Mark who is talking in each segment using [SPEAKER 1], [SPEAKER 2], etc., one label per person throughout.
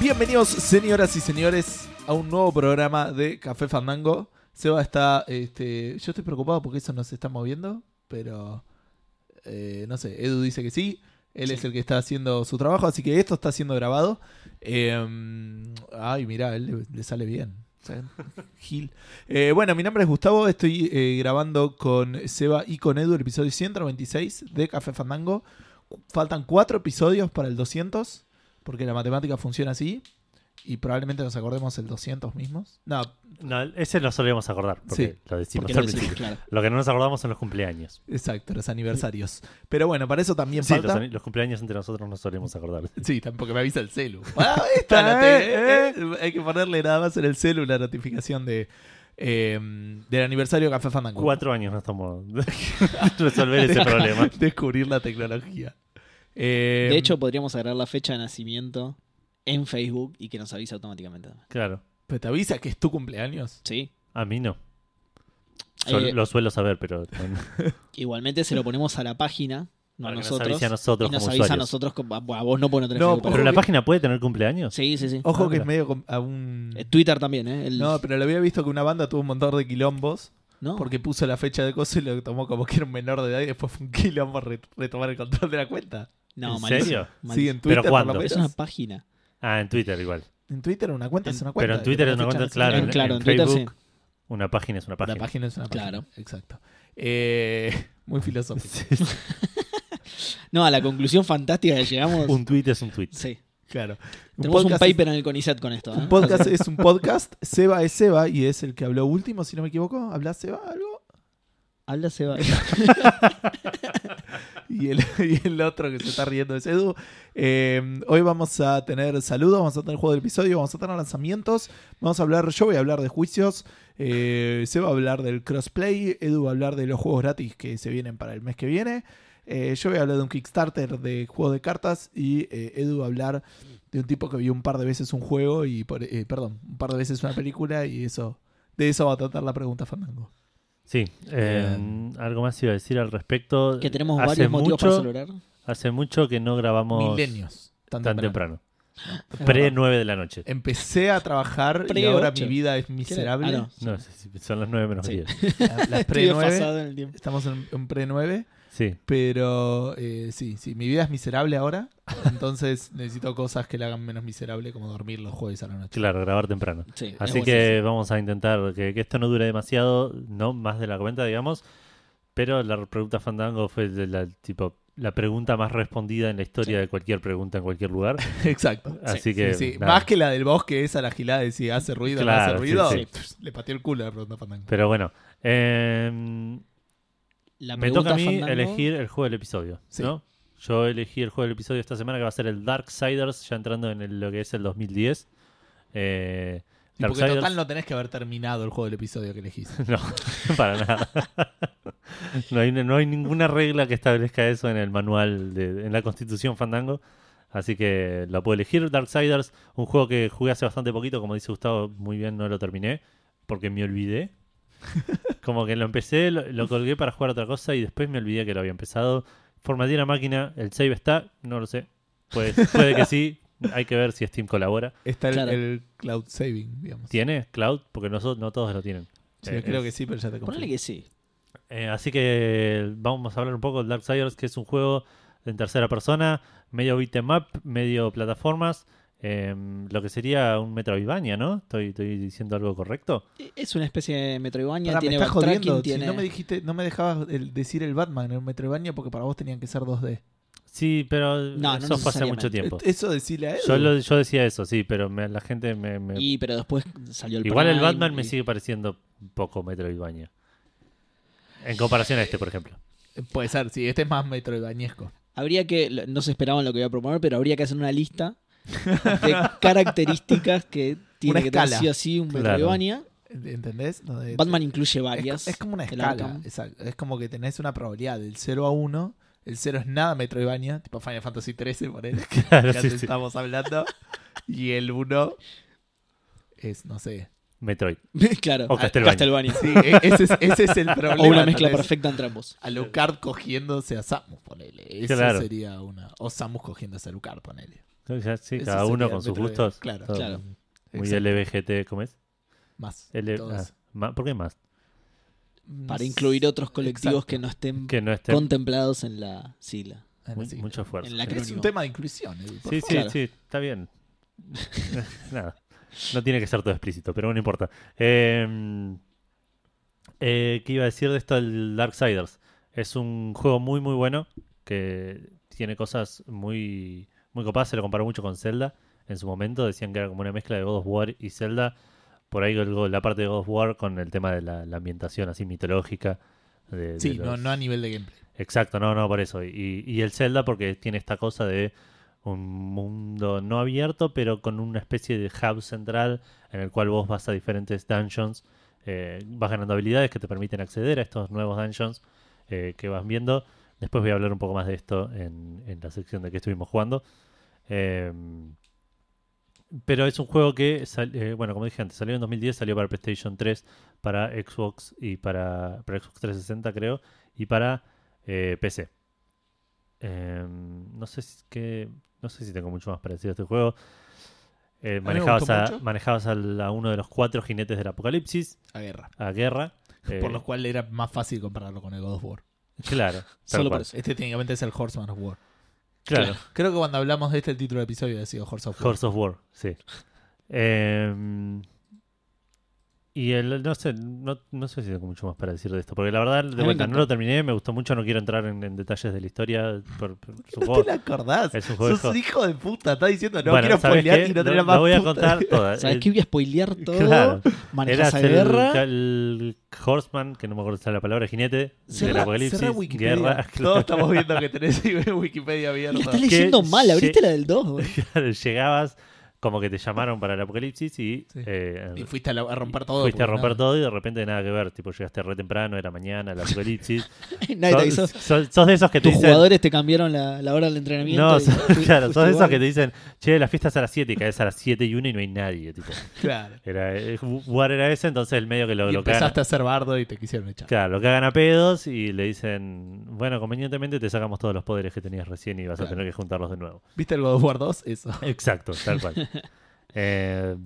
[SPEAKER 1] Bienvenidos, señoras y señores, a un nuevo programa de Café Fandango. Seba está. Este, yo estoy preocupado porque eso no se está moviendo, pero. eh, no sé, Edu dice que sí. Él es el que está haciendo su trabajo, así que esto está siendo grabado. Eh, ay, mirá, él le, le sale bien. ¿saben? Gil. Eh, bueno, mi nombre es Gustavo, estoy eh, grabando con Seba y con Edu el episodio 126 de Café Fandango. Faltan cuatro episodios para el 200, porque la matemática funciona así. Y probablemente nos acordemos el 200 mismos. No,
[SPEAKER 2] No, ese no solíamos acordar, porque
[SPEAKER 1] Sí.
[SPEAKER 2] lo decimos
[SPEAKER 3] Porque
[SPEAKER 2] al
[SPEAKER 3] no lo
[SPEAKER 2] principio.
[SPEAKER 3] hicimos, claro.
[SPEAKER 2] Lo que no nos acordamos son los cumpleaños.
[SPEAKER 1] exacto, los aniversarios. Pero bueno, para eso también
[SPEAKER 2] Sí, los,
[SPEAKER 1] falta.
[SPEAKER 2] los cumpleaños entre nosotros no solíamos acordar.
[SPEAKER 1] Sí, tampoco me avisa el celu. Ah, esta la
[SPEAKER 2] Eh,
[SPEAKER 1] te- eh, Hay que ponerle nada más en el celu la notificación de eh, del aniversario de Café Fandango.
[SPEAKER 2] Cuatro años nos tomó resolver ese problema.
[SPEAKER 1] Descubrir la tecnología. Eh,
[SPEAKER 3] De hecho, podríamos agregar la fecha de nacimiento en Facebook y que nos avise automáticamente.
[SPEAKER 2] Claro,
[SPEAKER 1] ¿pero ¿te avisa que es tu cumpleaños?
[SPEAKER 3] ¿Sí?
[SPEAKER 2] a mí no. Yo
[SPEAKER 3] Eh,
[SPEAKER 2] lo suelo saber, pero
[SPEAKER 3] Igualmente se lo ponemos a la página, no
[SPEAKER 2] Para
[SPEAKER 3] a
[SPEAKER 2] que nos
[SPEAKER 3] nosotros.
[SPEAKER 2] avise a nosotros
[SPEAKER 3] y nos
[SPEAKER 2] como
[SPEAKER 3] avisa a
[SPEAKER 2] usuarios.
[SPEAKER 3] nosotros, como- a a vos no, porque no tenés
[SPEAKER 1] No,
[SPEAKER 3] Facebook para
[SPEAKER 2] pero la
[SPEAKER 1] que-
[SPEAKER 2] página puede tener cumpleaños.
[SPEAKER 3] Sí, sí, sí.
[SPEAKER 1] Ojo
[SPEAKER 2] Ah,
[SPEAKER 1] que es
[SPEAKER 2] mira.
[SPEAKER 1] medio com- a un...
[SPEAKER 3] Eh, Twitter también, ¿eh? El-
[SPEAKER 1] No, pero lo había visto que una banda tuvo un montón de quilombos
[SPEAKER 3] ¿no?
[SPEAKER 1] porque puso la fecha de cosa y lo tomó como que era un menor de edad y después fue un quilombo re- retomar el control de la cuenta.
[SPEAKER 3] No,
[SPEAKER 2] ¿En
[SPEAKER 3] malísimo,
[SPEAKER 2] serio?
[SPEAKER 1] Sí,
[SPEAKER 3] malísimo.
[SPEAKER 1] en Twitter por
[SPEAKER 2] cuándo?
[SPEAKER 1] lo
[SPEAKER 3] Es
[SPEAKER 1] menos.
[SPEAKER 3] una página.
[SPEAKER 2] Ah, en Twitter igual.
[SPEAKER 1] En Twitter una cuenta es una cuenta.
[SPEAKER 2] Pero en Twitter es una
[SPEAKER 1] Fecha
[SPEAKER 2] cuenta,
[SPEAKER 1] de
[SPEAKER 2] claro.
[SPEAKER 3] En-
[SPEAKER 2] En,
[SPEAKER 1] nacimiento.
[SPEAKER 3] claro,
[SPEAKER 2] en
[SPEAKER 3] en Twitter
[SPEAKER 2] Facebook una página es una página.
[SPEAKER 1] La página es una página.
[SPEAKER 3] Claro.
[SPEAKER 1] Exacto. Eh, muy filosófico.
[SPEAKER 3] No, a la conclusión fantástica que llegamos.
[SPEAKER 2] Un tweet es un tweet.
[SPEAKER 3] Sí.
[SPEAKER 1] Claro.
[SPEAKER 3] Tenemos un
[SPEAKER 1] podcast es-
[SPEAKER 3] paper en el CONICET con esto. ¿eh?
[SPEAKER 1] un podcast es un podcast. Seba es Seba y es el que habló último, si no me equivoco. ¿Habla Seba algo?
[SPEAKER 3] Habla Seba.
[SPEAKER 1] Y el, y el otro que se está riendo es Edu. Eh, hoy vamos a tener saludos, vamos a tener juego del episodio, vamos a tener lanzamientos. Vamos a hablar, yo voy a hablar de juicios. eh, Seba va a hablar del crossplay. Edu va a hablar de los juegos gratis que se vienen para el mes que viene. Eh, yo voy a hablar de un Kickstarter de juegos de cartas. Y eh, Edu va a hablar de un tipo que vio un par de veces un juego y, por- eh, perdón, un par de veces una película. Y eso, de eso va a tratar la pregunta, Fernando.
[SPEAKER 2] Sí, eh, algo más iba a decir al respecto.
[SPEAKER 3] Que tenemos
[SPEAKER 2] Hace
[SPEAKER 3] varios motivos para
[SPEAKER 2] mucho-
[SPEAKER 3] celebrar. Ah,
[SPEAKER 2] Hace mucho que no grabamos
[SPEAKER 1] Milenios. Tan
[SPEAKER 2] tan
[SPEAKER 1] temprano.
[SPEAKER 2] temprano.
[SPEAKER 3] Es
[SPEAKER 2] Pre
[SPEAKER 3] verdad. Eh,
[SPEAKER 2] 9 de la noche.
[SPEAKER 1] Empecé a trabajar y
[SPEAKER 3] Pre
[SPEAKER 1] ahora
[SPEAKER 3] ocho.
[SPEAKER 1] mi vida es
[SPEAKER 3] Ah,
[SPEAKER 1] miserable.
[SPEAKER 3] no.
[SPEAKER 2] No, sí, sí, son las 9 menos
[SPEAKER 3] Sí.
[SPEAKER 2] 10.
[SPEAKER 1] La- Las
[SPEAKER 3] Estoy
[SPEAKER 1] pre 9.
[SPEAKER 3] desfasado en el tiempo.
[SPEAKER 1] Estamos en, en pre 9.
[SPEAKER 2] Sí.
[SPEAKER 1] Pero eh, sí, sí, mi vida es miserable ahora. Entonces necesito cosas que la hagan menos miserable, como dormir los jueves a la noche.
[SPEAKER 2] Claro, grabar temprano.
[SPEAKER 3] Sí, Eh, es
[SPEAKER 2] Así
[SPEAKER 3] buenísimo.
[SPEAKER 2] que vamos a intentar que, que esto no dure demasiado, no más de la cuenta, digamos. Pero la pregunta Fandango fue de la, tipo, la pregunta más respondida en la historia
[SPEAKER 3] Sí.
[SPEAKER 2] de cualquier pregunta en cualquier lugar.
[SPEAKER 1] Exacto.
[SPEAKER 2] Así
[SPEAKER 1] Sí,
[SPEAKER 2] que.
[SPEAKER 1] sí.
[SPEAKER 2] nada.
[SPEAKER 1] Más que la del bosque, esa la gilada de si hace ruido o no hace
[SPEAKER 2] Claro, sí,
[SPEAKER 1] ruido.
[SPEAKER 2] sí.
[SPEAKER 1] pff, Le pateó el culo a la pregunta Fandango.
[SPEAKER 2] Pero bueno. eh,
[SPEAKER 3] La
[SPEAKER 2] me toca
[SPEAKER 3] pregunta,
[SPEAKER 2] a mí
[SPEAKER 3] Fandango,
[SPEAKER 2] elegir el juego del episodio.
[SPEAKER 1] Sí.
[SPEAKER 2] ¿no? Yo elegí el juego del episodio esta semana que va a ser el Darksiders, ya entrando en el- lo que es el 2010. Eh,
[SPEAKER 1] Sí, porque
[SPEAKER 2] Darksiders-
[SPEAKER 1] total no tenés que haber terminado el juego del episodio que elegís.
[SPEAKER 2] No, para nada. No hay, no hay ninguna regla que establezca eso en el manual, de, en la constitución Fandango. Así que la puedo elegir. Darksiders, un juego que jugué hace bastante poquito, como dice Gustavo, muy bien, no lo terminé, porque me olvidé. Como que lo empecé, lo, lo colgué para jugar a otra cosa y después me olvidé que lo había empezado. Formateé la máquina, el save está, no lo sé. Pues, puede que sí, hay que ver si Steam colabora.
[SPEAKER 1] Está el,
[SPEAKER 3] Claro.
[SPEAKER 1] el cloud saving, digamos.
[SPEAKER 2] ¿Tiene cloud? Porque no, no todos lo tienen.
[SPEAKER 1] Sí,
[SPEAKER 2] Eh,
[SPEAKER 1] creo
[SPEAKER 2] es-
[SPEAKER 1] que sí, pero ya te
[SPEAKER 3] Ponele
[SPEAKER 1] confirmo.
[SPEAKER 3] que sí.
[SPEAKER 2] Eh, así que vamos a hablar un poco de Darksiders, que es un juego en tercera persona, medio beat'em up, medio plataformas, eh, lo que sería un Metroidvania, ¿no? ¿Estoy, estoy diciendo algo correcto?
[SPEAKER 3] Es una especie de Metroidvania,
[SPEAKER 1] Pará, me
[SPEAKER 3] tiene
[SPEAKER 1] estás
[SPEAKER 3] backtracking,
[SPEAKER 1] jodiendo. Si
[SPEAKER 3] tiene...
[SPEAKER 1] no me dijiste, no me dejabas el- decir el Batman en el Metroidvania porque para vos tenían que ser 2D.
[SPEAKER 2] Sí, pero
[SPEAKER 3] no
[SPEAKER 2] eso fue hace
[SPEAKER 3] necesariamente. Eh,
[SPEAKER 2] mucho tiempo.
[SPEAKER 1] Eso decirle a él.
[SPEAKER 2] Yo, lo- yo decía eso, sí, pero me- la gente me... me-
[SPEAKER 3] Y pero después salió el
[SPEAKER 2] Igual el
[SPEAKER 3] Prime
[SPEAKER 2] Batman me
[SPEAKER 3] y-
[SPEAKER 2] sigue pareciendo un poco Metroidvania. En comparación a este, por ejemplo.
[SPEAKER 1] Puede ser, sí, este es más metroidvaniesco.
[SPEAKER 3] Habría que, lo- no se esperaban lo que iba a proponer, pero habría que hacer una lista de características que tiene
[SPEAKER 1] Una
[SPEAKER 3] que tener
[SPEAKER 1] escala.
[SPEAKER 3] sí o sí un
[SPEAKER 2] Claro.
[SPEAKER 3] Metroidvania.
[SPEAKER 1] ¿Entendés? No, de-
[SPEAKER 3] Batman incluye
[SPEAKER 1] es-
[SPEAKER 3] varias.
[SPEAKER 1] Es, como una
[SPEAKER 3] el
[SPEAKER 1] escala.
[SPEAKER 3] Arkham.
[SPEAKER 1] exacto. Es como que tenés una probabilidad del 0 a 1. El 0 es nada Metroidvania, tipo Final Fantasy XIII, por él. que
[SPEAKER 2] Claro, sí,
[SPEAKER 1] antes
[SPEAKER 2] sí.
[SPEAKER 1] estamos hablando. Y el 1 es, no sé.
[SPEAKER 2] Metroid.
[SPEAKER 3] claro.
[SPEAKER 2] O
[SPEAKER 3] Ah,
[SPEAKER 2] Castlevania.
[SPEAKER 1] Sí, e- ese es, ese es el problema.
[SPEAKER 3] O una mezcla
[SPEAKER 1] ¿entendés?
[SPEAKER 3] perfecta entre ambos.
[SPEAKER 1] A Lucard cogiéndose a Samus, ponele. Eso
[SPEAKER 2] Claro.
[SPEAKER 1] sería una. O Samus cogiéndose a Lucard, ponele.
[SPEAKER 2] Ya, sí,
[SPEAKER 1] Eso
[SPEAKER 2] cada
[SPEAKER 1] sería
[SPEAKER 2] uno con sus
[SPEAKER 1] dentro de-
[SPEAKER 2] gustos.
[SPEAKER 1] claro,
[SPEAKER 2] Todo
[SPEAKER 3] claro.
[SPEAKER 2] Muy
[SPEAKER 1] Exacto.
[SPEAKER 2] LBGT, ¿cómo es?
[SPEAKER 1] Más.
[SPEAKER 2] L-
[SPEAKER 1] todo
[SPEAKER 2] ah,
[SPEAKER 1] eso.
[SPEAKER 2] ma- ¿Por qué más?
[SPEAKER 3] Para
[SPEAKER 1] Más-
[SPEAKER 3] incluir otros colectivos
[SPEAKER 1] Exacto.
[SPEAKER 3] que no estén
[SPEAKER 2] Que no esté
[SPEAKER 3] contemplados en la sigla.
[SPEAKER 1] Ah,
[SPEAKER 2] mu-
[SPEAKER 1] sí.
[SPEAKER 2] mucho esfuerzo.
[SPEAKER 3] en la
[SPEAKER 2] Sí.
[SPEAKER 1] Es un
[SPEAKER 3] acrónimo.
[SPEAKER 1] tema de inclusión. Edu, por
[SPEAKER 2] Sí, sí,
[SPEAKER 3] Claro.
[SPEAKER 2] sí, está bien. Nada. No tiene que ser todo explícito, pero no importa. Eh, eh, ¿Qué iba a decir de esto del Darksiders? Es un juego muy, muy bueno que tiene cosas muy, muy copadas. Se lo comparó mucho con Zelda en su momento. Decían que era como una mezcla de God of War y Zelda. Por ahí el go- la parte de God of War con el tema de la, la ambientación así mitológica. de- de
[SPEAKER 1] Sí, no,
[SPEAKER 2] los-
[SPEAKER 1] no a nivel de gameplay.
[SPEAKER 2] Exacto, no, no, por eso. Y, y el Zelda porque tiene esta cosa de un mundo no abierto, pero con una especie de hub central en el cual vos vas a diferentes dungeons, eh, vas ganando habilidades que te permiten acceder a estos nuevos dungeons eh, que vas viendo. Después voy a hablar un poco más de esto en, en la sección de que estuvimos jugando. Eh, pero es un juego que, sal- eh, bueno, como dije antes, salió en 2010, salió para PlayStation 3, para Xbox y para, para Xbox 360 creo, y para eh, PC. Em, no sé si que, no sé si tengo mucho más para decir de este juego. Eh,
[SPEAKER 1] me
[SPEAKER 2] manejabas,
[SPEAKER 1] gustó
[SPEAKER 2] a,
[SPEAKER 1] mucho.
[SPEAKER 2] manejabas al- a uno de los cuatro jinetes del apocalipsis
[SPEAKER 1] A guerra.
[SPEAKER 2] a guerra. eh,
[SPEAKER 1] Por lo cual era más fácil compararlo con el God of War.
[SPEAKER 2] Claro, tal
[SPEAKER 3] Solo por
[SPEAKER 2] cual.
[SPEAKER 3] eso.
[SPEAKER 1] Este técnicamente es el Horseman of War.
[SPEAKER 2] Claro,
[SPEAKER 1] Creo que cuando hablamos de este, el título del episodio ha sido Horse of War.
[SPEAKER 2] Horse of War, sí. Em, y el, no sé, no, no sé si tengo mucho más para decir de esto, porque la verdad,
[SPEAKER 3] mí
[SPEAKER 2] de
[SPEAKER 3] me
[SPEAKER 2] vuelta, no
[SPEAKER 3] encantó.
[SPEAKER 2] lo terminé, me gustó mucho, no quiero entrar en, en detalles de la historia, por, por-
[SPEAKER 1] No
[SPEAKER 2] supongo.
[SPEAKER 1] te la acordás.
[SPEAKER 2] Es un juego de
[SPEAKER 1] Sos un hijo de puta. Estás diciendo, no
[SPEAKER 2] Bueno,
[SPEAKER 1] quiero
[SPEAKER 2] ¿sabes
[SPEAKER 1] spoilear
[SPEAKER 2] qué?
[SPEAKER 1] y no
[SPEAKER 2] Lo-
[SPEAKER 1] tenés la más
[SPEAKER 2] lo voy a
[SPEAKER 1] puta
[SPEAKER 2] contar
[SPEAKER 1] idea.
[SPEAKER 2] toda.
[SPEAKER 3] ¿Sabes
[SPEAKER 2] Eh,
[SPEAKER 3] qué? Voy a spoilear todo.
[SPEAKER 2] Claro.
[SPEAKER 3] Manejas
[SPEAKER 2] Eras
[SPEAKER 3] a
[SPEAKER 2] el,
[SPEAKER 3] guerra.
[SPEAKER 2] el horseman, que no me acuerdo si es la palabra, jinete, del
[SPEAKER 1] Cerra-
[SPEAKER 2] apocalipsis,
[SPEAKER 1] cerra Wikipedia.
[SPEAKER 2] guerra,
[SPEAKER 1] Todos estamos viendo que tenés Wikipedia
[SPEAKER 3] La
[SPEAKER 1] abierta.
[SPEAKER 3] estás leyendo
[SPEAKER 2] Que
[SPEAKER 3] mal. Abriste
[SPEAKER 2] lle-
[SPEAKER 3] la del 2. güey.
[SPEAKER 2] llegabas, como que te llamaron para el apocalipsis y,
[SPEAKER 1] Sí.
[SPEAKER 2] eh,
[SPEAKER 1] Y fuiste a, la- a romper todo.
[SPEAKER 2] Fuiste a
[SPEAKER 1] porque
[SPEAKER 2] romper
[SPEAKER 1] no.
[SPEAKER 2] todo y de repente nada que ver. Tipo, llegaste re temprano, era mañana, la apocalipsis.
[SPEAKER 3] Nadie te avisó.
[SPEAKER 2] sos, sos- sos de esos que te
[SPEAKER 3] Tus
[SPEAKER 2] dicen.
[SPEAKER 3] jugadores te cambiaron la, la hora del entrenamiento.
[SPEAKER 2] No,
[SPEAKER 3] y-
[SPEAKER 2] sos-
[SPEAKER 3] fuiste-
[SPEAKER 2] claro, sos
[SPEAKER 3] fuiste
[SPEAKER 2] de esos
[SPEAKER 3] igual.
[SPEAKER 2] que te dicen, che, la fiesta es a las 7 y caes a las 7 y 1 y no hay nadie. Tipo.
[SPEAKER 1] Claro.
[SPEAKER 2] Era, eh, jugar era ese, entonces el medio que lo,
[SPEAKER 1] Y
[SPEAKER 2] lo cagan.
[SPEAKER 1] empezaste a ser bardo y te quisieron echar.
[SPEAKER 2] Claro, lo cagan a pedos y le dicen, bueno, convenientemente te sacamos todos los poderes que tenías recién y vas a
[SPEAKER 1] Claro.
[SPEAKER 2] tener que juntarlos de nuevo.
[SPEAKER 1] ¿Viste el God of War 2? Eso.
[SPEAKER 2] Exacto, tal cual. Eh,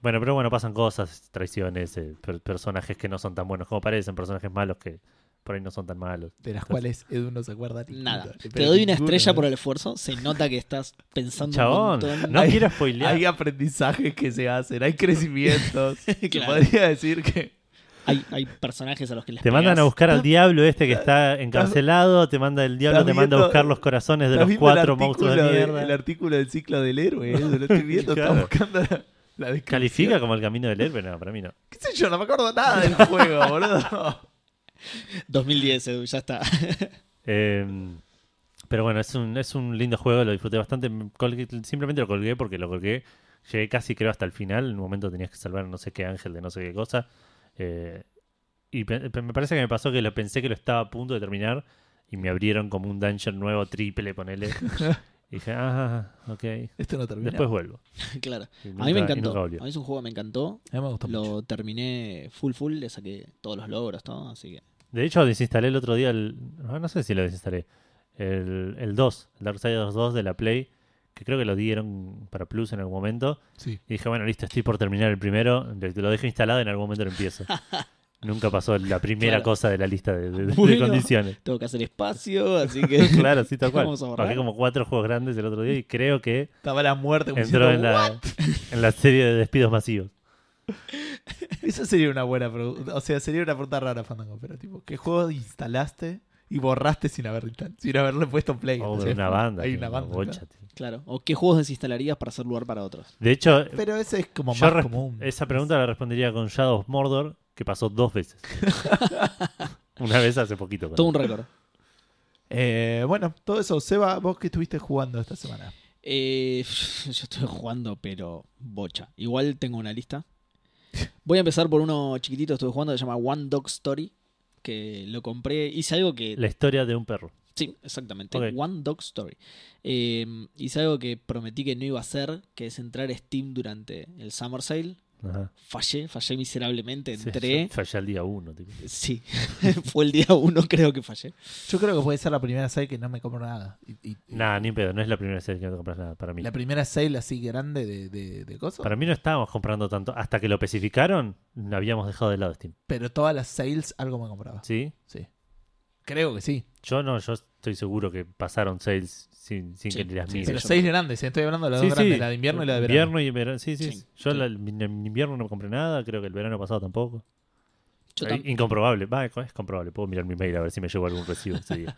[SPEAKER 2] bueno, pero bueno, pasan cosas, traiciones, eh, per- personajes que no son tan buenos como parecen, personajes malos que por ahí no son tan malos.
[SPEAKER 1] De las cuales Edu no se acuerda ni
[SPEAKER 3] Nada.
[SPEAKER 1] puta.
[SPEAKER 3] Te
[SPEAKER 1] Pero
[SPEAKER 3] doy una
[SPEAKER 1] ninguno,
[SPEAKER 3] estrella
[SPEAKER 1] ¿no?
[SPEAKER 3] por el esfuerzo. Se nota que estás pensando
[SPEAKER 2] Chabón,
[SPEAKER 3] un montón.
[SPEAKER 2] no
[SPEAKER 1] Hay-
[SPEAKER 2] quiero spoilear.
[SPEAKER 1] Hay aprendizajes que se hacen, hay crecimientos. Te
[SPEAKER 3] Claro.
[SPEAKER 1] Podría decir que.
[SPEAKER 3] Hay, hay personajes a los que les
[SPEAKER 2] Te mandan a
[SPEAKER 3] pegás.
[SPEAKER 2] buscar al diablo este que está encarcelado, te manda el diablo,
[SPEAKER 1] estás
[SPEAKER 2] te manda a
[SPEAKER 1] viendo-
[SPEAKER 2] buscar los corazones de
[SPEAKER 1] ¿Estás
[SPEAKER 2] los
[SPEAKER 1] viendo el
[SPEAKER 2] cuatro monstruos de
[SPEAKER 1] artículo de- El
[SPEAKER 2] mierda.
[SPEAKER 1] artículo del ciclo del héroe, Edu, lo estoy viendo,
[SPEAKER 2] Claro.
[SPEAKER 1] está buscando la, la descripción.
[SPEAKER 2] ¿Califica como el camino del héroe? No, para mí no.
[SPEAKER 1] ¿Qué sé yo? No me acuerdo nada del juego, boludo.
[SPEAKER 3] 2010, Edu, ya está.
[SPEAKER 2] Eh, pero bueno, es un, es un lindo juego, lo disfruté bastante. Me colgué- simplemente lo colgué porque lo colgué. Llegué casi, creo, hasta el final. En un momento tenías que salvar a no sé qué ángel de no sé qué cosa. Eh, y pe- pe- me parece que me pasó que lo pensé que lo estaba a punto de terminar. Y me abrieron como un dungeon nuevo, triple, ponele. y dije, ah, ok.
[SPEAKER 1] Esto no termina.
[SPEAKER 2] Después vuelvo.
[SPEAKER 3] claro.
[SPEAKER 2] Y
[SPEAKER 3] a mí
[SPEAKER 2] nunca- y
[SPEAKER 3] me
[SPEAKER 2] nunca
[SPEAKER 3] encantó. A
[SPEAKER 2] volvió.
[SPEAKER 3] mí es un juego que me encantó.
[SPEAKER 1] a mí me gustó mucho.
[SPEAKER 3] Lo terminé full full, le saqué todos los logros, todo, así que.
[SPEAKER 2] De hecho, desinstalé el otro día, el, ah, no sé si lo desinstalé, el, el 2, el Darksiders 2 de la Play, que creo que lo dieron para Plus en algún momento.
[SPEAKER 1] Sí.
[SPEAKER 2] Y dije, bueno, listo, estoy por terminar el primero, lo lo dejo instalado y en algún momento lo empiezo. Nunca pasó la primera
[SPEAKER 3] Claro.
[SPEAKER 2] cosa de la lista de, de- de
[SPEAKER 3] Bueno.
[SPEAKER 2] condiciones.
[SPEAKER 3] Tengo que hacer espacio, así que.
[SPEAKER 2] Claro, sí, tal cual.
[SPEAKER 3] Vamos a borrar.
[SPEAKER 2] Bajé como cuatro juegos grandes el otro día y creo que
[SPEAKER 1] Estaba la muerte. como
[SPEAKER 2] entró
[SPEAKER 1] diciendo,
[SPEAKER 2] en la, en la serie de despidos masivos.
[SPEAKER 1] Esa sería una buena pregunta. O sea, sería una pregunta rara, Fandango. Pero, tipo, ¿qué juego instalaste y borraste sin, haber, instal- sin haberle puesto play?
[SPEAKER 2] Oh,
[SPEAKER 1] Entonces,
[SPEAKER 2] pero una banda.
[SPEAKER 1] Hay
[SPEAKER 2] tío,
[SPEAKER 1] una banda.
[SPEAKER 2] bocha,
[SPEAKER 1] claro.
[SPEAKER 2] tío.
[SPEAKER 3] Claro. ¿O qué juegos desinstalarías para hacer lugar para otros?
[SPEAKER 2] De hecho,
[SPEAKER 1] Pero ese es como
[SPEAKER 2] Yo
[SPEAKER 1] más
[SPEAKER 2] resp-
[SPEAKER 1] común.
[SPEAKER 2] Esa pregunta la respondería con Shadow of Mordor, que pasó dos veces. Una vez hace poquito.
[SPEAKER 3] Todo un récord.
[SPEAKER 1] Eh, bueno, todo eso. Seba, vos que estuviste jugando esta semana.
[SPEAKER 3] Eh, yo estoy jugando, pero bocha. Igual tengo una lista. Voy a empezar por uno chiquitito que estuve jugando que se llama One Dog Story. Que lo compré. Hice algo que.
[SPEAKER 2] La historia de un perro.
[SPEAKER 3] Sí, exactamente.
[SPEAKER 2] Ok.
[SPEAKER 3] One Dog Story. Eh, hice algo que prometí que no iba a hacer, que es entrar a Steam durante el Summer Sale.
[SPEAKER 2] Ajá.
[SPEAKER 3] Fallé, fallé miserablemente.
[SPEAKER 2] Sí,
[SPEAKER 3] Entré.
[SPEAKER 2] yo fallé al día uno. tipo.
[SPEAKER 3] Sí, fue el día uno, creo que fallé.
[SPEAKER 1] Yo creo que puede ser la primera seis que no me compro nada. Y- y-
[SPEAKER 2] Nada, ni pedo. No es la primera serie que no te compras nada para mí.
[SPEAKER 1] La primera seis así grande de, de, de cosas.
[SPEAKER 2] Para mí no estábamos comprando tanto. Hasta que lo especificaron, no habíamos dejado de lado Steam.
[SPEAKER 1] Pero todas las sales algo me compraba.
[SPEAKER 2] ¿Sí?
[SPEAKER 1] Sí. Creo que sí.
[SPEAKER 2] Yo no, yo estoy seguro que pasaron sales sin, sin
[SPEAKER 3] Sí,
[SPEAKER 2] que las
[SPEAKER 3] sí,
[SPEAKER 2] mires.
[SPEAKER 1] Pero
[SPEAKER 3] yo
[SPEAKER 1] seis grandes, ¿eh? estoy hablando de las
[SPEAKER 2] Sí,
[SPEAKER 1] dos
[SPEAKER 2] sí.
[SPEAKER 1] grandes, la de invierno y la de verano.
[SPEAKER 2] Invierno y verano. Sí, sí.
[SPEAKER 3] Sí,
[SPEAKER 2] Yo
[SPEAKER 3] sí.
[SPEAKER 2] la- en invierno no me compré nada, creo que el verano pasado tampoco.
[SPEAKER 3] Yo
[SPEAKER 2] Eh,
[SPEAKER 3] tam-
[SPEAKER 2] Incomprobable. Va, es comprobable. Puedo mirar mi mail a ver si me llevo algún recibo ese día.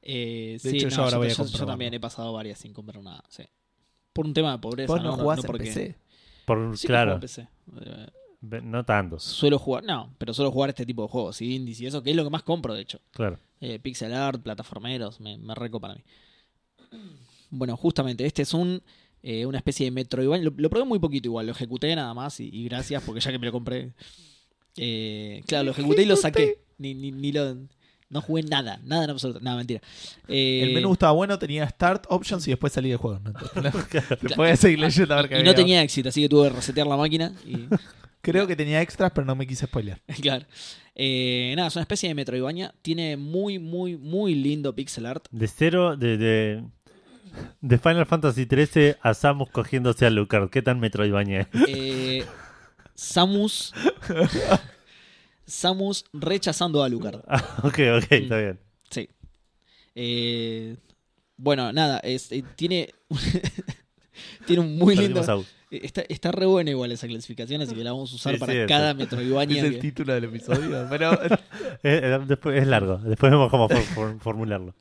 [SPEAKER 3] eh,
[SPEAKER 1] De
[SPEAKER 3] sí,
[SPEAKER 1] hecho,
[SPEAKER 3] no,
[SPEAKER 1] yo ahora voy a
[SPEAKER 3] yo
[SPEAKER 1] comprobarlo.
[SPEAKER 3] también he pasado varias sin comprar nada. sí. Por un tema de pobreza.
[SPEAKER 1] Vos no,
[SPEAKER 3] no
[SPEAKER 1] jugás
[SPEAKER 3] No
[SPEAKER 1] en
[SPEAKER 3] porque-
[SPEAKER 1] PC.
[SPEAKER 2] Por,
[SPEAKER 3] Sí que juego
[SPEAKER 2] claro,
[SPEAKER 3] en PC. Eh,
[SPEAKER 2] ve- no tantos.
[SPEAKER 3] suelo jugar, no, pero suelo jugar este tipo de juegos, indies y eso, que es lo que más compro, de hecho.
[SPEAKER 2] Claro.
[SPEAKER 3] Eh, pixel art, plataformeros, me, me reco para mí. Bueno, justamente, este es un eh, una especie de Metroidvania. Lo, lo probé muy poquito igual, lo ejecuté nada más y, y gracias porque ya que me lo compré. Eh, claro, lo ejecuté y lo saqué. Ni, ni, ni lo, no jugué nada, nada en absoluto. Nada, mentira. Eh,
[SPEAKER 1] El menú estaba bueno, tenía Start Options y después salí del juego. ¿no? Te podías seguir leyendo a ver qué
[SPEAKER 3] y no
[SPEAKER 1] había.
[SPEAKER 3] tenía éxito, así que tuve que resetear la máquina y
[SPEAKER 1] Creo que tenía extras, pero no me quise spoiler.
[SPEAKER 3] Claro. Eh, nada, es una especie de Metroidvania. Tiene muy, muy, muy lindo pixel art.
[SPEAKER 2] De cero, de, de, de Final Fantasy XIII a Samus cogiéndose a Lucard. ¿Qué tan Metroidvania es?
[SPEAKER 3] Eh, Samus. Samus rechazando a Lucard.
[SPEAKER 2] Ah, ok, ok, está bien.
[SPEAKER 3] Sí. Eh, bueno, nada, es- eh, tiene. tiene un muy lindo.
[SPEAKER 2] Perdimos a Us.
[SPEAKER 3] Está, está re buena igual esa clasificación, así que la vamos a usar
[SPEAKER 2] Sí,
[SPEAKER 3] para
[SPEAKER 2] sí, es-
[SPEAKER 3] cada
[SPEAKER 1] Es
[SPEAKER 3] Metroidvania.
[SPEAKER 1] el
[SPEAKER 3] que-
[SPEAKER 1] título del episodio. Pero
[SPEAKER 2] Eh, eh, después, es largo. Después vemos cómo for- for- formularlo.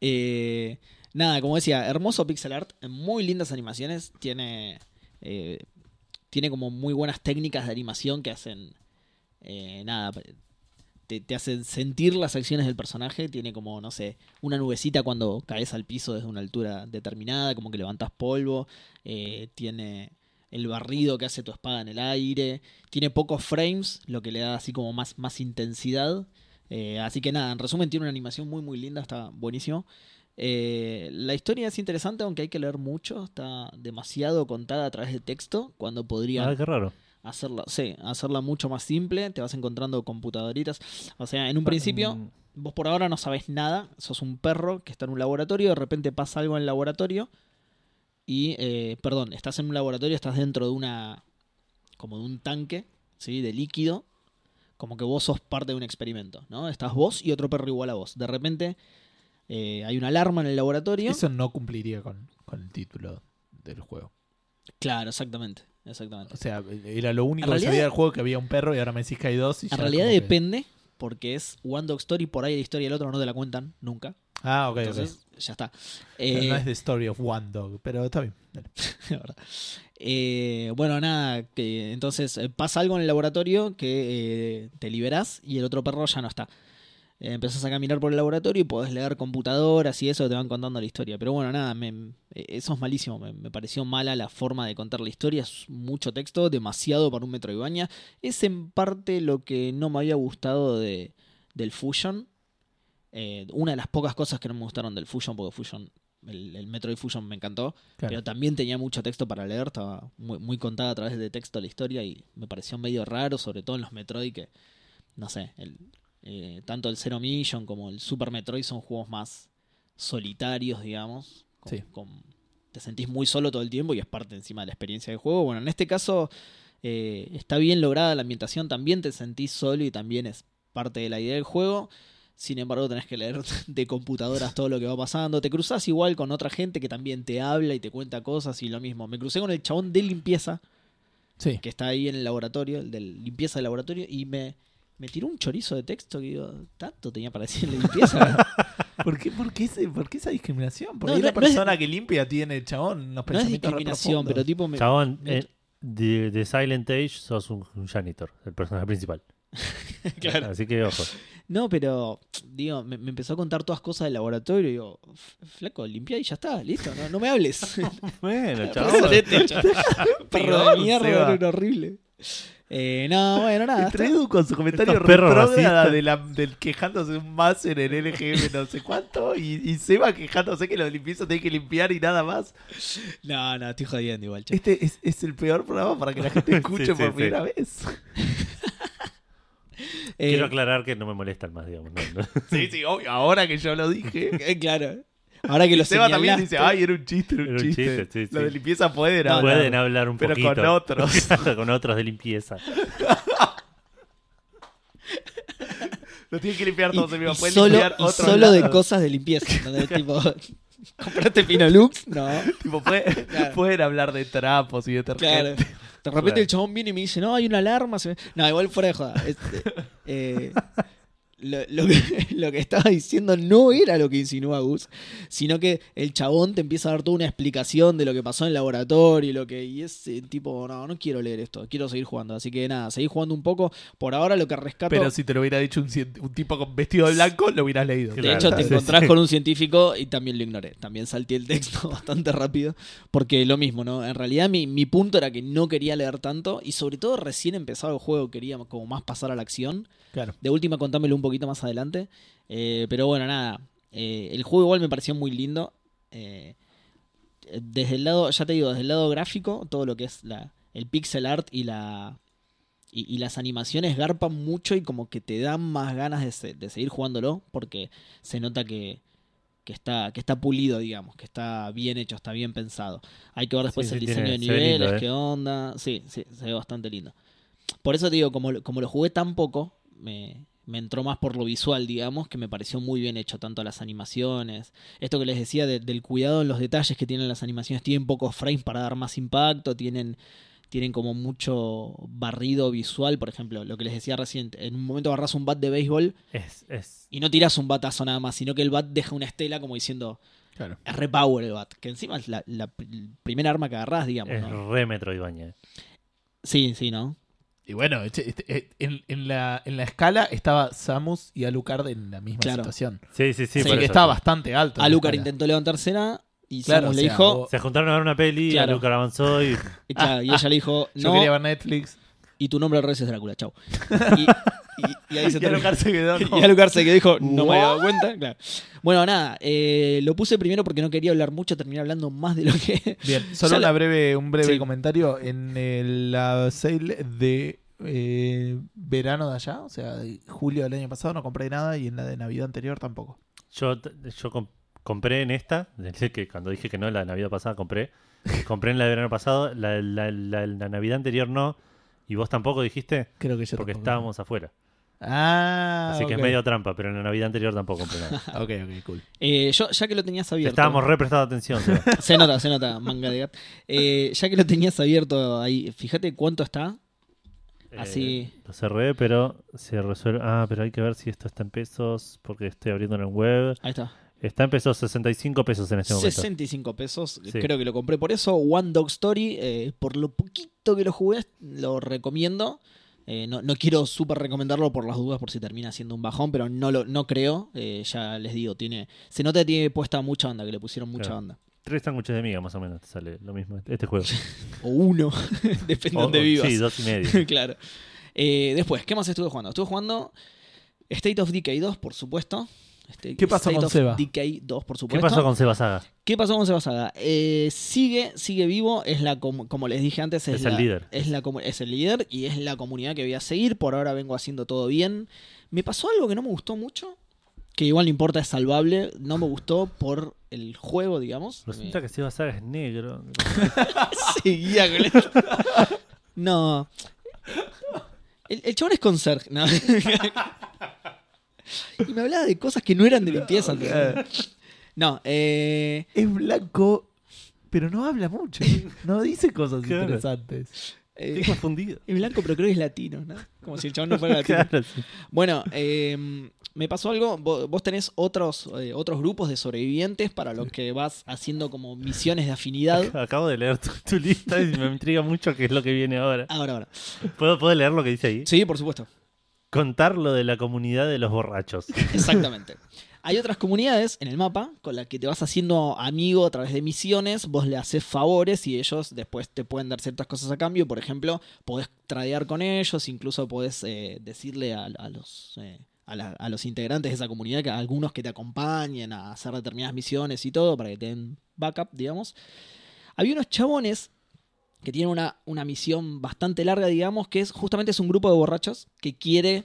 [SPEAKER 3] Eh, nada, como decía, hermoso pixel art, muy lindas animaciones, tiene, eh, tiene como muy buenas técnicas de animación que hacen, eh, nada, te, te hacen sentir las acciones del personaje, tiene como, no sé, una nubecita cuando caes al piso desde una altura determinada, como que levantas polvo, eh, tiene el barrido que hace tu espada en el aire, tiene pocos frames, lo que le da así como más, más intensidad. Eh, así que nada, en resumen tiene una animación muy muy linda, está buenísimo. Eh, la historia es interesante, aunque hay que leer mucho, está demasiado contada a través de texto, cuando podría
[SPEAKER 2] Ah, qué raro.
[SPEAKER 3] hacerla, sí, hacerla mucho más simple, te vas encontrando computadoritas. O sea, en un principio
[SPEAKER 2] Mm,
[SPEAKER 3] vos por ahora no sabés nada, sos un perro que está en un laboratorio, de repente pasa algo en el laboratorio y, eh, perdón, estás en un laboratorio, estás dentro de una, como de un tanque, ¿sí? De líquido, como que vos sos parte de un experimento, ¿no? Estás vos y otro perro igual a vos. De repente eh, hay una alarma en el laboratorio.
[SPEAKER 1] eso no cumpliría con, con el título del juego.
[SPEAKER 3] Claro, exactamente, exactamente.
[SPEAKER 1] O sea, era lo único
[SPEAKER 3] En
[SPEAKER 1] que sabía
[SPEAKER 3] realidad-
[SPEAKER 1] del juego que había un perro y ahora me decís que hay dos. Y ya
[SPEAKER 3] En realidad
[SPEAKER 1] como que-
[SPEAKER 3] depende, porque es One Dog Story, por ahí la historia del otro no te la cuentan nunca.
[SPEAKER 1] Ah, ok, ok.
[SPEAKER 3] Entonces, ya está.
[SPEAKER 1] Pero
[SPEAKER 3] Eh,
[SPEAKER 1] no es The Story of One Dog, pero está bien. dale.
[SPEAKER 3] la verdad. Eh, bueno, nada, que entonces eh, pasa algo en el laboratorio que eh, te liberás y el otro perro ya no está. Eh, empezás a caminar por el laboratorio y podés leer computadoras y eso, te van contando la historia. Pero bueno, nada, me- eh, eso es malísimo. Me, me pareció mala la forma de contar la historia. Es mucho texto, demasiado para un metro Ibaña. Es en parte lo que no me había gustado de, del Fusion. Eh, una de las pocas cosas que no me gustaron del Fusion, porque Fusion, el, el Metroid Fusion me encantó.
[SPEAKER 1] Claro.
[SPEAKER 3] Pero también tenía mucho texto para leer, estaba muy, muy contada a través de texto la historia y me pareció medio raro, sobre todo en los Metroid que, no sé, el, eh, tanto el Zero Mission como el Super Metroid son juegos más solitarios, digamos. con-
[SPEAKER 1] Sí.
[SPEAKER 3] con- te sentís muy solo todo el tiempo y es parte encima de la experiencia del juego. Bueno, en este caso eh, está bien lograda la ambientación, también te sentís solo y también es parte de la idea del juego. Sin embargo, tenés que leer de computadoras todo lo que va pasando. Te cruzas igual con otra gente que también te habla y te cuenta cosas y lo mismo. Me crucé con el chabón de limpieza
[SPEAKER 1] Sí.
[SPEAKER 3] que está ahí en el laboratorio, el de limpieza del laboratorio, y me, me tiró un chorizo de texto que digo, tanto tenía para decir limpieza.
[SPEAKER 1] ¿Por qué, por, qué ese- por qué esa discriminación? Porque
[SPEAKER 3] No,
[SPEAKER 1] la
[SPEAKER 3] no- no es-
[SPEAKER 1] persona que limpia tiene, chabón, unos
[SPEAKER 3] no es
[SPEAKER 1] pensamientos re
[SPEAKER 3] discriminación,
[SPEAKER 1] profundos.
[SPEAKER 3] pero tipo me,
[SPEAKER 2] Chabón,
[SPEAKER 3] me-
[SPEAKER 2] eh, de, de Silent Age sos un, un janitor, el personaje principal.
[SPEAKER 3] Claro.
[SPEAKER 2] Así que ojo.
[SPEAKER 3] No, pero, digo, me, me empezó a contar todas cosas del laboratorio y digo, "F- flaco, limpia y ya está, listo, no, no me hables.
[SPEAKER 2] Bueno,
[SPEAKER 3] Perro
[SPEAKER 2] chabón.
[SPEAKER 3] sorete, chabón. Perro de
[SPEAKER 1] Perdón,
[SPEAKER 3] mierda,
[SPEAKER 1] Seba.
[SPEAKER 3] era un horrible. Eh, no, bueno, nada.
[SPEAKER 1] Entre
[SPEAKER 3] está-
[SPEAKER 1] Edu con su comentario
[SPEAKER 2] Estos perros
[SPEAKER 1] retrógrada
[SPEAKER 2] racistas.
[SPEAKER 1] de la- del quejándose un más en el LGM no sé cuánto y, y Seba quejándose que los limpieza tiene que limpiar y nada más.
[SPEAKER 3] No, no, estoy jodiendo igual, che.
[SPEAKER 1] Este es, es el peor programa para que la gente escuche
[SPEAKER 2] Sí, sí,
[SPEAKER 1] por
[SPEAKER 2] sí.
[SPEAKER 1] primera vez.
[SPEAKER 3] Eh,
[SPEAKER 2] Quiero aclarar que no me molestan más, digamos. no, no.
[SPEAKER 1] Sí, sí, obvio, ahora que yo lo dije.
[SPEAKER 3] eh, claro. Ahora que lo
[SPEAKER 1] Seba
[SPEAKER 3] señalaste.
[SPEAKER 1] también dice, ay, era un chiste, era un,
[SPEAKER 2] Era un
[SPEAKER 1] chiste.
[SPEAKER 2] chiste, sí,
[SPEAKER 1] Lo
[SPEAKER 2] sí.
[SPEAKER 1] de limpieza pueden hablar.
[SPEAKER 2] Pueden hablar un
[SPEAKER 1] Pero
[SPEAKER 2] poquito.
[SPEAKER 1] con otros.
[SPEAKER 2] Claro, con otros de limpieza.
[SPEAKER 1] Lo tienen que limpiar
[SPEAKER 3] Y-
[SPEAKER 1] todos el mismo.
[SPEAKER 3] y
[SPEAKER 1] Pueden
[SPEAKER 3] solo,
[SPEAKER 1] limpiar
[SPEAKER 3] y
[SPEAKER 1] otro
[SPEAKER 3] solo de
[SPEAKER 1] lado.
[SPEAKER 3] cosas de limpieza. ¿entendés? tipo, ¿compraste Pinolux? No.
[SPEAKER 1] Tipo, pueden,
[SPEAKER 3] Claro.
[SPEAKER 1] pueden hablar de trapos y de
[SPEAKER 3] Claro.
[SPEAKER 1] detergente.
[SPEAKER 3] De repente el chabón viene y me dice, no, hay una alarma. se me-". No, igual fuera de joda. Este, eh, lo, lo que, lo que estaba diciendo no era lo que insinúa Gus, sino que el chabón te empieza a dar toda una explicación de lo que pasó en el laboratorio y lo que. Y es eh, tipo, no, no quiero leer esto, quiero seguir jugando. Así que nada, seguir jugando un poco. Por ahora lo que rescato.
[SPEAKER 1] Pero si te lo hubiera dicho un, cien- un tipo con vestido de blanco, lo hubieras leído.
[SPEAKER 3] De
[SPEAKER 2] Claro,
[SPEAKER 3] hecho, te
[SPEAKER 2] sí,
[SPEAKER 3] encontrás
[SPEAKER 2] sí.
[SPEAKER 3] con un científico y también lo ignoré. También salté el texto bastante rápido. Porque lo mismo, ¿no? En realidad, mi, mi punto era que no quería leer tanto. Y sobre todo, recién empezado el juego, quería como más pasar a la acción.
[SPEAKER 1] Claro.
[SPEAKER 3] De última, contámelo un poquito más adelante. Eh, pero bueno, nada. Eh, el juego igual me pareció muy lindo. Eh, desde el lado, ya te digo, desde el lado gráfico, todo lo que es la, el pixel art y la. Y, y las animaciones garpan mucho y como que te dan más ganas de, se- de seguir jugándolo. Porque se nota que, que está, que está pulido, digamos, que está bien hecho, está bien pensado. Hay que ver después
[SPEAKER 2] sí,
[SPEAKER 3] el diseño
[SPEAKER 2] tiene-
[SPEAKER 3] de
[SPEAKER 2] se ve lindo,
[SPEAKER 3] niveles,
[SPEAKER 2] eh.
[SPEAKER 3] qué onda. Sí, sí, se ve bastante lindo. Por eso te digo, como, lo- como lo jugué tan poco, me, me entró más por lo visual, digamos, que me pareció muy bien hecho, tanto las animaciones. Esto que les decía de- del cuidado en los detalles que tienen las animaciones, tienen pocos frames para dar más impacto, tienen tienen como mucho barrido visual, por ejemplo, lo que les decía recién, en un momento agarras un bat de béisbol
[SPEAKER 2] Es, es
[SPEAKER 3] y no tiras un batazo nada más, sino que el bat deja una estela como diciendo,
[SPEAKER 1] Claro.
[SPEAKER 3] es repower el bat, que encima es la, la pr- primera arma que agarrás, digamos,
[SPEAKER 2] Es
[SPEAKER 3] ¿no?
[SPEAKER 2] re Metroidvania.
[SPEAKER 3] Sí, sí, ¿no?
[SPEAKER 1] Y bueno, este- este- eh, en, en la, en la escala estaba Samus y Alucard en la misma
[SPEAKER 3] Claro.
[SPEAKER 1] situación.
[SPEAKER 2] Sí, sí, sí.
[SPEAKER 3] Sí,
[SPEAKER 2] por
[SPEAKER 1] Porque
[SPEAKER 2] eso.
[SPEAKER 1] estaba bastante alto. en la
[SPEAKER 3] Alucard
[SPEAKER 1] escala.
[SPEAKER 3] intentó levantársela y
[SPEAKER 1] Claro,
[SPEAKER 3] Samus
[SPEAKER 1] o
[SPEAKER 3] le
[SPEAKER 1] sea,
[SPEAKER 3] dijo,
[SPEAKER 1] vos-
[SPEAKER 2] Se juntaron a ver una peli,
[SPEAKER 3] Claro.
[SPEAKER 2] Alucard avanzó y
[SPEAKER 3] y, claro, y ella le dijo,
[SPEAKER 1] Yo
[SPEAKER 3] no,
[SPEAKER 1] quería ver Netflix.
[SPEAKER 3] y tu nombre al revés es Drácula, chau. Y, y- y ahí se
[SPEAKER 1] Y
[SPEAKER 3] terminó.
[SPEAKER 1] Alucard se quedó. como-
[SPEAKER 3] Y Alucard se que dijo, no me había dado
[SPEAKER 1] ¿What?
[SPEAKER 3] cuenta. Claro. Bueno, nada, eh, lo puse primero porque no quería hablar mucho, terminé hablando más de lo que...
[SPEAKER 1] Bien,
[SPEAKER 3] Ya
[SPEAKER 1] solo
[SPEAKER 3] la-
[SPEAKER 1] una breve, un breve
[SPEAKER 3] Sí.
[SPEAKER 1] comentario. En el- la sale de eh, verano de allá, o sea, de julio del año pasado no compré nada y en la de Navidad anterior tampoco.
[SPEAKER 2] yo, yo com- compré en esta, desde que cuando dije que no, la de Navidad pasada compré. Compré en la de verano pasado, la, la- la- la Navidad anterior no, y vos tampoco dijiste,
[SPEAKER 1] Creo que yo
[SPEAKER 2] porque
[SPEAKER 1] tampoco.
[SPEAKER 2] estábamos afuera.
[SPEAKER 1] Ah,
[SPEAKER 2] Así que es
[SPEAKER 1] ok.
[SPEAKER 2] medio trampa, pero en la Navidad anterior tampoco compré nada.
[SPEAKER 1] Ah, Ok, ok, cool.
[SPEAKER 3] Eh, yo, ya que lo tenías
[SPEAKER 2] Te
[SPEAKER 3] abierto...
[SPEAKER 2] Estábamos re prestando atención. Seba.
[SPEAKER 3] Se nota, se nota, manga de gato. Eh, ya que lo tenías abierto ahí, fíjate cuánto está. Así.
[SPEAKER 2] Eh, lo cerré, pero se resuelve. Ah, pero hay que ver si esto está en pesos, porque estoy abriendo en web.
[SPEAKER 3] Ahí está.
[SPEAKER 2] Está en pesos, 65 pesos en este momento.
[SPEAKER 3] 65 pesos.
[SPEAKER 2] Sí.
[SPEAKER 3] Creo que lo compré por eso. One Dog Story, eh, por lo poquito que lo jugué, lo recomiendo. Eh, no, no quiero súper recomendarlo por las dudas, por si termina siendo un bajón, pero no lo no creo. Eh, ya les digo, tiene se nota que tiene puesta mucha onda, que le pusieron mucha
[SPEAKER 2] Claro.
[SPEAKER 3] onda.
[SPEAKER 2] Tres sándwiches de miga, más o menos, te sale lo mismo este juego.
[SPEAKER 3] O uno, depende de
[SPEAKER 2] O-
[SPEAKER 3] dónde
[SPEAKER 2] o-
[SPEAKER 3] vivas.
[SPEAKER 2] Sí, dos y medio.
[SPEAKER 3] claro. Eh, después, ¿qué más estuve jugando? Estuve jugando State of Decay 2, por supuesto. Este-
[SPEAKER 1] ¿Qué pasó
[SPEAKER 3] State
[SPEAKER 1] con
[SPEAKER 3] of
[SPEAKER 1] Seba?
[SPEAKER 3] Decay 2, por
[SPEAKER 2] ¿Qué
[SPEAKER 3] supuesto.
[SPEAKER 2] pasó con Seba Saga?
[SPEAKER 3] ¿Qué pasó con Seba Saga? Eh, sigue, sigue vivo, es la com- como les dije antes, es,
[SPEAKER 2] Es el
[SPEAKER 3] la-
[SPEAKER 2] líder.
[SPEAKER 3] Es, la comu- es el líder y es la comunidad que voy a seguir. Por ahora vengo haciendo todo bien. Me pasó algo que no me gustó mucho, que igual no importa, es salvable. No me gustó por el juego, digamos.
[SPEAKER 2] Resulta que Seba Saga es negro.
[SPEAKER 3] Seguía con esto. No. El, el chabón es conserje. No. Y me hablaba de cosas que no eran de limpieza. ¿entendés? No, eh,
[SPEAKER 1] Es blanco, pero no habla mucho. No dice cosas
[SPEAKER 2] Claro.
[SPEAKER 1] interesantes.
[SPEAKER 3] eh,
[SPEAKER 2] Estoy confundido.
[SPEAKER 3] es blanco, pero creo que es latino, ¿no? Como si el chabón no fuera latino.
[SPEAKER 2] Claro, sí.
[SPEAKER 3] Bueno, eh, me pasó algo. Vo- Vos tenés otros, eh, otros grupos de sobrevivientes para los que vas haciendo como misiones de afinidad.
[SPEAKER 2] Ac- Acabo de leer tu, tu lista y me intriga mucho qué es lo que viene ahora.
[SPEAKER 3] Ahora, ahora.
[SPEAKER 2] ¿Puedo, puedo leer lo que dice ahí?
[SPEAKER 3] Sí, por supuesto.
[SPEAKER 2] contar lo de la comunidad de los borrachos.
[SPEAKER 3] Exactamente. Hay otras comunidades en el mapa con las que te vas haciendo amigo a través de misiones, vos le haces favores y ellos después te pueden dar ciertas cosas a cambio. Por ejemplo, podés tradear con ellos, incluso podés eh, decirle a, a los, eh, a, la- a los integrantes de esa comunidad que algunos que te acompañen a hacer determinadas misiones y todo para que te den backup, digamos. Había unos chabones que tienen una, una misión bastante larga, digamos, que es justamente es un grupo de borrachos que quiere,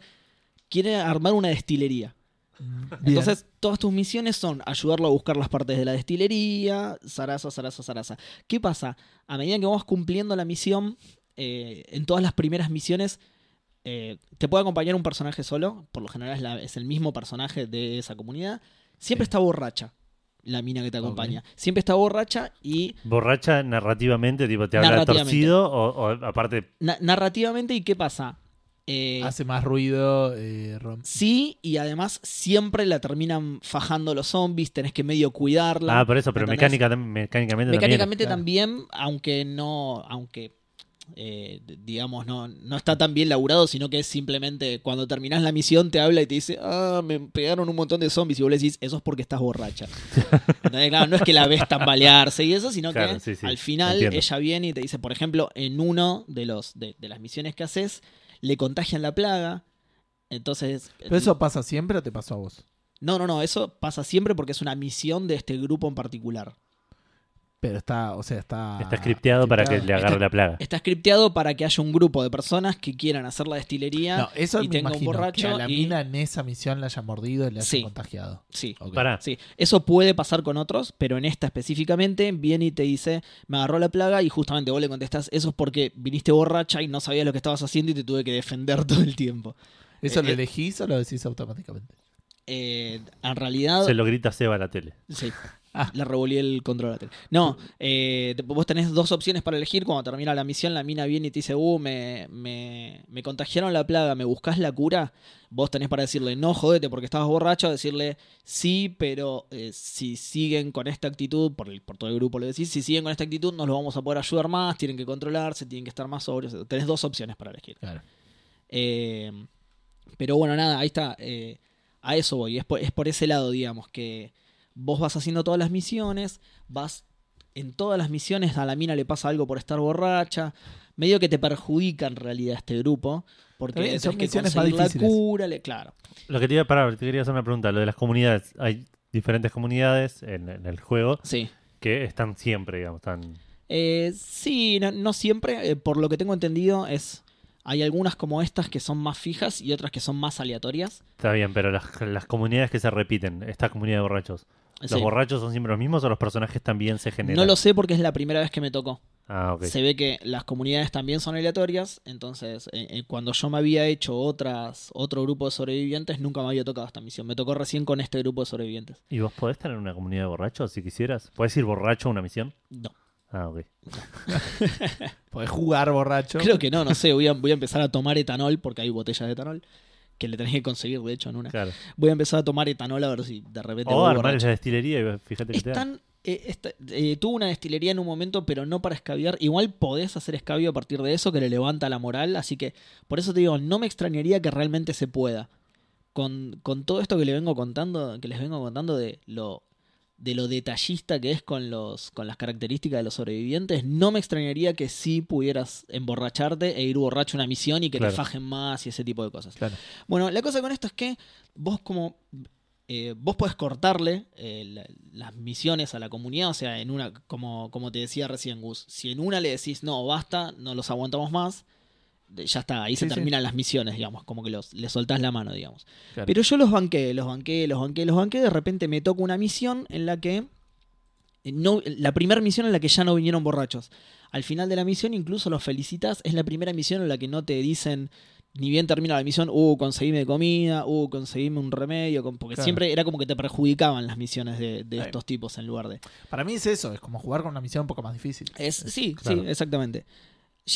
[SPEAKER 3] quiere armar una destilería.
[SPEAKER 1] Bien.
[SPEAKER 3] Entonces, todas tus misiones son ayudarlo a buscar las partes de la destilería, zaraza, zaraza, zaraza. ¿Qué pasa? A medida que vas cumpliendo la misión, eh, en todas las primeras misiones, eh, te puede acompañar un personaje solo, por lo general es, la- es el mismo personaje de esa comunidad. Siempre está borracha la mina que te acompaña. Siempre está borracha y
[SPEAKER 2] Borracha narrativamente, tipo, te habla
[SPEAKER 3] Narrativamente.
[SPEAKER 2] torcido o, o aparte
[SPEAKER 3] na- narrativamente, ¿y qué pasa? Eh,
[SPEAKER 1] hace más ruido. Eh, rom-
[SPEAKER 3] Sí, y además siempre la terminan fajando los zombies, tenés que medio cuidarla.
[SPEAKER 2] Ah, por eso, pero
[SPEAKER 3] ¿entendés?
[SPEAKER 2] mecánica, tam- mecánicamente,
[SPEAKER 3] Mecánicamente
[SPEAKER 1] claro.
[SPEAKER 3] también, aunque no, aunque eh, d- digamos, no, no está tan bien laburado, sino que es simplemente cuando terminás la misión te habla y te dice, ah, me pegaron un montón de zombies, y vos le decís, eso es porque estás borracha. Entonces, claro, no es que la ves tambalearse y eso, sino
[SPEAKER 2] Claro,
[SPEAKER 3] que
[SPEAKER 2] sí, sí,
[SPEAKER 3] al final
[SPEAKER 2] entiendo.
[SPEAKER 3] ella viene y te dice, por ejemplo, en uno de los de, de las misiones que haces, le contagian la plaga. Entonces,
[SPEAKER 1] ¿Pero eso pasa siempre o te pasó a vos?
[SPEAKER 3] no, no, no, eso pasa siempre porque es una misión de este grupo en particular.
[SPEAKER 1] Pero está, o sea, está.
[SPEAKER 2] también. Está scripteado para que le
[SPEAKER 1] scripteado.
[SPEAKER 2] agarre la plaga.
[SPEAKER 3] Ah, Está scripteado para que haya un grupo de personas que quieran hacer la destilería.
[SPEAKER 1] No, eso
[SPEAKER 3] y
[SPEAKER 1] me
[SPEAKER 3] tenga un
[SPEAKER 1] imagino, que a
[SPEAKER 3] borracho
[SPEAKER 1] la
[SPEAKER 3] y-
[SPEAKER 1] mina en esa misión la haya mordido y le haya
[SPEAKER 3] Sí.
[SPEAKER 1] contagiado.
[SPEAKER 3] Sí,
[SPEAKER 1] Ok.
[SPEAKER 2] Pará,
[SPEAKER 3] sí. Eso puede pasar con otros, pero en esta específicamente viene y te dice, me agarró la plaga y justamente vos le contestás, eso es porque viniste borracha y no sabías lo que estabas haciendo y te tuve que defender todo el tiempo.
[SPEAKER 1] ¿Eso
[SPEAKER 3] Eh,
[SPEAKER 1] lo
[SPEAKER 3] eh.
[SPEAKER 1] elegís o lo decís automáticamente?
[SPEAKER 3] Eh, en realidad...
[SPEAKER 2] se lo grita Seba a la tele.
[SPEAKER 3] Sí.
[SPEAKER 1] Ah.
[SPEAKER 3] Le revolví el control a la tele. No, eh, te- vos tenés dos opciones para elegir. Cuando termina la misión, la mina viene y te dice, uh, me, me, me contagiaron la plaga, ¿me buscás la cura? Vos tenés para decirle, no, jodete porque estabas borracho, decirle, sí, pero eh, si siguen con esta actitud, por, el- por todo el grupo lo decís, si siguen con esta actitud, nos lo vamos a poder ayudar más, tienen que controlarse, tienen que estar más sobrios. Tenés dos opciones para elegir.
[SPEAKER 1] Claro.
[SPEAKER 3] Eh, pero bueno, nada, ahí está. eh, a eso voy. Es por, es por ese lado, digamos, que vos vas haciendo todas las misiones, vas en todas las misiones, a la mina le pasa algo por estar borracha. Medio que te perjudica en realidad este grupo. Porque
[SPEAKER 1] Está bien,
[SPEAKER 3] tenés
[SPEAKER 1] son
[SPEAKER 3] que
[SPEAKER 1] misiones más
[SPEAKER 3] conseguir la
[SPEAKER 1] difíciles.
[SPEAKER 3] cura, le- claro.
[SPEAKER 2] Lo que te iba a parar, te quería hacer una pregunta. Lo de las comunidades, hay diferentes comunidades en, en el juego
[SPEAKER 3] Sí.
[SPEAKER 2] que están siempre, digamos, están...
[SPEAKER 3] Eh, sí, no, no siempre. eh, por lo que tengo entendido es... Hay algunas como estas que son más fijas y otras que son más aleatorias.
[SPEAKER 2] Está bien, pero las, las comunidades que se repiten, esta comunidad de borrachos, ¿los
[SPEAKER 3] Sí.
[SPEAKER 2] borrachos son siempre los mismos o los personajes también se generan?
[SPEAKER 3] No lo sé porque es la primera vez que me tocó.
[SPEAKER 2] Ah, ok.
[SPEAKER 3] Se ve que las comunidades también son aleatorias, entonces eh, eh, cuando yo me había hecho otras otro grupo de sobrevivientes nunca me había tocado esta misión. Me tocó recién con este grupo de sobrevivientes.
[SPEAKER 2] ¿Y vos podés estar en una comunidad de borrachos si quisieras? ¿Podés ir borracho a una misión?
[SPEAKER 3] No,
[SPEAKER 2] Ah, ok.
[SPEAKER 1] Podés jugar borracho.
[SPEAKER 3] creo que no, no sé, voy a, voy a empezar a tomar etanol porque hay botellas de etanol que le tenés que conseguir de hecho en una.
[SPEAKER 2] Claro.
[SPEAKER 3] Voy a empezar a tomar etanol a ver si de repente
[SPEAKER 2] O
[SPEAKER 3] voy
[SPEAKER 2] armar
[SPEAKER 3] borracho.
[SPEAKER 2] esa destilería y fíjate que te dan.
[SPEAKER 3] Están, eh, esta- eh, tuvo una destilería en un momento, pero no para escabiar. Igual podés hacer escabio a partir de eso, que le levanta la moral. Así que, por eso te digo, no me extrañaría que realmente se pueda. Con, con todo esto que le vengo contando, que les vengo contando de lo de lo detallista que es con los con las características de los sobrevivientes, no me extrañaría que sí pudieras emborracharte e ir borracho a una misión y que
[SPEAKER 2] Claro.
[SPEAKER 3] te fajen más y ese tipo de cosas.
[SPEAKER 1] Claro.
[SPEAKER 3] Bueno, la cosa con esto es que vos como... eh, vos podés cortarle eh, la- las misiones a la comunidad, o sea, en una, como, como te decía recién Gus, si en una le decís, no, basta, no los aguantamos más, de- ya está, ahí se
[SPEAKER 1] Sí, sí.
[SPEAKER 3] terminan las misiones, digamos, como que los, le soltás la mano, digamos.
[SPEAKER 1] Claro.
[SPEAKER 3] Pero yo los banqué, los banqué, los banqué, los banqué. De repente me toca una misión en la que. eh, No, la primera misión en la que ya no vinieron borrachos. Al final de la misión, incluso los felicitas. Es la primera misión en la que no te dicen, ni bien termina la misión, uh, conseguime comida, uh, conseguime un remedio. con- Porque
[SPEAKER 1] Claro.
[SPEAKER 3] siempre era como que te perjudicaban las misiones de, de
[SPEAKER 1] Ay.
[SPEAKER 3] estos tipos en lugar de.
[SPEAKER 1] Para mí es eso, es como jugar con una misión un poco más difícil.
[SPEAKER 3] Es, sí,
[SPEAKER 2] claro.
[SPEAKER 3] sí, exactamente.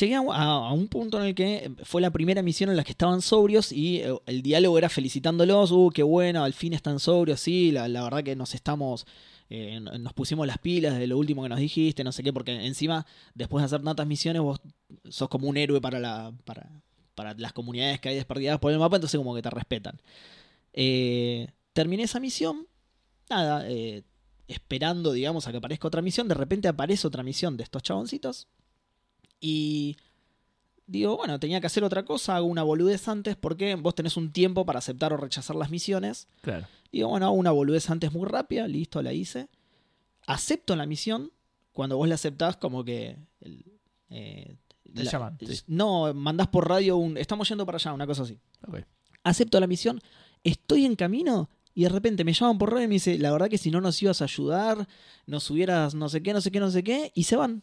[SPEAKER 3] Llegué a, a- a un punto en el que fue la primera misión en la que estaban sobrios y eh, el diálogo era felicitándolos, uh, qué bueno, al fin están sobrios, sí, la, la verdad que nos estamos, eh, n- nos pusimos las pilas de lo último que nos dijiste, no sé qué, porque encima, después de hacer tantas misiones, vos sos como un héroe para la, para, para las comunidades que hay desperdigadas por el mapa, entonces como que te respetan. Eh, terminé esa misión, nada, eh, esperando, digamos, a que aparezca otra misión, de repente aparece otra misión de estos chaboncitos y digo, bueno, tenía que hacer otra cosa, hago una boludez antes porque vos tenés un tiempo para aceptar o rechazar las misiones.
[SPEAKER 1] Claro.
[SPEAKER 3] Digo, bueno, hago una boludez antes muy rápida, listo, la hice. Acepto la misión. Cuando vos la aceptás, como que. el, eh,
[SPEAKER 1] Te
[SPEAKER 3] la-
[SPEAKER 1] llaman,
[SPEAKER 3] eh,
[SPEAKER 1] sí.
[SPEAKER 3] No, mandás por radio un. Estamos yendo para allá, una cosa así.
[SPEAKER 1] Ok.
[SPEAKER 3] Acepto la misión, estoy en camino y de repente me llaman por radio y me dice, la verdad que si no nos ibas a ayudar, nos hubieras no sé qué, no sé qué, no sé qué, y se van.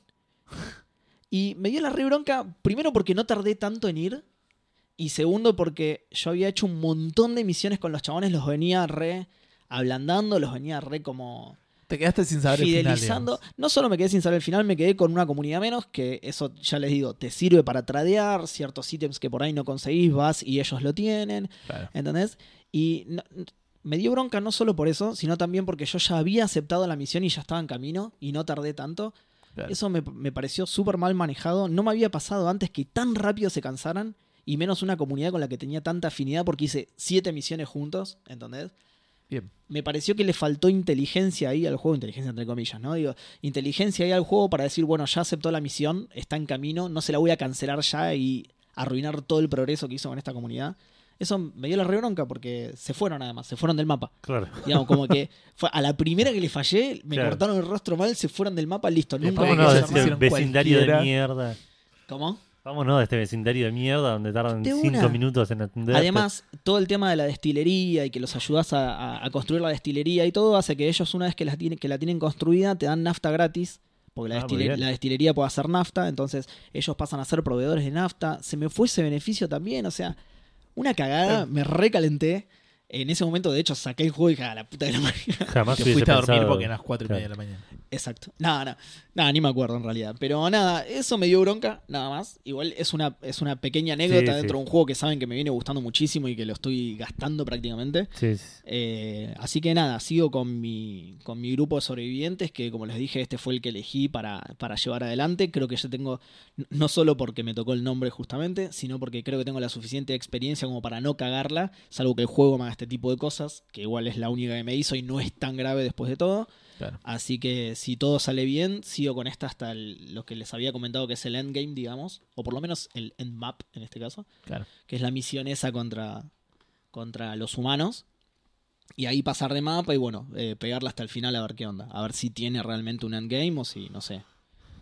[SPEAKER 3] Y me dio la re bronca, primero porque no tardé tanto en ir, y segundo porque yo había hecho un montón de misiones con los chabones, los venía re ablandando, los venía re como
[SPEAKER 1] Te quedaste sin saber el final.
[SPEAKER 3] fidelizando.
[SPEAKER 1] digamos.
[SPEAKER 3] no solo me quedé sin saber el final, me quedé con una comunidad menos, que eso ya les digo, te sirve para tradear ciertos ítems que por ahí no conseguís, vas y ellos lo tienen,
[SPEAKER 1] Claro.
[SPEAKER 3] ¿entendés? Y no- me dio bronca no solo por eso, sino también porque yo ya había aceptado la misión y ya estaba en camino y no tardé tanto.
[SPEAKER 1] Claro.
[SPEAKER 3] Eso me, me pareció súper mal manejado. No me había pasado antes que tan rápido se cansaran y menos una comunidad con la que tenía tanta afinidad porque hice siete misiones juntos, ¿entendés?
[SPEAKER 1] Bien.
[SPEAKER 3] me pareció que le faltó inteligencia ahí al juego, inteligencia entre comillas, ¿no? Digo, inteligencia ahí al juego para decir, bueno, ya aceptó la misión, está en camino, no se la voy a cancelar ya y arruinar todo el progreso que hizo con esta comunidad. Eso me dio la re bronca porque se fueron además, se fueron del mapa.
[SPEAKER 2] Claro.
[SPEAKER 3] Digamos, como que fue a la primera que le fallé, me
[SPEAKER 2] Claro.
[SPEAKER 3] cortaron el rostro mal, se fueron del mapa, listo,
[SPEAKER 1] Le
[SPEAKER 3] nunca
[SPEAKER 2] ¿Cómo
[SPEAKER 1] Porque
[SPEAKER 2] no?
[SPEAKER 3] volví
[SPEAKER 2] De
[SPEAKER 3] a
[SPEAKER 1] ellos
[SPEAKER 3] hacer más.
[SPEAKER 2] este
[SPEAKER 1] hicieron
[SPEAKER 2] vecindario
[SPEAKER 1] cualquiera.
[SPEAKER 2] de mierda.
[SPEAKER 3] ¿Cómo?
[SPEAKER 2] Vámonos de este vecindario de mierda donde tardan
[SPEAKER 3] De
[SPEAKER 2] 5
[SPEAKER 3] una.
[SPEAKER 2] minutos en atender.
[SPEAKER 3] Además, todo el tema de la destilería y que los ayudas a, a- a construir la destilería y todo hace que ellos, una vez que, las tienen, que la tienen construida, te dan nafta gratis. Porque la,
[SPEAKER 2] Ah, muy
[SPEAKER 3] destile-
[SPEAKER 2] bien.
[SPEAKER 3] la destilería puede hacer nafta, entonces ellos pasan a ser proveedores de nafta. Se me fue ese beneficio también, o sea, una cagada,
[SPEAKER 2] Eh.
[SPEAKER 3] me recalenté. En ese momento, de hecho, saqué el juego y dije, "Ah, la puta que la madre".
[SPEAKER 2] jamás
[SPEAKER 1] Te
[SPEAKER 2] hubiese
[SPEAKER 1] fuiste a dormir
[SPEAKER 2] pensado-
[SPEAKER 1] porque eran las 4 y media de la mañana.
[SPEAKER 3] Exacto. Nada, nada. Nada, ni me acuerdo en realidad. Pero nada, eso me dio bronca, nada más. Igual es una, es una pequeña anécdota
[SPEAKER 2] sí.
[SPEAKER 3] dentro de un juego que saben que me viene gustando muchísimo y que lo estoy gastando prácticamente.
[SPEAKER 2] Sí, sí.
[SPEAKER 3] Eh, así que nada, sigo con mi, con mi grupo de sobrevivientes, que como les dije, este fue el que elegí para, para llevar adelante. Creo que yo tengo, n- no solo porque me tocó el nombre justamente, sino porque creo que tengo la suficiente experiencia como para no cagarla, salvo que el juego me haga este tipo de cosas, que igual es la única que me hizo y no es tan grave después de todo.
[SPEAKER 1] Claro.
[SPEAKER 3] Así que si todo sale bien, sigo con esta hasta el- lo que les había comentado que es el endgame, digamos, o por lo menos el endmap en este caso
[SPEAKER 1] Claro.
[SPEAKER 3] que es la misión esa contra, contra los humanos. Y ahí pasar de mapa y bueno, eh, pegarla hasta el final a ver qué onda. A ver si tiene realmente un endgame o si, no sé,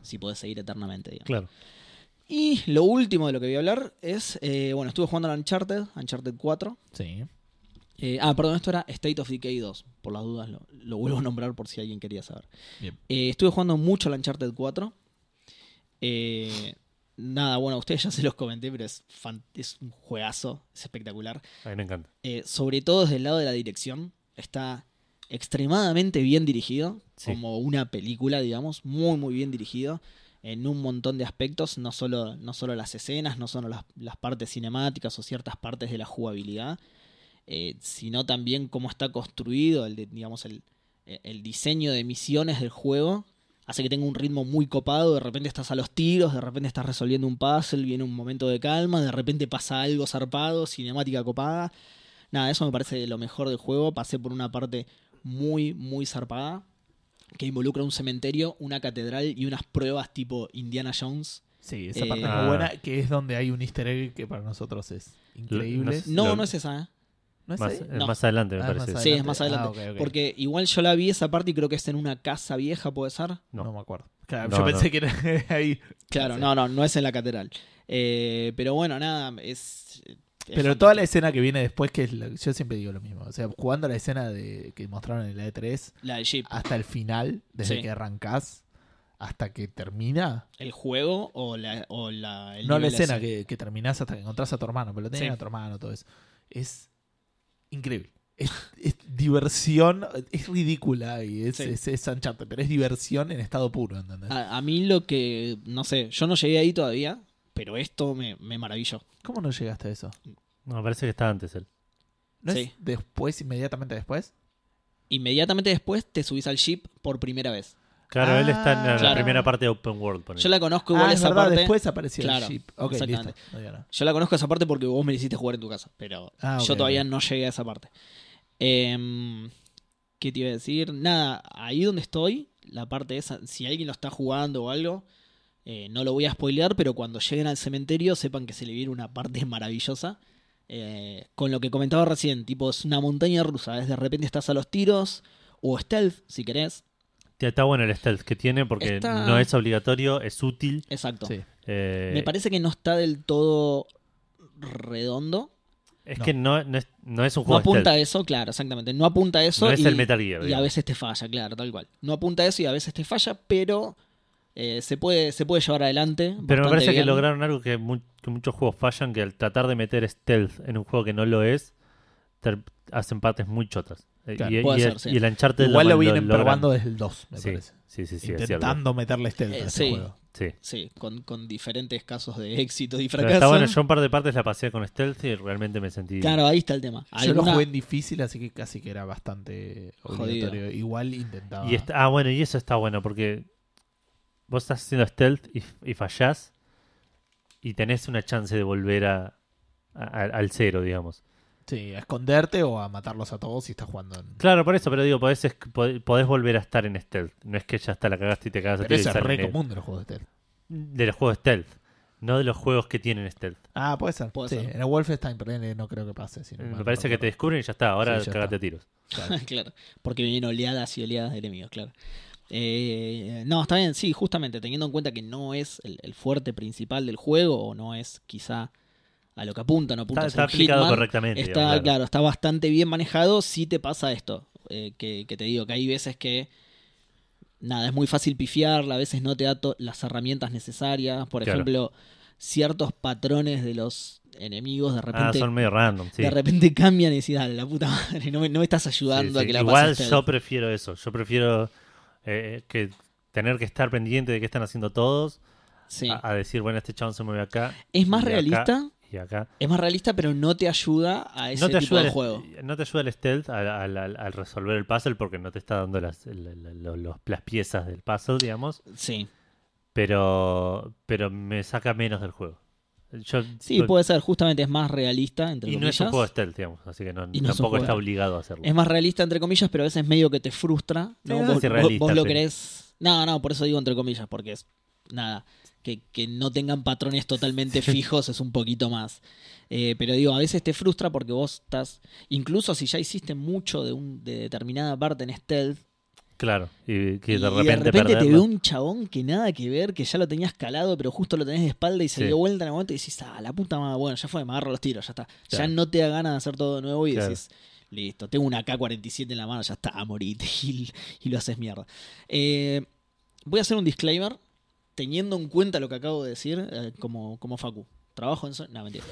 [SPEAKER 3] si puede seguir eternamente. digamos.
[SPEAKER 2] Claro.
[SPEAKER 3] Y lo último de lo que voy a hablar es, eh, bueno, estuve jugando al Uncharted, Uncharted 4.
[SPEAKER 1] Sí.
[SPEAKER 3] Eh, ah, perdón, esto era State of Decay 2. Por las dudas lo, lo vuelvo a nombrar por si alguien quería saber.
[SPEAKER 1] Bien.
[SPEAKER 3] Eh, estuve jugando mucho al Uncharted 4. Eh, nada, bueno, a ustedes ya se los comenté, pero es, fan- es un juegazo, es espectacular.
[SPEAKER 2] A mí me encanta.
[SPEAKER 3] Eh, sobre todo desde el lado de la dirección, está extremadamente bien dirigido,
[SPEAKER 2] Sí.
[SPEAKER 3] como una película, digamos, muy, muy bien dirigido en un montón de aspectos, no solo, no solo las escenas, no solo las, las partes cinemáticas o ciertas partes de la jugabilidad, eh, sino también cómo está construido, el, de- digamos, el, eh, el diseño de misiones del juego. Hace que tenga un ritmo muy copado, de repente estás a los tiros, de repente estás resolviendo un puzzle, viene un momento de calma, de repente pasa algo zarpado, cinemática copada. Nada, eso me parece lo mejor del juego. Pasé por una parte muy, muy zarpada, que involucra un cementerio, una catedral y unas pruebas tipo Indiana Jones.
[SPEAKER 1] Sí, esa
[SPEAKER 3] Eh,
[SPEAKER 1] parte es
[SPEAKER 2] Ah.
[SPEAKER 1] muy buena, que es donde hay un easter egg que para nosotros es increíble.
[SPEAKER 2] sé.
[SPEAKER 3] No,
[SPEAKER 2] Lo-
[SPEAKER 3] no es esa, ¿eh?
[SPEAKER 1] ¿No es
[SPEAKER 2] Más,
[SPEAKER 1] ahí?
[SPEAKER 2] eh,
[SPEAKER 3] No.
[SPEAKER 2] más adelante me
[SPEAKER 1] Ah,
[SPEAKER 2] parece.
[SPEAKER 3] Sí, es más adelante.
[SPEAKER 1] Ah, ok, ok.
[SPEAKER 3] Porque igual yo la vi esa parte y creo que es en una casa vieja, ¿puede ser?
[SPEAKER 1] No.
[SPEAKER 2] No.
[SPEAKER 1] me acuerdo. Claro,
[SPEAKER 2] No,
[SPEAKER 1] yo
[SPEAKER 2] no.
[SPEAKER 1] pensé que era ahí.
[SPEAKER 3] Claro,
[SPEAKER 1] Sí.
[SPEAKER 3] no, no, no es en la catedral. Eh, pero bueno, nada, es... es
[SPEAKER 1] Pero
[SPEAKER 3] fantástico.
[SPEAKER 1] toda la escena que viene después, que es lo- yo siempre digo lo mismo. O sea, jugando la escena de, que mostraron en la E3
[SPEAKER 3] La del Jeep.
[SPEAKER 1] hasta el final, desde
[SPEAKER 3] Sí.
[SPEAKER 1] que arrancás hasta que termina.
[SPEAKER 3] ¿El juego o la... O la el
[SPEAKER 1] no la
[SPEAKER 3] nivel
[SPEAKER 1] escena
[SPEAKER 3] ese?
[SPEAKER 1] que, que terminás hasta que encontrás a tu hermano, pero lo tenían
[SPEAKER 3] Sí.
[SPEAKER 1] a tu hermano, todo eso. Es increíble. Es, es diversión, es ridícula y es,
[SPEAKER 3] Sí. Ah.
[SPEAKER 1] es, es Uncharted, pero es diversión en estado puro, ¿entendés?
[SPEAKER 3] A, a mí lo que... No sé, yo no llegué ahí todavía, pero esto me, me maravilló.
[SPEAKER 1] ¿Cómo no llegaste a eso?
[SPEAKER 2] No, me parece que está antes él.
[SPEAKER 1] ¿No
[SPEAKER 3] Sí.
[SPEAKER 1] es después, inmediatamente después?
[SPEAKER 3] Inmediatamente después te subís al Jeep por primera vez.
[SPEAKER 2] Claro, él está en la, la
[SPEAKER 3] Ah, Claro.
[SPEAKER 2] primera parte de Open World. ponele.
[SPEAKER 3] Yo la conozco
[SPEAKER 1] Ah,
[SPEAKER 3] igual
[SPEAKER 1] es
[SPEAKER 3] esa
[SPEAKER 1] verdad,
[SPEAKER 3] parte.
[SPEAKER 1] después apareció
[SPEAKER 3] Claro,
[SPEAKER 1] el chip. Ok,
[SPEAKER 3] exactamente.
[SPEAKER 1] listo. No había nada.
[SPEAKER 3] Yo la conozco esa parte porque vos me la hiciste jugar en tu casa, pero
[SPEAKER 1] Ah, ok,
[SPEAKER 3] yo todavía
[SPEAKER 1] ok.
[SPEAKER 3] no llegué a esa parte. Em, ¿Qué te iba a decir? Nada, ahí donde estoy, la parte esa, si alguien lo está jugando o algo, eh, no lo voy a spoilear, pero cuando lleguen al cementerio sepan que se le viene una parte maravillosa. eh, con lo que comentaba recién, tipo, es una montaña rusa, es de repente estás a los tiros, o stealth, si querés.
[SPEAKER 2] Está- Está bueno el stealth que tiene porque
[SPEAKER 3] Está-
[SPEAKER 2] no es obligatorio, es útil.
[SPEAKER 3] Exacto.
[SPEAKER 1] Sí.
[SPEAKER 2] eh,
[SPEAKER 3] Me parece que no está del todo redondo.
[SPEAKER 2] es
[SPEAKER 1] No.
[SPEAKER 2] que no, no es, no es un
[SPEAKER 3] No
[SPEAKER 2] juego
[SPEAKER 3] apunta a
[SPEAKER 2] stealth.
[SPEAKER 3] eso, claro, exactamente. No apunta a eso.
[SPEAKER 2] No es
[SPEAKER 3] y,
[SPEAKER 2] el Metal Gear,
[SPEAKER 3] Y a
[SPEAKER 2] digamos.
[SPEAKER 3] veces te falla, claro, tal cual. No apunta a eso y a veces te falla, pero eh, se, puede, se puede llevar adelante.
[SPEAKER 2] Pero me
[SPEAKER 3] bastante
[SPEAKER 2] parece que
[SPEAKER 3] bien.
[SPEAKER 2] lograron algo que, mu- que muchos juegos fallan, que al tratar de meter stealth en un juego que no lo es, ter- hacen partes muy chotas. Eh,
[SPEAKER 1] Claro,
[SPEAKER 2] y,
[SPEAKER 3] puede
[SPEAKER 2] y-
[SPEAKER 3] ser, sí.
[SPEAKER 2] y el Uncharted
[SPEAKER 1] Igual lo vienen
[SPEAKER 2] logran.
[SPEAKER 1] probando desde el 2, me
[SPEAKER 2] sí,
[SPEAKER 1] parece.
[SPEAKER 2] sí, sí, sí, es cierto.
[SPEAKER 1] Intentando meterle stealth
[SPEAKER 3] Eh,
[SPEAKER 1] a este
[SPEAKER 3] sí.
[SPEAKER 1] juego.
[SPEAKER 2] Sí.
[SPEAKER 3] Sí, con, con diferentes casos de éxito y
[SPEAKER 2] Pero
[SPEAKER 3] fracaso.
[SPEAKER 2] está bueno, yo un par de partes la pasé con stealth y realmente me sentí...
[SPEAKER 3] Claro, ahí está el tema.
[SPEAKER 1] Yo lo
[SPEAKER 3] Alguna-
[SPEAKER 1] jugué en difícil, así que casi que era bastante
[SPEAKER 3] Jodido.
[SPEAKER 1] obligatorio. Igual intentaba.
[SPEAKER 2] Y está- ah, bueno, y eso está bueno porque vos estás haciendo stealth y, y fallás y tenés una chance de volver a, a- al cero, digamos.
[SPEAKER 1] Sí, a esconderte o a matarlos a todos si estás jugando en...
[SPEAKER 2] Claro, por eso, pero digo, podés, es- pod- podés volver a estar en stealth. No es que ya hasta la cagaste y te cagaste.
[SPEAKER 1] Pero eso es re común de los juegos de stealth.
[SPEAKER 2] De los juegos stealth, no de los juegos que tienen stealth.
[SPEAKER 1] Ah, puede ser.
[SPEAKER 3] Puede
[SPEAKER 1] sí,
[SPEAKER 3] ser.
[SPEAKER 1] En el Wolfenstein, pero en el no creo que pase. si no mal
[SPEAKER 2] Mm, Me parece que te
[SPEAKER 1] recuerdo.
[SPEAKER 2] descubren y ya está, ahora
[SPEAKER 1] Sí, ya está.
[SPEAKER 2] cagate a tiros.
[SPEAKER 1] Claro.
[SPEAKER 3] claro, porque vienen oleadas y oleadas de enemigos, claro. Eh, no, está bien, sí, justamente, teniendo en cuenta que no es el, el fuerte principal del juego, o no es quizá a lo que apunta, no apunta
[SPEAKER 2] Está,
[SPEAKER 3] a
[SPEAKER 2] está
[SPEAKER 3] ser un
[SPEAKER 2] aplicado
[SPEAKER 3] Hitman,
[SPEAKER 2] correctamente.
[SPEAKER 3] Está,
[SPEAKER 2] digamos,
[SPEAKER 3] claro. está bastante bien manejado. Si te pasa esto, eh, que, que te digo que hay veces que nada, es muy fácil pifiarla, a veces no te da to- las herramientas necesarias. Por
[SPEAKER 2] Claro.
[SPEAKER 3] ejemplo, ciertos patrones de los enemigos de
[SPEAKER 2] Ah,
[SPEAKER 3] repente,
[SPEAKER 2] son medio random, sí.
[SPEAKER 3] de repente cambian y decís, dale, la puta madre, no me, no me estás ayudando
[SPEAKER 2] Sí,
[SPEAKER 3] a
[SPEAKER 2] sí.
[SPEAKER 3] que la
[SPEAKER 2] Igual
[SPEAKER 3] pases stealth".
[SPEAKER 2] yo prefiero eso. Yo prefiero eh, que tener que estar pendiente de qué están haciendo todos.
[SPEAKER 3] Sí.
[SPEAKER 2] A, a decir, bueno, este chabón se mueve acá.
[SPEAKER 3] Es más
[SPEAKER 2] y acá,
[SPEAKER 3] realista,
[SPEAKER 2] y acá.
[SPEAKER 3] es más realista, pero no te ayuda a ese
[SPEAKER 2] No te,
[SPEAKER 3] tipo
[SPEAKER 2] ayuda
[SPEAKER 3] de
[SPEAKER 2] el,
[SPEAKER 3] juego.
[SPEAKER 2] no te ayuda el stealth al, al- al- al resolver el puzzle porque no te está dando las, la- la- lo- los- las piezas del puzzle, digamos.
[SPEAKER 3] Sí.
[SPEAKER 2] Pero, pero me saca menos del juego. Yo-
[SPEAKER 3] Sí, puede ser, justamente es más realista, entre
[SPEAKER 2] y no
[SPEAKER 3] comillas.
[SPEAKER 2] es un juego stealth, digamos. Así que no-
[SPEAKER 3] Y no es un
[SPEAKER 2] tampoco
[SPEAKER 3] juego
[SPEAKER 2] está
[SPEAKER 3] stealth.
[SPEAKER 2] obligado a hacerlo.
[SPEAKER 3] Es más realista, entre comillas, pero a veces medio que te frustra.
[SPEAKER 2] Sí,
[SPEAKER 3] ¿no?
[SPEAKER 2] no
[SPEAKER 3] vos,
[SPEAKER 2] es
[SPEAKER 3] vos-
[SPEAKER 2] irrealista,
[SPEAKER 3] vos lo
[SPEAKER 2] sí.
[SPEAKER 3] querés. No, no, por eso digo entre comillas, porque es. Nada. Que, que no tengan patrones totalmente fijos es un poquito más. Eh, pero digo, a veces te frustra porque vos estás. Incluso si ya hiciste mucho de, un, de determinada parte en stealth.
[SPEAKER 2] Claro. Y que
[SPEAKER 3] y
[SPEAKER 2] de repente,
[SPEAKER 3] te
[SPEAKER 2] perderlo.
[SPEAKER 3] ve un chabón que nada que ver, que ya lo tenías calado, pero justo lo tenés de espalda y se
[SPEAKER 2] Sí.
[SPEAKER 3] dio vuelta en el momento y decís, ah, la puta madre, bueno, ya fue, me agarro los tiros, ya está. Ya
[SPEAKER 2] Claro.
[SPEAKER 3] no te da ganas de hacer todo de nuevo y
[SPEAKER 2] Claro.
[SPEAKER 3] decís, listo, tengo una K-47 en la mano, ya está, a morirte y, y lo haces mierda. Eh, voy a hacer un disclaimer, teniendo en cuenta lo que acabo de decir, eh, como, como Facu. Trabajo en... so- No, mentira.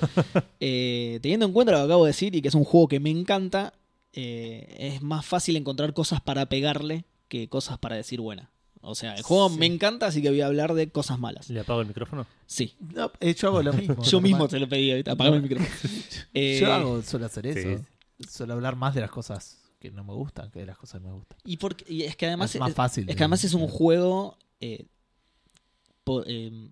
[SPEAKER 3] Eh, teniendo en cuenta lo que acabo de decir y que es un juego que me encanta, eh, es más fácil encontrar cosas para pegarle que cosas para decir buena. O sea, el juego
[SPEAKER 1] Sí.
[SPEAKER 3] me encanta, así que voy a hablar de cosas malas.
[SPEAKER 2] ¿Le apago el micrófono?
[SPEAKER 3] Sí.
[SPEAKER 1] No, eh, yo hago lo mismo.
[SPEAKER 3] Yo mismo
[SPEAKER 1] normal.
[SPEAKER 3] te lo pedí ahorita. Apagame el micrófono. Eh,
[SPEAKER 1] Yo hago, suelo hacer eso.
[SPEAKER 2] Sí.
[SPEAKER 1] Suelo hablar más de las cosas que no me gustan que de las cosas que me gustan.
[SPEAKER 3] y, porque- y es que además
[SPEAKER 1] es más fácil.
[SPEAKER 3] Es que además es un
[SPEAKER 1] digamos.
[SPEAKER 3] juego, eh, po- eh,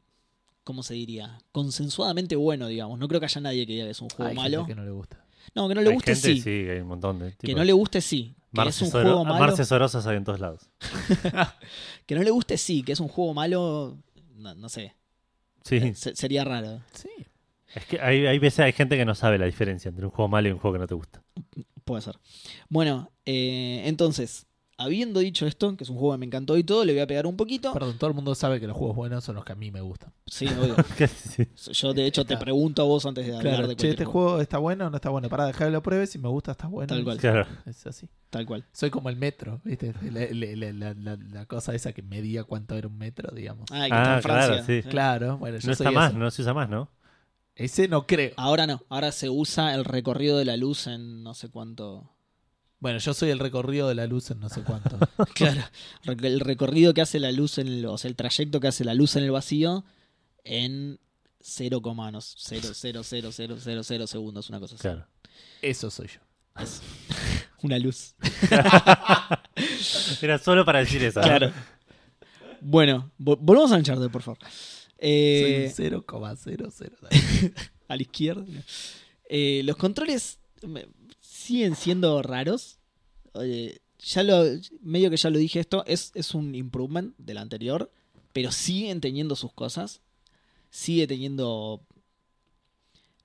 [SPEAKER 3] ¿cómo se diría? Consensuadamente bueno, digamos. No creo que haya nadie que diga que es un juego
[SPEAKER 1] Hay gente
[SPEAKER 3] malo.
[SPEAKER 1] que no le gusta.
[SPEAKER 3] No, que no le
[SPEAKER 2] Hay
[SPEAKER 3] guste,
[SPEAKER 2] gente,
[SPEAKER 3] sí.
[SPEAKER 2] hay un montón de.
[SPEAKER 3] Que
[SPEAKER 2] tipos.
[SPEAKER 3] no le guste, sí. Que es
[SPEAKER 2] Marce
[SPEAKER 3] un
[SPEAKER 2] Soro-
[SPEAKER 3] juego malo.
[SPEAKER 2] Marce Sorosas hay en todos lados.
[SPEAKER 3] Que no le guste, sí. Que es un juego malo, no, no sé. Eh,
[SPEAKER 2] Sí.
[SPEAKER 3] Se- sería raro.
[SPEAKER 1] Sí.
[SPEAKER 2] Es que hay, hay veces hay gente que no sabe la diferencia entre un juego malo y un juego que no te gusta.
[SPEAKER 3] Puede ser. Bueno, eh, entonces, habiendo dicho esto, que es un juego que me encantó y todo, le voy a pegar un poquito.
[SPEAKER 1] Perdón, todo el mundo sabe que los juegos buenos son los que a mí me gustan.
[SPEAKER 3] Sí, obvio.
[SPEAKER 2] Que sí.
[SPEAKER 3] Yo, de hecho, te
[SPEAKER 1] Claro.
[SPEAKER 3] pregunto a vos antes de hablar de
[SPEAKER 1] Claro, che,
[SPEAKER 3] cualquier
[SPEAKER 1] este
[SPEAKER 3] juego.
[SPEAKER 1] juego está bueno o no está bueno. Para dejar que lo pruebe, si me gusta, está bueno.
[SPEAKER 3] Tal cual.
[SPEAKER 2] Claro.
[SPEAKER 1] Es así.
[SPEAKER 3] Tal cual.
[SPEAKER 1] Soy como el metro, ¿viste? La, la- la- la- la- la cosa esa que medía cuánto era un metro, digamos.
[SPEAKER 3] Ah, que
[SPEAKER 2] Ah,
[SPEAKER 3] está en
[SPEAKER 2] claro, sí.
[SPEAKER 3] Francia.
[SPEAKER 1] Claro, bueno, yo
[SPEAKER 2] No
[SPEAKER 1] soy
[SPEAKER 2] está más,
[SPEAKER 1] ese.
[SPEAKER 2] no se usa más, ¿no?
[SPEAKER 1] Ese no creo.
[SPEAKER 3] Ahora no, ahora se usa el recorrido de la luz en no sé cuánto.
[SPEAKER 1] Bueno, yo soy el recorrido de la luz en no sé cuánto.
[SPEAKER 3] Claro, rec- el recorrido que hace la luz en el, o sea, el trayecto que hace la luz en el vacío en 0, no, 0,00000 segundos, una cosa así.
[SPEAKER 2] Claro.
[SPEAKER 1] Eso soy yo.
[SPEAKER 3] Es una luz.
[SPEAKER 2] Era solo para decir eso. ¿no?
[SPEAKER 3] Claro. Bueno, vol- volvamos a Uncharted, por favor.
[SPEAKER 1] Soy
[SPEAKER 3] Eh,
[SPEAKER 1] un 0,00.
[SPEAKER 3] a la izquierda. Eh, los controles me- siguen siendo raros. Eh, ya lo, medio que ya lo dije esto, es, es un improvement del anterior, pero siguen teniendo sus cosas. Sigue teniendo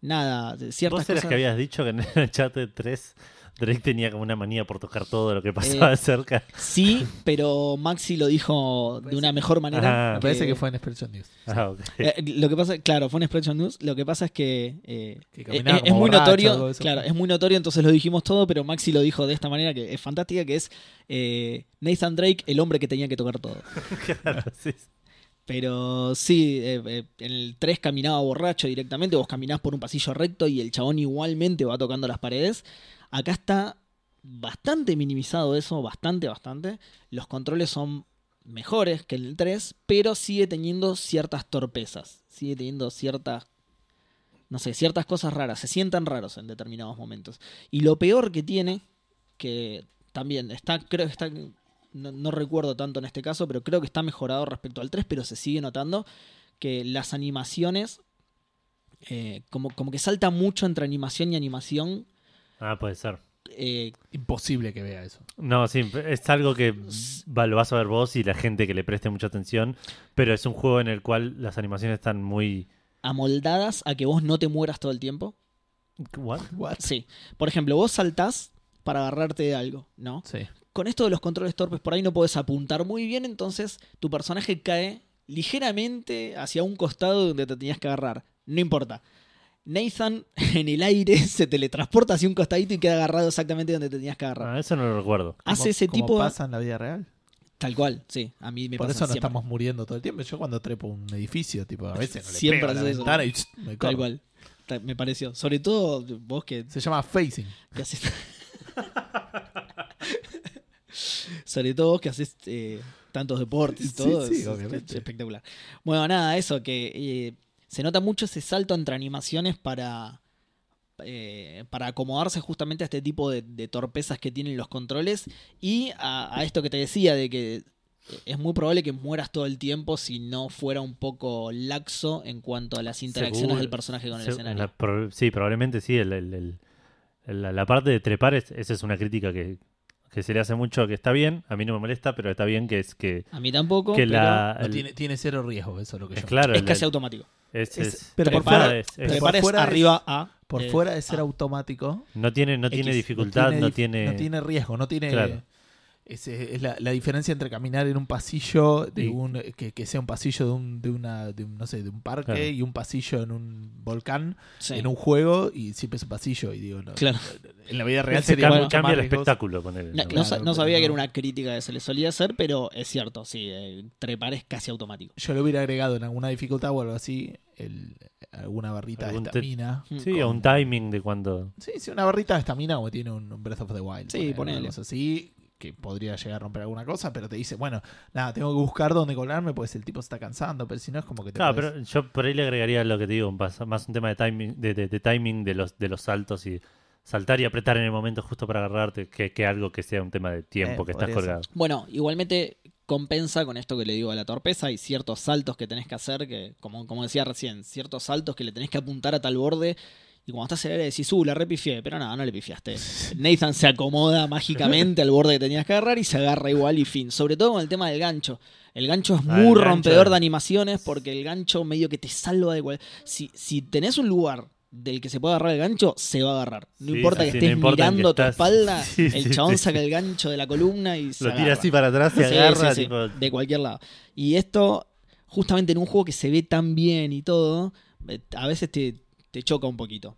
[SPEAKER 3] nada, de ciertas
[SPEAKER 2] Vos eras
[SPEAKER 3] cosas.
[SPEAKER 2] que habías dicho que en el chat de 3 Drake tenía como una manía por tocar todo lo que pasaba de cerca.
[SPEAKER 3] Sí, pero Maxi lo dijo de una mejor manera.
[SPEAKER 2] Ah,
[SPEAKER 1] Me parece que fue en Expression News.
[SPEAKER 2] Ah, ok.
[SPEAKER 3] Eh, lo que pasa, claro, fue un Expression News. Lo que pasa es que, eh,
[SPEAKER 1] Que
[SPEAKER 3] eh,
[SPEAKER 1] caminaba
[SPEAKER 3] eh, es
[SPEAKER 1] como
[SPEAKER 3] muy
[SPEAKER 1] borracho, algo
[SPEAKER 3] notorio.
[SPEAKER 1] de eso.
[SPEAKER 3] Claro, es muy notorio, entonces lo dijimos todo, pero Maxi lo dijo de esta manera que es fantástica, que es eh, Nathan Drake, el hombre que tenía que tocar todo.
[SPEAKER 2] Claro, sí.
[SPEAKER 3] Pero sí, eh, eh, en el 3 caminaba borracho directamente, vos caminás por un pasillo recto y el chabón igualmente va tocando las paredes. Acá está bastante minimizado eso, bastante, bastante. Los controles son mejores que en el 3, pero sigue teniendo ciertas torpezas, sigue teniendo ciertas, no sé, ciertas cosas raras, se sientan raros en determinados momentos. Y lo peor que tiene, que también está, creo que está no, no recuerdo tanto en este caso, pero creo que está mejorado respecto al 3, pero se sigue notando que las animaciones, eh, como, como que salta mucho entre animación y animación.
[SPEAKER 2] Ah, puede ser.
[SPEAKER 3] eh,
[SPEAKER 1] Imposible que vea eso.
[SPEAKER 2] No, sí, es algo que va- lo vas a ver vos y la gente que le preste mucha atención, pero es un juego en el cual las animaciones están muy...
[SPEAKER 3] amoldadas a que vos no te mueras todo el tiempo.
[SPEAKER 2] ¿What?
[SPEAKER 1] What?
[SPEAKER 3] Sí. Por ejemplo, vos saltás para agarrarte de algo, ¿no?
[SPEAKER 1] Sí.
[SPEAKER 3] Con esto de los controles torpes por ahí no podés apuntar muy bien, entonces tu personaje cae ligeramente hacia un costado donde te tenías que agarrar. No importa. Nathan en el aire se teletransporta hacia un costadito y queda agarrado exactamente donde te tenías que agarrar.
[SPEAKER 2] Ah, eso no lo recuerdo.
[SPEAKER 3] Hace
[SPEAKER 1] Como-
[SPEAKER 3] ese
[SPEAKER 1] como
[SPEAKER 3] tipo...
[SPEAKER 1] pasa en la vida real?
[SPEAKER 3] Tal cual, sí. A mí me
[SPEAKER 1] Por
[SPEAKER 3] pasa
[SPEAKER 1] eso no
[SPEAKER 3] siempre.
[SPEAKER 1] estamos muriendo todo el tiempo. Yo cuando trepo un edificio, tipo, a veces no le
[SPEAKER 3] Siempre
[SPEAKER 1] pego a la
[SPEAKER 3] haces eso.
[SPEAKER 1] ventana y ch, me
[SPEAKER 3] Tal
[SPEAKER 1] corro.
[SPEAKER 3] cual. Ta- Me pareció. Sobre todo vos que
[SPEAKER 1] Se llama facing.
[SPEAKER 3] que haces. Sobre todo vos que haces eh, tantos deportes y
[SPEAKER 1] Sí,
[SPEAKER 3] todo.
[SPEAKER 1] sí,
[SPEAKER 3] es- es
[SPEAKER 1] obviamente.
[SPEAKER 3] espectacular. Bueno, nada, eso, que eh, se nota mucho ese salto entre animaciones para. eh, para acomodarse justamente a este tipo de, de torpezas que tienen los controles y a, a esto que te decía de que eh, es muy probable que mueras todo el tiempo si no fuera un poco laxo en cuanto a las interacciones
[SPEAKER 2] Seguro.
[SPEAKER 3] del personaje con el
[SPEAKER 2] Se-
[SPEAKER 3] escenario.
[SPEAKER 2] la pro- sí, probablemente sí. el- el- el- la, la parte de trepar, es- esa es una crítica que, que se le hace mucho, que está bien, a mí no me molesta, pero está bien que es que...
[SPEAKER 3] A mí tampoco,
[SPEAKER 2] que
[SPEAKER 3] pero
[SPEAKER 2] la,
[SPEAKER 1] No
[SPEAKER 2] el-
[SPEAKER 1] tiene, tiene cero riesgo, eso es lo que
[SPEAKER 2] es
[SPEAKER 1] yo.
[SPEAKER 2] claro,
[SPEAKER 3] es
[SPEAKER 2] el-
[SPEAKER 3] casi automático.
[SPEAKER 2] es-
[SPEAKER 1] Es-
[SPEAKER 2] es-
[SPEAKER 1] pero por
[SPEAKER 2] trepar
[SPEAKER 1] fuera-
[SPEAKER 2] es- es-
[SPEAKER 1] pero
[SPEAKER 3] Prepares
[SPEAKER 1] fuera es-
[SPEAKER 3] arriba a.
[SPEAKER 1] Por
[SPEAKER 3] eh,
[SPEAKER 1] fuera es ser
[SPEAKER 3] a.
[SPEAKER 1] automático.
[SPEAKER 2] no tiene, no tiene
[SPEAKER 3] X, no
[SPEAKER 2] dificultad, no tiene...
[SPEAKER 1] no tiene riesgo, no tiene.
[SPEAKER 2] Claro.
[SPEAKER 1] Ese- es la, la diferencia entre caminar en un pasillo de
[SPEAKER 2] Y-
[SPEAKER 1] un que, que sea un pasillo de un, de una, de un, no sé, de un parque
[SPEAKER 2] Claro.
[SPEAKER 1] y un pasillo en un volcán,
[SPEAKER 3] Sí.
[SPEAKER 1] en un juego y siempre es un pasillo y digo, no,
[SPEAKER 3] Claro.
[SPEAKER 1] en la vida real
[SPEAKER 2] se
[SPEAKER 1] sería
[SPEAKER 2] cambia,
[SPEAKER 1] mucho más
[SPEAKER 2] cambia el
[SPEAKER 1] riesgoso.
[SPEAKER 2] espectáculo. ponele,
[SPEAKER 3] No,
[SPEAKER 2] ¿no?
[SPEAKER 3] no sa-
[SPEAKER 1] Claro,
[SPEAKER 3] no
[SPEAKER 1] pero
[SPEAKER 3] sabía que era
[SPEAKER 1] no.
[SPEAKER 3] una crítica que se le solía hacer, pero es cierto, sí, eh, trepar es casi automático.
[SPEAKER 1] Yo le hubiera agregado en alguna dificultad o algo así, el, alguna barrita
[SPEAKER 2] Algún
[SPEAKER 1] de
[SPEAKER 2] te-
[SPEAKER 1] estamina.
[SPEAKER 2] Sí, a un timing de cuando...
[SPEAKER 1] Sí, sí, una barrita de estamina como tiene un, un Breath of the Wild.
[SPEAKER 3] Sí, ponele.
[SPEAKER 1] algo así, que podría llegar a romper alguna cosa, pero te dice, bueno, nada, tengo que buscar dónde colarme, pues el tipo se está cansando, pero si no es como que te
[SPEAKER 2] Claro,
[SPEAKER 1] podés-
[SPEAKER 2] pero yo por ahí le agregaría lo que te digo, un pas- más un tema de timing, de, de- de timing de los de los saltos y saltar y apretar en el momento justo para agarrarte, que, que algo que sea un tema de tiempo
[SPEAKER 1] Eh,
[SPEAKER 2] que estás
[SPEAKER 1] podría
[SPEAKER 2] colgado.
[SPEAKER 3] Bueno, igualmente compensa con esto que le digo a la torpeza y ciertos saltos que tenés que hacer, que como, como decía recién, ciertos saltos que le tenés que apuntar a tal borde. Y cuando estás en el área decís, uh, la repifié, pero nada, no le pifiaste. Nathan se acomoda mágicamente al borde que tenías que agarrar y se agarra igual y fin. Sobre todo con el tema del gancho. El gancho es
[SPEAKER 2] Ah,
[SPEAKER 3] muy
[SPEAKER 2] el gancho
[SPEAKER 3] rompedor
[SPEAKER 2] es-
[SPEAKER 3] de animaciones porque el gancho medio que te salva de cual... Si, si tenés un lugar del que se puede agarrar el gancho, se va a agarrar. No
[SPEAKER 2] Sí,
[SPEAKER 3] importa
[SPEAKER 2] sí,
[SPEAKER 3] que
[SPEAKER 2] sí, no
[SPEAKER 3] estés
[SPEAKER 2] importa que
[SPEAKER 3] mirando tu
[SPEAKER 2] estás-
[SPEAKER 3] espalda,
[SPEAKER 2] Sí,
[SPEAKER 3] el
[SPEAKER 2] sí,
[SPEAKER 3] chabón
[SPEAKER 2] sí.
[SPEAKER 3] saca el gancho de la columna y se
[SPEAKER 2] Lo tira
[SPEAKER 3] agarra.
[SPEAKER 2] así para atrás, se
[SPEAKER 3] Sí,
[SPEAKER 2] agarra,
[SPEAKER 3] sí, sí,
[SPEAKER 2] tipo,
[SPEAKER 3] de cualquier lado. Y esto, justamente en un juego que se ve tan bien y todo, eh, a veces te, te choca un poquito.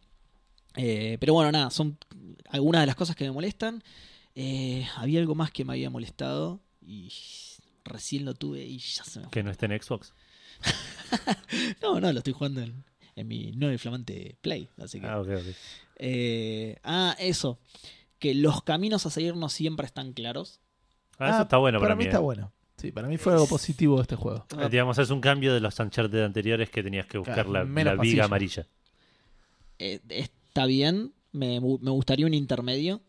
[SPEAKER 3] Eh, pero bueno, nada, son algunas de las cosas que me molestan. Eh, había algo más que me había molestado y recién lo tuve y ya se me fue.
[SPEAKER 2] que no esté en Xbox.
[SPEAKER 3] No, no, lo estoy jugando en, en mi nuevo y flamante Play. Así que,
[SPEAKER 2] Ah,
[SPEAKER 3] ah.
[SPEAKER 2] ok, ok.
[SPEAKER 3] ah, eso. Que los caminos a seguir no siempre están claros.
[SPEAKER 2] Ah, eso
[SPEAKER 1] Ah,
[SPEAKER 2] está bueno para,
[SPEAKER 1] para mí
[SPEAKER 2] mí.
[SPEAKER 1] está
[SPEAKER 2] eh.
[SPEAKER 1] bueno. Sí, para mí fue algo positivo de este juego.
[SPEAKER 2] Eh, Digamos, es un cambio de los Uncharted anteriores que tenías que buscar
[SPEAKER 1] Claro,
[SPEAKER 2] la,
[SPEAKER 1] menos
[SPEAKER 2] la viga
[SPEAKER 1] pasillo.
[SPEAKER 2] amarilla.
[SPEAKER 3] eh, está bien, me, bu- me gustaría un intermedio.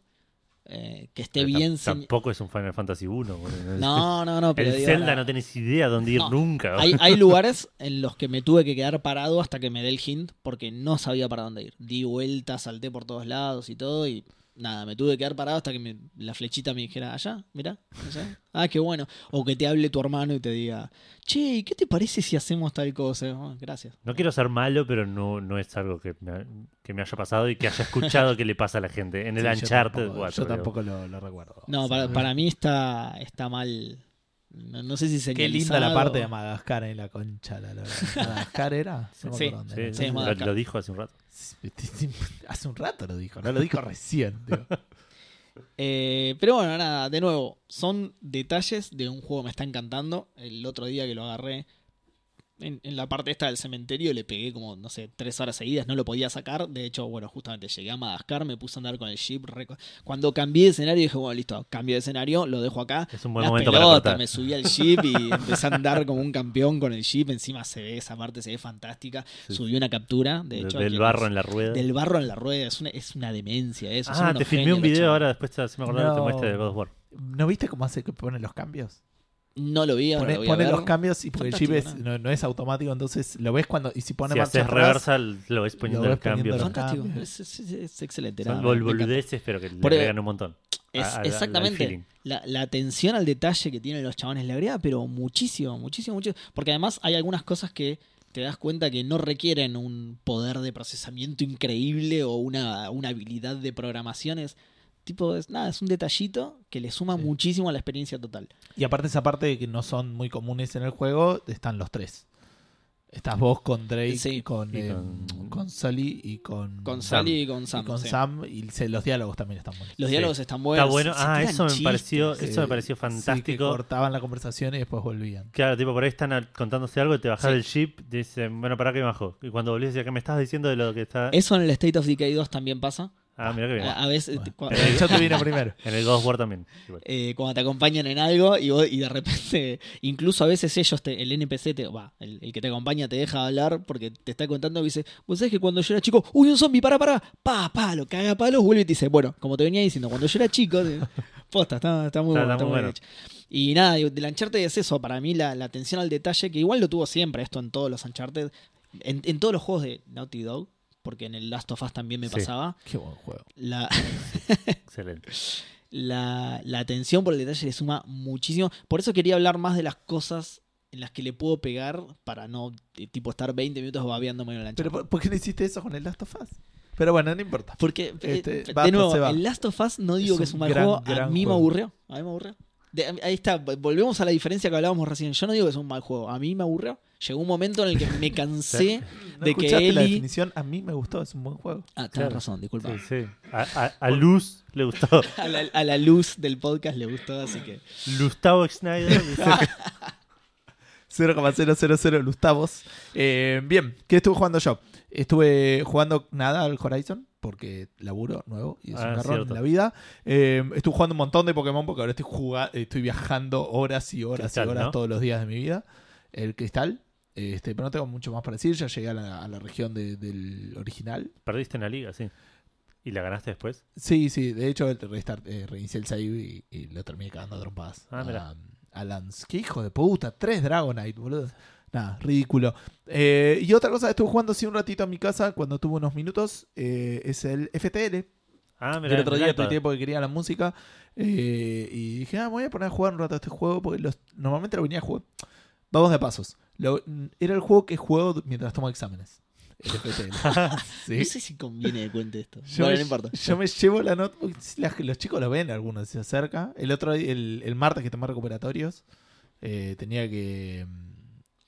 [SPEAKER 3] eh, que esté
[SPEAKER 2] Pero tam-
[SPEAKER 3] bien señ-
[SPEAKER 2] Tampoco es un Final Fantasy 1. boludo.
[SPEAKER 3] No, no, no, pero
[SPEAKER 2] el
[SPEAKER 3] digo,
[SPEAKER 2] Zelda
[SPEAKER 3] ahora-
[SPEAKER 2] no tenés idea dónde ir
[SPEAKER 3] No,
[SPEAKER 2] nunca.
[SPEAKER 3] hay, hay lugares en los que me tuve que quedar parado hasta que me dé el hint porque no sabía para dónde ir. Di vueltas, salté por todos lados y todo y nada, me tuve que quedar parado hasta que me- la flechita me dijera, allá, mirá, allá. Ah, qué bueno. O que te hable tu hermano y te diga, che, ¿y qué te parece si hacemos tal cosa? Ah, gracias.
[SPEAKER 2] No quiero ser malo, pero no, no es algo que me, ha- que me haya pasado y que haya escuchado que le pasa a la gente en el
[SPEAKER 1] Sí, yo
[SPEAKER 2] Uncharted
[SPEAKER 1] tampoco-
[SPEAKER 2] 4.
[SPEAKER 1] Yo
[SPEAKER 2] digo.
[SPEAKER 1] tampoco lo, lo recuerdo.
[SPEAKER 3] No,
[SPEAKER 1] O sea,
[SPEAKER 3] para, para mí está, está mal. No, no sé si se
[SPEAKER 1] Qué linda la parte de Madagascar en la concha. La, lora. Madagascar era. No me
[SPEAKER 3] Sí.
[SPEAKER 1] acuerdo dónde
[SPEAKER 2] Sí,
[SPEAKER 1] era.
[SPEAKER 2] sí,
[SPEAKER 3] Sí,
[SPEAKER 2] lo,
[SPEAKER 3] Madagascar.
[SPEAKER 2] lo dijo hace un rato.
[SPEAKER 1] Hace un rato lo dijo, no lo dijo recién. tío.
[SPEAKER 3] Eh, pero bueno, nada, de nuevo, son detalles de un juego que me está encantando. El otro día que lo agarré en, en la parte esta del cementerio, le pegué como, no sé, tres horas seguidas, no lo podía sacar. De hecho, bueno, justamente llegué a Madagascar, me puse a andar con el jeep. reco- Cuando cambié de escenario dije, bueno, listo, cambio de escenario, lo dejo acá.
[SPEAKER 2] Es un buen
[SPEAKER 3] Las
[SPEAKER 2] momento
[SPEAKER 3] pelotas,
[SPEAKER 2] para cortar.
[SPEAKER 3] me subí al jeep y empecé a andar como un campeón con el jeep. Encima se ve esa parte, se ve fantástica.
[SPEAKER 2] Sí.
[SPEAKER 3] Subí una captura, de hecho.
[SPEAKER 2] del
[SPEAKER 3] que-
[SPEAKER 2] barro en la rueda.
[SPEAKER 3] Del barro en la rueda, es una, es una demencia eso. son
[SPEAKER 2] ah,
[SPEAKER 3] unos
[SPEAKER 2] te filmé
[SPEAKER 3] genios
[SPEAKER 2] un
[SPEAKER 3] los
[SPEAKER 2] video
[SPEAKER 3] chavales.
[SPEAKER 2] ahora, después te, si me acordaba, te
[SPEAKER 1] No.
[SPEAKER 2] muestre de God of War.
[SPEAKER 1] ¿No viste cómo hace que pone los cambios?
[SPEAKER 3] No lo vi,
[SPEAKER 1] Pone,
[SPEAKER 3] ahora lo voy a
[SPEAKER 1] pone
[SPEAKER 3] ver.
[SPEAKER 1] los cambios y porque el chip
[SPEAKER 3] Fantástico,
[SPEAKER 1] es- no, no es automático, entonces lo ves cuando. Y si pone
[SPEAKER 2] Si
[SPEAKER 1] marcha
[SPEAKER 2] haces
[SPEAKER 1] atrás,
[SPEAKER 2] reversa, lo ves poniendo
[SPEAKER 1] lo
[SPEAKER 2] el
[SPEAKER 1] ves poniendo
[SPEAKER 2] cambio.
[SPEAKER 1] los
[SPEAKER 2] Son
[SPEAKER 3] Fantástico,
[SPEAKER 1] cambios.
[SPEAKER 3] es, es- es excelente. nada, Ah, me-
[SPEAKER 2] bol-
[SPEAKER 3] me encanta.
[SPEAKER 2] boludeces, pero que le
[SPEAKER 3] Por-
[SPEAKER 2] agregan un montón.
[SPEAKER 3] Es-
[SPEAKER 2] A- a- al- al feeling.
[SPEAKER 3] exactamente. La, la atención al detalle que tienen los chabones le agrega, pero muchísimo, muchísimo, muchísimo. Porque además hay algunas cosas que te das cuenta que no requieren un poder de procesamiento increíble o una, una habilidad de programaciones. Tipo, es, nada, es un detallito que le suma
[SPEAKER 1] Sí.
[SPEAKER 3] muchísimo a la experiencia total.
[SPEAKER 1] Y aparte, esa parte de que no son muy comunes en el juego, están los tres. Estás vos con Drake,
[SPEAKER 3] Sí.
[SPEAKER 1] con,
[SPEAKER 2] Y
[SPEAKER 1] eh,
[SPEAKER 2] con-
[SPEAKER 1] con, Sully y con,
[SPEAKER 3] Con
[SPEAKER 2] Sam.
[SPEAKER 3] Sally y con
[SPEAKER 1] y
[SPEAKER 3] Sam.
[SPEAKER 1] con
[SPEAKER 3] sí.
[SPEAKER 1] Sam. Y se- los diálogos también están buenos.
[SPEAKER 3] Los
[SPEAKER 2] Sí.
[SPEAKER 3] diálogos están buenos.
[SPEAKER 2] Está bueno.
[SPEAKER 3] se- se
[SPEAKER 2] Ah,
[SPEAKER 3] pues, tiran
[SPEAKER 2] eso me
[SPEAKER 3] chistes.
[SPEAKER 2] pareció,
[SPEAKER 1] Sí.
[SPEAKER 2] eso me pareció
[SPEAKER 1] Sí, que
[SPEAKER 2] fantástico.
[SPEAKER 1] cortaban la conversación y después volvían.
[SPEAKER 2] Claro, tipo, por ahí están al- contándose algo, te bajas
[SPEAKER 3] Sí.
[SPEAKER 2] del ship, te dicen, bueno, ¿para qué bajo? Y cuando volvés, decía, ¿qué me estás diciendo de lo que está...?
[SPEAKER 3] Eso en el State of Decay 2 también pasa.
[SPEAKER 2] Ah, mira que bien.
[SPEAKER 3] A, a veces,
[SPEAKER 1] Bueno,
[SPEAKER 3] cua-
[SPEAKER 1] pero yo te vino primero.
[SPEAKER 2] En el God of War también. igual.
[SPEAKER 3] eh, cuando te acompañan en algo y, vos- y de repente, incluso a veces ellos, te- el NPC, te, va, el, el que te acompaña te deja hablar porque te está contando y dice, vos sabés que cuando yo era chico, uy, un zombie, para, para, pa, pa, lo caga a palos, vuelve y te dice, bueno, como te venía diciendo, cuando yo era chico, te- posta, está, está muy
[SPEAKER 2] Está- está
[SPEAKER 3] bueno. está
[SPEAKER 2] muy
[SPEAKER 3] muy
[SPEAKER 2] bueno.
[SPEAKER 3] bien hecho. Y nada, digo, del Uncharted es eso, para mí la, la atención al detalle, que igual lo tuvo siempre esto en todos los Uncharted, en, en todos los juegos de Naughty Dog, porque en el Last of Us también me
[SPEAKER 2] Sí.
[SPEAKER 3] pasaba,
[SPEAKER 1] Qué buen juego.
[SPEAKER 3] la...
[SPEAKER 2] Excelente.
[SPEAKER 3] la, la atención por el detalle le suma muchísimo. Por eso quería hablar más de las cosas en las que le puedo pegar para no eh, tipo estar 20 minutos babeándome en la
[SPEAKER 1] Pero ¿por, por qué no hiciste eso con el Last of Us? Pero bueno, no importa.
[SPEAKER 3] Porque, eh,
[SPEAKER 1] Este,
[SPEAKER 3] de
[SPEAKER 1] va, pues,
[SPEAKER 3] nuevo,
[SPEAKER 1] se va.
[SPEAKER 3] el Last of Us no digo
[SPEAKER 1] Es un
[SPEAKER 3] que es un mal
[SPEAKER 1] gran,
[SPEAKER 3] juego, a
[SPEAKER 1] gran
[SPEAKER 3] mí me
[SPEAKER 1] juego.
[SPEAKER 3] aburrió. A mí me aburrió. De- ahí está, vol- volvemos a la diferencia que hablábamos recién. Yo no digo que es un mal juego, a mí me aburrió. Llegó un momento en el que me cansé
[SPEAKER 1] ¿No
[SPEAKER 3] de que
[SPEAKER 1] escuchaste la
[SPEAKER 3] Eli.
[SPEAKER 1] definición? A mí me gustó, es un buen juego.
[SPEAKER 3] Ah, tenés
[SPEAKER 2] Claro.
[SPEAKER 3] razón, disculpa.
[SPEAKER 2] Sí, sí. A, a- a Luz le gustó.
[SPEAKER 3] A, la, a la luz del podcast le gustó, así que.
[SPEAKER 2] Gustavo Schneider dice que-
[SPEAKER 1] 0,000 lustavos. Eh, bien, ¿qué estuve jugando yo? Estuve jugando nada al Horizon, porque laburo nuevo y es
[SPEAKER 2] Ah,
[SPEAKER 1] un garrón
[SPEAKER 2] cierto.
[SPEAKER 1] en la vida. Eh, estuve jugando un montón de Pokémon porque ahora estoy, juga- estoy viajando horas y horas
[SPEAKER 2] Cristal,
[SPEAKER 1] y horas
[SPEAKER 2] ¿no?
[SPEAKER 1] todos los días de mi vida. El cristal. Este, pero no tengo mucho más para decir, ya llegué a la, a la región de- del original.
[SPEAKER 2] Perdiste en la liga, sí. ¿Y la ganaste después?
[SPEAKER 1] Sí, sí, de hecho el restart, eh, reinicié el save y, y lo terminé cagando a trompadas.
[SPEAKER 2] Ah, mirá.
[SPEAKER 1] a, a Lance. ¡Qué hijo de puta! Tres Dragonite, boludo. Nada, ridículo. Eh, y otra cosa, estuve jugando así un ratito en mi casa cuando tuve unos minutos, eh, es el FTL.
[SPEAKER 2] Ah, mira.
[SPEAKER 1] el otro
[SPEAKER 2] en el
[SPEAKER 1] día
[SPEAKER 2] iPad.
[SPEAKER 1] tuiteé porque quería la música eh, y dije, ah, me voy a poner a jugar un rato a este juego porque los- normalmente lo venía a jugar. Vamos de pasos. Lo- era el juego que juego mientras tomo exámenes. El FTL.
[SPEAKER 3] No
[SPEAKER 1] ¿Sí?
[SPEAKER 3] sé si conviene que cuente esto.
[SPEAKER 1] Yo,
[SPEAKER 3] bueno,
[SPEAKER 1] me,
[SPEAKER 3] no importa.
[SPEAKER 1] yo me llevo la notebook. la- los chicos lo ven, algunos se acerca. El otro, el, el martes que tomé recuperatorios, eh, tenía que. mm,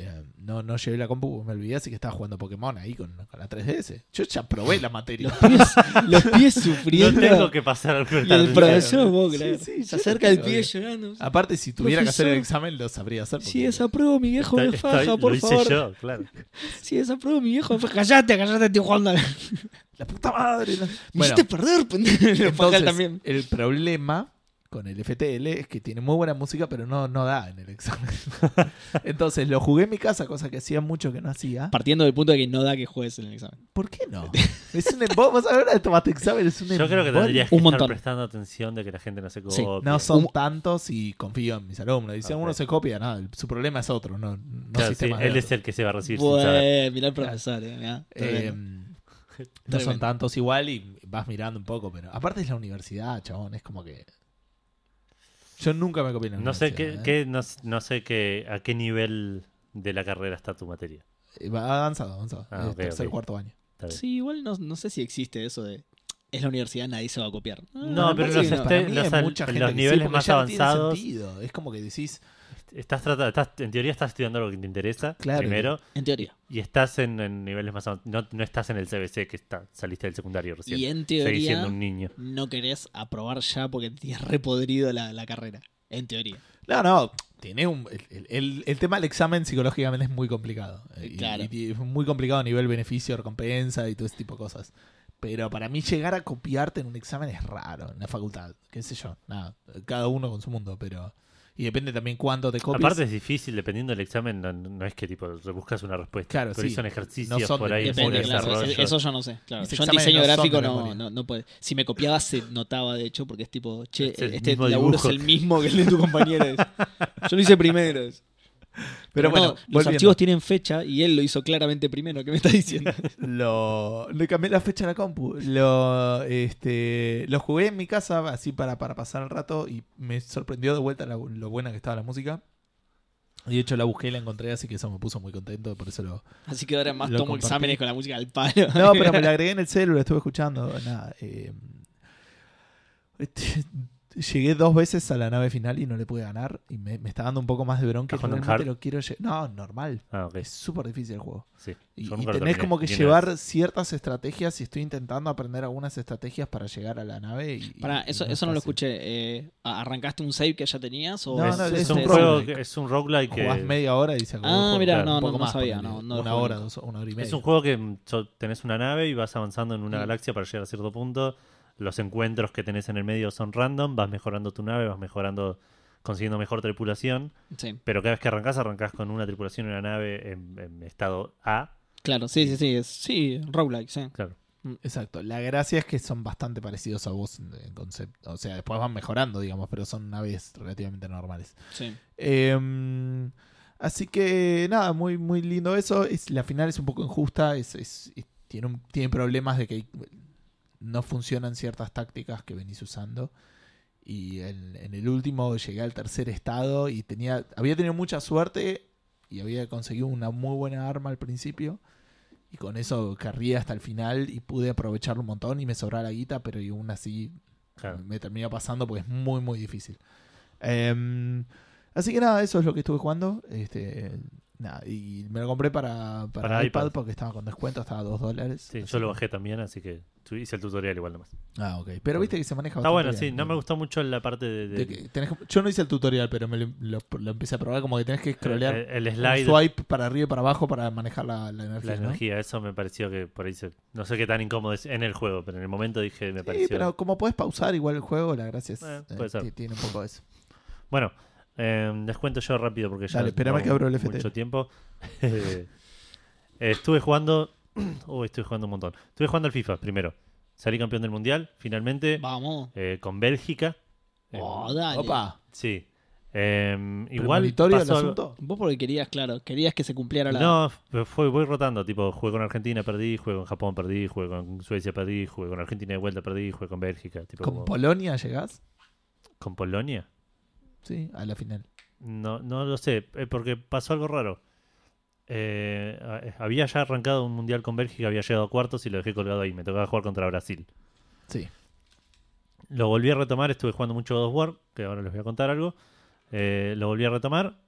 [SPEAKER 1] eh, no, no llevé la compu porque me olvidé, así que estaba jugando Pokémon ahí con, con la 3DS. Yo ya probé la materia.
[SPEAKER 3] Los pies, los pies
[SPEAKER 2] No
[SPEAKER 3] sufriendo.
[SPEAKER 2] tengo que pasar al
[SPEAKER 3] Y el
[SPEAKER 1] Claro,
[SPEAKER 3] profesor,
[SPEAKER 1] claro.
[SPEAKER 3] vos,
[SPEAKER 1] Sí,
[SPEAKER 3] claro.
[SPEAKER 1] sí,
[SPEAKER 3] se
[SPEAKER 1] yo
[SPEAKER 3] acerca el
[SPEAKER 1] creo
[SPEAKER 3] pie
[SPEAKER 1] que-
[SPEAKER 3] llorando.
[SPEAKER 1] Aparte, si tuviera que hacer el
[SPEAKER 3] Profesor.
[SPEAKER 1] examen, lo sabría hacer. porque-
[SPEAKER 3] Si desapruebo mi viejo de
[SPEAKER 2] Estoy-
[SPEAKER 3] faja,
[SPEAKER 2] estoy-
[SPEAKER 3] por
[SPEAKER 2] lo hice
[SPEAKER 3] favor.
[SPEAKER 2] yo, claro.
[SPEAKER 3] Si desapruebo mi viejo de faja. Callate, callate, estoy jugando. a la-
[SPEAKER 1] La puta madre. la-
[SPEAKER 3] Me
[SPEAKER 1] Bueno,
[SPEAKER 3] hiciste perder, pendejo. Lo paga él
[SPEAKER 1] entonces,
[SPEAKER 3] también.
[SPEAKER 1] el problema con el FTL es que tiene muy buena música, pero no, no da en el examen. Entonces lo jugué en mi casa, cosa que hacía mucho que no hacía.
[SPEAKER 3] Partiendo del punto de que no da que juegues en el examen.
[SPEAKER 1] ¿Por qué no? Es un embole. Vos ahora tomaste examen, es un
[SPEAKER 2] Yo creo que
[SPEAKER 1] embole.
[SPEAKER 2] tendrías que
[SPEAKER 3] Un
[SPEAKER 2] estar
[SPEAKER 3] montón.
[SPEAKER 2] prestando atención de que la gente no se copie.
[SPEAKER 3] Sí.
[SPEAKER 1] No son
[SPEAKER 3] Un-
[SPEAKER 1] tantos y confío en mis alumnos. Y si
[SPEAKER 2] Ok.
[SPEAKER 1] alguno se copia, nada, el- su problema es otro, no, no
[SPEAKER 2] Claro, sí,
[SPEAKER 1] sistemas de
[SPEAKER 2] él
[SPEAKER 1] otros.
[SPEAKER 2] es el que se va a recibir sin saber.
[SPEAKER 3] Bueno, mirá el profesor, eh, mirá.
[SPEAKER 1] Eh,
[SPEAKER 3] Tremendo.
[SPEAKER 1] no son
[SPEAKER 3] Tremendo.
[SPEAKER 1] tantos igual y vas mirando un poco, pero aparte es la universidad, chabón, es como que... Yo nunca me copié en la
[SPEAKER 2] No sé, qué,
[SPEAKER 1] universidad, ¿eh?
[SPEAKER 2] qué- no, no sé qué, a qué nivel de la carrera está tu materia.
[SPEAKER 1] Eh, va Avanzado, avanzado.
[SPEAKER 2] Ah,
[SPEAKER 1] Eh,
[SPEAKER 2] ok,
[SPEAKER 1] tercer,
[SPEAKER 2] ok.
[SPEAKER 1] cuarto año.
[SPEAKER 2] Está bien.
[SPEAKER 3] Sí, igual no, no sé si existe eso de. Es la universidad, nadie se va a copiar. Ah,
[SPEAKER 2] No, pero
[SPEAKER 3] me parece
[SPEAKER 2] los
[SPEAKER 3] que no.
[SPEAKER 2] este-
[SPEAKER 1] Para mí
[SPEAKER 2] los
[SPEAKER 1] hay
[SPEAKER 2] al-
[SPEAKER 1] mucha
[SPEAKER 2] los
[SPEAKER 1] gente que sí,
[SPEAKER 2] niveles
[SPEAKER 1] porque
[SPEAKER 2] más
[SPEAKER 1] ya no tiene
[SPEAKER 2] avanzados-
[SPEAKER 1] sentido. Es como que decís,
[SPEAKER 2] Estás, trata- estás- en teoría estás estudiando lo que te interesa
[SPEAKER 1] Claro.
[SPEAKER 2] primero
[SPEAKER 3] En teoría.
[SPEAKER 2] y estás en, en niveles más avanzados. No, no estás en el CBC que está, saliste del secundario recién.
[SPEAKER 3] Y en
[SPEAKER 2] Seguís siendo
[SPEAKER 3] teoría
[SPEAKER 2] un niño.
[SPEAKER 3] no querés aprobar ya porque te tienes repodrido la, la carrera. En teoría.
[SPEAKER 1] No, no. Tiene un, el- el, el- el tema del examen psicológicamente es muy complicado. Eh, y-
[SPEAKER 3] Claro.
[SPEAKER 1] y es muy complicado a nivel beneficio, recompensa y todo ese tipo de cosas. Pero para mí llegar a copiarte en un examen es raro en la facultad. Qué sé yo. Nada, cada uno con su mundo, pero... Y depende también cuánto te copias.
[SPEAKER 2] Aparte es difícil, dependiendo del examen, no, no es que tipo rebuscas una respuesta.
[SPEAKER 1] Claro,
[SPEAKER 2] Por ahí
[SPEAKER 1] sí.
[SPEAKER 2] son ejercicios
[SPEAKER 1] No son
[SPEAKER 2] por
[SPEAKER 1] de
[SPEAKER 2] ahí
[SPEAKER 1] memoria,
[SPEAKER 2] un
[SPEAKER 3] Depende,
[SPEAKER 1] de
[SPEAKER 3] claro,
[SPEAKER 2] desarrollo.
[SPEAKER 3] eso yo no sé. Claro.
[SPEAKER 1] Mis
[SPEAKER 3] Yo en
[SPEAKER 1] exámenes
[SPEAKER 3] diseño
[SPEAKER 1] no son
[SPEAKER 3] gráfico
[SPEAKER 1] de
[SPEAKER 3] no,
[SPEAKER 1] memoria.
[SPEAKER 3] no, no puede. Si me copiaba se notaba, de hecho, porque es tipo, che,
[SPEAKER 2] Es el
[SPEAKER 3] este
[SPEAKER 2] mismo
[SPEAKER 3] laburo
[SPEAKER 2] dibujo.
[SPEAKER 3] es el mismo que el de tu compañero. Yo lo hice primero.
[SPEAKER 1] Pero
[SPEAKER 3] No,
[SPEAKER 1] bueno,
[SPEAKER 3] los
[SPEAKER 1] volviendo.
[SPEAKER 3] archivos tienen fecha y él lo hizo claramente primero. ¿Qué me estás diciendo?
[SPEAKER 1] Lo, le cambié la fecha a la compu. Lo, este, lo jugué en mi casa así para, para pasar el rato y me sorprendió de vuelta la- lo buena que estaba la música. De hecho la busqué y la encontré, así que eso me puso muy contento, por eso lo...
[SPEAKER 3] Así que ahora más
[SPEAKER 1] Lo
[SPEAKER 3] tomo
[SPEAKER 1] compartí.
[SPEAKER 3] exámenes con la música al palo.
[SPEAKER 1] No, pero me la agregué en el celular, estuve escuchando. Nada, eh, este, llegué dos veces a la nave final y no le pude ganar y me, me está dando un poco más de bronca. y
[SPEAKER 2] ¿Bajando en
[SPEAKER 1] realmente
[SPEAKER 2] hard?
[SPEAKER 1] lo quiero lle- No, normal.
[SPEAKER 2] Ah, ok.
[SPEAKER 1] Es súper difícil el juego.
[SPEAKER 2] Sí.
[SPEAKER 1] Y,
[SPEAKER 2] Yo
[SPEAKER 1] y
[SPEAKER 2] nunca
[SPEAKER 1] tenés
[SPEAKER 2] lo terminé,
[SPEAKER 1] como que
[SPEAKER 2] ni una
[SPEAKER 1] llevar
[SPEAKER 2] vez.
[SPEAKER 1] ciertas estrategias y estoy intentando aprender algunas estrategias para llegar a la nave. Y,
[SPEAKER 3] Pará,
[SPEAKER 1] y
[SPEAKER 3] eso,
[SPEAKER 1] es
[SPEAKER 3] eso no lo
[SPEAKER 1] fácil.
[SPEAKER 3] escuché. Eh, ¿Arrancaste un save que ya tenías? O este
[SPEAKER 1] No,
[SPEAKER 2] es,
[SPEAKER 1] no,
[SPEAKER 2] es
[SPEAKER 1] es
[SPEAKER 2] un
[SPEAKER 1] un
[SPEAKER 2] juego,
[SPEAKER 1] roguelike.
[SPEAKER 2] que- es un roguelike que-
[SPEAKER 1] Jugás media hora y se acabó. el
[SPEAKER 3] Ah,
[SPEAKER 1] juego.
[SPEAKER 3] mirá,
[SPEAKER 1] Claro,
[SPEAKER 2] no,
[SPEAKER 1] un
[SPEAKER 3] no,
[SPEAKER 1] poco
[SPEAKER 3] no
[SPEAKER 1] más,
[SPEAKER 3] sabía,
[SPEAKER 1] ponele,
[SPEAKER 3] no, no lo
[SPEAKER 1] una
[SPEAKER 3] jugué
[SPEAKER 1] hora,
[SPEAKER 3] nunca.
[SPEAKER 1] dos, una hora y media.
[SPEAKER 2] Es un juego que mm, so- tenés una nave y vas avanzando en una
[SPEAKER 3] Sí.
[SPEAKER 2] galaxia para llegar a cierto punto. Los encuentros que tenés en el medio son random, vas mejorando tu nave, vas mejorando, consiguiendo mejor tripulación,
[SPEAKER 3] Sí,
[SPEAKER 2] pero cada vez que arrancás, arrancás con una tripulación y una nave en, en estado A.
[SPEAKER 3] claro, sí, sí, sí. es- sí, roguelike, sí.
[SPEAKER 2] Claro.
[SPEAKER 1] Mm, Exacto. La gracia es que son bastante parecidos a vos en, en concepto. O sea, después van mejorando, digamos, pero son naves relativamente normales.
[SPEAKER 3] sí.
[SPEAKER 1] Eh, así que nada, muy, muy lindo eso. Es, la final es un poco injusta. Es, es- es- tiene, un- tiene problemas de que no funcionan ciertas tácticas que venís usando. Y en, en el último llegué al tercer estado y tenía, había tenido mucha suerte y había conseguido una muy buena arma al principio. Y con eso carría hasta el final y pude aprovecharlo un montón y me sobraba la guita, pero y aún así
[SPEAKER 2] claro.
[SPEAKER 1] me termina pasando porque es muy, muy difícil. Em, así que nada, eso es lo que estuve jugando. Este, nada, y me lo compré para, para,
[SPEAKER 2] Para
[SPEAKER 1] iPad,
[SPEAKER 2] iPad.
[SPEAKER 1] porque estaba con descuento, estaba a 2 dólares.
[SPEAKER 2] Sí,
[SPEAKER 1] Así
[SPEAKER 2] yo lo
[SPEAKER 1] que-
[SPEAKER 2] bajé también, así que tu- hice el tutorial igual nomás.
[SPEAKER 1] Ah, ok. Pero viste que se maneja
[SPEAKER 2] Está
[SPEAKER 1] bastante
[SPEAKER 2] bueno, sí.
[SPEAKER 1] bien.
[SPEAKER 2] No me gustó mucho la parte de, eh, de-
[SPEAKER 1] De que tenés que- yo no hice el tutorial, pero me lo, lo- lo empecé a probar. Como que tenés que
[SPEAKER 2] el,
[SPEAKER 1] scrollear
[SPEAKER 2] el
[SPEAKER 1] un
[SPEAKER 2] Eh, slide,
[SPEAKER 1] swipe para arriba y para abajo para manejar la, la energía.
[SPEAKER 2] la
[SPEAKER 1] ¿no?
[SPEAKER 2] energía. Eso me pareció que por ahí se- No sé qué tan incómodo es en el juego, pero en el momento dije, me
[SPEAKER 1] Sí,
[SPEAKER 2] pareció.
[SPEAKER 1] pero como podés pausar igual el juego, la gracia es,
[SPEAKER 2] Eh,
[SPEAKER 1] eh,
[SPEAKER 2] puede ser.
[SPEAKER 1] ti- tiene un poco eso.
[SPEAKER 2] Bueno, eh, les cuento yo rápido porque ya
[SPEAKER 1] Dale, espérame
[SPEAKER 2] no
[SPEAKER 1] que abro el FT.
[SPEAKER 2] mucho tiempo. Eh, estuve jugando, uy, estuve jugando un montón. Estuve jugando al FIFA primero. Salí campeón del mundial, finalmente,
[SPEAKER 3] Vamos.
[SPEAKER 2] eh, con Bélgica. Eh,
[SPEAKER 3] Oh, dale.
[SPEAKER 1] Opa,
[SPEAKER 2] sí. Eh, igual
[SPEAKER 1] premonitorio el
[SPEAKER 2] pasó algo-
[SPEAKER 1] asunto.
[SPEAKER 3] Vos porque querías, claro, querías que se cumpliera la...
[SPEAKER 2] No, f- fue, voy rotando, tipo, jugué con Argentina, perdí, jugué con Japón, perdí, jugué con Suecia, perdí, jugué con Argentina de vuelta, perdí, jugué con Bélgica, tipo,
[SPEAKER 1] ¿Con
[SPEAKER 2] como-
[SPEAKER 1] Polonia llegás?
[SPEAKER 2] ¿con Polonia.
[SPEAKER 1] Sí, a la final.
[SPEAKER 2] No, no lo sé, eh, porque pasó algo raro. Eh, a- había ya arrancado un mundial con Bélgica, había llegado a cuartos y lo dejé colgado ahí. Me tocaba jugar contra Brasil.
[SPEAKER 1] Sí.
[SPEAKER 2] Lo volví a retomar, estuve jugando mucho God of War, que ahora les voy a contar algo. Eh, lo volví a retomar.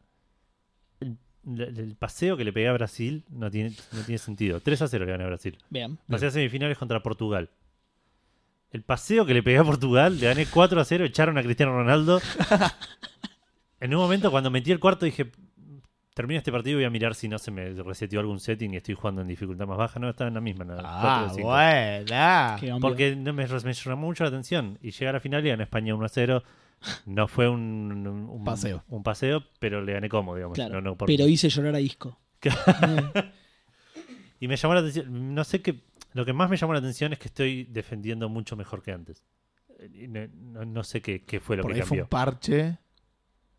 [SPEAKER 2] El, el- el paseo que le pegué a Brasil no tiene, no tiene sentido. 3 a 0 le gané a Brasil.
[SPEAKER 3] Vean.
[SPEAKER 2] Pasé a semifinales contra Portugal. El paseo que le pegué a Portugal, le gané 4 a 0, echaron a Cristiano Ronaldo. en un momento cuando metí el cuarto dije, termino este partido y voy a mirar si no se me reseteó algún setting y estoy jugando en dificultad más baja. No, estaba en la misma. en la 4 de cinco.
[SPEAKER 1] buena.
[SPEAKER 3] qué
[SPEAKER 2] Ah,
[SPEAKER 3] hombre.
[SPEAKER 2] Porque no me, me llamó mucho la atención. Y llegar a la final y gané España 1 a 0, No fue un, un- un-
[SPEAKER 1] Paseo.
[SPEAKER 2] Un paseo, pero le gané como, digamos.
[SPEAKER 3] Claro,
[SPEAKER 2] no- no por-
[SPEAKER 3] pero hice llorar a Disco. Eh,
[SPEAKER 2] Y me llamó la atención, no sé qué, lo que más me llamó la atención es que estoy defendiendo mucho mejor que antes. Eh, y No, no- no sé qué, qué fue lo
[SPEAKER 1] Por
[SPEAKER 2] que
[SPEAKER 1] ahí fue
[SPEAKER 2] cambió.
[SPEAKER 1] un parche.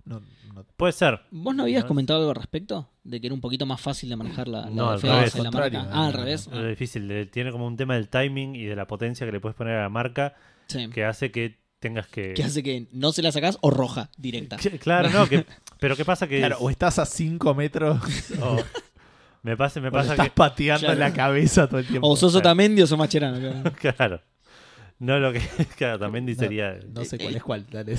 [SPEAKER 1] No, no-
[SPEAKER 2] Puede ser.
[SPEAKER 3] ¿Vos no habías
[SPEAKER 2] No.
[SPEAKER 3] comentado algo al respecto? De que era un poquito más fácil de manejar la, la
[SPEAKER 2] No, al
[SPEAKER 3] defensa
[SPEAKER 2] revés.
[SPEAKER 3] y la
[SPEAKER 1] Contrario.
[SPEAKER 3] marca. Ah, al revés.
[SPEAKER 2] Lo difícil, de- tiene como un tema del timing y de la potencia que le puedes poner a la marca
[SPEAKER 3] Sí.
[SPEAKER 1] Mm.
[SPEAKER 2] que hace que tengas que...
[SPEAKER 3] Que hace que no se la sacás o roja directa.
[SPEAKER 2] Que- Claro, no, que- pero ¿qué pasa? Que
[SPEAKER 1] Claro, o estás a 5 metros
[SPEAKER 2] o- me pasa, me
[SPEAKER 1] o le
[SPEAKER 2] pasa
[SPEAKER 1] estás
[SPEAKER 2] que...
[SPEAKER 1] pateando
[SPEAKER 3] Claro.
[SPEAKER 1] en la cabeza todo el tiempo.
[SPEAKER 3] O sos Otamendi o sos Macherano. claro.
[SPEAKER 2] Claro. No, lo que... Claro, también sería...
[SPEAKER 1] No sé cuál es cuál, dale.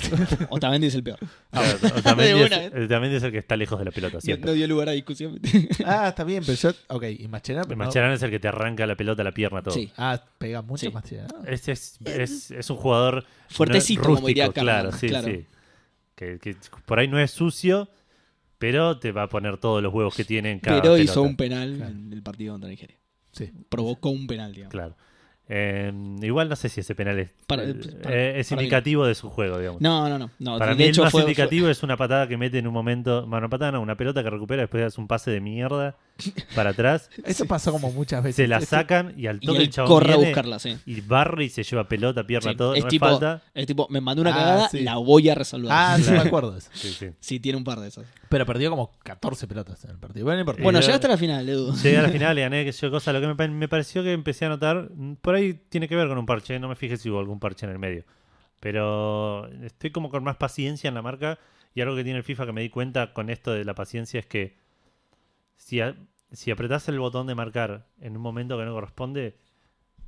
[SPEAKER 3] Otamendi es el peor.
[SPEAKER 2] claro, Otamendi
[SPEAKER 3] De
[SPEAKER 2] es,
[SPEAKER 3] una, ¿eh?
[SPEAKER 2] Otamendi es el que está lejos de la pelota
[SPEAKER 3] No,
[SPEAKER 2] siempre.
[SPEAKER 3] no dio lugar a discusión.
[SPEAKER 1] ah, está bien, pero yo. Ok, y Mascherano. pero no-
[SPEAKER 2] Mascherano es el que te arranca la pelota a la pierna todo.
[SPEAKER 3] Sí.
[SPEAKER 1] Ah, pega mucho
[SPEAKER 3] Sí.
[SPEAKER 1] Mascherano.
[SPEAKER 2] Es, es, es- es un jugador no-
[SPEAKER 3] Fuertecito, como
[SPEAKER 2] rústico,
[SPEAKER 3] diría Carlos,
[SPEAKER 2] claro, sí,
[SPEAKER 3] claro.
[SPEAKER 2] sí. Que, que por ahí no es sucio, pero te va a poner todos los huevos que tiene en cada
[SPEAKER 3] Pero hizo
[SPEAKER 2] pelota.
[SPEAKER 3] un penal
[SPEAKER 1] Claro.
[SPEAKER 3] en el partido contra Nigeria.
[SPEAKER 1] Sí.
[SPEAKER 3] Provocó un penal, digamos.
[SPEAKER 2] Claro. Eh, igual no sé si ese penal es,
[SPEAKER 3] Para-
[SPEAKER 2] eh,
[SPEAKER 3] para-
[SPEAKER 2] eh, es
[SPEAKER 3] para mí
[SPEAKER 2] indicativo de su juego, digamos.
[SPEAKER 3] No, no, no. no.
[SPEAKER 2] para
[SPEAKER 3] de
[SPEAKER 2] mí
[SPEAKER 3] hecho,
[SPEAKER 2] el más
[SPEAKER 3] fue, fue-
[SPEAKER 2] indicativo es una patada que mete en un momento, bueno, una patada no, una pelota que recupera, después hace un pase de mierda para atrás,
[SPEAKER 1] Eso pasa como muchas veces.
[SPEAKER 2] se la sacan y al
[SPEAKER 3] y
[SPEAKER 2] toque
[SPEAKER 3] él
[SPEAKER 2] el chabón
[SPEAKER 3] corre a
[SPEAKER 2] viene
[SPEAKER 3] buscarla, sí.
[SPEAKER 2] y barre y se lleva pelota, pierna,
[SPEAKER 3] Sí,
[SPEAKER 2] todo,
[SPEAKER 3] es
[SPEAKER 2] no es
[SPEAKER 3] tipo-
[SPEAKER 2] falta.
[SPEAKER 3] Es tipo, me mandó una
[SPEAKER 1] Ah,
[SPEAKER 3] cagada,
[SPEAKER 1] sí.
[SPEAKER 3] la voy a resolver.
[SPEAKER 1] Ah, sí, me
[SPEAKER 2] Claro.
[SPEAKER 1] acuerdo de eso.
[SPEAKER 2] Sí, sí.
[SPEAKER 3] Sí, tiene un par de esas.
[SPEAKER 1] Pero perdió como 14 pelotas en el partido. Bueno, no importa.
[SPEAKER 3] Bueno,
[SPEAKER 2] yo-
[SPEAKER 3] llegaste a la final, Edu.
[SPEAKER 2] Llegué a la final, le gané que yo cosa. Lo que me, pa- me pareció que empecé a notar, mm, por ahí tiene que ver con un parche, no me fijé si hubo algún parche en el medio. Pero estoy como con más paciencia en la marca y algo que tiene el FIFA que me di cuenta con esto de la paciencia es que si, a- si apretás el botón de marcar en un momento que no corresponde,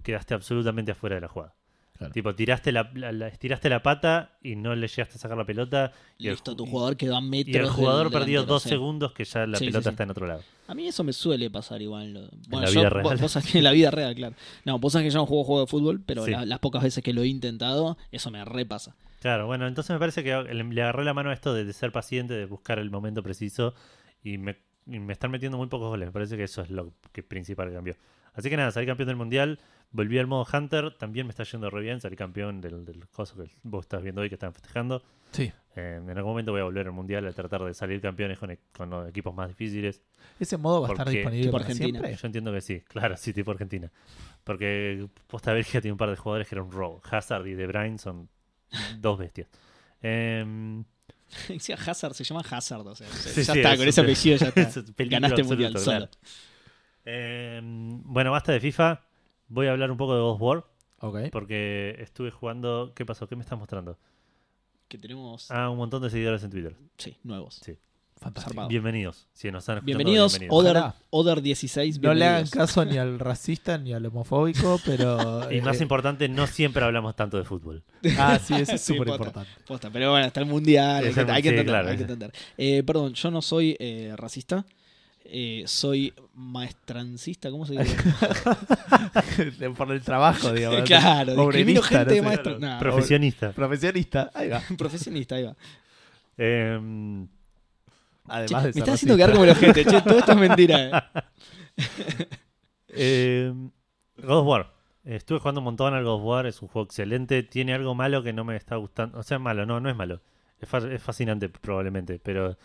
[SPEAKER 2] quedaste absolutamente afuera de la jugada.
[SPEAKER 1] Claro.
[SPEAKER 2] Tipo, tiraste la, la- la- estiraste la pata y no le llegaste a sacar la pelota. Y el
[SPEAKER 3] Listo,
[SPEAKER 2] ju-
[SPEAKER 3] tu jugador quedó a metros.
[SPEAKER 2] Y el
[SPEAKER 3] del
[SPEAKER 2] jugador perdió
[SPEAKER 3] delantero,
[SPEAKER 2] dos
[SPEAKER 3] sí.
[SPEAKER 2] segundos que ya la
[SPEAKER 3] Sí, sí,
[SPEAKER 2] pelota
[SPEAKER 3] sí.
[SPEAKER 2] está en otro lado.
[SPEAKER 3] A mí eso me suele pasar igual. lo-
[SPEAKER 2] la
[SPEAKER 3] Bueno, yo-
[SPEAKER 2] vida
[SPEAKER 3] vos-
[SPEAKER 2] real.
[SPEAKER 3] Vos sabés que en la vida real, claro. No, vos sabés que yo no juego juego de fútbol, pero
[SPEAKER 2] Sí.
[SPEAKER 3] la- las pocas veces que lo he intentado, eso me repasa.
[SPEAKER 2] Claro, bueno, entonces me parece que le le agarré la mano a esto de, de ser paciente, de buscar el momento preciso y me, y me están metiendo muy pocos goles. Me parece que eso es lo que principal que cambió. Así que nada, salí campeón del mundial, volví al modo Hunter, también me está yendo re bien, salí campeón del, del coso que vos estás viendo hoy que están festejando.
[SPEAKER 1] Sí.
[SPEAKER 2] Eh, en algún momento voy a volver al mundial a tratar de salir campeones con, e- con los equipos más difíciles.
[SPEAKER 1] Ese modo va a estar
[SPEAKER 2] Porque-
[SPEAKER 1] disponible
[SPEAKER 3] Tipo
[SPEAKER 1] para
[SPEAKER 3] Argentina.
[SPEAKER 1] siempre.
[SPEAKER 2] Yo entiendo que sí, claro, sí, tipo Argentina. Porque Posta Bélgica tiene un par de jugadores que eran un robo. Hazard y De Bruyne son dos bestias. Em,
[SPEAKER 3] Decía Hazard, se llama Hazard. O sea,
[SPEAKER 2] Sí,
[SPEAKER 3] ya
[SPEAKER 2] sí,
[SPEAKER 3] está,
[SPEAKER 2] es
[SPEAKER 3] con ese
[SPEAKER 2] un-
[SPEAKER 3] apellido ya está.
[SPEAKER 2] es un peligro
[SPEAKER 3] Ganaste
[SPEAKER 2] absoluto,
[SPEAKER 3] mundial solo.
[SPEAKER 2] claro. Eh, bueno, basta de FIFA. Voy a hablar un poco de Ghost War
[SPEAKER 1] Ok.
[SPEAKER 2] porque estuve jugando. ¿Qué pasó? ¿Qué me estás mostrando?
[SPEAKER 3] Que tenemos,
[SPEAKER 2] Ah, un montón de seguidores en Twitter.
[SPEAKER 3] sí, nuevos.
[SPEAKER 1] Fantástico.
[SPEAKER 3] Wow.
[SPEAKER 2] Bienvenidos. Si nos están escuchando,
[SPEAKER 3] Oh. Bienvenidos, Other,
[SPEAKER 1] Ojalá.
[SPEAKER 3] Other 16.
[SPEAKER 1] No le hagan
[SPEAKER 3] bienvenidos.
[SPEAKER 1] caso ni al racista ni al homofóbico, pero.
[SPEAKER 2] Y más
[SPEAKER 1] eh,
[SPEAKER 2] importante, no siempre hablamos tanto de fútbol.
[SPEAKER 1] Ah, sí, eso es
[SPEAKER 3] Sí,
[SPEAKER 1] súper
[SPEAKER 3] posta.
[SPEAKER 1] importante.
[SPEAKER 3] Posta, pero bueno, está el mundial, hay
[SPEAKER 2] Es
[SPEAKER 3] que,
[SPEAKER 2] el-
[SPEAKER 3] hay que
[SPEAKER 2] sí,
[SPEAKER 3] entender,
[SPEAKER 2] claro.
[SPEAKER 3] hay que entender. Eh, perdón, yo no soy eh, racista, eh, soy maestrancista, ¿cómo se dice?
[SPEAKER 1] Por el trabajo, digamos.
[SPEAKER 3] claro, discrimino
[SPEAKER 1] Obrerista,
[SPEAKER 3] gente de
[SPEAKER 1] no sé.
[SPEAKER 3] maestro. no,
[SPEAKER 2] Profesionista.
[SPEAKER 1] Profesionista, ahí va.
[SPEAKER 3] obre- profesionista, ahí va.
[SPEAKER 2] Eh,
[SPEAKER 3] Che,
[SPEAKER 1] Además
[SPEAKER 3] me
[SPEAKER 1] de ser
[SPEAKER 3] estás haciendo
[SPEAKER 1] racista.
[SPEAKER 3] quedar como la gente, che, todo esto es mentira. eh.
[SPEAKER 2] eh, God of War. Estuve jugando un montón al God of War. Es un juego excelente. Tiene algo malo que no me está gustando. O sea, malo. No, no es malo. Es, fa- es fascinante probablemente, pero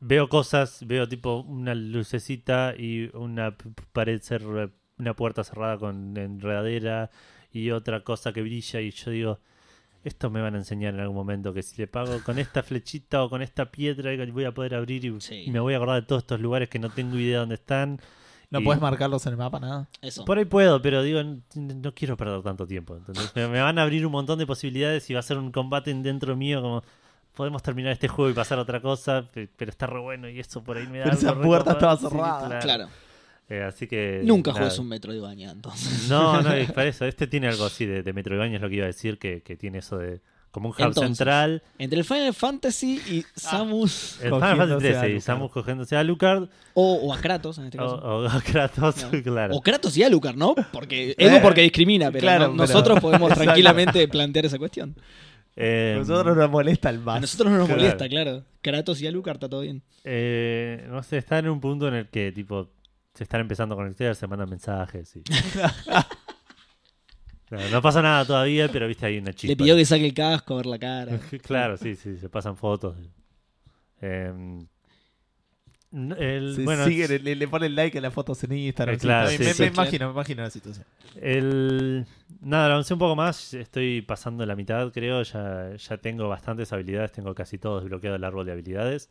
[SPEAKER 2] veo cosas, veo tipo una lucecita y una p- p- pared cer- una puerta cerrada con enredadera y otra cosa que brilla y yo digo, esto me van a enseñar en algún momento que si le pago con esta flechita o con esta piedra voy a poder abrir y,
[SPEAKER 3] Sí.
[SPEAKER 2] y me voy a acordar de todos estos lugares que no tengo idea dónde están.
[SPEAKER 1] No
[SPEAKER 2] Y-
[SPEAKER 1] puedes marcarlos en el mapa, nada.
[SPEAKER 3] Eso.
[SPEAKER 2] por ahí puedo, pero digo, n- no quiero perder tanto tiempo. ¿entendés? Me, me van a abrir un montón de posibilidades y va a ser un combate en dentro mío como... Podemos terminar este juego y pasar a otra cosa, pe- pero está re bueno y eso por ahí me da...
[SPEAKER 1] Pero
[SPEAKER 2] algo
[SPEAKER 1] esa
[SPEAKER 2] re
[SPEAKER 1] puerta
[SPEAKER 2] copado.
[SPEAKER 1] estaba cerrada.
[SPEAKER 3] Claro,
[SPEAKER 2] Eh, así que...
[SPEAKER 3] nunca
[SPEAKER 2] nada.
[SPEAKER 3] juegues un metro de baña, entonces.
[SPEAKER 2] No, no, es para eso. Este tiene algo así de, de Metroidvania, es lo que iba a decir, que, que tiene eso de... Como un hub
[SPEAKER 3] Entonces.
[SPEAKER 2] central.
[SPEAKER 3] Entre el Final Fantasy y Samus,
[SPEAKER 2] El Final
[SPEAKER 1] Cogiéndose
[SPEAKER 2] Fantasy
[SPEAKER 1] a
[SPEAKER 2] 13 y
[SPEAKER 1] Alucard.
[SPEAKER 2] Samus cogiéndose a Lucard
[SPEAKER 3] o, o a Kratos en este
[SPEAKER 2] o,
[SPEAKER 3] caso.
[SPEAKER 2] o Kratos,
[SPEAKER 3] No.
[SPEAKER 2] Oh, claro.
[SPEAKER 3] O Kratos y Alucard, ¿no? Porque Edu porque discrimina, pero
[SPEAKER 1] claro,
[SPEAKER 3] no-
[SPEAKER 1] pero-
[SPEAKER 3] nosotros podemos
[SPEAKER 1] Exacto.
[SPEAKER 3] tranquilamente plantear esa cuestión.
[SPEAKER 2] Eh,
[SPEAKER 1] A nosotros nos molesta el
[SPEAKER 3] A
[SPEAKER 1] más.
[SPEAKER 3] nosotros no nos
[SPEAKER 2] Claro.
[SPEAKER 3] molesta, claro. Kratos y Alucard está todo bien.
[SPEAKER 2] Eh, no sé, están en un punto en el que, tipo, se están empezando a conectar, se mandan mensajes. Y... No, no pasa nada todavía, pero viste ahí una chispa.
[SPEAKER 3] Le pidió que saque el casco, a ver la cara.
[SPEAKER 2] Claro, sí, sí, se pasan fotos. Eh, el-
[SPEAKER 1] Se
[SPEAKER 2] bueno,
[SPEAKER 1] sigue, le, le pone el like a las fotos en Instagram.
[SPEAKER 2] Eh, claro,
[SPEAKER 1] sí.
[SPEAKER 2] sí,
[SPEAKER 1] me,
[SPEAKER 2] sí,
[SPEAKER 1] me
[SPEAKER 3] claro.
[SPEAKER 1] imagino, me imagino la situación.
[SPEAKER 2] El... Nada, lo avancé un poco más. Estoy pasando la mitad, creo. Ya, ya tengo bastantes habilidades. Tengo casi todo desbloqueado el árbol de habilidades.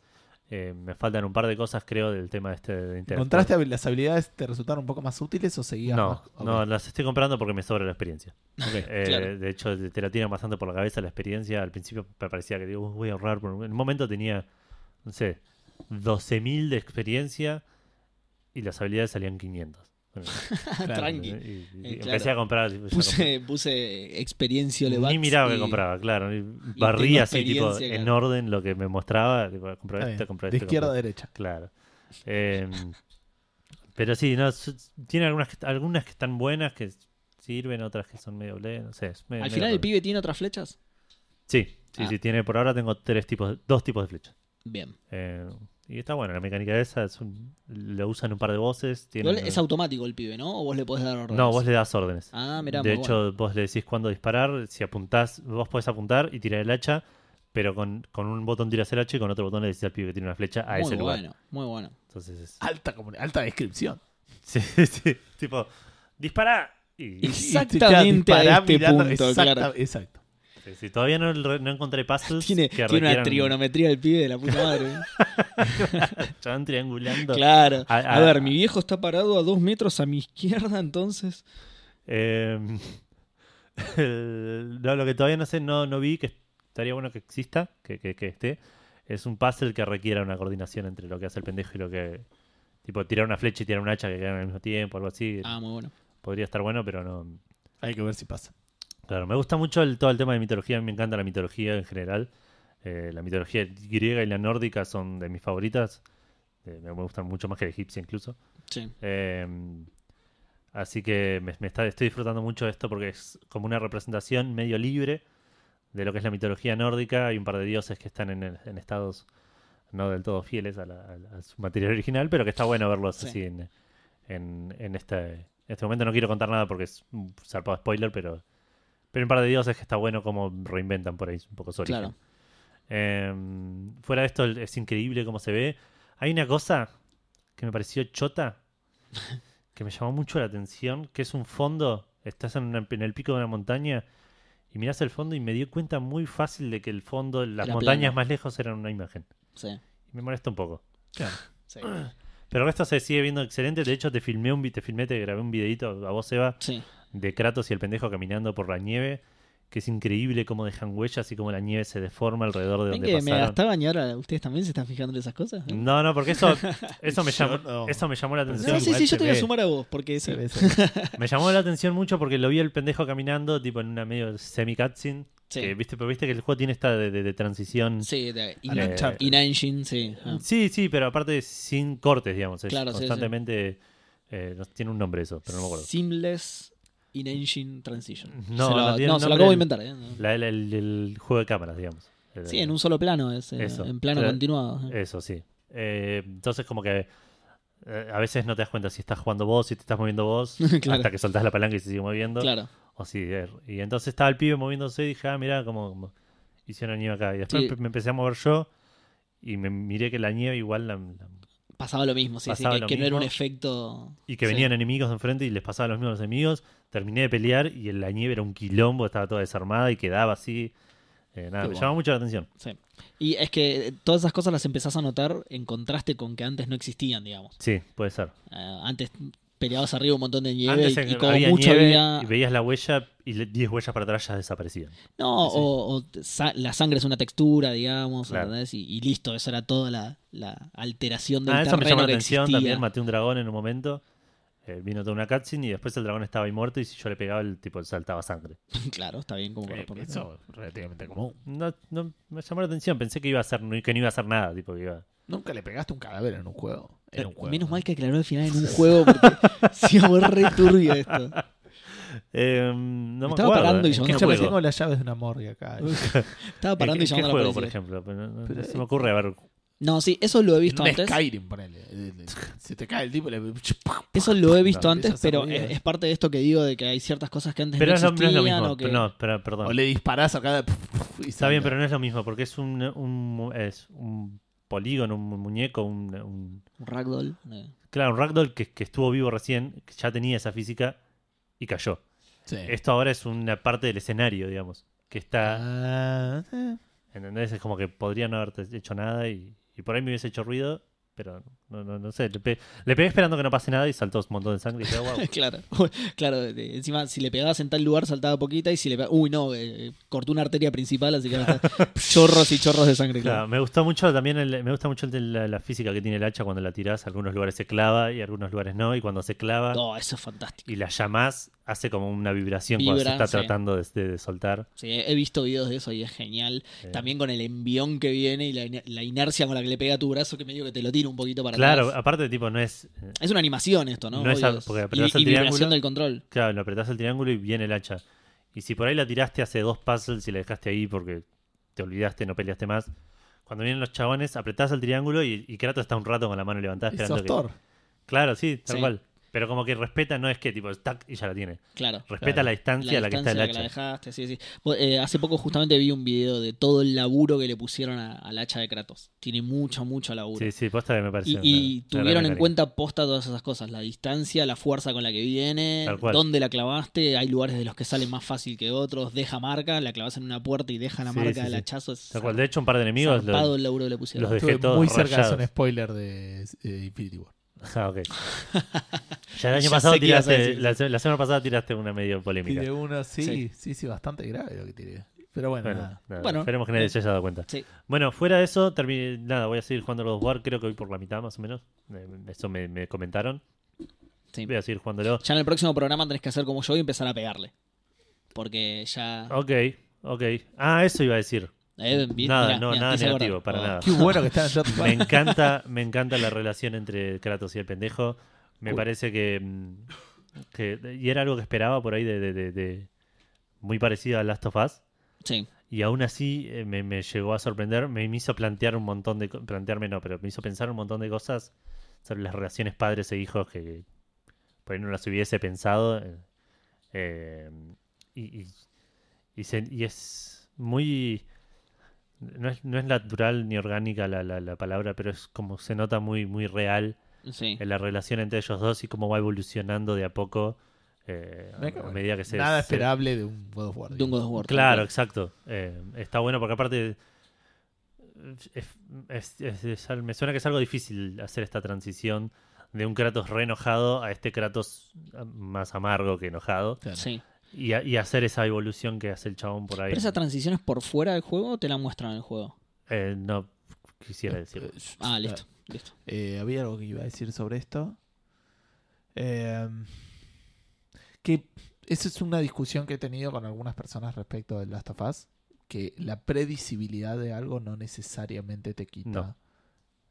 [SPEAKER 2] Eh, me faltan un par de cosas, creo, del tema este de internet.
[SPEAKER 1] ¿Encontraste habil- las habilidades? ¿Te resultaron un poco más útiles o seguías
[SPEAKER 2] No,
[SPEAKER 1] más? Ok.
[SPEAKER 2] no, las estoy comprando porque me sobra la experiencia. Eh,
[SPEAKER 3] claro.
[SPEAKER 2] De hecho, te te la tiran bastante por la cabeza la experiencia. Al principio me parecía que digo, "Uh, voy a ahorrar. por un-". En un momento tenía, no sé, 12.000 de experiencia y las habilidades salían 500. Bueno,
[SPEAKER 3] Tranqui.
[SPEAKER 2] Y, y
[SPEAKER 3] Eh,
[SPEAKER 2] Empecé
[SPEAKER 3] claro.
[SPEAKER 2] a comprar. tipo, ya compré.
[SPEAKER 3] Puse, puse experiencia
[SPEAKER 2] Ni miraba que compraba,
[SPEAKER 3] compraba.
[SPEAKER 2] claro. Y barría así, tipo,
[SPEAKER 3] experiencia,
[SPEAKER 2] en
[SPEAKER 3] claro.
[SPEAKER 2] orden lo que me mostraba. Tipo, compré
[SPEAKER 1] Está bien.
[SPEAKER 2] esto, compré
[SPEAKER 1] de
[SPEAKER 2] esto.
[SPEAKER 1] izquierda a
[SPEAKER 2] compré-
[SPEAKER 1] derecha.
[SPEAKER 2] Claro. Eh, pero sí, no, su- tiene algunas, que- algunas que están buenas, que sirven, otras que son medio ble, no sé. es medio-
[SPEAKER 3] Al
[SPEAKER 2] medio
[SPEAKER 3] final el
[SPEAKER 2] raro.
[SPEAKER 3] pibe tiene otras flechas.
[SPEAKER 2] Sí, sí,
[SPEAKER 3] Ah.
[SPEAKER 2] sí, tiene. Por ahora tengo tres tipos, dos tipos de flechas.
[SPEAKER 3] Bien.
[SPEAKER 2] Eh, y está bueno, la mecánica de esa es un- lo usan un par de voces. tiene-
[SPEAKER 3] Igual es automático el pibe, ¿no? O vos le podés dar órdenes.
[SPEAKER 2] no, vos le das órdenes.
[SPEAKER 3] Ah, mirá,
[SPEAKER 2] de
[SPEAKER 3] muy
[SPEAKER 2] hecho, vos le decís cuándo disparar, si apuntás, vos podés apuntar y tirar el hacha, pero con, con un botón tiras el hacha y con otro botón le decís al pibe que tiene una flecha a
[SPEAKER 3] bueno.
[SPEAKER 2] ese
[SPEAKER 3] muy
[SPEAKER 2] lugar.
[SPEAKER 3] bueno, muy bueno.
[SPEAKER 2] Entonces es-
[SPEAKER 1] Alta, comuni- alta descripción.
[SPEAKER 2] Sí, sí. Tipo, dispara. Y,
[SPEAKER 3] Y-
[SPEAKER 2] sí,
[SPEAKER 3] Exactamente
[SPEAKER 1] Dispará
[SPEAKER 3] a este punto,
[SPEAKER 1] exacta-
[SPEAKER 3] claro.
[SPEAKER 1] Exacto.
[SPEAKER 2] sí, todavía no, re- no encontré puzzles
[SPEAKER 3] Tiene,
[SPEAKER 2] que
[SPEAKER 3] tiene una
[SPEAKER 2] requieran-
[SPEAKER 3] trigonometría del pibe de la puta madre.
[SPEAKER 2] Estaban triangulando.
[SPEAKER 3] claro.
[SPEAKER 2] A-
[SPEAKER 3] A,
[SPEAKER 2] a-
[SPEAKER 3] ver, mi viejo está parado a dos metros a mi izquierda, entonces.
[SPEAKER 2] Eh, el- no, lo que todavía no sé, no, no vi, que estaría bueno que exista, que, que- que esté, es un puzzle que requiera una coordinación entre lo que hace el pendejo y lo que... Tipo, tirar una flecha y tirar un hacha que quedan al mismo tiempo, algo así.
[SPEAKER 3] Ah, muy bueno.
[SPEAKER 2] Podría estar bueno, pero no,
[SPEAKER 1] Hay que ver si pasa.
[SPEAKER 2] Claro, me gusta mucho el- todo el tema de mitología, a mí me encanta la mitología en general. Eh, la mitología griega y la nórdica son de mis favoritas. Eh, me gustan mucho más que la egipcia incluso.
[SPEAKER 3] Sí.
[SPEAKER 2] Eh, así que me, me está, estoy disfrutando mucho de esto porque es como una representación medio libre de lo que es la mitología nórdica. Hay un par de dioses que están en, en estados no del todo fieles a, la- a la- a su material original, pero que está bueno verlos
[SPEAKER 3] Sí.
[SPEAKER 2] así en, en- en este, este momento. No quiero contar nada porque es un zarpado spoiler, pero, pero hay un par de dioses que está bueno como reinventan por ahí un poco su origen.
[SPEAKER 3] Claro.
[SPEAKER 2] Eh, fuera de esto, el- es increíble cómo se ve. Hay una cosa que me pareció chota, que me llamó mucho la atención, que es un fondo. Estás en, una- en el pico de una montaña y mirás el fondo y me di cuenta muy fácil de que el fondo, las
[SPEAKER 3] Era
[SPEAKER 2] montañas
[SPEAKER 3] plano.
[SPEAKER 2] más lejos eran una imagen.
[SPEAKER 3] Sí.
[SPEAKER 2] Y me molesta un poco.
[SPEAKER 3] Sí.
[SPEAKER 2] Pero el resto se sigue viendo excelente. De hecho, te filmé, un, vi- te filmé, te grabé un videito a vos, Eva,
[SPEAKER 3] Sí.
[SPEAKER 2] de Kratos y el pendejo caminando por la nieve. Que es increíble cómo dejan huellas y cómo la nieve se deforma alrededor de
[SPEAKER 3] ¿Ven
[SPEAKER 2] donde
[SPEAKER 3] que me
[SPEAKER 2] pasaron.
[SPEAKER 3] gastaban y ahora ustedes también se están fijando en esas cosas? ¿Eh?
[SPEAKER 2] No, no, porque eso, eso, me
[SPEAKER 1] Yo
[SPEAKER 2] llamó,
[SPEAKER 1] no.
[SPEAKER 2] eso me llamó la atención.
[SPEAKER 3] No, sí, sí, yo te voy a
[SPEAKER 2] Me-
[SPEAKER 3] sumar a vos, porque sí.
[SPEAKER 1] Se ve, se ve.
[SPEAKER 2] Me llamó la atención mucho porque lo vi el pendejo caminando, tipo en una medio semi-cutscene.
[SPEAKER 3] Sí.
[SPEAKER 2] que, Eh, ¿viste? Pero viste que el juego tiene esta de, de- de transición. Sí.
[SPEAKER 3] Sí, de in,
[SPEAKER 1] Alan Chapman.
[SPEAKER 3] in engine, sí. Ah.
[SPEAKER 2] sí, pero aparte sin cortes, digamos. es
[SPEAKER 3] Claro, sí, sí.
[SPEAKER 2] constantemente. eh, no- tiene un nombre eso, pero no me acuerdo.
[SPEAKER 3] Seamless in engine transition.
[SPEAKER 2] No,
[SPEAKER 3] se
[SPEAKER 2] no
[SPEAKER 3] lo,
[SPEAKER 2] tiene
[SPEAKER 3] no,
[SPEAKER 2] un
[SPEAKER 3] se lo
[SPEAKER 2] nombre
[SPEAKER 3] acabo de
[SPEAKER 2] el-
[SPEAKER 3] inventar. ¿eh? No.
[SPEAKER 2] La- el, el- el juego de cámaras, digamos. El-
[SPEAKER 3] Sí, en un solo plano, es, eh,
[SPEAKER 2] Eso.
[SPEAKER 3] en plano
[SPEAKER 2] Claro.
[SPEAKER 3] continuado. ajá.
[SPEAKER 2] Eso sí. Eh, entonces, como que eh, a veces no te das cuenta si estás jugando vos, si te estás moviendo vos,
[SPEAKER 3] Claro.
[SPEAKER 2] hasta que soltás la palanca y se sigue moviendo.
[SPEAKER 3] Claro.
[SPEAKER 2] O sí, er- y entonces estaba el pibe moviéndose y dije, ah, mirá como, como hicieron nieve acá. Y después
[SPEAKER 3] Sí.
[SPEAKER 2] empe- me empecé a mover yo y me miré que la nieve igual la- la-
[SPEAKER 3] Pasaba lo mismo, sí, sí,
[SPEAKER 2] Pasaba
[SPEAKER 3] que,
[SPEAKER 2] lo
[SPEAKER 3] que no era un
[SPEAKER 2] mismo.
[SPEAKER 3] efecto.
[SPEAKER 2] y que
[SPEAKER 3] sí.
[SPEAKER 2] venían enemigos enfrente y les pasaba lo mismo a los enemigos. Terminé de pelear y la nieve era un quilombo, estaba toda desarmada y quedaba así. Eh,
[SPEAKER 1] Qué
[SPEAKER 2] nada, me
[SPEAKER 1] bueno.
[SPEAKER 2] llamaba mucho la atención.
[SPEAKER 3] Sí. Y es que eh, todas esas cosas las empezás a notar en contraste con que antes no existían, digamos.
[SPEAKER 2] Sí, puede ser.
[SPEAKER 3] Eh, antes peleabas arriba un montón de nieve
[SPEAKER 2] Antes
[SPEAKER 3] y,
[SPEAKER 2] en-
[SPEAKER 3] y como
[SPEAKER 2] había
[SPEAKER 3] mucho
[SPEAKER 2] nieve
[SPEAKER 3] había.
[SPEAKER 2] y veías la huella y le- 10 huellas para atrás ya desaparecían.
[SPEAKER 3] No,
[SPEAKER 2] Sí.
[SPEAKER 3] o, o te- sa- la sangre es una textura, digamos,
[SPEAKER 2] Claro.
[SPEAKER 3] ¿entendés? Y, y listo, eso era toda la, la alteración del
[SPEAKER 2] Ah, eso
[SPEAKER 3] terreno
[SPEAKER 2] me llamó la
[SPEAKER 3] que
[SPEAKER 2] atención
[SPEAKER 3] existía.
[SPEAKER 2] también. Maté un dragón en un momento. eh, vino toda una cutscene y después el dragón estaba ahí muerto y si yo le pegaba el tipo saltaba sangre.
[SPEAKER 3] claro, está bien como
[SPEAKER 1] Eh,
[SPEAKER 3] corresponde.
[SPEAKER 1] Eso es relativamente común.
[SPEAKER 2] No, no me llamó la atención, pensé que iba a hacer, que no iba a hacer nada, tipo que iba.
[SPEAKER 1] Nunca le pegaste un cadáver en un juego. En un juego.
[SPEAKER 3] Eh, Menos mal que aclaró el final en un juego porque se fue re turbio esto.
[SPEAKER 2] Eh, no me
[SPEAKER 3] Estaba
[SPEAKER 2] acuerdo.
[SPEAKER 3] parando y
[SPEAKER 2] ¿en
[SPEAKER 3] yo
[SPEAKER 2] qué
[SPEAKER 1] Que
[SPEAKER 3] no
[SPEAKER 1] yo me
[SPEAKER 2] juego?
[SPEAKER 1] tengo las llaves de una morgue acá. eh.
[SPEAKER 3] Estaba
[SPEAKER 2] ¿En
[SPEAKER 3] parando
[SPEAKER 2] qué-
[SPEAKER 3] y
[SPEAKER 2] en qué
[SPEAKER 3] llamando a la
[SPEAKER 2] juego, por
[SPEAKER 3] policía.
[SPEAKER 2] ejemplo? Pero no- no-
[SPEAKER 1] Pero
[SPEAKER 2] no se
[SPEAKER 1] hay-
[SPEAKER 2] me ocurre haber
[SPEAKER 3] No, sí, eso lo he visto
[SPEAKER 1] En un
[SPEAKER 3] antes.
[SPEAKER 1] Skyrim, ponele. Eh, eh, Se te cae el tipo y le...
[SPEAKER 3] Eso lo he
[SPEAKER 1] empieza
[SPEAKER 2] No,
[SPEAKER 3] visto
[SPEAKER 1] a
[SPEAKER 3] antes,
[SPEAKER 1] hacer
[SPEAKER 3] pero
[SPEAKER 1] ruido.
[SPEAKER 3] es, es parte de esto que digo de que hay ciertas cosas que antes
[SPEAKER 2] Pero
[SPEAKER 3] no
[SPEAKER 2] es lo- no es lo
[SPEAKER 3] existían
[SPEAKER 2] mismo.
[SPEAKER 3] o que...
[SPEAKER 2] No, pero- perdón.
[SPEAKER 1] O le disparás a cada... y
[SPEAKER 2] Está
[SPEAKER 1] se-
[SPEAKER 2] bien, pero no es lo mismo, porque es un, un- es un polígono, un muñeco, un, un-
[SPEAKER 3] Un ragdoll. eh.
[SPEAKER 2] Claro, un ragdoll que, que estuvo vivo recién, que ya tenía esa física y cayó.
[SPEAKER 1] Sí.
[SPEAKER 3] Eh.
[SPEAKER 2] Esto ahora es una parte del escenario, digamos, que está...
[SPEAKER 1] Ah, eh.
[SPEAKER 2] ¿Entendés? Es como que podrían no haberte hecho nada y, y por ahí me hubiese hecho ruido, pero no, no, no sé. Le, pe- le pegué esperando que no pase nada y saltó un montón de sangre y dije, wow.
[SPEAKER 3] Claro, claro. de- de- Encima, si le pegabas en tal lugar, saltaba poquita y si le pegabas... Uy, no, eh, cortó una arteria principal, así que ahora está chorros y chorros de sangre.
[SPEAKER 2] Claro,
[SPEAKER 3] Claro.
[SPEAKER 2] me gustó mucho también el- me gusta mucho el de la, la física que tiene el hacha cuando la tirás, algunos lugares se clava y algunos lugares no, y cuando se clava
[SPEAKER 3] No, eso es fantástico.
[SPEAKER 2] y la llamás, hace como una vibración cuando
[SPEAKER 3] Vibra,
[SPEAKER 2] se está
[SPEAKER 3] sí.
[SPEAKER 2] tratando de, de- de soltar.
[SPEAKER 3] Sí, he visto videos de eso y es genial.
[SPEAKER 2] Eh,
[SPEAKER 3] También con el envión que viene y la, iner- la inercia con la que le pega a tu brazo, que medio que te lo tira un poquito para
[SPEAKER 2] claro,
[SPEAKER 3] atrás.
[SPEAKER 2] aparte tipo no es eh,
[SPEAKER 3] Es una animación esto, ¿no?
[SPEAKER 2] No es
[SPEAKER 3] Obvio,
[SPEAKER 2] algo- porque
[SPEAKER 3] y,
[SPEAKER 2] apretás el
[SPEAKER 3] y vibración
[SPEAKER 2] triángulo.
[SPEAKER 3] del control.
[SPEAKER 2] claro, lo apretás el triángulo y viene el hacha. Y si por ahí la tiraste hace dos puzzles y la dejaste ahí porque te olvidaste, no peleaste más. Cuando vienen los chabones, apretás el triángulo y, y Kratos está un rato con la mano levantada
[SPEAKER 1] Y
[SPEAKER 2] esperando
[SPEAKER 1] sos
[SPEAKER 2] que-
[SPEAKER 1] Thor.
[SPEAKER 2] Claro, sí, tal
[SPEAKER 3] Sí.
[SPEAKER 2] cual. Pero como que respeta, no es que tipo, tac, y ya la tiene.
[SPEAKER 3] Claro.
[SPEAKER 2] Respeta
[SPEAKER 1] Claro.
[SPEAKER 2] la distancia a la que está el
[SPEAKER 3] distancia a
[SPEAKER 2] hacha.
[SPEAKER 3] la dejaste, sí, sí. Vos, eh, hace poco justamente vi un video de todo el laburo que le pusieron a- al hacha de Kratos. Tiene mucho, mucho laburo.
[SPEAKER 2] Sí, sí, posta que me
[SPEAKER 3] Y,
[SPEAKER 2] pareció.
[SPEAKER 3] y
[SPEAKER 2] una- una
[SPEAKER 3] tuvieron
[SPEAKER 2] gran
[SPEAKER 3] en cuenta posta todas esas cosas, la distancia, la fuerza con la que viene,
[SPEAKER 2] Tal cual.
[SPEAKER 3] dónde la clavaste, hay lugares de los que sale más fácil que otros, deja marca, la clavas en una puerta y deja la
[SPEAKER 2] Sí,
[SPEAKER 3] marca
[SPEAKER 2] sí,
[SPEAKER 3] del
[SPEAKER 2] sí.
[SPEAKER 3] hachazo. Es
[SPEAKER 2] Tal cual. De hecho, un par de enemigos. los-
[SPEAKER 3] zarpado el laburo que le pusieron.
[SPEAKER 2] los de- Dejé
[SPEAKER 1] Estuve
[SPEAKER 2] todos
[SPEAKER 1] muy cerca de hacer un
[SPEAKER 2] rayados.
[SPEAKER 1] spoiler de eh, Infinity War.
[SPEAKER 2] Ah, ok. Ya el año
[SPEAKER 3] Ya
[SPEAKER 2] pasado
[SPEAKER 3] sé qué ibas a
[SPEAKER 2] tiraste.
[SPEAKER 3] decir.
[SPEAKER 2] La, se- la semana pasada tiraste una medio polémica.
[SPEAKER 1] Tire uno, sí, sí,
[SPEAKER 3] Sí.
[SPEAKER 1] sí, bastante grave lo que tiré. Pero bueno,
[SPEAKER 2] Bueno,
[SPEAKER 1] nada.
[SPEAKER 2] nada,
[SPEAKER 3] Bueno. eh,
[SPEAKER 2] esperemos que nadie se haya dado cuenta.
[SPEAKER 3] Sí.
[SPEAKER 2] Bueno, fuera de eso, terminé, nada, voy a seguir jugando los War, creo que hoy por la mitad más o menos. Eh, Eso me, me comentaron.
[SPEAKER 3] Sí.
[SPEAKER 2] Voy a seguir jugándolo.
[SPEAKER 3] Ya en el próximo programa tenés que hacer como yo y empezar a pegarle. Porque ya...
[SPEAKER 2] Ok, ok. Ah, eso iba a decir.
[SPEAKER 3] Eh, vi-
[SPEAKER 2] nada,
[SPEAKER 3] mirá,
[SPEAKER 2] no,
[SPEAKER 3] mirá,
[SPEAKER 2] nada
[SPEAKER 3] te hice acordar.
[SPEAKER 2] negativo, para
[SPEAKER 3] Ah.
[SPEAKER 2] nada.
[SPEAKER 1] Qué bueno que está en Shot
[SPEAKER 2] Me encanta, me encanta la relación entre Kratos y el pendejo. Me
[SPEAKER 1] Cool.
[SPEAKER 2] parece que, mm, que- Y era algo que esperaba por ahí de, de- de- de- Muy parecido a Last of Us.
[SPEAKER 3] Sí.
[SPEAKER 2] Y aún así eh, me, me llegó a sorprender. Me, me hizo plantear un montón de. co- Plantearme no, pero me hizo pensar un montón de cosas sobre las relaciones padres e hijos que, que por ahí no las hubiese pensado. eh, eh, y, y, y se- y es muy. No es, no es natural ni orgánica la, la- la palabra, pero es como se nota muy, muy real
[SPEAKER 3] Sí.
[SPEAKER 2] en la relación entre ellos dos y cómo va evolucionando de a poco eh,
[SPEAKER 1] Me
[SPEAKER 2] a,
[SPEAKER 1] cago
[SPEAKER 2] a
[SPEAKER 1] en-
[SPEAKER 2] medida que se.
[SPEAKER 1] Nada
[SPEAKER 2] se-
[SPEAKER 1] esperable de un God of War.
[SPEAKER 3] De un God of War.
[SPEAKER 2] Claro,
[SPEAKER 3] tal
[SPEAKER 2] exacto. Eh, está bueno porque aparte eh, es- es- es- es al- me suena que es algo difícil hacer esta transición de un Kratos re enojado a este Kratos eh, más amargo que enojado
[SPEAKER 3] cual. Sí.
[SPEAKER 2] y, a- y hacer esa evolución que hace el chabón por ahí.
[SPEAKER 3] ¿Pero esa transición es por fuera del juego o te la muestran en el juego?
[SPEAKER 2] Eh, no quisiera decir.
[SPEAKER 3] Ah, listo. listo.
[SPEAKER 1] Eh, había algo que iba a decir sobre esto. Eh, que esa es una discusión que he tenido con algunas personas respecto de Last of Us. Que la predecibilidad de algo no necesariamente te quita
[SPEAKER 2] No.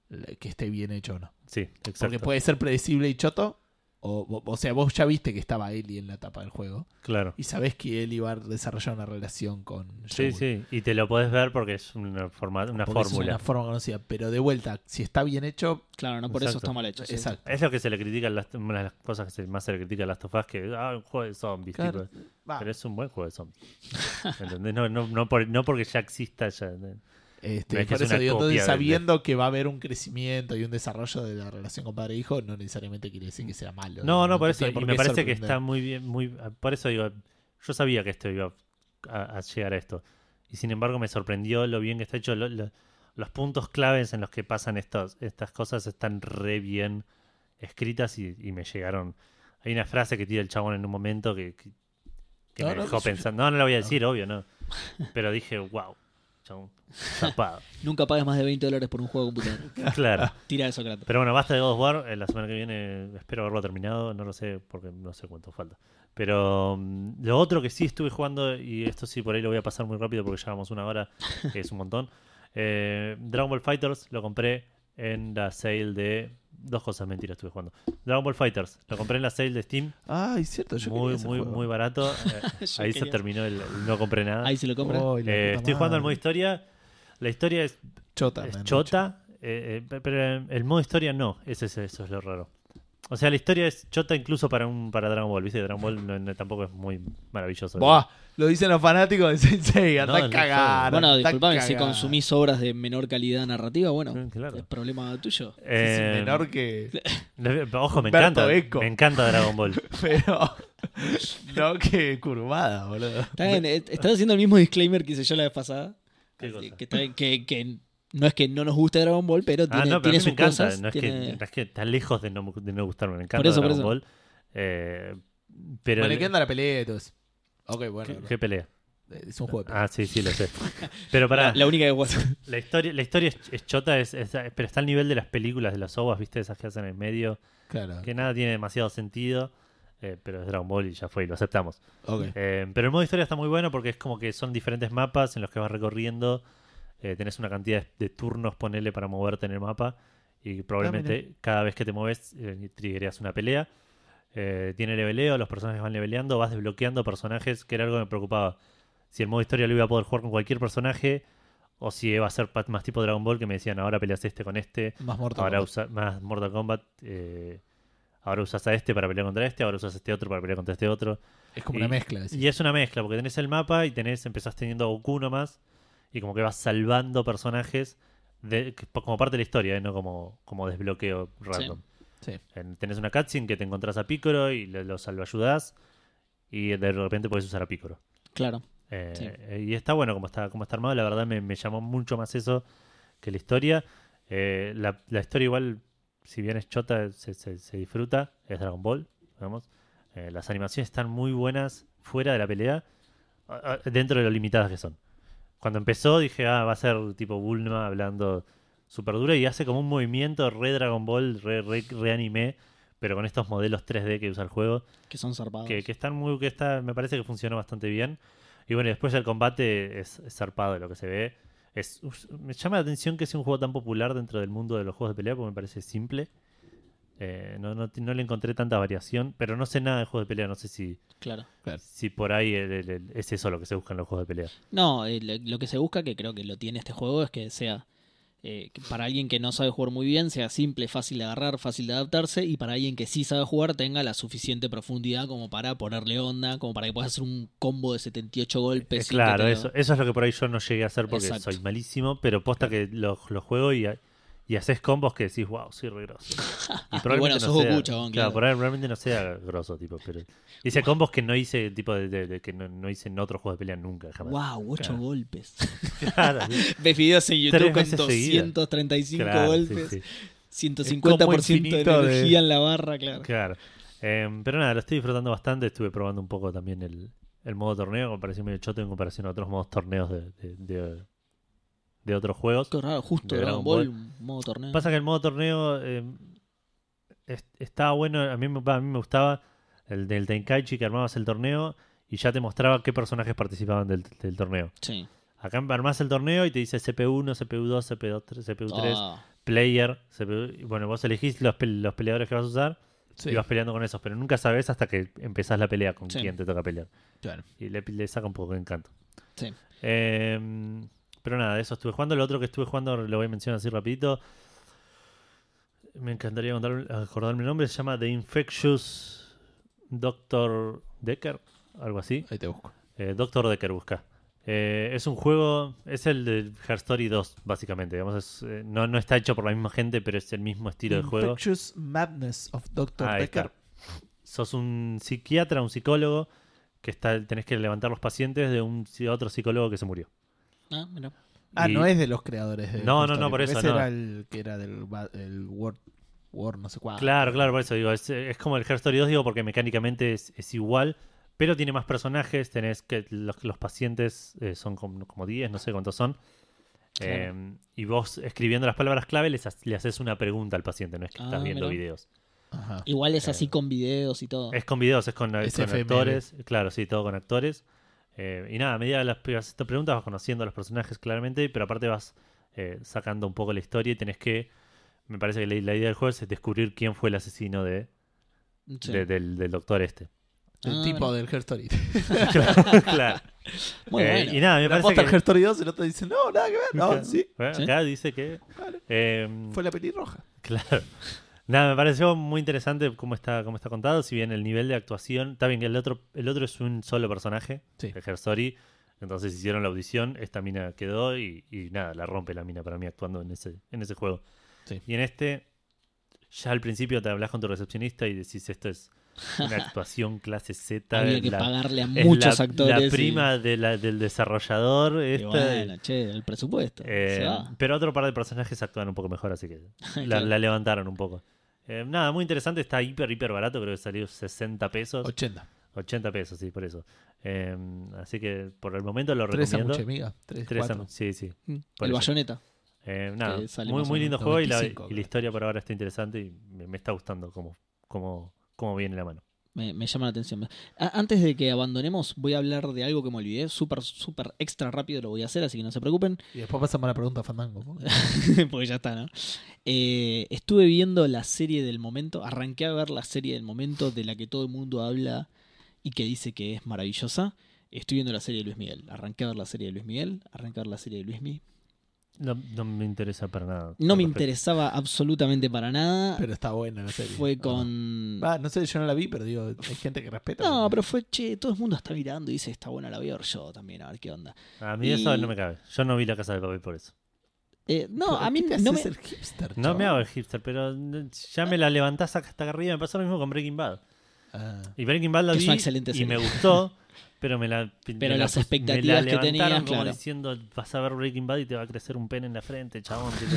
[SPEAKER 1] la- que esté bien hecho o no.
[SPEAKER 2] Sí,
[SPEAKER 1] Porque
[SPEAKER 2] exacto.
[SPEAKER 1] puede ser predecible y choto. O, o sea, vos ya viste que estaba Ellie en la etapa del juego.
[SPEAKER 2] Claro.
[SPEAKER 1] Y sabés que él iba a desarrollar una relación con
[SPEAKER 2] Sí,
[SPEAKER 1] Joel.
[SPEAKER 2] sí. Y te lo podés ver porque es una, forma, una
[SPEAKER 1] Porque es
[SPEAKER 2] fórmula.
[SPEAKER 1] una forma conocida. Pero de vuelta, si está bien hecho,
[SPEAKER 3] Claro, no por eso
[SPEAKER 2] Exacto.
[SPEAKER 3] está mal hecho. sí.
[SPEAKER 1] exacto.
[SPEAKER 2] Es lo que se le critica, a Last- una de las cosas que se- más se le critica a Last of Us, que ah, un juego de zombies.
[SPEAKER 1] Claro.
[SPEAKER 2] tipo.
[SPEAKER 1] Va,
[SPEAKER 2] Pero es un buen juego de zombies. ¿Entendés? No, no, no, por- no porque ya exista ya.
[SPEAKER 1] este,
[SPEAKER 2] no es que
[SPEAKER 1] por
[SPEAKER 2] es
[SPEAKER 1] eso
[SPEAKER 2] una
[SPEAKER 1] digo,
[SPEAKER 2] copia
[SPEAKER 1] entonces
[SPEAKER 2] del-
[SPEAKER 1] sabiendo que va a haber un crecimiento y un desarrollo de la relación con padre e hijo, no necesariamente quiere decir que sea malo.
[SPEAKER 2] No, no, por eso.
[SPEAKER 1] tiene
[SPEAKER 2] Y
[SPEAKER 1] qué
[SPEAKER 2] me parece que
[SPEAKER 1] sorprender.
[SPEAKER 2] está muy bien, muy. Por eso digo, yo sabía que esto iba a, a llegar a esto. Y sin embargo me sorprendió lo bien que está hecho. lo- lo- los puntos claves en los que pasan estos, estas cosas están re bien escritas y, y me llegaron. Hay una frase que tira el chabón en un momento que, que- que
[SPEAKER 1] No,
[SPEAKER 2] me
[SPEAKER 1] no,
[SPEAKER 2] dejó
[SPEAKER 1] sí, sí.
[SPEAKER 2] pensando. No, no la voy a decir, obvio, no. Pero dije, wow, chabón, zapado.
[SPEAKER 3] Nunca pagas más de 20 dólares por un juego de computadora.
[SPEAKER 2] claro.
[SPEAKER 3] Tira eso, Kratos.
[SPEAKER 2] Pero bueno, basta de God of War. eh, La semana que viene espero haberlo terminado. No lo sé porque no sé cuánto falta. Pero mm, lo otro que sí estuve jugando, y esto sí por ahí lo voy a pasar muy rápido porque llevamos una hora, que es un montón. eh, Dragon Ball Fighters lo compré en la sale de. Dos cosas mentiras estuve jugando. Dragon Ball Fighters lo compré en la sale de Steam.
[SPEAKER 1] Ay, cierto, yo
[SPEAKER 2] Muy,
[SPEAKER 1] quería ese
[SPEAKER 2] muy,
[SPEAKER 1] juego.
[SPEAKER 2] muy barato. eh,
[SPEAKER 3] Yo
[SPEAKER 2] ahí se
[SPEAKER 3] quería-
[SPEAKER 2] terminó el. el No compré nada.
[SPEAKER 3] Ahí se lo compra.
[SPEAKER 1] Ay, la
[SPEAKER 2] Eh,
[SPEAKER 1] puta
[SPEAKER 2] estoy jugando al modo
[SPEAKER 1] madre.
[SPEAKER 2] historia. La historia es
[SPEAKER 1] Chota. me
[SPEAKER 2] es
[SPEAKER 1] han
[SPEAKER 2] chota, eh, pe- pero el modo historia no, ese es- eso es lo raro. O sea, la historia es chota incluso para un para Dragon Ball, ¿viste? Dragon Ball no- no- tampoco es muy maravilloso.
[SPEAKER 1] Buah, lo dicen los fanáticos de Sensei,
[SPEAKER 2] No,
[SPEAKER 1] anda a
[SPEAKER 2] no
[SPEAKER 1] cagar.
[SPEAKER 2] Claro,
[SPEAKER 3] Bueno,
[SPEAKER 1] anda a
[SPEAKER 3] disculpame, si
[SPEAKER 1] cagar.
[SPEAKER 3] consumís obras de menor calidad narrativa, bueno,
[SPEAKER 2] Mm, claro.
[SPEAKER 3] es problema tuyo.
[SPEAKER 1] Es
[SPEAKER 2] Eh,
[SPEAKER 1] menor que.
[SPEAKER 2] le- Ojo, me
[SPEAKER 1] Humberto
[SPEAKER 2] encanta.
[SPEAKER 1] Eco.
[SPEAKER 2] Me encanta Dragon Ball.
[SPEAKER 1] Pero. no que curvada, boludo.
[SPEAKER 3] Está bien, eh, estás haciendo el mismo disclaimer que hice yo la vez pasada.
[SPEAKER 2] ¿Qué
[SPEAKER 3] Así
[SPEAKER 2] cosa?
[SPEAKER 3] Que, está bien, que- que no es que no nos guste Dragon Ball, pero
[SPEAKER 2] Ah,
[SPEAKER 3] tiene,
[SPEAKER 2] no, pero a mí
[SPEAKER 3] tiene
[SPEAKER 2] me
[SPEAKER 3] sus
[SPEAKER 2] encanta.
[SPEAKER 3] cosas.
[SPEAKER 2] no, es
[SPEAKER 3] tiene-
[SPEAKER 2] que, no es que está lejos de no, mu- de no gustarme. Me encanta
[SPEAKER 3] Por eso, por
[SPEAKER 2] Dragon
[SPEAKER 3] eso.
[SPEAKER 2] Ball. Eh, pero.
[SPEAKER 1] Bueno, ¿y qué anda la pelea y todo eso? Ok, bueno.
[SPEAKER 2] ¿Qué- ¿Qué pelea?
[SPEAKER 1] Es un juego de pelea.
[SPEAKER 2] Ah, sí, sí, lo sé. Pero pará,
[SPEAKER 3] La única que gusta.
[SPEAKER 2] la historia, la historia es, es chota, es- es- pero está al nivel de las películas, de las ovas, ¿viste? Esas que hacen en el medio,
[SPEAKER 1] Claro.
[SPEAKER 2] que nada tiene demasiado sentido, eh, pero es Dragon Ball y ya fue, y lo aceptamos.
[SPEAKER 1] Ok.
[SPEAKER 2] Eh, pero el modo historia está muy bueno porque es como que son diferentes mapas en los que vas recorriendo, eh, tenés una cantidad de, de turnos, ponele, para moverte en el mapa, y probablemente cada vez que te mueves, eh, triggerías una pelea. Eh, tiene leveleo, los personajes van leveleando, vas desbloqueando personajes, que era algo que me preocupaba. Si el modo historia lo iba a poder jugar con cualquier personaje, o si iba a ser pa- más tipo Dragon Ball, que me decían ahora peleas este con este,
[SPEAKER 1] Más mortal.
[SPEAKER 2] ahora usas más Mortal Kombat, eh, ahora usas a este para pelear contra este, ahora usas a este otro para pelear contra este otro.
[SPEAKER 1] es como una
[SPEAKER 2] y-
[SPEAKER 1] mezcla. decís.
[SPEAKER 2] Y es una mezcla, porque tenés el mapa y tenés, empezás teniendo a Goku nomás, y como que vas salvando personajes de- que- como parte de la historia, ¿eh? no como, como desbloqueo random.
[SPEAKER 1] Sí.
[SPEAKER 2] En- Tenés una cutscene que te encontrás a Picoro y lo, lo salvayudás, y de repente podés usar a Picoro.
[SPEAKER 3] Claro.
[SPEAKER 2] Eh,
[SPEAKER 3] Sí.
[SPEAKER 2] eh, Y está bueno como está, como está armado, la verdad me, me llamó mucho más eso que la historia. Eh, la, la historia igual, si bien es chota, se, se- se disfruta, es Dragon Ball, digamos. Eh, las animaciones están muy buenas fuera de la pelea, a- a- dentro de lo limitadas que son. Cuando empezó dije, ah, va a ser tipo Bulma hablando super dura y hace como un movimiento re Dragon Ball, re, re, re anime, pero con estos modelos 3D que usa el juego
[SPEAKER 3] Que son zarpados.
[SPEAKER 2] que, que están muy que está me parece que funcionó bastante bien y bueno después el combate es, es zarpado de lo que se ve es us- me llama la atención que sea un juego tan popular dentro del mundo de los juegos de pelea porque me parece simple Eh, no, no, ti- no le encontré tanta variación pero no sé nada de juegos de pelea no sé si
[SPEAKER 3] Claro.
[SPEAKER 1] Claro.
[SPEAKER 2] si por ahí el- el- el- es eso lo que se busca en los juegos de pelea
[SPEAKER 3] No, eh, lo, lo que se busca, que creo que lo tiene este juego, es que sea eh, que para alguien que no sabe jugar muy bien, sea simple, fácil de agarrar, fácil de adaptarse, y para alguien que sí sabe jugar, tenga la suficiente profundidad como para ponerle onda, como para que puedas hacer un combo de 78 golpes.
[SPEAKER 2] Eh,
[SPEAKER 3] sin que
[SPEAKER 2] claro
[SPEAKER 3] te lo-
[SPEAKER 2] eso eso es lo que por ahí yo no llegué a hacer porque
[SPEAKER 3] Exacto.
[SPEAKER 2] soy malísimo pero posta que lo, lo juego y y haces combos que decís, wow, soy re grosso. Y probablemente
[SPEAKER 3] sos
[SPEAKER 2] no sea,
[SPEAKER 3] Goku, chabón, claro.
[SPEAKER 2] por ahí probablemente no sea grosso, tipo, pero. Hice combos que no hice, tipo, de, de- de que no, no hice en otro juego de pelea nunca, jamás.
[SPEAKER 3] Wow, 8
[SPEAKER 2] Claro.
[SPEAKER 3] golpes.
[SPEAKER 2] Claro, sí,
[SPEAKER 3] Ves videos en
[SPEAKER 2] Tres
[SPEAKER 3] YouTube con
[SPEAKER 2] veces seguidas.
[SPEAKER 3] 235
[SPEAKER 2] claro, sí,
[SPEAKER 3] golpes,
[SPEAKER 2] sí,
[SPEAKER 3] 150% de
[SPEAKER 1] Es como infinito de-
[SPEAKER 3] energía en la barra, claro.
[SPEAKER 2] claro. Em, pero nada, lo estoy disfrutando bastante. Estuve probando un poco también el, el modo torneo, que me pareció medio choto en comparación a otros modos torneos de, de, de- de otros juegos.
[SPEAKER 3] Qué raro, justo
[SPEAKER 2] De
[SPEAKER 3] Dragon
[SPEAKER 2] Dragon
[SPEAKER 3] Ball, modo torneo.
[SPEAKER 2] Pasa que el modo torneo eh, es- estaba bueno, a mí, me- a mí me gustaba el del Tenkaichi que armabas el torneo y ya te mostraba qué personajes participaban del, del torneo.
[SPEAKER 3] Sí.
[SPEAKER 2] Acá armás el torneo y te dice CPU1, CPU2, CPU3, CPU3,
[SPEAKER 3] Ah,
[SPEAKER 2] player, CPU, y bueno, vos elegís los, pe- los peleadores que vas a usar
[SPEAKER 1] Sí.
[SPEAKER 2] y vas peleando con esos, pero nunca sabes hasta que empezás la pelea con
[SPEAKER 3] Sí.
[SPEAKER 2] quién te toca pelear.
[SPEAKER 1] Claro.
[SPEAKER 2] Y le, le saca un poco de encanto.
[SPEAKER 3] sí.
[SPEAKER 2] Eh, pero nada, eso estuve jugando. Lo otro que estuve jugando, lo voy a mencionar así rapidito. Me encantaría contar- acordarme el nombre. Se llama The Infectious Doctor Decker, algo así.
[SPEAKER 1] Ahí te busco.
[SPEAKER 2] Doctor Decker busca. Eh, es un juego, es el de Her Story 2, básicamente. Digamos, es, eh, no, no está hecho por la misma gente, pero es el mismo estilo de juego.
[SPEAKER 1] Infectious Madness of Dr.
[SPEAKER 2] Ahí está.
[SPEAKER 1] Decker.
[SPEAKER 2] Sos un psiquiatra, un psicólogo, que está, tenés que levantar los pacientes de un otro psicólogo que se murió.
[SPEAKER 3] Ah, mira.
[SPEAKER 1] Ah,
[SPEAKER 2] Y-
[SPEAKER 1] no es de los creadores de Toy
[SPEAKER 2] No, no, no,
[SPEAKER 1] Story,
[SPEAKER 2] por
[SPEAKER 1] porque
[SPEAKER 2] eso
[SPEAKER 1] Ese
[SPEAKER 2] no.
[SPEAKER 1] era el que era del ba- el War, War no sé
[SPEAKER 3] Ah.
[SPEAKER 1] cuál.
[SPEAKER 2] Claro, claro, por eso digo, es, es como el Her Story 2, digo, porque mecánicamente es, es igual, pero tiene más personajes, tenés que los, los pacientes eh, son como, como 10, no sé cuántos son,
[SPEAKER 3] Claro.
[SPEAKER 2] Eh, y vos escribiendo las palabras clave les, ha- le haces una pregunta al paciente, no es que estás
[SPEAKER 3] Ah,
[SPEAKER 2] viendo
[SPEAKER 3] mirá. Oh.
[SPEAKER 2] videos.
[SPEAKER 1] Ajá.
[SPEAKER 3] Igual es así
[SPEAKER 2] Eh,
[SPEAKER 3] con videos y todo.
[SPEAKER 2] Es con videos, es con,
[SPEAKER 1] Es
[SPEAKER 2] con
[SPEAKER 1] FML.
[SPEAKER 2] actores, claro, sí, todo con actores. Eh, y nada, a medida de las las preguntas vas conociendo a los personajes claramente, pero aparte vas eh, sacando un poco la historia y tenés que, me parece que la, la idea del juego es descubrir quién fue el asesino de,
[SPEAKER 3] Sí.
[SPEAKER 2] de- del, del doctor este.
[SPEAKER 1] El
[SPEAKER 3] Ah,
[SPEAKER 1] tipo
[SPEAKER 3] bueno.
[SPEAKER 1] del Hair Story.
[SPEAKER 2] claro.
[SPEAKER 3] Muy
[SPEAKER 2] Eh,
[SPEAKER 3] bueno.
[SPEAKER 2] Y nada, me
[SPEAKER 1] La
[SPEAKER 2] parece
[SPEAKER 1] Monster
[SPEAKER 2] que.
[SPEAKER 1] Story 2, el otro dice, no, nada que ver. No, sí,
[SPEAKER 2] Bueno,
[SPEAKER 3] ¿Sí?
[SPEAKER 2] Acá dice que.
[SPEAKER 1] claro.
[SPEAKER 2] eh,
[SPEAKER 1] Fue la pelirroja.
[SPEAKER 2] Claro. Nada, me pareció muy interesante cómo está, cómo está contado, si bien el nivel de actuación, está bien que el otro, el otro es un solo personaje,
[SPEAKER 1] Sí.
[SPEAKER 2] el Hersori, entonces hicieron la audición, esta mina quedó y, y nada, la rompe la mina para mí actuando en ese, en ese juego.
[SPEAKER 1] Sí.
[SPEAKER 2] Y en este, ya al principio te hablas con tu recepcionista y decís esto es una actuación clase Z,
[SPEAKER 3] Había
[SPEAKER 2] es
[SPEAKER 3] que
[SPEAKER 2] la-
[SPEAKER 3] pagarle a
[SPEAKER 2] es
[SPEAKER 3] muchos
[SPEAKER 2] la-
[SPEAKER 3] actores. y-
[SPEAKER 2] La prima de la- del desarrollador,
[SPEAKER 3] y
[SPEAKER 2] esta-
[SPEAKER 3] bueno, che, el presupuesto.
[SPEAKER 2] eh,
[SPEAKER 3] se va.
[SPEAKER 2] pero otro par de personajes actúan un poco mejor, así que la,
[SPEAKER 3] Claro.
[SPEAKER 2] la levantaron un poco. Eh, nada, muy interesante, está hiper, hiper barato, creo que salió 60 pesos.
[SPEAKER 1] 80.
[SPEAKER 2] 80 pesos, sí, por eso. Eh, así que por el momento lo
[SPEAKER 1] Tres
[SPEAKER 2] recomiendo.
[SPEAKER 1] sándwiches, amiga. Tres,
[SPEAKER 2] Tres
[SPEAKER 1] cuatro.
[SPEAKER 2] sándwiches, sí, sí. por
[SPEAKER 3] Mm. El
[SPEAKER 2] eso.
[SPEAKER 3] bayoneta.
[SPEAKER 2] Eh, nada,
[SPEAKER 3] Que sale
[SPEAKER 2] muy,
[SPEAKER 3] más o
[SPEAKER 2] muy lindo
[SPEAKER 1] menos
[SPEAKER 2] juego y la,
[SPEAKER 1] 95,
[SPEAKER 2] y la
[SPEAKER 1] creo.
[SPEAKER 2] historia por ahora está interesante y me, me está gustando cómo, cómo, cómo viene la mano.
[SPEAKER 3] Me, me llama la atención. A- antes de que abandonemos, voy a hablar de algo que me olvidé. Súper, súper extra rápido lo voy a hacer, así que no se preocupen.
[SPEAKER 1] Y después pasamos a la pregunta Fandango. ¿no?
[SPEAKER 3] Ah. porque ya está, ¿no? Eh, estuve viendo la serie del momento. Arranqué a ver la serie del momento de la que todo el mundo habla y que dice que es maravillosa. Estoy viendo la serie de Luis Miguel. Arranqué a ver la serie de Luis Miguel. Arranqué a ver la serie de Luis Miguel.
[SPEAKER 2] No, no me interesa para nada.
[SPEAKER 3] No
[SPEAKER 2] Perfecto.
[SPEAKER 3] me interesaba absolutamente para nada.
[SPEAKER 1] Pero está buena la serie.
[SPEAKER 3] fue con.
[SPEAKER 1] Ah, no sé, yo no la vi, pero digo, hay gente que respeta.
[SPEAKER 3] No, pero fue che, todo el mundo está mirando y dice, está buena, la voy a ver yo también, a ver qué onda.
[SPEAKER 2] A mí eso
[SPEAKER 3] Y-
[SPEAKER 2] no me cabe. Yo no vi la casa de papel por eso.
[SPEAKER 3] Eh, no,
[SPEAKER 1] Pero
[SPEAKER 3] a mí
[SPEAKER 1] ¿qué te
[SPEAKER 3] no me.
[SPEAKER 1] hace ser hipster,
[SPEAKER 2] No me
[SPEAKER 1] chabón?
[SPEAKER 2] hago el hipster, pero eh, ya me la levantás hasta arriba. Me pasó lo mismo con Breaking Bad.
[SPEAKER 1] Ah.
[SPEAKER 2] Y Breaking Bad la
[SPEAKER 3] Que es
[SPEAKER 2] vi
[SPEAKER 3] una excelente
[SPEAKER 2] y
[SPEAKER 3] serie.
[SPEAKER 2] me gustó, pero me la me la
[SPEAKER 3] las
[SPEAKER 2] pus-
[SPEAKER 3] expectativas
[SPEAKER 2] me la
[SPEAKER 3] que tenías,
[SPEAKER 2] levantaron como
[SPEAKER 3] claro.
[SPEAKER 2] diciendo, vas a ver Breaking Bad y te va a crecer un pene en la frente, chabón. tipo.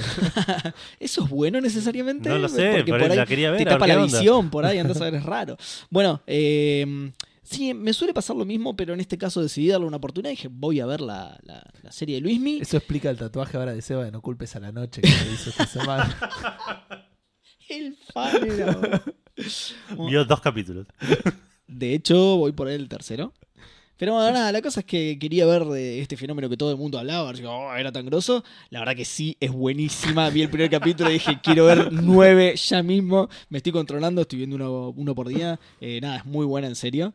[SPEAKER 3] ¿Eso es bueno necesariamente?
[SPEAKER 2] no lo sé,
[SPEAKER 3] Porque
[SPEAKER 2] pero
[SPEAKER 3] por ahí
[SPEAKER 2] la quería ver.
[SPEAKER 3] te
[SPEAKER 2] a ver
[SPEAKER 3] tapa
[SPEAKER 2] qué
[SPEAKER 3] la
[SPEAKER 2] onda.
[SPEAKER 3] visión, por ahí andás a ver, es raro. Bueno, eh, sí, me suele pasar lo mismo, pero en este caso decidí darle una oportunidad y dije, voy a ver la, la- la serie de Luismi.
[SPEAKER 1] Eso explica el tatuaje ahora de Seba de no culpes a la noche que te hizo esta semana.
[SPEAKER 3] El fan era, boludo.
[SPEAKER 2] Vio dos capítulos.
[SPEAKER 3] De hecho, voy por el tercero. Pero bueno, nada, la cosa es que quería ver de este fenómeno que todo el mundo hablaba. Yo, "Oh, era tan grosso. La verdad que sí, es buenísima. Vi el primer capítulo y dije, quiero ver nueve ya mismo. Me estoy controlando, estoy viendo uno, uno por día. Eh, nada, es muy buena, en serio.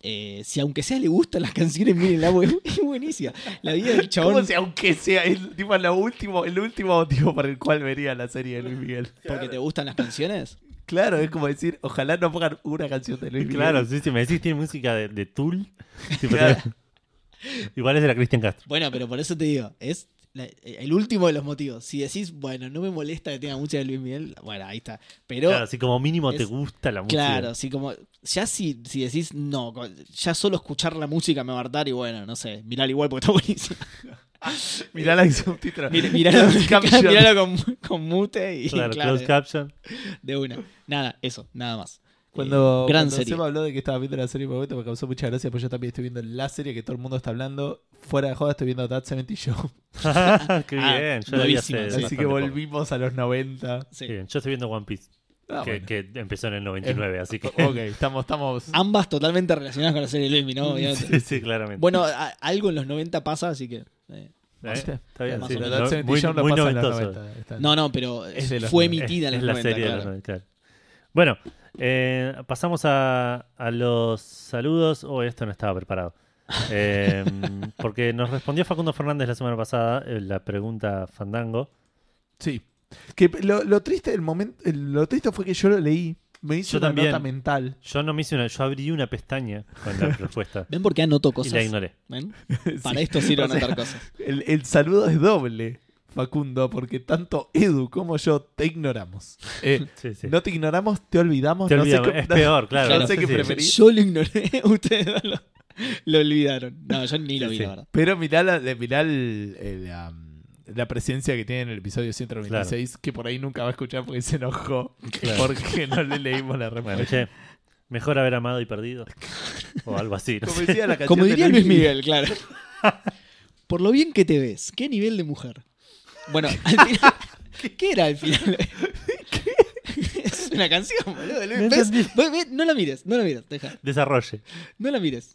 [SPEAKER 3] Eh, si aunque sea le gustan las canciones, mírenla, porque es buenísima. La vida del
[SPEAKER 1] ¿Cómo
[SPEAKER 3] chabón.
[SPEAKER 1] sea, aunque sea el, tipo, lo último, el último motivo por el cual vería la serie de Luis Miguel?
[SPEAKER 3] Porque te gustan las canciones.
[SPEAKER 1] Claro, es como decir, ojalá no pongan una canción de Luis Miguel.
[SPEAKER 2] Claro, sí, sí, me decís, tiene música de, de Tool. tipo, Igual es de la Cristian Castro.
[SPEAKER 3] Bueno, pero por eso te digo, es la- el último de los motivos. Si decís, bueno, no me molesta que tenga música de Luis Miguel, bueno, ahí está. Pero
[SPEAKER 2] claro, así como mínimo te
[SPEAKER 3] es-
[SPEAKER 2] gusta la música.
[SPEAKER 3] Claro, sí, como. Ya si, si decís no, co- ya solo escuchar la música me va a hartar y bueno, no sé, mirala igual porque está buenísima.
[SPEAKER 1] Mirá la subtítulo.
[SPEAKER 3] Mir- Miralo,
[SPEAKER 1] Caption.
[SPEAKER 3] miralo con, con mute y
[SPEAKER 2] Claro,
[SPEAKER 3] claro,
[SPEAKER 2] closed caption.
[SPEAKER 3] de una. Nada, eso, nada más.
[SPEAKER 1] Cuando,
[SPEAKER 3] Eh, gran
[SPEAKER 1] cuando
[SPEAKER 3] serie.
[SPEAKER 1] Seba habló de que estaba viendo la serie por momento me causó mucha gracia, porque yo también estoy viendo la serie que todo el mundo está hablando. Fuera de joda estoy viendo That 70 Show.
[SPEAKER 2] Qué
[SPEAKER 3] Ah,
[SPEAKER 2] bien, yo la vi hace
[SPEAKER 3] nuevísima,
[SPEAKER 1] Así
[SPEAKER 3] sí.
[SPEAKER 2] bastante
[SPEAKER 1] que
[SPEAKER 2] poco.
[SPEAKER 1] volvimos a los 90.
[SPEAKER 3] Sí.
[SPEAKER 2] Bien, yo estoy viendo One Piece,
[SPEAKER 1] Ah,
[SPEAKER 2] que,
[SPEAKER 1] bueno.
[SPEAKER 2] que empezó en el 99, así que...
[SPEAKER 1] Ok, estamos, estamos.
[SPEAKER 3] Ambas totalmente relacionadas con la serie Luismi, ¿no? Obviamente.
[SPEAKER 2] Sí, sí, claramente.
[SPEAKER 3] Bueno, a- algo en los 90 pasa, así que. eh.
[SPEAKER 2] Eh,
[SPEAKER 1] ¿viste?
[SPEAKER 2] Está bien,
[SPEAKER 3] Más
[SPEAKER 2] sí,
[SPEAKER 3] o
[SPEAKER 1] Pero
[SPEAKER 3] menos.
[SPEAKER 1] That
[SPEAKER 2] no-
[SPEAKER 1] 70
[SPEAKER 2] muy,
[SPEAKER 1] Show no
[SPEAKER 2] muy
[SPEAKER 1] pasa en los
[SPEAKER 2] noventoso.
[SPEAKER 1] 90, está-
[SPEAKER 3] No, no, pero
[SPEAKER 1] Es de los
[SPEAKER 3] fue
[SPEAKER 1] 90.
[SPEAKER 3] emitida en
[SPEAKER 2] Es
[SPEAKER 3] los
[SPEAKER 2] la
[SPEAKER 3] 90.
[SPEAKER 2] serie de
[SPEAKER 3] claro.
[SPEAKER 2] los 90, claro. Bueno, eh, pasamos a, a los saludos. Oh, esto no estaba preparado. Eh, porque nos respondió Facundo Fernández la semana pasada eh, la pregunta Fandango.
[SPEAKER 1] Sí. Que lo, lo triste del momento, el- lo triste fue que yo lo leí. Me hizo
[SPEAKER 2] Yo
[SPEAKER 1] una
[SPEAKER 2] también.
[SPEAKER 1] nota mental.
[SPEAKER 2] Yo no me hice una, yo abrí una pestaña con la respuesta
[SPEAKER 3] ¿Ven por qué anoto
[SPEAKER 2] y la
[SPEAKER 3] cosas?
[SPEAKER 2] ignoré.
[SPEAKER 3] ¿Ven?
[SPEAKER 1] Sí.
[SPEAKER 3] Para esto sirve
[SPEAKER 1] O sea,
[SPEAKER 3] anotar cosas.
[SPEAKER 1] El, el saludo es doble, Facundo, porque tanto Edu como yo te ignoramos. Eh,
[SPEAKER 2] Sí, sí.
[SPEAKER 1] No te ignoramos, te olvidamos.
[SPEAKER 2] Te
[SPEAKER 1] no sé
[SPEAKER 2] olvidamos,
[SPEAKER 1] qué-
[SPEAKER 2] es peor, claro.
[SPEAKER 1] no
[SPEAKER 2] no
[SPEAKER 1] sé
[SPEAKER 2] sé
[SPEAKER 1] qué
[SPEAKER 2] si-
[SPEAKER 1] preferís.
[SPEAKER 3] Yo lo ignoré, ustedes no lo, lo olvidaron. No, yo ni lo vi,
[SPEAKER 2] Sí, sí.
[SPEAKER 3] la verdad.
[SPEAKER 1] Pero mirá, la, de- mirá el- el, um, la presencia que tiene en el episodio 126, que por ahí nunca va a escuchar porque se enojó
[SPEAKER 2] Claro.
[SPEAKER 1] porque no le leímos la
[SPEAKER 2] Bueno,
[SPEAKER 1] respuesta.
[SPEAKER 2] che, mejor haber amado y perdido. O algo así. no
[SPEAKER 1] Como
[SPEAKER 2] sé.
[SPEAKER 1] decía la canción
[SPEAKER 3] Como
[SPEAKER 1] de
[SPEAKER 3] diría Luis Miguel, claro. Por lo bien que te ves, qué nivel de mujer. Bueno, al final. ¿Qué era al final? Es una canción, boludo. Luis.
[SPEAKER 2] No
[SPEAKER 3] ¿Ves?
[SPEAKER 2] entendí.
[SPEAKER 3] ¿Ves? ¿Ves? No la mires, no la mires, deja.
[SPEAKER 2] Desarrolle.
[SPEAKER 3] No la mires.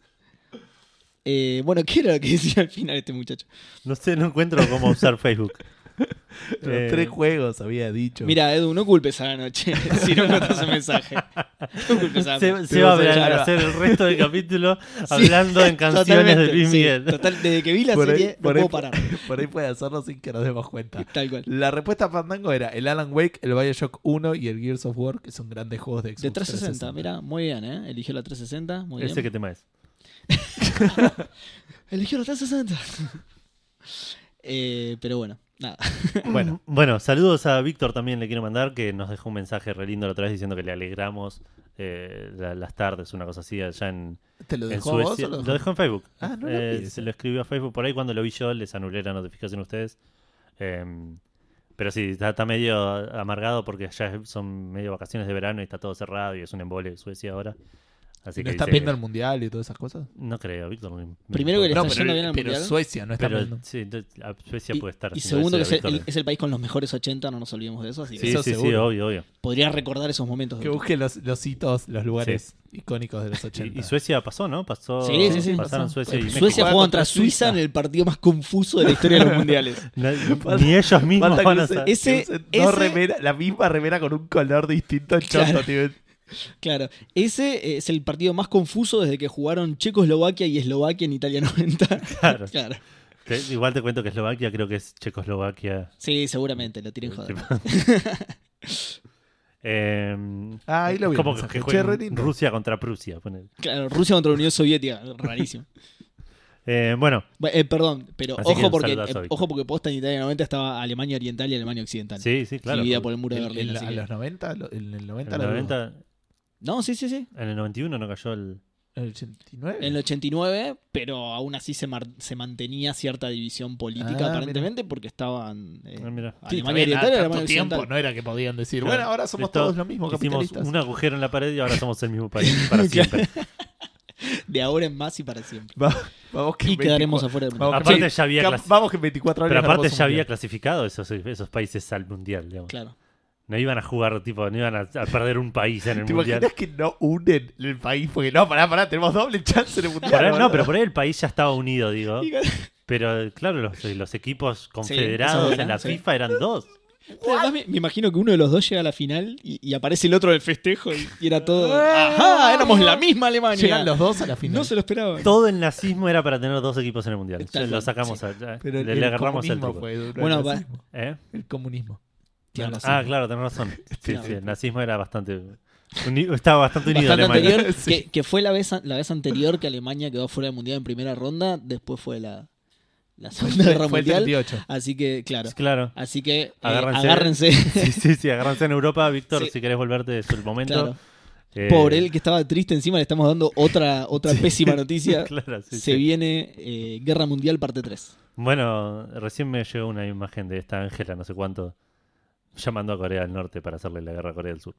[SPEAKER 3] Eh, bueno, ¿qué era lo que decía al final este muchacho?
[SPEAKER 2] No sé, no encuentro cómo usar Facebook.
[SPEAKER 1] Los
[SPEAKER 2] Eh,
[SPEAKER 1] tres juegos había dicho.
[SPEAKER 3] Mira, Edu, no culpes a la noche si no notas el mensaje. No culpes a la noche.
[SPEAKER 2] Se, se va a
[SPEAKER 1] Sí,
[SPEAKER 2] ver-
[SPEAKER 1] ya va.
[SPEAKER 2] hacer el resto del capítulo hablando en canciones de
[SPEAKER 3] Totalmente,
[SPEAKER 2] Luis
[SPEAKER 3] sí.
[SPEAKER 2] Miguel.
[SPEAKER 3] Total, desde que vi la
[SPEAKER 1] Por ahí-
[SPEAKER 3] serie no
[SPEAKER 1] por ahí
[SPEAKER 3] puedo
[SPEAKER 1] pu-
[SPEAKER 3] parar.
[SPEAKER 1] Por ahí puede hacerlo sin que nos demos cuenta.
[SPEAKER 3] Tal cual.
[SPEAKER 1] La respuesta a Fandango era el Alan Wake, el Bioshock 1 y el Gears of War, que son grandes juegos de Xbox
[SPEAKER 3] De 360, mira, muy bien, ¿eh? Eligió la 360, muy
[SPEAKER 2] ¿Ese
[SPEAKER 3] bien.
[SPEAKER 2] qué tema es?
[SPEAKER 3] Eligió la 360. Eh, pero bueno, nada.
[SPEAKER 1] Bueno,
[SPEAKER 2] Bueno, saludos a Víctor también le quiero mandar, que nos dejó un mensaje re lindo la otra vez diciendo que le alegramos eh, la- las tardes, una cosa así, allá en,
[SPEAKER 1] ¿te lo
[SPEAKER 2] en
[SPEAKER 1] dejó a vos
[SPEAKER 2] Suecia.
[SPEAKER 1] o lo dejó?
[SPEAKER 2] Lo dejó en Facebook.
[SPEAKER 1] Ah, no lo
[SPEAKER 2] Eh,
[SPEAKER 1] vi
[SPEAKER 2] se
[SPEAKER 1] ese.
[SPEAKER 2] lo escribió a Facebook. Por ahí cuando lo vi yo les anulé la notificación a ustedes. Em, pero sí, está, está medio amargado porque ya son medio vacaciones de verano y está todo cerrado y es un embole en Suecia ahora. Así
[SPEAKER 1] ¿No
[SPEAKER 2] que
[SPEAKER 1] está
[SPEAKER 2] dice
[SPEAKER 1] viendo
[SPEAKER 2] que-
[SPEAKER 1] el mundial y todas esas cosas?
[SPEAKER 2] No creo, Víctor. no-
[SPEAKER 3] Primero que le
[SPEAKER 2] no,
[SPEAKER 3] está
[SPEAKER 1] pero,
[SPEAKER 3] yendo bien al
[SPEAKER 1] pero
[SPEAKER 3] mundial.
[SPEAKER 1] Suecia no está
[SPEAKER 2] pero,
[SPEAKER 1] viendo.
[SPEAKER 2] sí, entonces, a Suecia
[SPEAKER 3] Y-
[SPEAKER 2] puede estar.
[SPEAKER 3] Y
[SPEAKER 2] haciendo
[SPEAKER 3] segundo, que
[SPEAKER 2] eso
[SPEAKER 3] es
[SPEAKER 2] a
[SPEAKER 3] el,
[SPEAKER 2] Víctor.
[SPEAKER 3] es el país con los mejores 80, no nos olvidemos de eso, así que
[SPEAKER 2] Sí,
[SPEAKER 1] Eso
[SPEAKER 2] sí, sí,
[SPEAKER 1] seguro.
[SPEAKER 2] obvio, obvio.
[SPEAKER 3] podría recordar esos momentos.
[SPEAKER 1] Que busque los, los hitos, los lugares icónicos de los
[SPEAKER 2] Y-
[SPEAKER 1] 80.
[SPEAKER 2] Y Suecia pasó, ¿no? Pasó,
[SPEAKER 3] Sí, sí, sí.
[SPEAKER 2] Pasaron
[SPEAKER 1] Pasó.
[SPEAKER 2] Suecia y México.
[SPEAKER 3] Suecia jugó
[SPEAKER 1] Juega
[SPEAKER 3] contra
[SPEAKER 1] contra
[SPEAKER 3] Suiza
[SPEAKER 1] Suiza.
[SPEAKER 3] en el partido más confuso de la historia de los mundiales.
[SPEAKER 2] Na- Ni ellos mismos
[SPEAKER 1] Falta que
[SPEAKER 2] van a
[SPEAKER 1] usen-
[SPEAKER 2] saber.
[SPEAKER 1] que
[SPEAKER 3] Ese-
[SPEAKER 1] usen dos
[SPEAKER 3] ese-
[SPEAKER 1] remera- la misma remera con un color distinto al choto,
[SPEAKER 3] Claro.
[SPEAKER 1] tío.
[SPEAKER 3] Claro, ese eh, es el partido más confuso desde que jugaron Checoslovaquia y Eslovaquia en Italia 90.
[SPEAKER 2] Claro.
[SPEAKER 3] Claro.
[SPEAKER 2] Te- igual te cuento que Eslovaquia creo que es Checoslovaquia.
[SPEAKER 3] Sí, seguramente, lo tienen joder.
[SPEAKER 2] Em,
[SPEAKER 1] Ah, ahí lo vi.
[SPEAKER 2] Como
[SPEAKER 1] el
[SPEAKER 2] que,
[SPEAKER 1] mensaje. Che,
[SPEAKER 2] jueguen
[SPEAKER 1] re lindo.
[SPEAKER 2] Rusia contra Prusia. ponele.
[SPEAKER 3] Claro, Rusia contra la Unión Soviética, rarísimo.
[SPEAKER 2] Eh, bueno,
[SPEAKER 3] Bueno, eh, perdón, pero
[SPEAKER 2] Así que
[SPEAKER 3] ojo
[SPEAKER 2] un
[SPEAKER 3] porque,
[SPEAKER 2] saludazo,
[SPEAKER 3] eh,
[SPEAKER 2] Víctor.
[SPEAKER 3] ojo porque posta en Italia 90 estaba Alemania Oriental y Alemania Occidental.
[SPEAKER 2] sí, sí, claro.
[SPEAKER 3] Dividida por el muro de
[SPEAKER 1] En-
[SPEAKER 3] Berlín.
[SPEAKER 1] en la-
[SPEAKER 3] así
[SPEAKER 1] a
[SPEAKER 3] que-
[SPEAKER 1] los 90, lo- en el 90,
[SPEAKER 2] en, el
[SPEAKER 1] lo-
[SPEAKER 2] 90
[SPEAKER 3] No, sí, sí, sí.
[SPEAKER 2] en el 91 no cayó el...
[SPEAKER 1] el 89.
[SPEAKER 3] En el 89, pero aún así se, mar- se mantenía cierta división política
[SPEAKER 1] Ah, Mm.
[SPEAKER 3] aparentemente porque estaban eh,
[SPEAKER 2] Ah, mira.
[SPEAKER 1] Sí,
[SPEAKER 3] Alemania
[SPEAKER 1] también,
[SPEAKER 3] Oriental y
[SPEAKER 1] a
[SPEAKER 3] Alemania
[SPEAKER 1] tanto tiempo
[SPEAKER 3] Occidental.
[SPEAKER 1] no era que podían decir,
[SPEAKER 2] Claro.
[SPEAKER 1] bueno, ahora somos
[SPEAKER 2] Listo,
[SPEAKER 1] todos los mismos
[SPEAKER 2] Hicimos
[SPEAKER 1] capitalistas.
[SPEAKER 2] un agujero en la pared y ahora somos el mismo país para siempre.
[SPEAKER 3] de ahora en más y para siempre.
[SPEAKER 1] Va- vamos que
[SPEAKER 3] Y
[SPEAKER 1] en
[SPEAKER 3] quedaremos
[SPEAKER 1] 24
[SPEAKER 3] afuera del
[SPEAKER 1] vamos
[SPEAKER 3] mundo.
[SPEAKER 1] que-
[SPEAKER 2] Aparte ya había
[SPEAKER 1] Cam-
[SPEAKER 2] clasi-
[SPEAKER 1] Vamos que en 24 horas.
[SPEAKER 2] Pero aparte
[SPEAKER 1] ganamos
[SPEAKER 2] ya
[SPEAKER 1] un
[SPEAKER 2] había
[SPEAKER 1] mundial.
[SPEAKER 2] clasificado esos, esos países al mundial, digamos.
[SPEAKER 3] Claro.
[SPEAKER 2] No iban a jugar, tipo, no iban a, a perder un país en el
[SPEAKER 1] ¿Te
[SPEAKER 2] mundial.
[SPEAKER 1] imaginas que no unen el país? Porque no, pará, pará, tenemos doble chance en el mundial.
[SPEAKER 2] Por ahí- no,
[SPEAKER 1] boludo.
[SPEAKER 2] pero por ahí el país ya estaba unido, digo.
[SPEAKER 3] Y gan-
[SPEAKER 2] Pero claro, los, los equipos
[SPEAKER 3] eso
[SPEAKER 2] confederados
[SPEAKER 3] era,
[SPEAKER 2] en la
[SPEAKER 3] sí.
[SPEAKER 2] FIFA eran dos.
[SPEAKER 3] Pero además me, me imagino que uno de los dos llega a la final y, y aparece el otro del festejo y, y era todo. ¡Ajá! Éramos la misma Alemania.
[SPEAKER 1] Llegan los dos a la final.
[SPEAKER 3] no se lo esperaba.
[SPEAKER 2] Todo el nazismo era para tener dos equipos en el mundial.
[SPEAKER 3] Tal
[SPEAKER 2] lo
[SPEAKER 3] cual,
[SPEAKER 2] sacamos,
[SPEAKER 3] sí.
[SPEAKER 2] a- a-
[SPEAKER 1] Pero
[SPEAKER 2] le, le agarramos el
[SPEAKER 1] comunismo
[SPEAKER 2] truco.
[SPEAKER 1] fue duro,
[SPEAKER 3] Bueno,
[SPEAKER 1] el
[SPEAKER 3] va-
[SPEAKER 1] nazismo.
[SPEAKER 2] ¿Eh?
[SPEAKER 1] El comunismo.
[SPEAKER 3] Tiene
[SPEAKER 1] No,
[SPEAKER 3] razón.
[SPEAKER 2] Ah, claro, tenés razón. Sí,
[SPEAKER 3] Claro.
[SPEAKER 2] sí, el nazismo era bastante. uni- estaba bastante unido
[SPEAKER 3] Bastante
[SPEAKER 2] Alemania.
[SPEAKER 3] anterior,
[SPEAKER 1] Sí.
[SPEAKER 3] que, que fue la vez, an- la vez anterior que Alemania quedó fuera del mundial en primera ronda, después fue la, la segunda guerra
[SPEAKER 1] Fue el
[SPEAKER 3] mundial.
[SPEAKER 1] 38.
[SPEAKER 3] Así que, claro.
[SPEAKER 2] Claro.
[SPEAKER 3] Así que eh,
[SPEAKER 2] Agárrense.
[SPEAKER 3] agárrense,
[SPEAKER 2] Sí, sí, sí, agárrense en Europa, Víctor,
[SPEAKER 3] Sí.
[SPEAKER 2] si querés volverte, es el momento.
[SPEAKER 3] Claro.
[SPEAKER 2] Eh,
[SPEAKER 3] Por él que estaba triste encima, le estamos dando otra, otra pésima noticia.
[SPEAKER 2] Claro, sí,
[SPEAKER 3] Se
[SPEAKER 2] sí.
[SPEAKER 3] viene eh, Guerra Mundial parte 3.
[SPEAKER 2] Bueno, recién me llegó una imagen de esta Ángela, no sé cuánto, llamando a Corea del Norte para hacerle la guerra a Corea del Sur.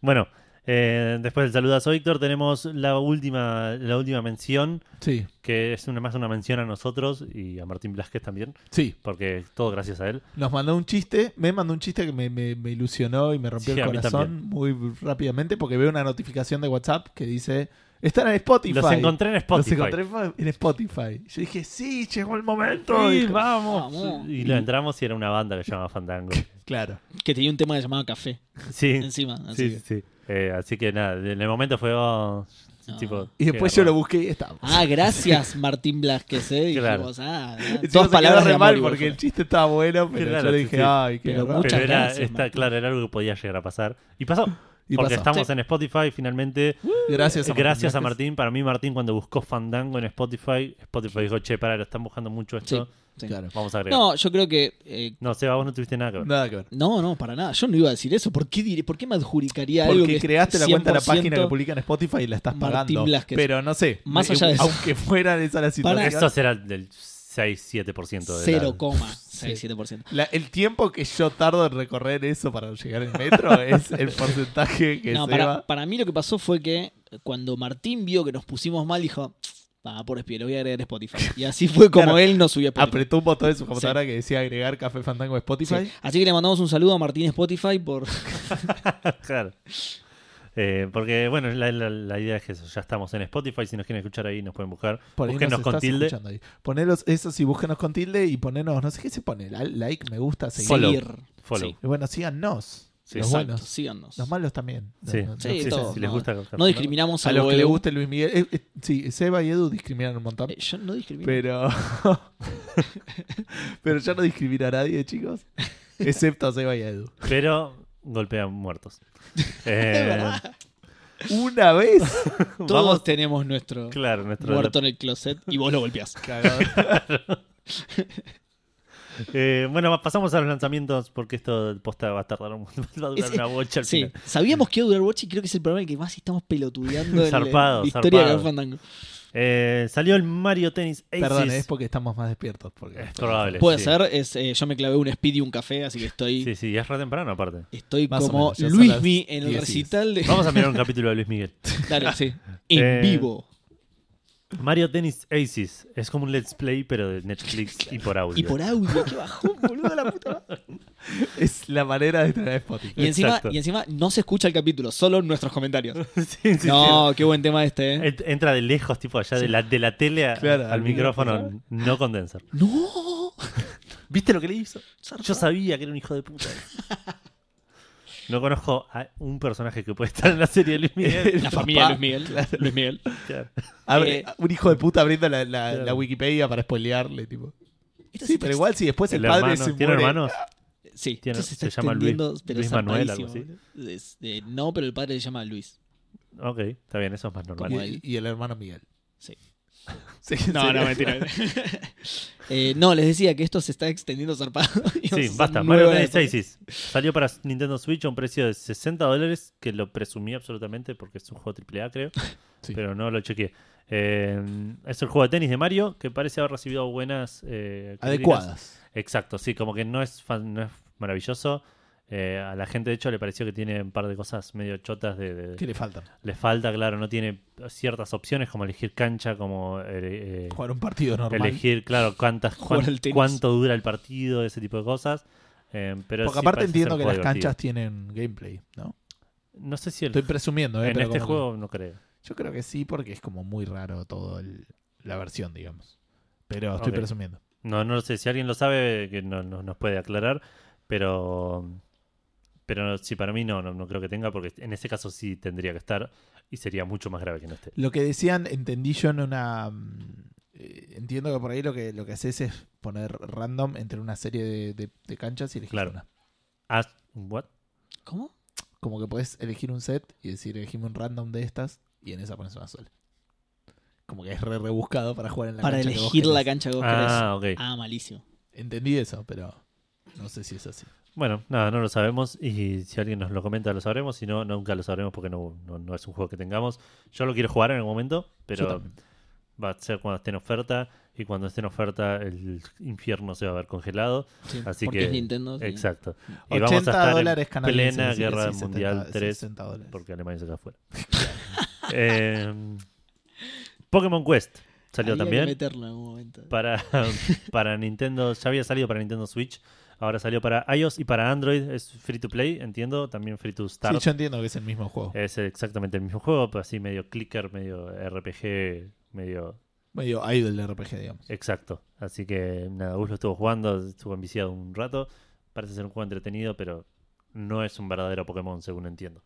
[SPEAKER 2] bueno, eh, después del saludazo, Víctor, tenemos la última, la última mención,
[SPEAKER 1] Sí,
[SPEAKER 2] que es una, más una mención a nosotros y a Martín Blasquez también,
[SPEAKER 1] sí.
[SPEAKER 2] porque todo gracias a él.
[SPEAKER 1] Nos mandó un chiste. Me mandó un chiste que me, me- me ilusionó y me rompió
[SPEAKER 2] Sí, a
[SPEAKER 1] el
[SPEAKER 2] mí
[SPEAKER 1] corazón muy rápidamente porque veo una notificación de WhatsApp que dice: Están en Spotify.
[SPEAKER 2] Los encontré en
[SPEAKER 1] Los
[SPEAKER 2] Spotify.
[SPEAKER 1] encontré en Spotify. Yo dije: Sí, llegó el momento.
[SPEAKER 2] Sí,
[SPEAKER 1] Dije,
[SPEAKER 2] vamos.
[SPEAKER 3] Vamos.
[SPEAKER 2] Y lo entramos y era una banda que se llamaba Fandango.
[SPEAKER 1] Claro.
[SPEAKER 3] Que tenía un tema llamado Café
[SPEAKER 2] Sí,
[SPEAKER 3] encima.
[SPEAKER 2] sí,
[SPEAKER 3] Así que-
[SPEAKER 2] sí. Eh, así que nada, en el momento fue oh,
[SPEAKER 3] Ah.
[SPEAKER 2] tipo.
[SPEAKER 1] Y después
[SPEAKER 2] qué
[SPEAKER 1] yo lo
[SPEAKER 2] garrón.
[SPEAKER 1] busqué y estaba.
[SPEAKER 3] Ah, gracias Martín Blasquez, eh. Dijimos, ah, ah,
[SPEAKER 1] Encima
[SPEAKER 3] dos
[SPEAKER 1] se quedó
[SPEAKER 3] palabras
[SPEAKER 1] re
[SPEAKER 3] de amor
[SPEAKER 1] mal
[SPEAKER 3] y
[SPEAKER 1] porque el
[SPEAKER 3] vos-
[SPEAKER 1] chiste estaba bueno, pero
[SPEAKER 2] Claro,
[SPEAKER 1] yo le
[SPEAKER 2] sí,
[SPEAKER 1] dije,
[SPEAKER 2] sí.
[SPEAKER 1] ay, qué
[SPEAKER 3] Pero
[SPEAKER 1] raro.
[SPEAKER 3] muchas
[SPEAKER 2] Pero era,
[SPEAKER 3] gracias,
[SPEAKER 2] está-
[SPEAKER 3] Martín.
[SPEAKER 2] claro, era algo que podía llegar a pasar. Y pasó.
[SPEAKER 1] Y
[SPEAKER 2] porque
[SPEAKER 1] pasó.
[SPEAKER 2] estamos
[SPEAKER 3] Sí.
[SPEAKER 2] en Spotify finalmente.
[SPEAKER 1] Gracias a Martín.
[SPEAKER 2] Gracias a
[SPEAKER 1] Vázquez.
[SPEAKER 2] Martín. Para mí, Martín, cuando buscó Fandango en Spotify, Spotify dijo, che, para, lo están buscando mucho esto.
[SPEAKER 3] Sí.
[SPEAKER 1] Claro.
[SPEAKER 2] Vamos a agregar. No.
[SPEAKER 3] No, yo creo que. eh,
[SPEAKER 2] Seba, vos no tuviste nada que ver.
[SPEAKER 1] Nada que ver.
[SPEAKER 3] no, no, para nada. Yo no iba a decir eso. ¿Por qué, diré, por qué me adjudicaría algo que
[SPEAKER 1] Porque
[SPEAKER 3] es
[SPEAKER 1] creaste la cuenta de la
[SPEAKER 3] 100%
[SPEAKER 1] página que publica en Spotify y la estás
[SPEAKER 3] Martín
[SPEAKER 1] pagando.
[SPEAKER 3] Blasquez.
[SPEAKER 1] Pero no sé.
[SPEAKER 3] Más
[SPEAKER 1] eh,
[SPEAKER 3] allá de eso.
[SPEAKER 1] Aunque fuera esa la situación.
[SPEAKER 2] Eso será del 6-7% de la-
[SPEAKER 3] 0,67%.
[SPEAKER 1] La- el tiempo que yo tardo en recorrer eso para llegar al metro es el porcentaje que
[SPEAKER 3] No,
[SPEAKER 1] se
[SPEAKER 3] para,
[SPEAKER 1] va.
[SPEAKER 3] para mí lo que pasó fue que eh, cuando Martín vio que nos pusimos mal, dijo: Ah, por espío, lo voy a agregar a Spotify. Y así fue como
[SPEAKER 1] Claro.
[SPEAKER 3] él nos subió a Spotify.
[SPEAKER 1] Apretó un botón de su computadora que decía agregar Café Fandango a Spotify.
[SPEAKER 3] Sí. Así que le mandamos un saludo a Martín Spotify por.
[SPEAKER 2] claro. Eh, porque, bueno, la, la- la idea es que eso, ya estamos en Spotify. Si nos quieren escuchar ahí, nos pueden buscar.
[SPEAKER 1] Por ahí
[SPEAKER 2] Búsquenos
[SPEAKER 1] nos
[SPEAKER 2] con
[SPEAKER 1] estás
[SPEAKER 2] tilde.
[SPEAKER 1] escuchando ahí. Poneros eso sí, búsquenos con tilde y ponenos, no sé qué se pone, la- like, me gusta, seguir.
[SPEAKER 2] Follow.
[SPEAKER 3] Seguir.
[SPEAKER 2] Follow.
[SPEAKER 3] Sí,
[SPEAKER 1] Y bueno, síganos.
[SPEAKER 2] Sí,
[SPEAKER 1] los
[SPEAKER 3] exacto,
[SPEAKER 1] buenos.
[SPEAKER 3] síganos.
[SPEAKER 1] Los malos también.
[SPEAKER 2] Sí,
[SPEAKER 1] No- no-
[SPEAKER 3] Sí,
[SPEAKER 1] no-
[SPEAKER 2] sí, sí,
[SPEAKER 3] todos,
[SPEAKER 2] si les
[SPEAKER 3] no.
[SPEAKER 2] gusta.
[SPEAKER 3] No discriminamos
[SPEAKER 1] A los que
[SPEAKER 3] Edu.
[SPEAKER 1] le guste Luis Miguel. eh, eh, sí, Seba y Edu discriminan un montón.
[SPEAKER 3] Eh, yo no discrimino.
[SPEAKER 1] Pero. pero ya no discrimina a nadie, chicos. Excepto a Seba y a Edu.
[SPEAKER 2] Pero golpean muertos. Eh,
[SPEAKER 3] Es verdad.
[SPEAKER 1] Una vez.
[SPEAKER 3] Todos
[SPEAKER 2] vamos-
[SPEAKER 3] tenemos nuestro
[SPEAKER 2] Claro, nuestro.
[SPEAKER 3] muerto en el closet y vos lo golpeás.
[SPEAKER 1] Cagado.
[SPEAKER 2] Eh, bueno, pasamos a los lanzamientos porque esto del posta va a tardar un, va a durar
[SPEAKER 3] Es-
[SPEAKER 2] una bocha al
[SPEAKER 3] Sí,
[SPEAKER 2] final.
[SPEAKER 3] sabíamos que iba a durar Watch y creo que es el programa en el que más estamos pelotudeando en la-
[SPEAKER 2] Zarpado,
[SPEAKER 3] la historia de
[SPEAKER 2] zarpado.
[SPEAKER 3] Café Fandango.
[SPEAKER 2] Eh, salió el Mario Tennis Aces.
[SPEAKER 1] Perdón, eh, es porque estamos más despiertos. Porque
[SPEAKER 2] Es probable.
[SPEAKER 3] Puede
[SPEAKER 2] sí.
[SPEAKER 3] ser, es, eh, yo me clavé un speed y un café, así que estoy,
[SPEAKER 2] Sí, sí, es re temprano aparte.
[SPEAKER 3] estoy
[SPEAKER 1] Más o
[SPEAKER 3] como
[SPEAKER 1] menos, ya son las
[SPEAKER 3] Luismi en el
[SPEAKER 1] 10.
[SPEAKER 3] recital de.
[SPEAKER 2] Vamos a mirar un capítulo de Luis Miguel.
[SPEAKER 3] Dale, sí. En
[SPEAKER 2] Eh,
[SPEAKER 3] vivo.
[SPEAKER 2] Mario Tennis Aces es como un let's play, pero de Netflix y por audio.
[SPEAKER 3] Y por audio, qué bajón, boludo, la puta madre.
[SPEAKER 1] Es la manera de traer Spotify.
[SPEAKER 3] Y encima,
[SPEAKER 2] Exacto.
[SPEAKER 3] y encima no se escucha el capítulo, solo nuestros comentarios.
[SPEAKER 2] Sí, sí,
[SPEAKER 3] no, qué buen tema este,
[SPEAKER 2] sí.
[SPEAKER 3] ¿eh?
[SPEAKER 2] Ent- Entra de lejos, tipo allá de, la, de la tele a-
[SPEAKER 1] Claro,
[SPEAKER 2] al
[SPEAKER 1] al
[SPEAKER 2] micrófono, no condenser.
[SPEAKER 3] No.
[SPEAKER 2] ¿Viste lo que le hizo?
[SPEAKER 3] zarpado.
[SPEAKER 2] Yo sabía que era un hijo de puta. No conozco a un personaje que puede estar en la serie de Luis Miguel.
[SPEAKER 3] La familia de Luis
[SPEAKER 1] Papá,
[SPEAKER 3] Miguel. Luis Miguel.
[SPEAKER 2] Claro.
[SPEAKER 1] Abre-
[SPEAKER 3] eh,
[SPEAKER 1] un hijo de puta abriendo la, la-
[SPEAKER 2] claro.
[SPEAKER 1] la Wikipedia para spoilearle. Tipo.
[SPEAKER 3] Esto
[SPEAKER 1] Sí,
[SPEAKER 3] se
[SPEAKER 1] pero
[SPEAKER 3] está-
[SPEAKER 1] igual si después el,
[SPEAKER 2] El
[SPEAKER 1] padre
[SPEAKER 2] hermano,
[SPEAKER 1] se
[SPEAKER 2] ¿Tiene
[SPEAKER 1] muere.
[SPEAKER 2] hermanos?
[SPEAKER 3] Sí,
[SPEAKER 2] Tiene-
[SPEAKER 3] esto se, está
[SPEAKER 2] se llama Luis-
[SPEAKER 3] extendiendo, pero
[SPEAKER 2] Luis
[SPEAKER 3] es
[SPEAKER 2] Manuel, algo
[SPEAKER 3] zarpadísimo, boludo. Es- eh, no, pero el padre se llama Luis.
[SPEAKER 2] Ok, está bien, eso es más normal.
[SPEAKER 3] Como
[SPEAKER 1] Y,
[SPEAKER 3] él.
[SPEAKER 1] y el hermano Miguel.
[SPEAKER 3] Sí.
[SPEAKER 1] Sí,
[SPEAKER 3] No,
[SPEAKER 1] sí.
[SPEAKER 3] no, mentira. Eh, no, les decía que esto se está extendiendo zarpado. Y vamos
[SPEAKER 2] Sí,
[SPEAKER 3] a hacer
[SPEAKER 2] basta.
[SPEAKER 3] nueve
[SPEAKER 2] Mario
[SPEAKER 3] horas de
[SPEAKER 2] Tennis Aces salió para Nintendo Switch a un precio de 60 dólares, que lo presumí absolutamente porque es un juego AAA, creo.
[SPEAKER 1] Sí.
[SPEAKER 2] Pero no lo chequeé. Eh, es el juego de tenis de Mario que parece haber recibido buenas. eh, críticas.
[SPEAKER 1] Adecuadas.
[SPEAKER 2] Exacto, sí, como que no es, fan- no es maravilloso. Eh, a la gente, de hecho, le pareció que tiene un par de cosas medio chotas. De, de-
[SPEAKER 1] ¿Qué le faltan?
[SPEAKER 2] le falta, claro, no tiene ciertas opciones como elegir cancha, como eh, eh,
[SPEAKER 1] Jugar un partido normal.
[SPEAKER 2] elegir, claro, cuántas,
[SPEAKER 3] Jugar
[SPEAKER 2] cuán-
[SPEAKER 3] al tenis.
[SPEAKER 2] cuánto dura el partido, ese tipo de cosas. Eh, pero
[SPEAKER 1] Porque
[SPEAKER 2] sí
[SPEAKER 1] aparte
[SPEAKER 2] parece ser
[SPEAKER 1] entiendo
[SPEAKER 2] un
[SPEAKER 1] que las
[SPEAKER 2] juego divertido.
[SPEAKER 1] canchas tienen gameplay, ¿no?
[SPEAKER 2] No sé si el-
[SPEAKER 1] Estoy presumiendo, ¿eh?
[SPEAKER 2] en
[SPEAKER 1] Pero
[SPEAKER 2] este
[SPEAKER 1] como que-
[SPEAKER 2] juego no creo.
[SPEAKER 1] Yo creo que sí, porque es como muy raro todo el- la versión, digamos. Pero estoy
[SPEAKER 2] Ok.
[SPEAKER 1] presumiendo.
[SPEAKER 2] No, no lo sé. Si alguien lo sabe, que no, no- nos puede aclarar. Pero. Pero sí, para mí no, no, no creo que tenga, porque en ese caso sí tendría que estar. Y sería mucho más grave que no esté.
[SPEAKER 1] Lo que decían, entendí yo en una. mm, eh, entiendo que por ahí lo que, lo que haces es poner random entre una serie de, de- de canchas y elegir
[SPEAKER 2] Claro.
[SPEAKER 1] una.
[SPEAKER 2] Ah, ¿what?
[SPEAKER 3] tiempo. ¿Cómo?
[SPEAKER 1] Como que puedes elegir un set y decir, elegime un random de estas y en esa pones una sola. Como que es re rebuscado para jugar en la
[SPEAKER 3] Para
[SPEAKER 1] cancha que vos
[SPEAKER 3] elegir la
[SPEAKER 1] querés.
[SPEAKER 3] cancha que vos querés.
[SPEAKER 2] Ah, ok.
[SPEAKER 3] Ah, malísimo.
[SPEAKER 1] Entendí eso, pero no sé si es así.
[SPEAKER 2] Bueno, nada, no lo sabemos. Y si alguien nos lo comenta, lo sabremos. Si no, nunca lo sabremos porque no, no, no es un juego que tengamos. Yo lo quiero jugar en algún momento,
[SPEAKER 1] Yo
[SPEAKER 2] pero
[SPEAKER 1] también.
[SPEAKER 2] va a ser cuando esté en oferta. Y cuando esté en oferta, el infierno se va a ver congelado.
[SPEAKER 3] Sí,
[SPEAKER 2] Así
[SPEAKER 3] porque
[SPEAKER 2] que-
[SPEAKER 3] es Nintendo. sí.
[SPEAKER 2] Exacto. Y
[SPEAKER 1] 80
[SPEAKER 2] vamos a estar
[SPEAKER 1] dólares
[SPEAKER 2] en
[SPEAKER 1] canadienses,
[SPEAKER 2] plena
[SPEAKER 1] así que
[SPEAKER 2] guerra
[SPEAKER 1] sí,
[SPEAKER 2] mundial
[SPEAKER 1] 70,
[SPEAKER 2] 3.
[SPEAKER 1] 60 dólares.
[SPEAKER 2] Porque Alemania se queda afuera. Eh, Pokémon Quest salió
[SPEAKER 3] Había que
[SPEAKER 2] también
[SPEAKER 3] meterlo en algún momento.
[SPEAKER 2] para, para Nintendo. Ya había salido para Nintendo Switch. Ahora salió para iOS y para Android. Es free to play, entiendo. También free to
[SPEAKER 1] Sí,
[SPEAKER 2] start.
[SPEAKER 1] yo entiendo que es el mismo juego.
[SPEAKER 2] Es exactamente el mismo juego, pero así medio clicker, medio RPG, medio
[SPEAKER 1] Medio idol de RPG, digamos.
[SPEAKER 2] Exacto. Así que nada, Gus lo estuvo jugando, estuvo enviciado un rato. Parece ser un juego entretenido, pero no es un verdadero Pokémon, según entiendo.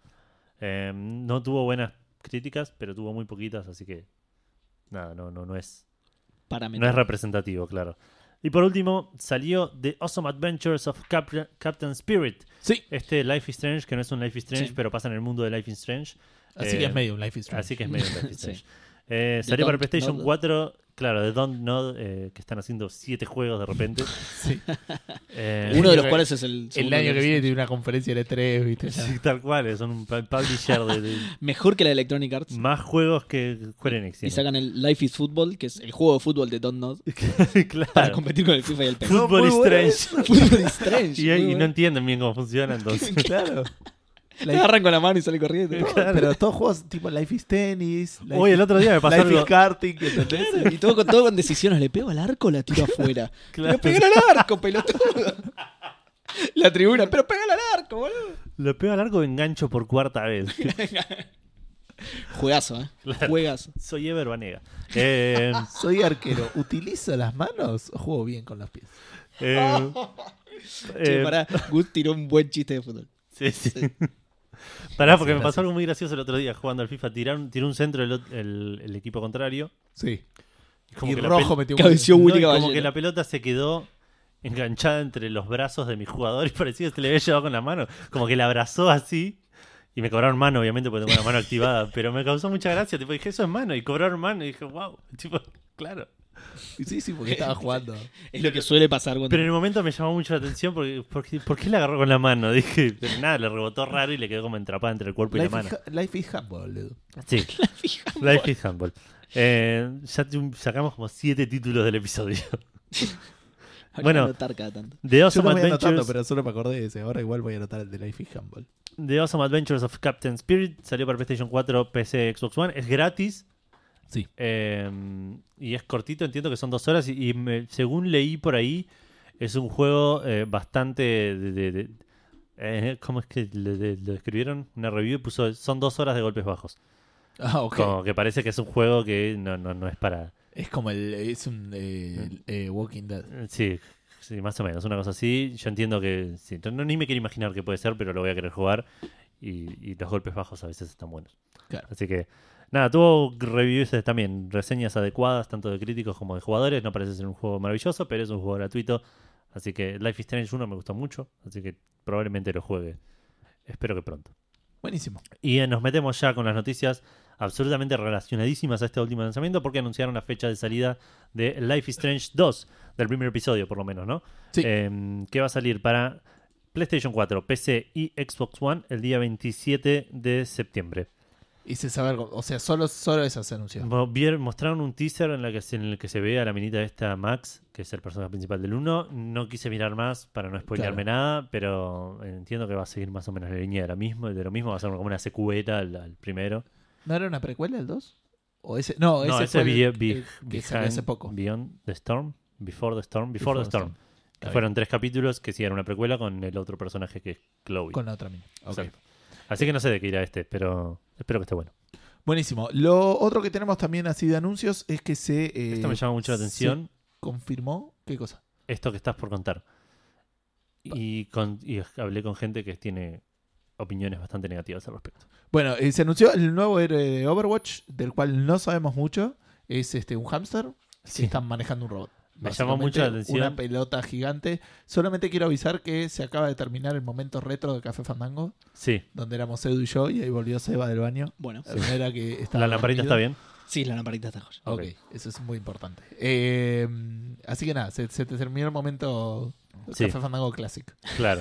[SPEAKER 2] Eh, no tuvo buenas críticas, pero tuvo muy poquitas, así que nada, no, no, no es.
[SPEAKER 3] Para
[SPEAKER 2] No
[SPEAKER 3] meter.
[SPEAKER 2] es representativo, claro. Y por último, salió The Awesome Adventures of Cap- Captain Spirit.
[SPEAKER 1] Sí,
[SPEAKER 2] Este Life is Strange, que no es un Life is Strange,
[SPEAKER 3] Sí.
[SPEAKER 2] pero pasa en el mundo de Life is Strange.
[SPEAKER 1] así
[SPEAKER 2] Eh,
[SPEAKER 1] que es medio un Life is Strange.
[SPEAKER 2] Así que es medio Life is
[SPEAKER 3] Sí.
[SPEAKER 2] Strange. Eh,
[SPEAKER 3] The
[SPEAKER 2] salió para
[SPEAKER 3] Don't
[SPEAKER 2] PlayStation
[SPEAKER 3] Nod.
[SPEAKER 2] 4, claro, de Don't Nod, eh, que están haciendo siete juegos de repente.
[SPEAKER 1] Sí.
[SPEAKER 2] Eh,
[SPEAKER 3] Uno de los
[SPEAKER 1] que-
[SPEAKER 3] cuales es el
[SPEAKER 1] El
[SPEAKER 3] segundo
[SPEAKER 1] año que
[SPEAKER 3] es-
[SPEAKER 1] viene tiene una conferencia de 3 ¿viste? Ya.
[SPEAKER 2] sí, tal cual, eh, son un pu- publisher de, de
[SPEAKER 3] Mejor que la de Electronic Arts.
[SPEAKER 2] más juegos que Square Enix.
[SPEAKER 3] Y
[SPEAKER 2] tiene.
[SPEAKER 3] sacan el Life is Football, que es el juego de fútbol de Don't Nod, para
[SPEAKER 2] claro.
[SPEAKER 3] competir con el FIFA y el PES.
[SPEAKER 2] Football
[SPEAKER 1] Muy bueno
[SPEAKER 2] Strange.
[SPEAKER 3] Fútbol is Strange.
[SPEAKER 2] Y,
[SPEAKER 3] muy
[SPEAKER 2] y no
[SPEAKER 3] bueno.
[SPEAKER 2] entienden bien cómo funciona, entonces.
[SPEAKER 1] Claro.
[SPEAKER 3] Le agarran con la mano y sale corriendo.
[SPEAKER 1] No, Pero todos juegos tipo Life is Tennis, Life,
[SPEAKER 2] Hoy el otro día me pasó
[SPEAKER 1] Life
[SPEAKER 2] algo.
[SPEAKER 1] is Karting, ¿entendés?
[SPEAKER 3] Y todo con, todo con decisiones. Le pego al arco, la tiro afuera.
[SPEAKER 2] Claro.
[SPEAKER 3] Pero pegale al arco, pelotudo. La tribuna, pero pégale al arco, boludo.
[SPEAKER 2] Lo pego al arco de engancho por cuarta vez.
[SPEAKER 3] Juegazo, ¿eh?
[SPEAKER 2] Claro.
[SPEAKER 3] Juegazo.
[SPEAKER 2] Soy Ever Banega. Eh,
[SPEAKER 1] Soy arquero. ¿Utilizo las manos o juego bien con los pies?
[SPEAKER 2] eh,
[SPEAKER 3] Oh. Che,
[SPEAKER 2] eh,
[SPEAKER 3] pará, Gus tiró un buen chiste de fútbol.
[SPEAKER 2] Sí, sí. Pará, porque me
[SPEAKER 1] Gracias.
[SPEAKER 2] pasó algo muy gracioso el otro día jugando al FIFA. Tiraron, tiró un centro el, ot- el- el equipo contrario.
[SPEAKER 1] Sí.
[SPEAKER 2] Y como
[SPEAKER 1] y
[SPEAKER 2] que la
[SPEAKER 1] rojo
[SPEAKER 2] pel-
[SPEAKER 1] metió un
[SPEAKER 3] Cabeció
[SPEAKER 2] no, y
[SPEAKER 3] Willy
[SPEAKER 2] como que
[SPEAKER 3] Caballero.
[SPEAKER 2] la pelota se quedó enganchada entre los brazos de mi jugador y parecía que se le había llevado con la mano. Como que la abrazó así. Y me cobraron mano, obviamente, porque tengo la mano activada. Pero me causó mucha gracia. Tipo, dije, eso es mano. Y cobraron mano. Y dije, wow. Tipo, claro.
[SPEAKER 1] Y Sí, sí, porque estaba jugando.
[SPEAKER 3] Es lo que suele pasar cuando.
[SPEAKER 2] Pero en el momento me llamó mucho la atención porque, porque ¿por qué la agarró con la mano? Dije, pero nada, le rebotó raro y le quedó como entrapada entre el cuerpo y la
[SPEAKER 1] Life
[SPEAKER 2] mano.
[SPEAKER 1] is, ha- life is handball, Edu.
[SPEAKER 2] Sí,
[SPEAKER 3] La fija.
[SPEAKER 2] Life is Handball. Eh, ya tu- sacamos como siete títulos del episodio.
[SPEAKER 3] Habría
[SPEAKER 2] Bueno.
[SPEAKER 3] que anotar cada tanto.
[SPEAKER 2] The
[SPEAKER 1] Yo
[SPEAKER 2] Awesome,
[SPEAKER 1] no voy anotando,
[SPEAKER 2] Adventures,
[SPEAKER 1] pero solo me acordé de ese. Ahora igual voy a anotar el de Life is handball.
[SPEAKER 2] The Awesome Adventures of Captain Spirit salió para PlayStation 4, PC, Xbox One. Es gratis
[SPEAKER 1] Sí.
[SPEAKER 2] eh, y es cortito, entiendo que son dos horas. Y, y me- según leí por ahí, es un juego eh, bastante. De, de- de- eh, ¿Cómo es que le- le- lo describieron? Una review y puso: son dos horas de golpes bajos.
[SPEAKER 1] Ah, ok.
[SPEAKER 2] Como que parece que es un juego que no, no, no es para.
[SPEAKER 1] Es como el. Es un. eh, el, eh, Walking Dead.
[SPEAKER 2] Sí, sí, más o menos, una cosa así. Yo entiendo que. sí, no, ni me quiero imaginar qué puede ser, pero lo voy a querer jugar. Y, y los golpes bajos a veces están buenos.
[SPEAKER 1] Claro.
[SPEAKER 2] Así que, nada, tuvo reviews eh, también, reseñas adecuadas, tanto de críticos como de jugadores. No parece ser un juego maravilloso, pero es un juego gratuito. Así que Life is Strange 1 me gustó mucho, así que probablemente lo juegue. Espero que pronto.
[SPEAKER 1] Buenísimo.
[SPEAKER 2] Y eh, nos metemos ya con las noticias absolutamente relacionadísimas a este último lanzamiento porque anunciaron la fecha de salida de Life is Strange 2, del primer episodio por lo menos, ¿no?
[SPEAKER 1] Sí.
[SPEAKER 2] Eh, que va a salir para PlayStation 4, PC y Xbox One el día 27 de septiembre.
[SPEAKER 1] Y se sabe algo. O sea, solo, solo eso se anunció.
[SPEAKER 2] Mo- vier- Mostraron un teaser en, la que, se- en el que se ve a la minita esta Max, que es el personaje principal del 1. No quise mirar más para no spoilearme nada, pero eh, entiendo que va a seguir más o menos la línea de lo mismo, de lo mismo va a ser como una secuela al- al primero.
[SPEAKER 1] ¿No era una precuela el 2? ¿O ese? No, ese,
[SPEAKER 2] No, ese
[SPEAKER 1] fue el,
[SPEAKER 2] es
[SPEAKER 1] el
[SPEAKER 2] Be- Be-
[SPEAKER 1] que salió hace
[SPEAKER 2] Behind-
[SPEAKER 1] poco.
[SPEAKER 2] Beyond the Storm, Before the Storm, Before, the Storm. Que
[SPEAKER 1] Está
[SPEAKER 2] fueron tres capítulos que sí eran una precuela con el otro personaje que es Chloe.
[SPEAKER 1] Con la otra mina. Ok.
[SPEAKER 2] Exacto. Así que no sé de qué irá este, pero espero que esté bueno.
[SPEAKER 1] Buenísimo. Lo otro que tenemos también así de anuncios es que se. eh,
[SPEAKER 2] Esto me llama mucho la
[SPEAKER 1] se
[SPEAKER 2] atención,
[SPEAKER 1] confirmó. ¿Qué cosa?
[SPEAKER 2] esto que estás por contar. Y, con- y hablé con gente que tiene opiniones bastante negativas al respecto.
[SPEAKER 1] Bueno, eh, se anunció el nuevo héroe de Overwatch, del cual no sabemos mucho. Es este un hámster
[SPEAKER 2] Sí.
[SPEAKER 1] que están manejando un robot.
[SPEAKER 2] Me llama
[SPEAKER 1] Básicamente,
[SPEAKER 2] mucho la atención.
[SPEAKER 1] Una pelota gigante. Solamente quiero avisar que se acaba de terminar el momento retro de Café Fandango,
[SPEAKER 2] Sí,
[SPEAKER 1] donde éramos Edu y yo, y ahí volvió Seba del baño.
[SPEAKER 3] Bueno,
[SPEAKER 1] La primera que estaba
[SPEAKER 2] la lamparita está
[SPEAKER 1] dormido.
[SPEAKER 2] bien.
[SPEAKER 3] sí, la lamparita está joya.
[SPEAKER 1] Ok, eso es muy importante. Eh, así que nada, se, se te terminó el momento
[SPEAKER 2] Sí.
[SPEAKER 1] Café Fandango Classic.
[SPEAKER 2] Claro.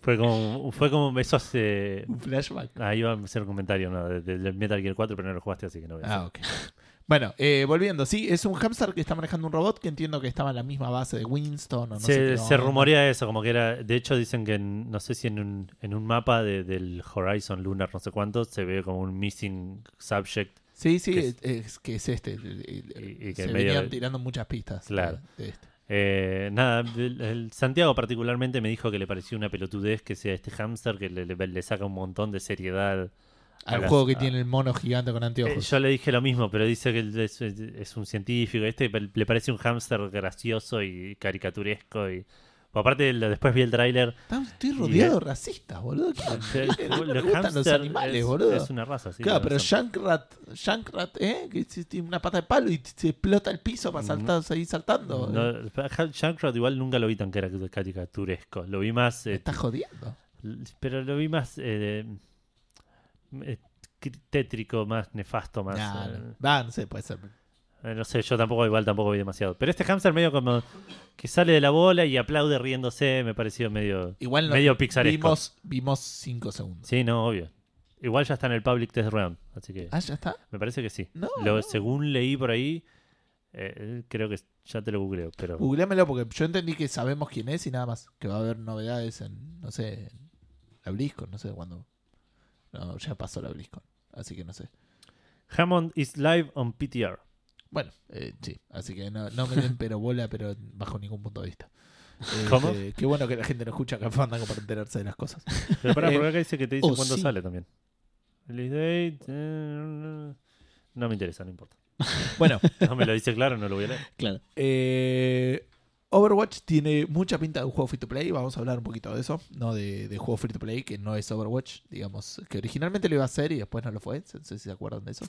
[SPEAKER 2] fue como, fue como esos eh,
[SPEAKER 1] Un flashback.
[SPEAKER 2] Ah, iba a hacer un comentario no, de- de- del Metal Gear 4, pero no lo jugaste, así que no voy a
[SPEAKER 1] Ah,
[SPEAKER 2] hacer.
[SPEAKER 1] ok. Bueno, eh, volviendo, sí, es un hamster que está manejando un robot que entiendo que estaba en la misma base de Winston o no sé
[SPEAKER 2] se,
[SPEAKER 1] qué
[SPEAKER 2] se
[SPEAKER 1] onda.
[SPEAKER 2] rumorea eso, como que era. De hecho, dicen que en- no sé si en un, en un mapa de- del Horizon Lunar, no sé cuánto, se ve como un missing subject.
[SPEAKER 1] Sí, sí,
[SPEAKER 2] que
[SPEAKER 1] es,
[SPEAKER 2] es-
[SPEAKER 1] es que es este. el- el-
[SPEAKER 2] Y- y que
[SPEAKER 1] se
[SPEAKER 2] en medio
[SPEAKER 1] venían
[SPEAKER 2] de-
[SPEAKER 1] tirando muchas pistas.
[SPEAKER 2] Claro.
[SPEAKER 1] de este.
[SPEAKER 2] Eh, nada, el, el Santiago particularmente me dijo que le pareció una pelotudez que sea este hamster que le, le- le saca un montón de seriedad. a
[SPEAKER 1] Al
[SPEAKER 2] las-
[SPEAKER 1] juego que
[SPEAKER 2] a-
[SPEAKER 1] tiene el mono gigante con
[SPEAKER 2] Eh,
[SPEAKER 1] anteojos.
[SPEAKER 2] yo le dije lo mismo, pero dice que es, es un científico. Este pe- le parece un hámster gracioso y caricaturesco. y Aparte, lo- después vi el tráiler
[SPEAKER 1] Está- Estoy
[SPEAKER 2] y-
[SPEAKER 1] rodeado de racistas, boludo. ¿Qué onda?
[SPEAKER 2] Sí,
[SPEAKER 1] No
[SPEAKER 2] los
[SPEAKER 1] le gustan los
[SPEAKER 2] hámster
[SPEAKER 1] animales,
[SPEAKER 2] es,
[SPEAKER 1] boludo.
[SPEAKER 2] es una raza, sí.
[SPEAKER 1] claro, pero
[SPEAKER 2] tenés razón.
[SPEAKER 1] Shankrat, Shankrat, ¿eh? Que si- tiene una pata de palo y se explota el piso para saltar, seguir saltando. Eh,
[SPEAKER 2] No, eh. Ja- Junkrat igual nunca lo vi tan carac- caricaturesco. Lo vi más.
[SPEAKER 1] Me
[SPEAKER 2] eh,
[SPEAKER 1] estás jodiendo.
[SPEAKER 2] l- pero lo vi más. eh, eh, cri- tétrico, más nefasto, más.
[SPEAKER 1] Nah,
[SPEAKER 2] eh,
[SPEAKER 1] no. Ah, no sé, puede ser.
[SPEAKER 2] eh, no sé, yo tampoco, igual tampoco vi demasiado. Pero este hamster medio como. que sale de la bola y aplaude riéndose, me pareció medio.
[SPEAKER 1] Igual no-
[SPEAKER 2] medio pixaresco.
[SPEAKER 1] vimos, vimos cinco segundos.
[SPEAKER 2] Sí, no, obvio. Igual ya está en el public test round, así que.
[SPEAKER 1] Ah, ya está.
[SPEAKER 2] Me parece que sí.
[SPEAKER 1] No,
[SPEAKER 2] Lo-
[SPEAKER 1] no.
[SPEAKER 2] Según leí por ahí, eh, creo que ya te lo googleo, pero
[SPEAKER 1] Googleamelo porque yo entendí que sabemos quién es y nada más. Que va a haber novedades en, no sé, en la BlizzCon, no sé cuándo. No, ya pasó la BlizzCon. Así que no sé.
[SPEAKER 2] Hammond is live on PTR.
[SPEAKER 1] Bueno, eh, sí. Así que no, no me den pero bola, pero bajo ningún punto de vista.
[SPEAKER 2] ¿Cómo?
[SPEAKER 1] Este, qué bueno que la gente no escucha Café Fandango para enterarse de las cosas.
[SPEAKER 2] Pero para,
[SPEAKER 1] Eh,
[SPEAKER 2] por acá dice que te dicen
[SPEAKER 3] oh,
[SPEAKER 2] cuándo
[SPEAKER 3] sí.
[SPEAKER 2] sale también. Release date, eh, no me interesa, no importa.
[SPEAKER 1] Bueno,
[SPEAKER 2] No me lo dice claro, no lo voy a leer.
[SPEAKER 3] Claro.
[SPEAKER 1] eh, Overwatch tiene mucha pinta de un juego free to play. Vamos a hablar un poquito de eso. No de, de juego free to play, que no es Overwatch. Digamos, que originalmente lo iba a hacer y después no lo fue. No sé si se acuerdan de eso.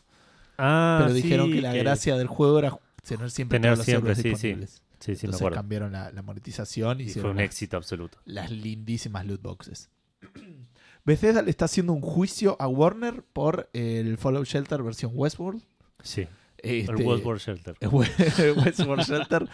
[SPEAKER 2] Ah,
[SPEAKER 1] Pero dijeron
[SPEAKER 2] sí,
[SPEAKER 1] que la gracia del juego era tener siempre
[SPEAKER 2] Tener
[SPEAKER 1] todos los
[SPEAKER 2] siempre,
[SPEAKER 1] euros
[SPEAKER 2] sí, sí.
[SPEAKER 1] disponibles.
[SPEAKER 2] Sí, sí, me
[SPEAKER 1] Entonces
[SPEAKER 2] acuerdo.
[SPEAKER 1] cambiaron la, la monetización y
[SPEAKER 2] Y fue
[SPEAKER 1] hicieron
[SPEAKER 2] un
[SPEAKER 1] las-
[SPEAKER 2] éxito absoluto.
[SPEAKER 1] las lindísimas loot boxes. Bethesda le está haciendo un juicio a Warner por el Fallout Shelter versión Westworld.
[SPEAKER 2] Sí,
[SPEAKER 1] Este,
[SPEAKER 2] el World War Shelter.
[SPEAKER 1] Westworld Shelter.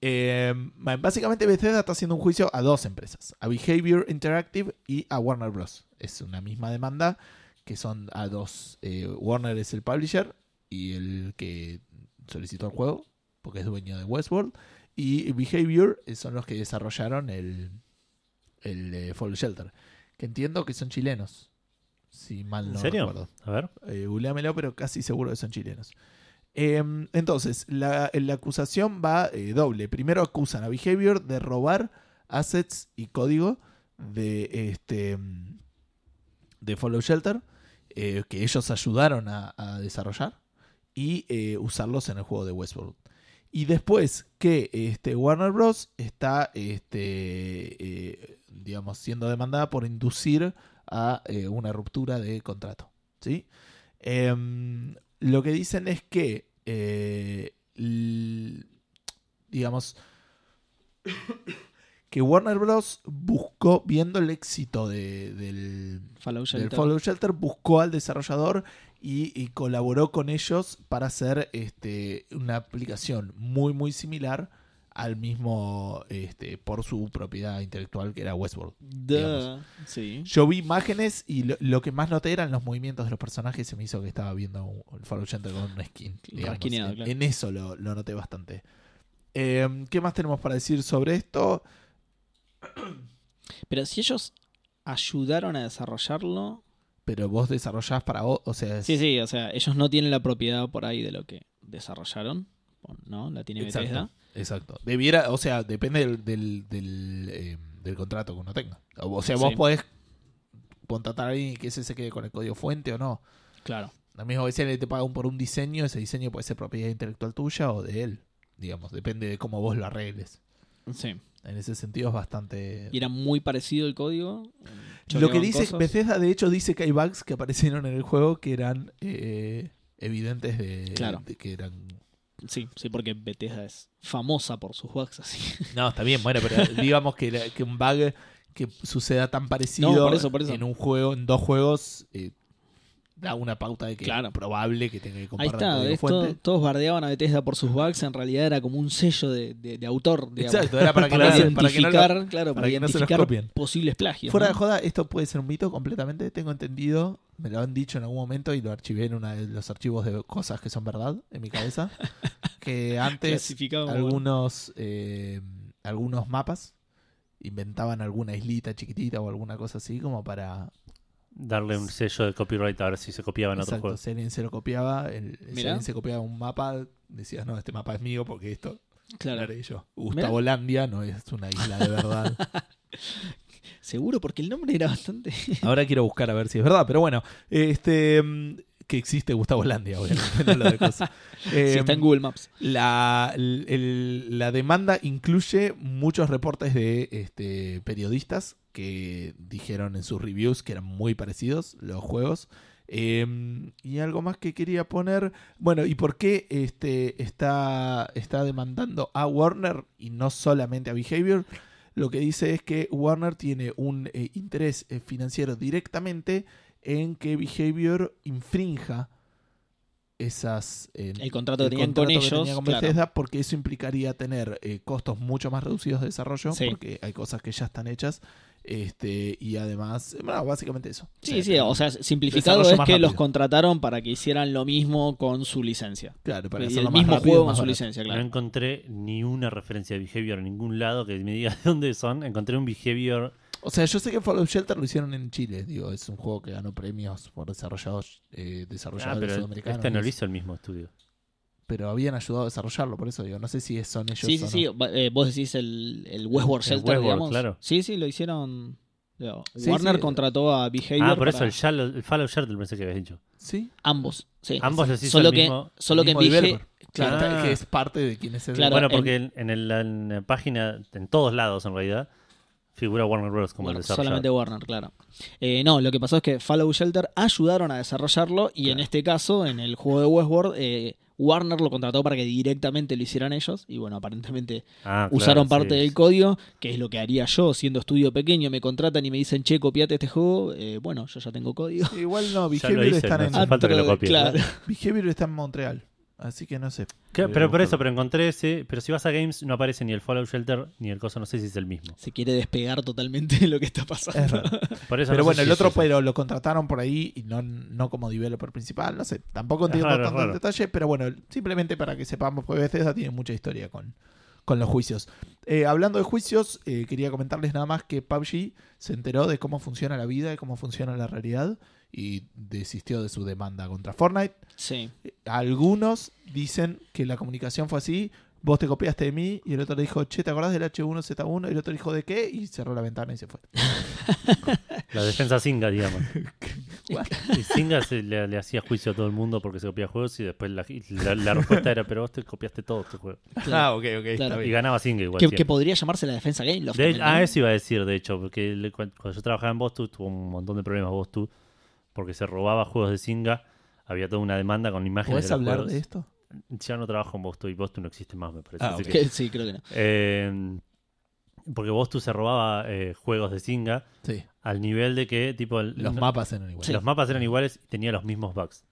[SPEAKER 1] Eh, básicamente Bethesda está haciendo un juicio a dos empresas, a Behavior Interactive y a Warner Bros. Es una misma demanda que son a dos. eh, Warner es el publisher y el que solicitó el juego, porque es dueño de Westworld. Y Behavior eh, son los que desarrollaron el, el eh, Fallout Shelter, que entiendo que son chilenos, si mal
[SPEAKER 2] ¿En
[SPEAKER 1] no
[SPEAKER 2] serio?
[SPEAKER 1] recuerdo.
[SPEAKER 2] A ver,
[SPEAKER 1] Eh, googleamelo, pero casi seguro que son chilenos. Em, entonces, la, eh, la acusación va eh, doble. Primero acusan a Behavior de robar assets y código de este mm, de Follow Shelter eh, que ellos ayudaron a, a desarrollar y eh, usarlos en el juego de Westworld. Y después que este, Warner Bros. está, este, eh, digamos, siendo demandada por inducir a eh, una ruptura de contrato. ¿sí? Em, lo que dicen es que, eh, l- digamos, que Warner Bros. buscó, viendo el éxito de- del,
[SPEAKER 3] Fallout
[SPEAKER 1] del
[SPEAKER 3] Shelter.
[SPEAKER 1] Fallout Shelter, buscó al desarrollador y, y colaboró con ellos para hacer este, una aplicación muy, muy similar al mismo, este, por su propiedad intelectual, que era Westworld.
[SPEAKER 3] Duh.
[SPEAKER 1] digamos.
[SPEAKER 3] Sí.
[SPEAKER 1] Yo vi imágenes y lo, lo que más noté eran los movimientos de los personajes. Se me hizo que estaba viendo un un Fallout Shelter con un skin. digamos.
[SPEAKER 3] Rasquineado,
[SPEAKER 1] en,
[SPEAKER 3] claro.
[SPEAKER 1] en eso lo, lo noté bastante. Eh, ¿Qué más tenemos para decir sobre esto?
[SPEAKER 3] Pero si ellos ayudaron a desarrollarlo.
[SPEAKER 1] Pero vos desarrollás para vos, o sea, es-
[SPEAKER 3] Sí, sí, o sea, ellos no tienen la propiedad por ahí de lo que desarrollaron. o ¿No? La tiene
[SPEAKER 1] Exacto,
[SPEAKER 3] Bethesda.
[SPEAKER 1] exacto. Debiera, o sea, depende del, del, del, eh, del contrato que uno tenga. O o sea, vos
[SPEAKER 3] Sí.
[SPEAKER 1] podés contratar a alguien y que ese se quede con el código fuente o no.
[SPEAKER 3] Claro.
[SPEAKER 1] Lo mismo que si te pagan por un diseño, ese diseño puede ser propiedad intelectual tuya o de él. Digamos, depende de cómo vos lo arregles.
[SPEAKER 3] Sí.
[SPEAKER 1] En ese sentido es bastante...
[SPEAKER 3] Y era muy parecido el código.
[SPEAKER 1] Lo que
[SPEAKER 3] choqueaban
[SPEAKER 1] dice
[SPEAKER 3] cosas.
[SPEAKER 1] Bethesda, de hecho, dice que hay bugs que aparecieron en el juego que eran eh, evidentes de,
[SPEAKER 3] Claro.
[SPEAKER 1] de que eran...
[SPEAKER 3] Sí, sí, porque Bethesda es famosa por sus bugs así.
[SPEAKER 1] No, está bien, bueno, pero digamos que, la- que un bug que suceda tan parecido
[SPEAKER 3] No, por eso, por eso.
[SPEAKER 1] en un juego, en dos juegos, eh, da una pauta de que
[SPEAKER 3] Claro.
[SPEAKER 1] es probable que tenga que
[SPEAKER 3] Ahí
[SPEAKER 1] comprar el
[SPEAKER 3] está,
[SPEAKER 1] código
[SPEAKER 3] ¿ves?
[SPEAKER 1] fuente.
[SPEAKER 3] Todo- todos bardeaban a Bethesda por sus bugs, en realidad era como un sello de, de- de autor, digamos.
[SPEAKER 1] Exacto, era para que,
[SPEAKER 3] Para
[SPEAKER 1] nadie- para que no
[SPEAKER 3] identificar,
[SPEAKER 1] lo-
[SPEAKER 3] claro, para,
[SPEAKER 1] para que no se los
[SPEAKER 3] identificar
[SPEAKER 1] copien.
[SPEAKER 3] posibles plagios.
[SPEAKER 1] Fuera
[SPEAKER 3] ¿no?
[SPEAKER 1] de joda, esto puede ser un mito completamente, tengo entendido, me lo han dicho en algún momento y lo archivé en uno de los archivos de cosas que son verdad en mi cabeza, que antes
[SPEAKER 3] Clasificado como-
[SPEAKER 1] algunos, eh, algunos mapas inventaban alguna islita chiquitita o alguna cosa así como para...
[SPEAKER 2] darle un sello de copyright a ver si se copiaba en otro
[SPEAKER 1] Exacto,
[SPEAKER 2] juego.
[SPEAKER 1] si alguien se lo copiaba, el- si
[SPEAKER 3] Mirá.
[SPEAKER 1] alguien se copiaba un mapa, decías, no, este mapa es mío porque esto lo
[SPEAKER 3] Claro.
[SPEAKER 1] haré yo. Gustavolandia no es una isla de verdad.
[SPEAKER 3] Seguro, porque el nombre era bastante.
[SPEAKER 1] Ahora quiero buscar a ver si es verdad, pero bueno, este mm, que existe Gustavo Landia, obviamente, no la de cosa. Eh,
[SPEAKER 3] si está en Google Maps.
[SPEAKER 1] la, el- el- la demanda incluye muchos reportes de este, periodistas que dijeron en sus reviews que eran muy parecidos los juegos. Eh, y algo más que quería poner. Bueno, ¿y por qué este, está, está demandando a Warner y no solamente a Behavior? Lo que dice es que Warner tiene un eh, interés eh, financiero directamente en que Behavior infrinja esas eh,
[SPEAKER 3] El contrato que tenían con
[SPEAKER 1] contrato
[SPEAKER 3] ellos,
[SPEAKER 1] tenía con
[SPEAKER 3] claro.
[SPEAKER 1] Bethesda, porque eso implicaría tener eh, costos mucho más reducidos de desarrollo
[SPEAKER 3] Sí.
[SPEAKER 1] porque hay cosas que ya están hechas este y además bueno, básicamente eso
[SPEAKER 3] Sí, sí, o sea, simplificado es
[SPEAKER 1] desarrollo
[SPEAKER 3] que
[SPEAKER 1] más
[SPEAKER 3] los
[SPEAKER 1] rápido.
[SPEAKER 3] contrataron para que hicieran lo mismo con su licencia.
[SPEAKER 1] claro para
[SPEAKER 3] Y
[SPEAKER 1] hacerlo
[SPEAKER 3] el
[SPEAKER 1] más
[SPEAKER 3] mismo
[SPEAKER 1] rápido y
[SPEAKER 3] juego con
[SPEAKER 1] más
[SPEAKER 3] su
[SPEAKER 1] barato.
[SPEAKER 3] licencia,
[SPEAKER 2] No
[SPEAKER 3] claro.
[SPEAKER 2] encontré ni una referencia de behavior en ningún lado que me diga de dónde son. Encontré un behavior.
[SPEAKER 1] O sea, yo sé que Fallout Shelter lo hicieron en Chile, digo, es un juego que ganó premios por desarrollados, eh,
[SPEAKER 2] Ah,
[SPEAKER 1] desarrolladores
[SPEAKER 2] pero
[SPEAKER 1] sudamericanos.
[SPEAKER 2] este no lo hizo el mismo estudio.
[SPEAKER 1] pero habían ayudado a desarrollarlo, por eso digo, no sé si son ellos.
[SPEAKER 3] Sí, sí,
[SPEAKER 1] o
[SPEAKER 3] sí.
[SPEAKER 1] no.
[SPEAKER 3] Va- eh, vos decís el, el Westworld
[SPEAKER 2] El
[SPEAKER 3] Shelter,
[SPEAKER 2] Westworld,
[SPEAKER 3] digamos.
[SPEAKER 2] claro.
[SPEAKER 3] Sí, sí, lo hicieron. digo,
[SPEAKER 1] Sí,
[SPEAKER 3] Warner
[SPEAKER 1] sí.
[SPEAKER 3] contrató a Behavior
[SPEAKER 2] Ah, por eso
[SPEAKER 3] para
[SPEAKER 2] el, Shallow- el Fallout Shelter pensé que habías dicho.
[SPEAKER 1] Sí,
[SPEAKER 3] ambos. Sí.
[SPEAKER 2] Ambos los hizo
[SPEAKER 3] Eh, solo
[SPEAKER 2] el
[SPEAKER 3] que,
[SPEAKER 2] mismo-
[SPEAKER 3] solo
[SPEAKER 1] el
[SPEAKER 3] que
[SPEAKER 1] mismo
[SPEAKER 3] en Beha-
[SPEAKER 1] developer. claro,
[SPEAKER 2] Ah.
[SPEAKER 1] está- que es parte de quienes es el-
[SPEAKER 3] Claro,
[SPEAKER 2] bueno,
[SPEAKER 3] el-
[SPEAKER 2] porque en, en el- en la página, en todos lados en realidad, figura Warner Bros. como
[SPEAKER 3] Warner,
[SPEAKER 2] el desarrollador.
[SPEAKER 3] solamente Warner, claro. Eh, no, lo que pasó es que Fallout Shelter ayudaron a desarrollarlo y en
[SPEAKER 2] Claro.
[SPEAKER 3] este caso, en el juego de Westworld, eh, Warner lo contrató para que directamente lo hicieran ellos y bueno, aparentemente
[SPEAKER 2] Ah, claro,
[SPEAKER 3] usaron
[SPEAKER 2] sí.
[SPEAKER 3] parte del código, que es lo que haría yo siendo estudio pequeño, me contratan y me dicen, che, copiate este juego, eh, bueno, yo ya tengo código.
[SPEAKER 1] Igual no,
[SPEAKER 2] Ya lo
[SPEAKER 1] Behavior
[SPEAKER 2] hice,
[SPEAKER 1] están
[SPEAKER 2] no
[SPEAKER 1] en
[SPEAKER 2] hace falta que lo
[SPEAKER 3] Otro-
[SPEAKER 2] copies.
[SPEAKER 3] claro.
[SPEAKER 1] Behavior está en Montreal, así que no sé.
[SPEAKER 2] Que-
[SPEAKER 1] Voy a
[SPEAKER 2] pero por eso,
[SPEAKER 1] buscarlo.
[SPEAKER 2] pero encontré ese. Pero si vas a Games, no aparece ni el Fallout Shelter ni el coso, no sé si es el mismo.
[SPEAKER 3] Se quiere despegar totalmente de lo que está pasando.
[SPEAKER 1] Es raro.
[SPEAKER 2] Por
[SPEAKER 1] Pero
[SPEAKER 2] eso no sé
[SPEAKER 1] bueno,
[SPEAKER 2] si
[SPEAKER 1] el
[SPEAKER 2] es
[SPEAKER 1] otro
[SPEAKER 2] ese.
[SPEAKER 1] pero lo contrataron por ahí y no, no como developer principal, no sé, tampoco
[SPEAKER 2] Es
[SPEAKER 1] entiendo
[SPEAKER 2] raro,
[SPEAKER 1] tanto
[SPEAKER 2] es
[SPEAKER 1] el
[SPEAKER 2] raro.
[SPEAKER 1] detalle, pero bueno, simplemente para que sepamos, porque Bethesda tiene mucha historia con, con los juicios. Eh, hablando de juicios, eh, quería comentarles nada más que PUBG se enteró de cómo funciona la vida y cómo funciona la realidad y desistió de su demanda contra Fortnite.
[SPEAKER 3] Sí.
[SPEAKER 1] Eh, Algunos dicen que la comunicación fue así, vos te copiaste de mí y el otro le dijo, che, ¿te acordás del H1Z1? Y el otro dijo, ¿de qué? Y cerró la ventana y se fue.
[SPEAKER 2] La defensa Singa, digamos. Y Singa se le, le hacía juicio a todo el mundo porque se copia juegos y después la, y la- la respuesta era: Pero vos te copiaste todo este juego.
[SPEAKER 1] Ah, ok, ok.
[SPEAKER 3] Claro.
[SPEAKER 2] Y ganaba Singa igual.
[SPEAKER 3] Que, que
[SPEAKER 2] siempre.
[SPEAKER 3] podría llamarse la defensa Game Loft
[SPEAKER 2] De-
[SPEAKER 3] también, ¿no?
[SPEAKER 2] ah, eso iba a decir, de hecho, porque le- cuan- cuando yo trabajaba en Bostu tuvo un montón de problemas Bostu porque se robaba juegos de Singa, había toda una demanda con imágenes
[SPEAKER 1] ¿Puedes
[SPEAKER 2] de los
[SPEAKER 1] hablar
[SPEAKER 2] juegos.
[SPEAKER 1] de esto?
[SPEAKER 2] Ya no trabajo en Bostu y Bostu no existe más, me parece.
[SPEAKER 1] Ah,
[SPEAKER 2] así
[SPEAKER 1] ok.
[SPEAKER 2] que-
[SPEAKER 3] Que- sí, creo que no.
[SPEAKER 2] eh, porque Bostu se robaba eh, juegos de Singa
[SPEAKER 1] Sí.
[SPEAKER 2] al nivel de que tipo el-
[SPEAKER 1] Los
[SPEAKER 2] no-
[SPEAKER 1] mapas eran iguales.
[SPEAKER 2] los mapas eran iguales y tenía los mismos bugs.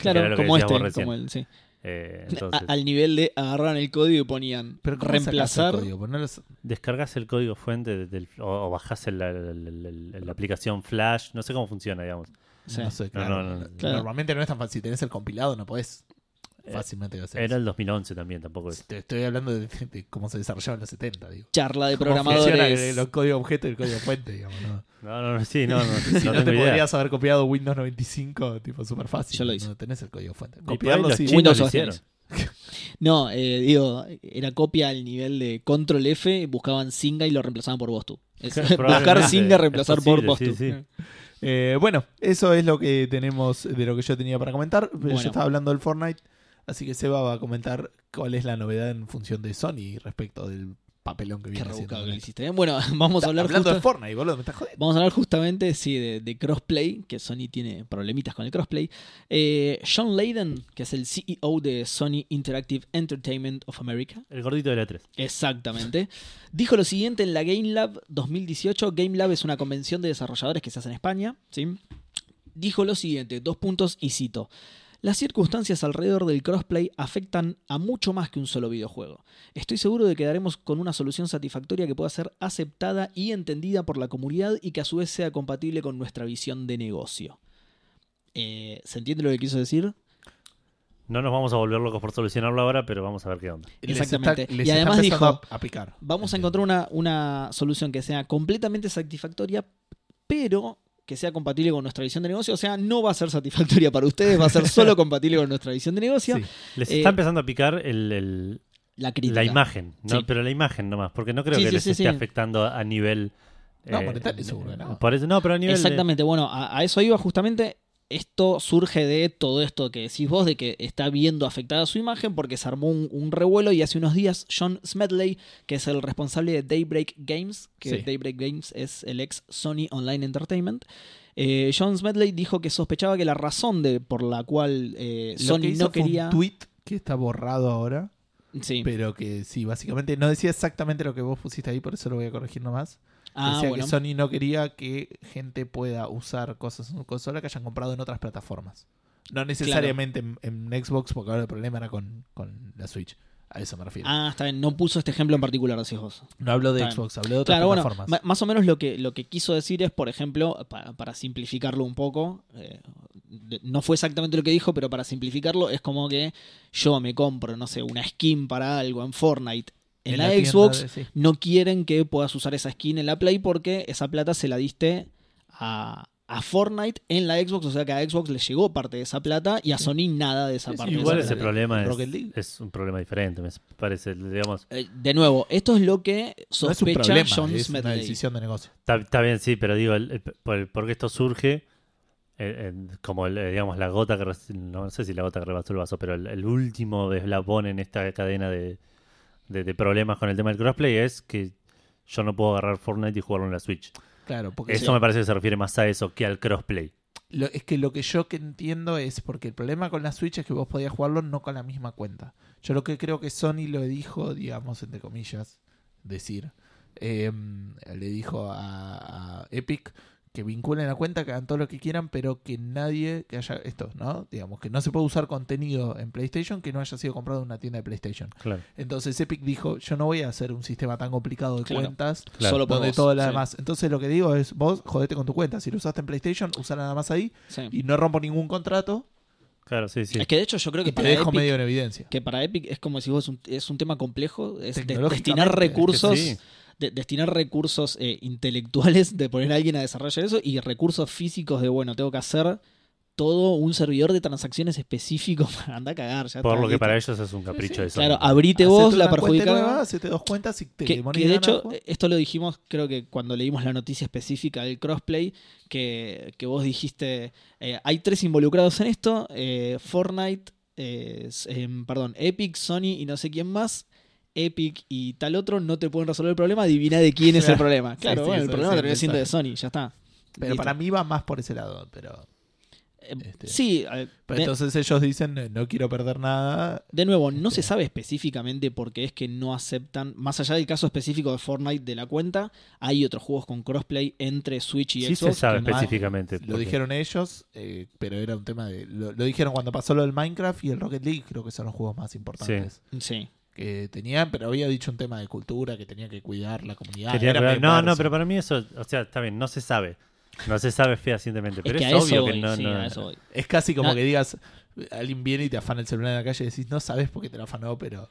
[SPEAKER 2] Era
[SPEAKER 3] Claro,
[SPEAKER 2] lo que
[SPEAKER 3] como
[SPEAKER 2] decías vos
[SPEAKER 3] este,
[SPEAKER 2] recién.
[SPEAKER 3] como el, sí.
[SPEAKER 2] Eh,
[SPEAKER 3] A-
[SPEAKER 2] entonces,
[SPEAKER 3] al nivel de agarraron el código y ponían
[SPEAKER 1] Pero ¿cómo
[SPEAKER 3] reemplazar.
[SPEAKER 1] sacás el código? Pues no los-
[SPEAKER 2] descargas el código fuente de- del- o, o bajás el- el- el- el- la aplicación Flash, no sé cómo funciona, digamos.
[SPEAKER 3] Sí.
[SPEAKER 1] no sé,
[SPEAKER 2] No,
[SPEAKER 1] claro.
[SPEAKER 2] no, no, no.
[SPEAKER 3] Claro.
[SPEAKER 1] Normalmente no es tan fácil. Si tenés el compilado, no podés
[SPEAKER 2] Eh,
[SPEAKER 1] fácilmente hacer
[SPEAKER 2] Era
[SPEAKER 1] eso.
[SPEAKER 2] el 2011 también, tampoco es.
[SPEAKER 1] Te estoy hablando de, de cómo se desarrollaba en los 70, digo.
[SPEAKER 3] Charla de
[SPEAKER 1] Cómo funciona
[SPEAKER 3] programadores.
[SPEAKER 1] el- los códigos objeto y el código fuente, digamos. ¿no?
[SPEAKER 2] No, no, no, sí, no, no,
[SPEAKER 1] Si no,
[SPEAKER 2] no
[SPEAKER 1] te
[SPEAKER 2] tengo idea.
[SPEAKER 1] podrías haber copiado Windows 95, tipo, súper fácil.
[SPEAKER 3] Yo lo hice.
[SPEAKER 1] No tenés el código fuente.
[SPEAKER 2] Y por ahí
[SPEAKER 1] Copiarlo
[SPEAKER 2] los
[SPEAKER 1] sí.
[SPEAKER 2] chinos
[SPEAKER 3] Windows
[SPEAKER 2] lo
[SPEAKER 3] hacían
[SPEAKER 2] hicieron.
[SPEAKER 3] No, eh, digo, era copia al nivel de control F, buscaban Singa y lo reemplazaban por Bostu. Es- buscar
[SPEAKER 2] Probablemente,
[SPEAKER 3] Singa,
[SPEAKER 2] es
[SPEAKER 3] reemplazar por
[SPEAKER 2] posible,
[SPEAKER 3] Bostu.
[SPEAKER 2] sí, sí.
[SPEAKER 1] Eh, bueno, eso es lo que tenemos de lo que yo tenía para comentar.
[SPEAKER 3] Bueno.
[SPEAKER 1] Yo estaba hablando del Fortnite, así que Seba va a comentar cuál es la novedad en función de Sony respecto del papelón que
[SPEAKER 3] Qué
[SPEAKER 1] viene haciendo.
[SPEAKER 3] rebuscado
[SPEAKER 1] con
[SPEAKER 3] que
[SPEAKER 1] esto.
[SPEAKER 3] hiciste. ¿eh? Bueno, vamos a hablar
[SPEAKER 1] hablando
[SPEAKER 3] justo-
[SPEAKER 1] de Fortnite, boludo, me estás jodiendo.
[SPEAKER 3] Vamos a hablar justamente, sí, de, de crossplay, que Sony tiene problemitas con el crossplay. Eh, John Layden, que es el CEO de Sony Interactive Entertainment of America,
[SPEAKER 2] El gordito E de la 3.
[SPEAKER 3] Exactamente. Dijo lo siguiente en la Game Lab 2018. Game Lab es una convención de desarrolladores que se hace en España. ¿sí? Dijo lo siguiente, dos puntos y cito. Las circunstancias alrededor del crossplay afectan a mucho más que un solo videojuego. Estoy seguro de que daremos con una solución satisfactoria que pueda ser aceptada y entendida por la comunidad y que a su vez sea compatible con nuestra visión de negocio. Eh, ¿Se entiende lo que quiso decir?
[SPEAKER 2] No nos vamos a volver locos por solucionarlo ahora, pero vamos a ver qué onda.
[SPEAKER 1] Les
[SPEAKER 3] Exactamente.
[SPEAKER 1] está- les
[SPEAKER 3] Y
[SPEAKER 1] está
[SPEAKER 3] además
[SPEAKER 1] empezando
[SPEAKER 3] dijo,
[SPEAKER 1] a, a picar.
[SPEAKER 3] Vamos a
[SPEAKER 1] Entiendo.
[SPEAKER 3] encontrar una, una solución que sea completamente satisfactoria, pero que sea compatible con nuestra visión de negocio. O sea, no va a ser satisfactoria para ustedes, va a ser solo compatible con nuestra visión de negocio.
[SPEAKER 1] Sí.
[SPEAKER 2] Les
[SPEAKER 3] Eh,
[SPEAKER 2] está empezando a picar el- el-
[SPEAKER 3] La crítica.
[SPEAKER 2] la imagen, ¿no?
[SPEAKER 3] Sí.
[SPEAKER 2] pero la imagen nomás, porque no creo
[SPEAKER 3] Sí,
[SPEAKER 2] que
[SPEAKER 3] sí,
[SPEAKER 2] les
[SPEAKER 3] sí,
[SPEAKER 2] esté
[SPEAKER 3] sí.
[SPEAKER 2] afectando a a nivel. eh,
[SPEAKER 1] No, monetario seguro que no.
[SPEAKER 2] por eso- no, pero a nivel. de-
[SPEAKER 3] Exactamente, bueno, a, a eso iba justamente. Esto surge de todo esto que decís vos, de que está viendo afectada su imagen porque se armó un, un revuelo y hace unos días John Smedley, que es el responsable de Daybreak Games, que
[SPEAKER 1] Sí.
[SPEAKER 3] Daybreak Games es el ex Sony Online Entertainment, eh, John Smedley dijo que sospechaba que la razón de, por la cual eh,
[SPEAKER 1] Lo que
[SPEAKER 3] Sony
[SPEAKER 1] hizo
[SPEAKER 3] no
[SPEAKER 1] fue
[SPEAKER 3] quería...
[SPEAKER 1] un tweet que está borrado ahora,
[SPEAKER 3] Sí.
[SPEAKER 1] pero que sí, básicamente no decía exactamente lo que vos pusiste ahí, por eso lo voy a corregir nomás.
[SPEAKER 3] Ah,
[SPEAKER 1] decía
[SPEAKER 3] bueno.
[SPEAKER 1] que Sony no quería que gente pueda usar cosas en su consola que hayan comprado en otras plataformas. No necesariamente en, en Xbox, porque ahora el problema era con, con la Switch. A eso me refiero.
[SPEAKER 3] Ah, está bien, no puso este ejemplo en particular, decís vos.
[SPEAKER 1] no hablo de
[SPEAKER 3] está bien.
[SPEAKER 1] Xbox, hablo de otras
[SPEAKER 3] Claro, bueno,
[SPEAKER 1] plataformas.
[SPEAKER 3] ma- más o menos lo que, lo que quiso decir es, por ejemplo, pa- para, simplificarlo un poco, eh, de- no fue exactamente lo que dijo, pero para simplificarlo es como que yo me compro, no sé, una skin para algo en Fortnite, en, la,
[SPEAKER 1] tienda
[SPEAKER 3] Xbox,
[SPEAKER 1] de- sí.
[SPEAKER 3] no quieren que puedas usar esa skin en la Play porque esa plata se la diste a, a Fortnite en la Xbox, o sea que a Xbox le llegó parte de esa plata y a Sony nada de esa
[SPEAKER 1] Sí,
[SPEAKER 3] parte. de
[SPEAKER 2] Igual ese
[SPEAKER 3] esa
[SPEAKER 1] Rocket
[SPEAKER 3] plata.
[SPEAKER 2] problema
[SPEAKER 1] Rocket League.
[SPEAKER 2] es, es un problema diferente, me parece. Digamos,
[SPEAKER 3] Eh, de nuevo, esto es lo que
[SPEAKER 1] No es un
[SPEAKER 3] sospecha
[SPEAKER 1] problema,
[SPEAKER 3] John
[SPEAKER 1] es una
[SPEAKER 3] Smedley.
[SPEAKER 1] decisión de negocio.
[SPEAKER 2] está, está bien, sí, pero digo, el- el- por, el- por qué esto surge eh, en- como, el- eh, digamos, la gota que, res- no sé si la gota que rebasó el vaso, pero el, el último deslapón en esta cadena de, de- de problemas con el tema del crossplay es que yo no puedo agarrar Fortnite y jugarlo en la Switch.
[SPEAKER 1] Claro, porque
[SPEAKER 2] Eso me parece que se refiere más a eso que al crossplay.
[SPEAKER 1] Lo- es que lo que yo que entiendo es porque el problema con la Switch es que vos podías jugarlo no con la misma cuenta. Yo lo que creo que Sony lo dijo, digamos, entre comillas, decir, eh, le dijo a, a Epic que vinculen la cuenta, que hagan todo lo que quieran, pero que nadie, que haya esto, ¿no? Digamos, que no se puede usar contenido en PlayStation que no haya sido comprado en una tienda de PlayStation.
[SPEAKER 2] Claro.
[SPEAKER 1] Entonces Epic dijo, yo no voy a hacer un sistema tan complicado de
[SPEAKER 3] Claro.
[SPEAKER 1] cuentas
[SPEAKER 2] Claro.
[SPEAKER 3] Solo por
[SPEAKER 1] donde
[SPEAKER 3] vos,
[SPEAKER 1] todo lo
[SPEAKER 3] sí,
[SPEAKER 1] demás. Entonces lo que digo es, vos jodete con tu cuenta. Si lo usaste en PlayStation, usala nada más ahí
[SPEAKER 3] sí.
[SPEAKER 1] y no rompo ningún contrato
[SPEAKER 2] Claro, sí, sí.
[SPEAKER 3] Es que de hecho yo creo
[SPEAKER 1] y
[SPEAKER 3] que
[SPEAKER 1] te
[SPEAKER 3] para,
[SPEAKER 1] dejo
[SPEAKER 3] Epic,
[SPEAKER 1] medio en evidencia.
[SPEAKER 3] que para Epic es como si vos es un, es un tema complejo, es de-
[SPEAKER 1] Tecnológicamente, es
[SPEAKER 3] destinar
[SPEAKER 1] que
[SPEAKER 3] recursos,
[SPEAKER 2] sí.
[SPEAKER 3] de- destinar recursos eh, intelectuales de poner a alguien a desarrollar eso y recursos físicos de bueno, tengo que hacer todo un servidor de transacciones específico para andar a cagar. ya
[SPEAKER 2] Por
[SPEAKER 3] está,
[SPEAKER 2] lo que
[SPEAKER 3] listo.
[SPEAKER 2] para ellos es un capricho
[SPEAKER 1] sí.
[SPEAKER 2] de Sony.
[SPEAKER 3] Claro, abrite vos,
[SPEAKER 1] Hacete
[SPEAKER 3] la
[SPEAKER 1] una cuenta nueva,
[SPEAKER 3] perjudicada.
[SPEAKER 1] Hacete dos cuentas y te
[SPEAKER 3] Que,
[SPEAKER 1] demonizan
[SPEAKER 3] que de
[SPEAKER 1] a
[SPEAKER 3] hecho, eh,
[SPEAKER 1] jugar.
[SPEAKER 3] esto lo dijimos, creo que cuando leímos la noticia específica del crossplay, que, que vos dijiste, eh, hay tres involucrados en esto, eh, Fortnite, eh, s- em, perdón, Epic, Sony y no sé quién más, Epic y tal otro no te pueden resolver el problema, adivina de quién es el
[SPEAKER 1] Claro.
[SPEAKER 3] problema.
[SPEAKER 1] Sí,
[SPEAKER 3] Claro,
[SPEAKER 1] sí,
[SPEAKER 3] bueno, el
[SPEAKER 1] eso
[SPEAKER 3] problema
[SPEAKER 1] es el
[SPEAKER 3] termina siendo de Sony, ya está.
[SPEAKER 1] pero
[SPEAKER 3] Listo.
[SPEAKER 1] para mí va más por ese lado. Pero,
[SPEAKER 3] Eh,
[SPEAKER 1] este,
[SPEAKER 3] sí, eh,
[SPEAKER 1] pero
[SPEAKER 3] de-
[SPEAKER 1] entonces ellos dicen, "No- no quiero perder nada.
[SPEAKER 3] De nuevo, no
[SPEAKER 1] Este.
[SPEAKER 3] se sabe específicamente por qué es que no aceptan, más allá del caso específico de Fortnite de la cuenta, hay otros juegos con crossplay entre Switch y
[SPEAKER 2] Sí
[SPEAKER 3] Xbox.
[SPEAKER 2] se sabe
[SPEAKER 3] que no-
[SPEAKER 2] específicamente.
[SPEAKER 1] Lo
[SPEAKER 2] porque-
[SPEAKER 1] dijeron ellos, eh, pero era un tema de... Lo, lo dijeron cuando pasó lo del Minecraft y el Rocket League, creo que son los juegos más importantes.
[SPEAKER 3] Sí.
[SPEAKER 1] que tenían, pero había dicho un tema de cultura, que tenía que cuidar la comunidad.
[SPEAKER 2] Quería
[SPEAKER 1] Era
[SPEAKER 2] aclarar-
[SPEAKER 1] medio
[SPEAKER 2] no, no,
[SPEAKER 1] perso.
[SPEAKER 2] pero para mí eso, o sea, está bien, no se sabe. No se sabe fehacientemente, pero
[SPEAKER 3] es
[SPEAKER 2] es,
[SPEAKER 3] que a
[SPEAKER 2] obvio
[SPEAKER 3] eso voy,
[SPEAKER 2] que no,
[SPEAKER 3] sí,
[SPEAKER 2] no-
[SPEAKER 3] a eso voy.
[SPEAKER 1] Es casi como
[SPEAKER 3] No.
[SPEAKER 1] que digas, alguien viene y te afana el celular en la calle y decís, no sabes por qué te lo afanó, pero...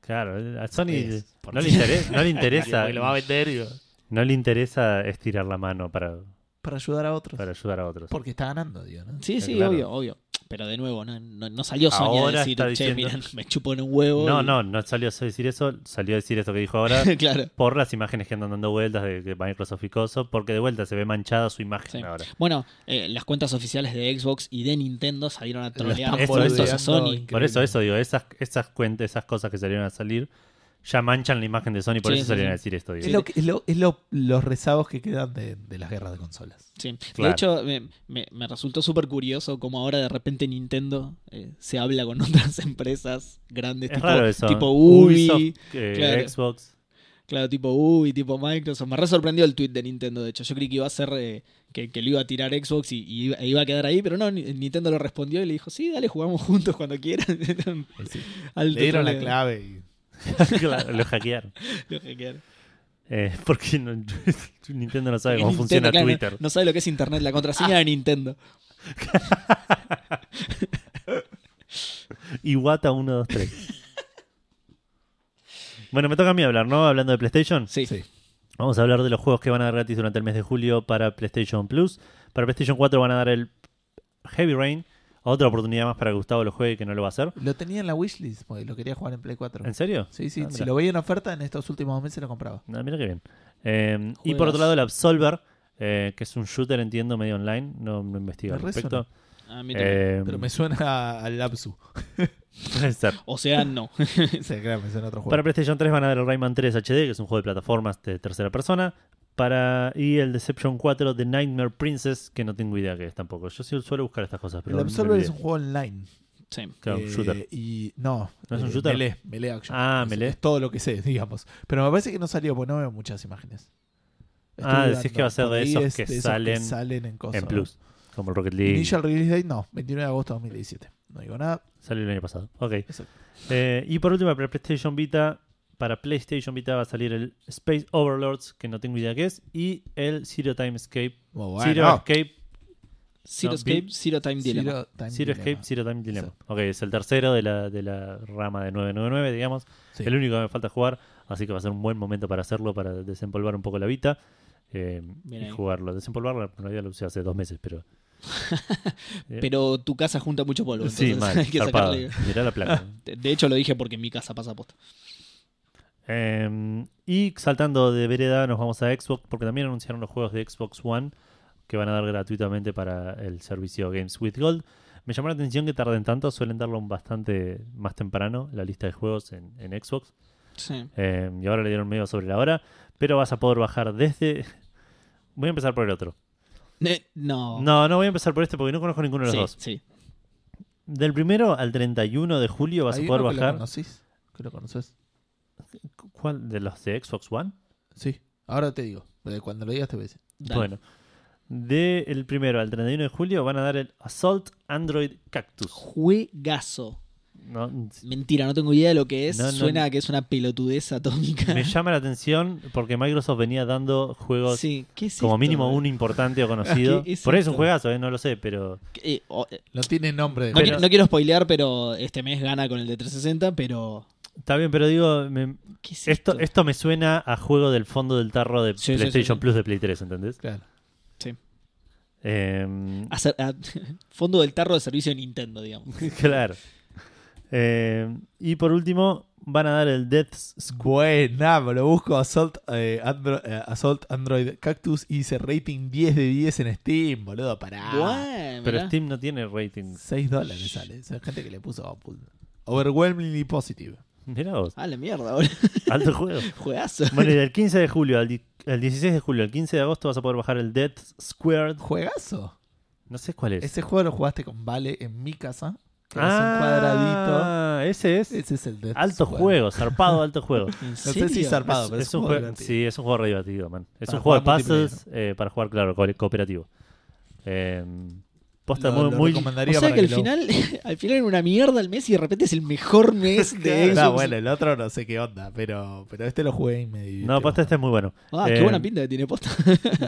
[SPEAKER 2] Claro, eh, a Sony
[SPEAKER 1] Es,
[SPEAKER 2] no, le interesa, no le interesa.
[SPEAKER 1] Porque vender y-
[SPEAKER 2] No le interesa estirar la mano para,
[SPEAKER 1] Para ayudar a otros.
[SPEAKER 2] para ayudar a otros.
[SPEAKER 1] Porque está ganando, digo, ¿no?
[SPEAKER 3] Sí, sí,
[SPEAKER 2] claro.
[SPEAKER 3] obvio, obvio. Pero de nuevo, no, no- no salió Sony
[SPEAKER 2] Ahora
[SPEAKER 3] a decir,
[SPEAKER 2] está
[SPEAKER 3] che,
[SPEAKER 2] diciendo-
[SPEAKER 3] miren, me chupo en un huevo.
[SPEAKER 2] No,
[SPEAKER 3] y-
[SPEAKER 2] no, no salió a decir eso, salió a decir esto que dijo ahora
[SPEAKER 3] claro.
[SPEAKER 2] por las imágenes que andan dando vueltas de, de Microsoft y Coso, porque de vuelta se ve manchada su imagen
[SPEAKER 3] Sí.
[SPEAKER 2] ahora.
[SPEAKER 3] Bueno, eh, las cuentas oficiales de Xbox y de Nintendo salieron a trolear
[SPEAKER 2] están
[SPEAKER 3] por eso a
[SPEAKER 1] boludeando
[SPEAKER 3] Sony.
[SPEAKER 1] increíble.
[SPEAKER 2] Por eso, eso digo, esas, esas cuentas, esas cosas que salieron a salir, ya manchan la imagen de Sony, por
[SPEAKER 3] Sí,
[SPEAKER 2] eso
[SPEAKER 3] sí,
[SPEAKER 2] salieron
[SPEAKER 3] sí.
[SPEAKER 2] a decir esto. digo.
[SPEAKER 1] Es, lo, que- es, lo- es lo- los rezagos que quedan de, de las guerras de consolas.
[SPEAKER 3] Sí.
[SPEAKER 2] Claro.
[SPEAKER 3] De hecho, me, me- me resultó súper curioso cómo ahora de repente Nintendo eh, se habla con otras empresas grandes,
[SPEAKER 2] Es
[SPEAKER 3] tipo,
[SPEAKER 2] raro eso. ¿eh?
[SPEAKER 3] tipo Ubi,
[SPEAKER 2] Ubisoft, eh,
[SPEAKER 3] claro.
[SPEAKER 2] Xbox.
[SPEAKER 3] claro, tipo Ubi, tipo Microsoft. Me re sorprendió el tweet de Nintendo, de hecho. Yo creí que iba a ser eh, que, que lo iba a tirar Xbox y, y iba, e iba a quedar ahí, pero no, ni- Nintendo lo respondió y le dijo, sí, dale, jugamos juntos cuando quieras. Al
[SPEAKER 1] Le dieron la
[SPEAKER 3] tutorial.
[SPEAKER 1] clave y...
[SPEAKER 2] Claro, lo hackearon.
[SPEAKER 3] Lo que quiera.
[SPEAKER 2] Eh, porque no- Nintendo no sabe cómo
[SPEAKER 3] Nintendo,
[SPEAKER 2] funciona
[SPEAKER 3] claro, no-
[SPEAKER 2] Twitter. Ah.
[SPEAKER 3] No, sabe lo que es Internet, la contraseña de Nintendo.
[SPEAKER 2] Iwata 123. bueno, me toca a mí hablar, ¿no? Hablando de PlayStation.
[SPEAKER 3] Sí.
[SPEAKER 1] Sí.
[SPEAKER 2] Vamos a hablar de los juegos que van a dar gratis durante el mes de julio para PlayStation Plus. Para PlayStation 4 van a dar el Heavy Rain. Otra oportunidad más para que Gustavo lo juegue que no lo va a hacer.
[SPEAKER 1] Lo tenía en la wishlist, porque lo quería jugar en Play 4.
[SPEAKER 2] ¿En serio?
[SPEAKER 1] Sí, sí,
[SPEAKER 2] Ah,
[SPEAKER 1] si
[SPEAKER 2] mirá.
[SPEAKER 1] lo veía en oferta en estos últimos meses lo compraba.
[SPEAKER 2] Ah, mira qué bien. Eh, y
[SPEAKER 3] Juegas.
[SPEAKER 2] por otro lado, el Absolver, eh, que es un shooter, entiendo, medio online. No, no investigo al
[SPEAKER 1] Me resuena.
[SPEAKER 2] respecto.
[SPEAKER 3] Ah, mira.
[SPEAKER 2] Eh,
[SPEAKER 1] Pero me suena al Lapsu.
[SPEAKER 2] puede ser.
[SPEAKER 3] O sea, no.
[SPEAKER 1] Sí, claro, me suena a otro juego.
[SPEAKER 2] Para PlayStation 3 van a ver el Rayman 3 HD, que es un juego de plataformas de tercera persona. Para, y el Deception 4 de Nightmare Princess, que no tengo idea que es tampoco. Yo sí suelo buscar estas cosas, pero.
[SPEAKER 1] el
[SPEAKER 2] no
[SPEAKER 1] Absolver
[SPEAKER 2] me
[SPEAKER 1] es un juego online.
[SPEAKER 3] Sí.
[SPEAKER 2] Claro, un
[SPEAKER 1] Eh,
[SPEAKER 2] shooter.
[SPEAKER 1] Y no,
[SPEAKER 2] ¿No es un
[SPEAKER 1] eh,
[SPEAKER 2] shooter?
[SPEAKER 1] Melee, melee action.
[SPEAKER 2] Ah,
[SPEAKER 1] Es-
[SPEAKER 2] melee.
[SPEAKER 1] Es todo lo que sé, digamos. Pero me parece que no salió porque no veo muchas imágenes.
[SPEAKER 2] Ah, decís
[SPEAKER 1] dudando.
[SPEAKER 2] que va a ser
[SPEAKER 1] Por
[SPEAKER 2] de
[SPEAKER 1] ahí
[SPEAKER 2] esos
[SPEAKER 1] es
[SPEAKER 2] que
[SPEAKER 1] de
[SPEAKER 2] salen
[SPEAKER 1] salen en, cosas.
[SPEAKER 2] En Plus, como el Rocket League.
[SPEAKER 1] Initial release date, no, 29 de agosto de 2017. No digo nada.
[SPEAKER 2] Salió el año pasado. Ok.
[SPEAKER 1] Exacto.
[SPEAKER 2] Eh, y por último, para PlayStation Vita. Para PlayStation Vita va a salir el Space Overlords, que no tengo idea qué es, y el Zero Time Escape.
[SPEAKER 1] Muy
[SPEAKER 2] Zero
[SPEAKER 1] bueno.
[SPEAKER 2] Escape,
[SPEAKER 3] Zero
[SPEAKER 2] No,
[SPEAKER 3] Escape,
[SPEAKER 2] vi-
[SPEAKER 3] Zero Time Dilemma.
[SPEAKER 1] Zero Time
[SPEAKER 2] Zero
[SPEAKER 1] Dilemma.
[SPEAKER 2] Escape, Zero Time Dilemma. Ok, es el tercero de la, de la rama de 999, digamos.
[SPEAKER 1] Sí.
[SPEAKER 2] El único que me falta jugar, así que va a ser un buen momento para hacerlo, para desempolvar un poco la Vita. eh,
[SPEAKER 3] Bien
[SPEAKER 2] y
[SPEAKER 3] ahí.
[SPEAKER 2] jugarlo. Desempolvarlo, en realidad lo usé hace dos meses, pero.
[SPEAKER 3] Pero tu casa junta mucho polvo,
[SPEAKER 2] sí,
[SPEAKER 3] entonces
[SPEAKER 2] mal.
[SPEAKER 3] hay que
[SPEAKER 2] zarpado.
[SPEAKER 3] sacarle.
[SPEAKER 2] Mirá la placa.
[SPEAKER 3] De- De hecho, lo dije porque en mi casa pasa posta.
[SPEAKER 2] Eh, y saltando de vereda, nos vamos a Xbox, porque también anunciaron los juegos de Xbox One que van a dar gratuitamente para el servicio Games with Gold. Me llamó la atención que tarden tanto, suelen darlo bastante más temprano la lista de juegos en, en Xbox.
[SPEAKER 3] Sí.
[SPEAKER 2] Eh, y ahora le dieron medio sobre la hora, pero vas a poder bajar desde. Voy a empezar por el otro.
[SPEAKER 3] Eh, no.
[SPEAKER 2] No, no voy a empezar por este porque no conozco ninguno de los
[SPEAKER 3] sí,
[SPEAKER 2] dos.
[SPEAKER 3] sí.
[SPEAKER 2] Del primero al 31 de julio vas a
[SPEAKER 1] ¿Hay
[SPEAKER 2] poder
[SPEAKER 1] uno que
[SPEAKER 2] bajar.
[SPEAKER 1] ¿Lo conocís? ¿Que lo conoces?
[SPEAKER 2] ¿Cuál? ¿De los de Xbox One?
[SPEAKER 1] Sí. Ahora te digo. porque Cuando lo digas te voy a decir.
[SPEAKER 3] Dale.
[SPEAKER 2] Bueno. Del 1 al 31 de julio van a dar el Assault Android Cactus.
[SPEAKER 3] Juegazo.
[SPEAKER 2] No,
[SPEAKER 3] Mentira, no tengo idea de lo que es.
[SPEAKER 2] No, no,
[SPEAKER 3] Suena
[SPEAKER 2] no.
[SPEAKER 3] a que es una pelotudez atómica.
[SPEAKER 2] me llama la atención porque Microsoft venía dando juegos
[SPEAKER 3] Sí, ¿qué es
[SPEAKER 2] como
[SPEAKER 3] esto?
[SPEAKER 2] mínimo uno importante o conocido.
[SPEAKER 3] ¿Qué es
[SPEAKER 2] Por ahí es un
[SPEAKER 3] esto?
[SPEAKER 2] juegazo, eh, no lo sé, pero
[SPEAKER 3] Eh, oh, eh,
[SPEAKER 1] No tiene nombre de
[SPEAKER 3] no,
[SPEAKER 2] Pero-
[SPEAKER 3] quiero, no quiero spoilear, pero este mes gana con el de 360, pero.
[SPEAKER 2] está bien, pero digo, me-
[SPEAKER 3] ¿Qué es esto?
[SPEAKER 2] esto, esto me suena a juego del fondo del tarro de
[SPEAKER 3] Sí, sí, sí,
[SPEAKER 2] PlayStation
[SPEAKER 3] sí.
[SPEAKER 2] Plus de Play 3, ¿entendés?
[SPEAKER 1] Claro.
[SPEAKER 2] Eh,
[SPEAKER 3] Hacer- a- fondo del tarro de servicio de Nintendo, digamos.
[SPEAKER 2] claro. Eh, y por último, van a dar el Death Squad.
[SPEAKER 1] Buena, me lo busco Assault, eh, Andro- eh, Assault Android Cactus y dice rating 10 de 10 en Steam, boludo, pará.
[SPEAKER 3] Bueno,
[SPEAKER 2] Pero
[SPEAKER 3] mirá.
[SPEAKER 2] Steam no tiene rating.
[SPEAKER 1] 6 dólares sale. Esa gente que le puso oh, pul- Overwhelmingly positive.
[SPEAKER 2] Mirá vos,
[SPEAKER 3] Ah, la mierda, boludo.
[SPEAKER 2] alto juego.
[SPEAKER 3] Juegazo.
[SPEAKER 2] Bueno, y del 15 de julio al di- al 16 de julio, al 15 de agosto vas a poder bajar el Death Squared.
[SPEAKER 1] Juegazo.
[SPEAKER 2] No sé cuál
[SPEAKER 3] Este
[SPEAKER 2] es.
[SPEAKER 1] Ese juego lo jugaste con Vale en mi casa. Que
[SPEAKER 2] Ah, Ese
[SPEAKER 1] es
[SPEAKER 2] es.
[SPEAKER 1] un cuadradito. Ese
[SPEAKER 3] Este
[SPEAKER 1] es el de este
[SPEAKER 2] Alto juego, zarpado, alto juego.
[SPEAKER 3] ¿En
[SPEAKER 1] No sé si
[SPEAKER 3] serio?
[SPEAKER 1] zarpado,
[SPEAKER 2] Es,
[SPEAKER 1] pero
[SPEAKER 2] es un juego,
[SPEAKER 1] divertido.
[SPEAKER 2] sí, es un juego re divertido, man. Es
[SPEAKER 1] Para
[SPEAKER 2] un juego de
[SPEAKER 1] jugar
[SPEAKER 2] puzzles eh, para jugar, claro, co- cooperativo. Eh, posta
[SPEAKER 1] Lo-
[SPEAKER 2] muy,
[SPEAKER 1] lo
[SPEAKER 2] muy-
[SPEAKER 1] recomendaría
[SPEAKER 3] O sea
[SPEAKER 1] para
[SPEAKER 3] que al
[SPEAKER 1] lo-
[SPEAKER 3] final, al final era una mierda el mes y de repente es el mejor mes de
[SPEAKER 1] No,
[SPEAKER 3] Xbox.
[SPEAKER 1] Ah, bueno, el otro no sé qué onda, pero, pero este lo jugué y me divirtió.
[SPEAKER 2] No, posta este es muy bueno.
[SPEAKER 3] Ah, qué
[SPEAKER 2] Eh,
[SPEAKER 3] buena pinta que tiene posta.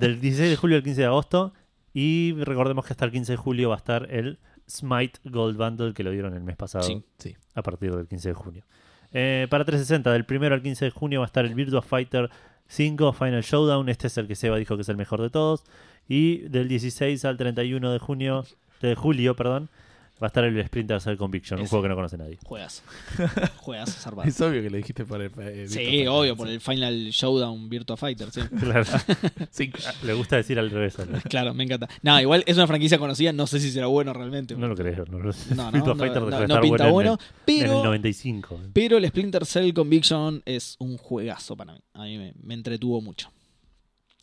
[SPEAKER 2] Del 16 de julio al 15 de agosto. Y recordemos que hasta el 15 de julio va a estar el Smite Gold Bundle que lo dieron el mes pasado.
[SPEAKER 3] Sí.
[SPEAKER 1] Sí.
[SPEAKER 2] a partir del 15 de junio. Eh, para 360, del 1 al 15 de junio va a estar el Virtua Fighter 5 Final Showdown. Este es el que Seba dijo que es el mejor de todos. Y del 16 al 31 de junio, de julio, perdón, va a estar el Splinter Cell Conviction, un
[SPEAKER 3] Ese.
[SPEAKER 2] juego que no conoce nadie.
[SPEAKER 3] Juegas. Juegas zarpado.
[SPEAKER 1] Es obvio que lo dijiste por el. eh,
[SPEAKER 3] Sí,
[SPEAKER 1] Virtua Fighter.
[SPEAKER 3] obvio, por el Final Showdown Virtua Fighter, sí.
[SPEAKER 2] Claro,
[SPEAKER 1] Cinco.
[SPEAKER 2] le gusta decir al revés. al-
[SPEAKER 3] Claro, me encanta. No, igual es una franquicia conocida, no sé si será bueno realmente.
[SPEAKER 2] No lo creo, no lo sé.
[SPEAKER 3] no, no,
[SPEAKER 2] Virtua
[SPEAKER 3] no,
[SPEAKER 2] Fighter
[SPEAKER 3] no,
[SPEAKER 2] dejó de
[SPEAKER 3] no
[SPEAKER 2] estar
[SPEAKER 3] pinta bueno,
[SPEAKER 2] en, el, en el
[SPEAKER 3] pero,
[SPEAKER 2] 95.
[SPEAKER 3] pero el Splinter Cell Conviction es un juegazo para mí. A mí me, me entretuvo mucho.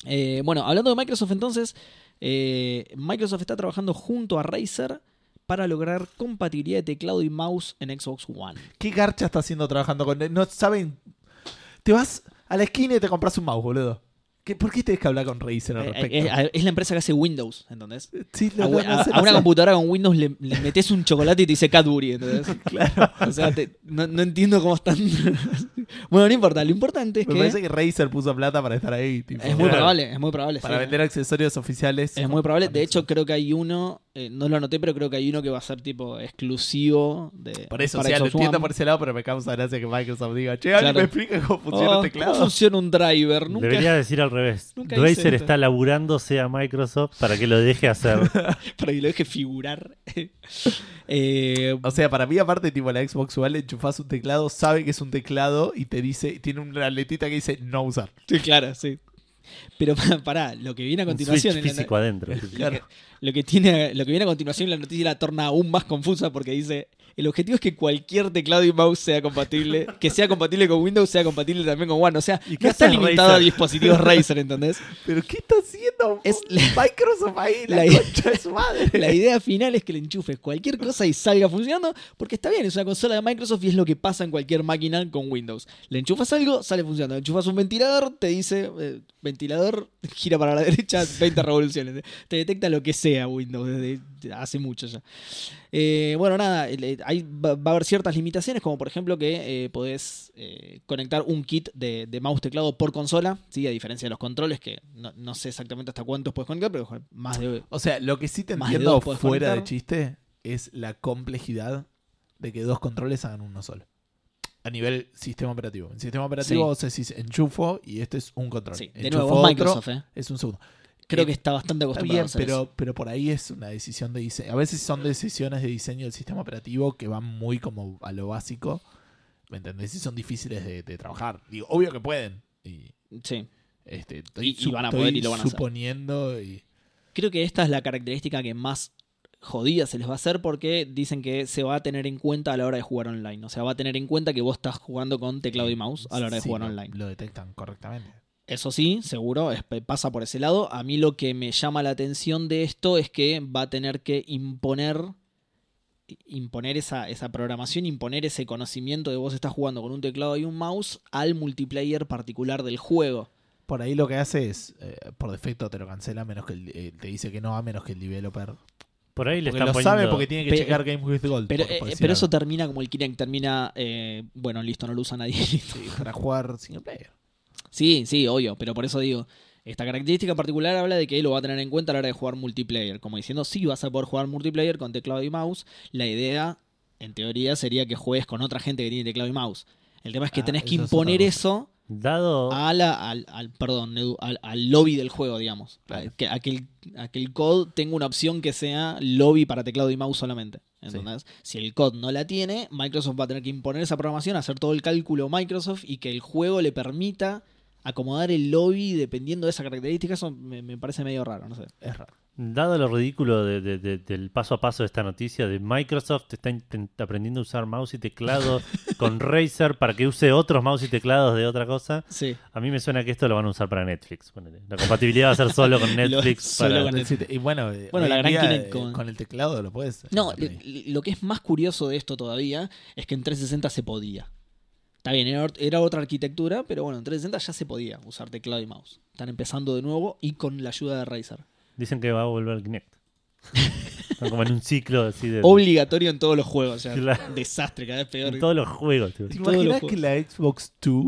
[SPEAKER 3] Eh, bueno, hablando de Microsoft entonces, eh, Microsoft está trabajando junto a Razer para lograr compatibilidad de teclado y mouse en Xbox One.
[SPEAKER 1] ¿Qué garcha está haciendo trabajando con.? No saben. Te vas a la esquina y te compras un mouse, boludo. ¿Qué, ¿Por qué tenés que hablar con Razer al
[SPEAKER 3] Eh,
[SPEAKER 1] respecto?
[SPEAKER 3] eh, eh, es la empresa que hace Windows, ¿entendés?
[SPEAKER 1] Sí,
[SPEAKER 3] A,
[SPEAKER 1] lo- lo-
[SPEAKER 3] a-
[SPEAKER 1] no sé,
[SPEAKER 3] a
[SPEAKER 1] no
[SPEAKER 3] una
[SPEAKER 1] sé.
[SPEAKER 3] computadora con Windows le, le metes un chocolate y te dice Cadbury, ¿entendés? Claro. O sea, te- no, no entiendo cómo están. bueno, no importa. Lo importante es
[SPEAKER 1] Me
[SPEAKER 3] que
[SPEAKER 1] parece que Razer puso plata para estar ahí. tipo,
[SPEAKER 3] es muy
[SPEAKER 1] para-
[SPEAKER 3] probable, es muy probable.
[SPEAKER 1] Para
[SPEAKER 3] sí.
[SPEAKER 1] vender accesorios oficiales.
[SPEAKER 3] Es muy probable. De hecho, creo que hay uno, eh, no lo anoté, pero creo que hay uno que va a ser tipo exclusivo de.
[SPEAKER 1] Por eso, o
[SPEAKER 3] para
[SPEAKER 1] sea, lo
[SPEAKER 3] Xbox
[SPEAKER 1] entiendo
[SPEAKER 3] One.
[SPEAKER 1] por ese lado, pero me causa gracia que Microsoft diga, che, alguien
[SPEAKER 3] Claro.
[SPEAKER 1] me explica cómo funciona
[SPEAKER 3] Oh,
[SPEAKER 1] el
[SPEAKER 3] ¿Cómo
[SPEAKER 1] teclado.
[SPEAKER 3] funciona un driver? Nunca.
[SPEAKER 2] Debería decir al revés.
[SPEAKER 3] nunca hice
[SPEAKER 2] Razer
[SPEAKER 3] esto.
[SPEAKER 2] está laburándose a Microsoft para que lo deje hacer.
[SPEAKER 3] Para que lo deje figurar. eh,
[SPEAKER 1] O sea, para mí, aparte, tipo, la Xbox One le enchufás un teclado, sabe que es un teclado y te dice, tiene una letita que dice no usar.
[SPEAKER 3] sí, claro, sí. Pero pa- pará, lo que viene a
[SPEAKER 2] un
[SPEAKER 3] continuación.
[SPEAKER 2] switch
[SPEAKER 3] en la-
[SPEAKER 2] físico adentro.
[SPEAKER 3] Lo que, lo que tiene, lo que viene a continuación, la noticia la torna aún más confusa porque dice: el objetivo es que cualquier teclado y mouse sea compatible, que sea compatible con Windows, sea compatible también con One. O sea,
[SPEAKER 2] ¿Y qué
[SPEAKER 3] no está
[SPEAKER 2] hace
[SPEAKER 3] limitado a
[SPEAKER 2] Razer?
[SPEAKER 3] dispositivos Razer, ¿entendés?
[SPEAKER 1] ¿Pero qué está haciendo
[SPEAKER 3] Es
[SPEAKER 1] Microsoft ahí? La,
[SPEAKER 3] la
[SPEAKER 1] concha de su madre.
[SPEAKER 3] La idea final es que le enchufes cualquier cosa y salga funcionando, porque está bien, es una consola de Microsoft y es lo que pasa en cualquier máquina con Windows. Le enchufas algo, sale funcionando. Le enchufas un ventilador, te dice, eh, ventilador, gira para la derecha, 20 revoluciones. Te detecta lo que sea Windows desde hace mucho ya. Eh, bueno, nada, el- eh, hay, va, va a haber ciertas limitaciones, como por ejemplo que eh, podés eh, conectar un kit de, de mouse teclado por consola, ¿sí? a diferencia de los controles, que no, no sé exactamente hasta cuántos puedes conectar, pero más de
[SPEAKER 1] O sea, lo que sí te
[SPEAKER 3] Más de
[SPEAKER 1] entiendo
[SPEAKER 3] dos podés
[SPEAKER 1] fuera de
[SPEAKER 3] conectar.
[SPEAKER 1] chiste es la complejidad de que dos controles hagan uno solo. a nivel sistema operativo. En sistema operativo vos decís enchufo y este es un control.
[SPEAKER 3] Sí, de
[SPEAKER 1] Enchufo
[SPEAKER 3] nuevo,
[SPEAKER 1] otro,
[SPEAKER 3] Microsoft, eh.
[SPEAKER 1] Es un segundo.
[SPEAKER 3] Creo
[SPEAKER 1] Eh,
[SPEAKER 3] que está bastante
[SPEAKER 1] Está bien,
[SPEAKER 3] acostumbrado a hacer eso.
[SPEAKER 1] pero, pero por ahí es una decisión de diseño. A veces son decisiones de diseño del sistema operativo que van muy como a lo básico. ¿Me entendés? Y son difíciles de, de trabajar. Digo, obvio que pueden. Y,
[SPEAKER 3] Sí.
[SPEAKER 1] este, estoy,
[SPEAKER 3] Y- y
[SPEAKER 1] su-
[SPEAKER 3] van a
[SPEAKER 1] estoy
[SPEAKER 3] poder y lo van a hacer.
[SPEAKER 1] suponiendo y
[SPEAKER 3] Creo que esta es la característica que más jodida se les va a hacer porque dicen que se va a tener en cuenta a la hora de jugar online. O sea, va a tener en cuenta que vos estás jugando con teclado y mouse a la hora de
[SPEAKER 1] sí,
[SPEAKER 3] jugar
[SPEAKER 1] lo-
[SPEAKER 3] online.
[SPEAKER 1] Lo detectan correctamente.
[SPEAKER 3] Eso sí, seguro, es- pasa por ese lado. A mí lo que me llama la atención de esto es que va a tener que imponer imponer esa, esa programación, imponer ese conocimiento de vos estás jugando con un teclado y un mouse al multiplayer particular del juego.
[SPEAKER 1] Por ahí lo que hace es, eh, por defecto te lo cancela, menos que el- eh, te dice que no, a menos que el developer.
[SPEAKER 2] Por ahí le
[SPEAKER 1] Porque
[SPEAKER 2] están
[SPEAKER 1] lo
[SPEAKER 2] poniendo.
[SPEAKER 1] sabe porque tiene que
[SPEAKER 3] Pe-
[SPEAKER 1] checar Games with Gold.
[SPEAKER 3] Pero,
[SPEAKER 1] por- por
[SPEAKER 3] eh,
[SPEAKER 1] decir
[SPEAKER 3] pero eso
[SPEAKER 1] algo.
[SPEAKER 3] termina como el Kinect termina, eh, bueno, listo, no lo usa nadie. listo.
[SPEAKER 1] Sí, para jugar single player.
[SPEAKER 3] Sí, sí, obvio, pero por eso digo, esta característica en particular habla de que lo va a tener en cuenta a la hora de jugar multiplayer, como diciendo, sí, vas a poder jugar multiplayer con teclado y mouse, la idea, en teoría, sería que juegues con otra gente que tiene teclado y mouse. El tema es que
[SPEAKER 1] Ah,
[SPEAKER 3] tenés que
[SPEAKER 1] eso es otra
[SPEAKER 3] imponer
[SPEAKER 1] cosa.
[SPEAKER 3] eso
[SPEAKER 2] Dado.
[SPEAKER 1] Ah.
[SPEAKER 3] a la- al, al- perdón, Edu, al, al lobby del juego, digamos. A-
[SPEAKER 1] Claro.
[SPEAKER 3] que, a que el, a que el COD tenga una opción que sea lobby para teclado y mouse solamente. ¿entendés? Si el COD no la tiene, Microsoft va a tener que imponer esa programación, hacer todo el cálculo Microsoft y que el juego le permita acomodar el lobby dependiendo de esa característica. Eso me, me parece medio raro, no sé.
[SPEAKER 1] Es raro.
[SPEAKER 2] Dado lo ridículo de- de- de- del paso a paso de esta noticia, de Microsoft está intent- aprendiendo a usar mouse y teclado con Razer para que use otros mouse y teclados de otra cosa,
[SPEAKER 3] Sí.
[SPEAKER 2] a mí me suena que esto lo van a usar para Netflix. ponele. La compatibilidad va a ser solo con Netflix.
[SPEAKER 3] solo
[SPEAKER 2] para-
[SPEAKER 3] con
[SPEAKER 1] Sí, te- Y bueno, eh,
[SPEAKER 3] Bueno,
[SPEAKER 1] hoy
[SPEAKER 3] la
[SPEAKER 1] en
[SPEAKER 3] gran
[SPEAKER 1] día,
[SPEAKER 3] Kinect
[SPEAKER 1] eh,
[SPEAKER 3] con-
[SPEAKER 1] con el teclado lo puedes. hacer
[SPEAKER 3] No,
[SPEAKER 1] por ahí.
[SPEAKER 3] le- le- lo que es más curioso de esto todavía es que en 360 se podía. Está bien, era, ot- era otra arquitectura, pero bueno, en 360 ya se podía usar teclado y mouse. Están empezando de nuevo y con la ayuda de Razer.
[SPEAKER 2] Dicen que va a volver el Kinect. Están como en un ciclo así de...
[SPEAKER 3] Obligatorio en todos los juegos, o sea,
[SPEAKER 2] Claro.
[SPEAKER 3] desastre, cada vez peor.
[SPEAKER 2] en todos los juegos. tío.
[SPEAKER 1] ¿Te
[SPEAKER 3] todos los
[SPEAKER 1] imaginas
[SPEAKER 3] juegos.
[SPEAKER 1] que la Xbox 2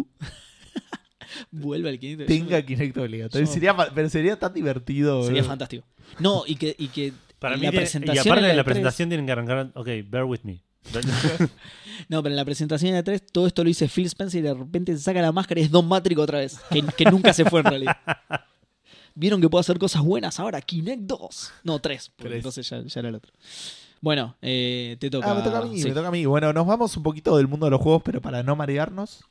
[SPEAKER 3] Vuelve al 500.
[SPEAKER 1] tenga Kinect obligatorio?
[SPEAKER 3] yo-
[SPEAKER 1] Sería, fa- pero sería tan divertido.
[SPEAKER 3] Sería
[SPEAKER 1] boludo.
[SPEAKER 3] fantástico. No, y que, y que
[SPEAKER 2] Para
[SPEAKER 3] en
[SPEAKER 2] mí
[SPEAKER 3] la
[SPEAKER 2] tiene-
[SPEAKER 3] presentación
[SPEAKER 2] y aparte
[SPEAKER 3] en
[SPEAKER 1] E
[SPEAKER 2] de la
[SPEAKER 3] E3
[SPEAKER 2] presentación tienen que arrancar... Ok, bear with me.
[SPEAKER 3] No, pero en la presentación de 3 todo esto lo dice Phil Spencer y de repente se saca la máscara y es Don Matrick otra vez. Que, que nunca se fue en realidad. Vieron que puedo hacer cosas buenas ahora. Kinect 2. No, 3.
[SPEAKER 1] Tres.
[SPEAKER 3] Entonces ya, ya era el otro. Bueno, eh, te toca.
[SPEAKER 1] Ah, me toca a mí,
[SPEAKER 3] sí.
[SPEAKER 1] me toca a mí. Bueno, nos vamos un poquito del mundo de los juegos, pero para no marearnos,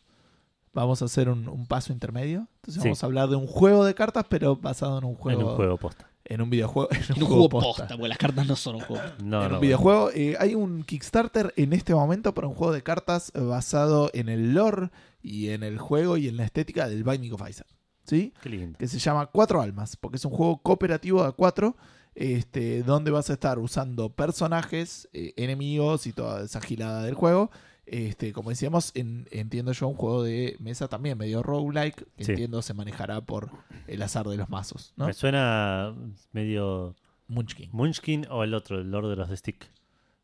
[SPEAKER 1] vamos a hacer un, un paso intermedio. Entonces
[SPEAKER 2] Sí.
[SPEAKER 1] vamos a hablar de un juego de cartas, pero basado en un juego.
[SPEAKER 2] En un juego posta.
[SPEAKER 1] en un videojuego. En un,
[SPEAKER 3] No
[SPEAKER 1] juego
[SPEAKER 3] juego
[SPEAKER 1] posta.
[SPEAKER 3] posta, porque las cartas no son un juego.
[SPEAKER 2] No,
[SPEAKER 1] en un
[SPEAKER 2] no,
[SPEAKER 1] videojuego. Eh, hay un Kickstarter en este momento para un juego de cartas basado en el lore y en el juego y en la estética del Binding of Isaac. ¿Sí?
[SPEAKER 2] Qué lindo.
[SPEAKER 1] que se llama Cuatro Almas, porque es un juego cooperativo a cuatro, este, donde vas a estar usando personajes, eh, enemigos y toda esa gilada del juego. Este, como decíamos, en- entiendo yo un juego de mesa también medio roguelike, que
[SPEAKER 2] Sí.
[SPEAKER 1] entiendo se manejará por el azar de los mazos, ¿no?
[SPEAKER 2] Me suena medio
[SPEAKER 1] Munchkin.
[SPEAKER 2] Munchkin o el otro, el Lord de los de Stick.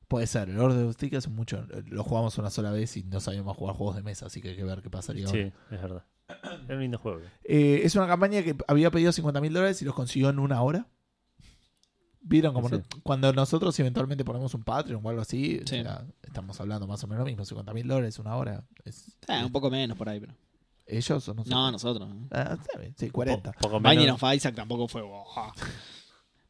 [SPEAKER 1] Puede ser, el Order of the Stick es mucho, lo jugamos una sola vez y no sabíamos jugar juegos de mesa, así que hay que ver qué pasaría. ahora.
[SPEAKER 2] Sí, es verdad. Es un lindo juego.
[SPEAKER 1] Eh, es una campaña que había pedido 50 mil dólares y los consiguió en una hora. Vieron como
[SPEAKER 2] Sí.
[SPEAKER 1] no- cuando nosotros eventualmente ponemos un Patreon o algo así, o
[SPEAKER 3] Sí.
[SPEAKER 1] sea, estamos hablando más o menos lo mismo, 50 mil dólares, una hora. Es-
[SPEAKER 3] Ah, un poco menos por ahí, pero.
[SPEAKER 1] ¿Ellos o no? sé?
[SPEAKER 3] No, nosotros. ¿no?
[SPEAKER 1] Ah, está bien, sí, 40.
[SPEAKER 2] Po- poco
[SPEAKER 3] Binding
[SPEAKER 2] menos.
[SPEAKER 3] of Isaac tampoco fue. "Buah".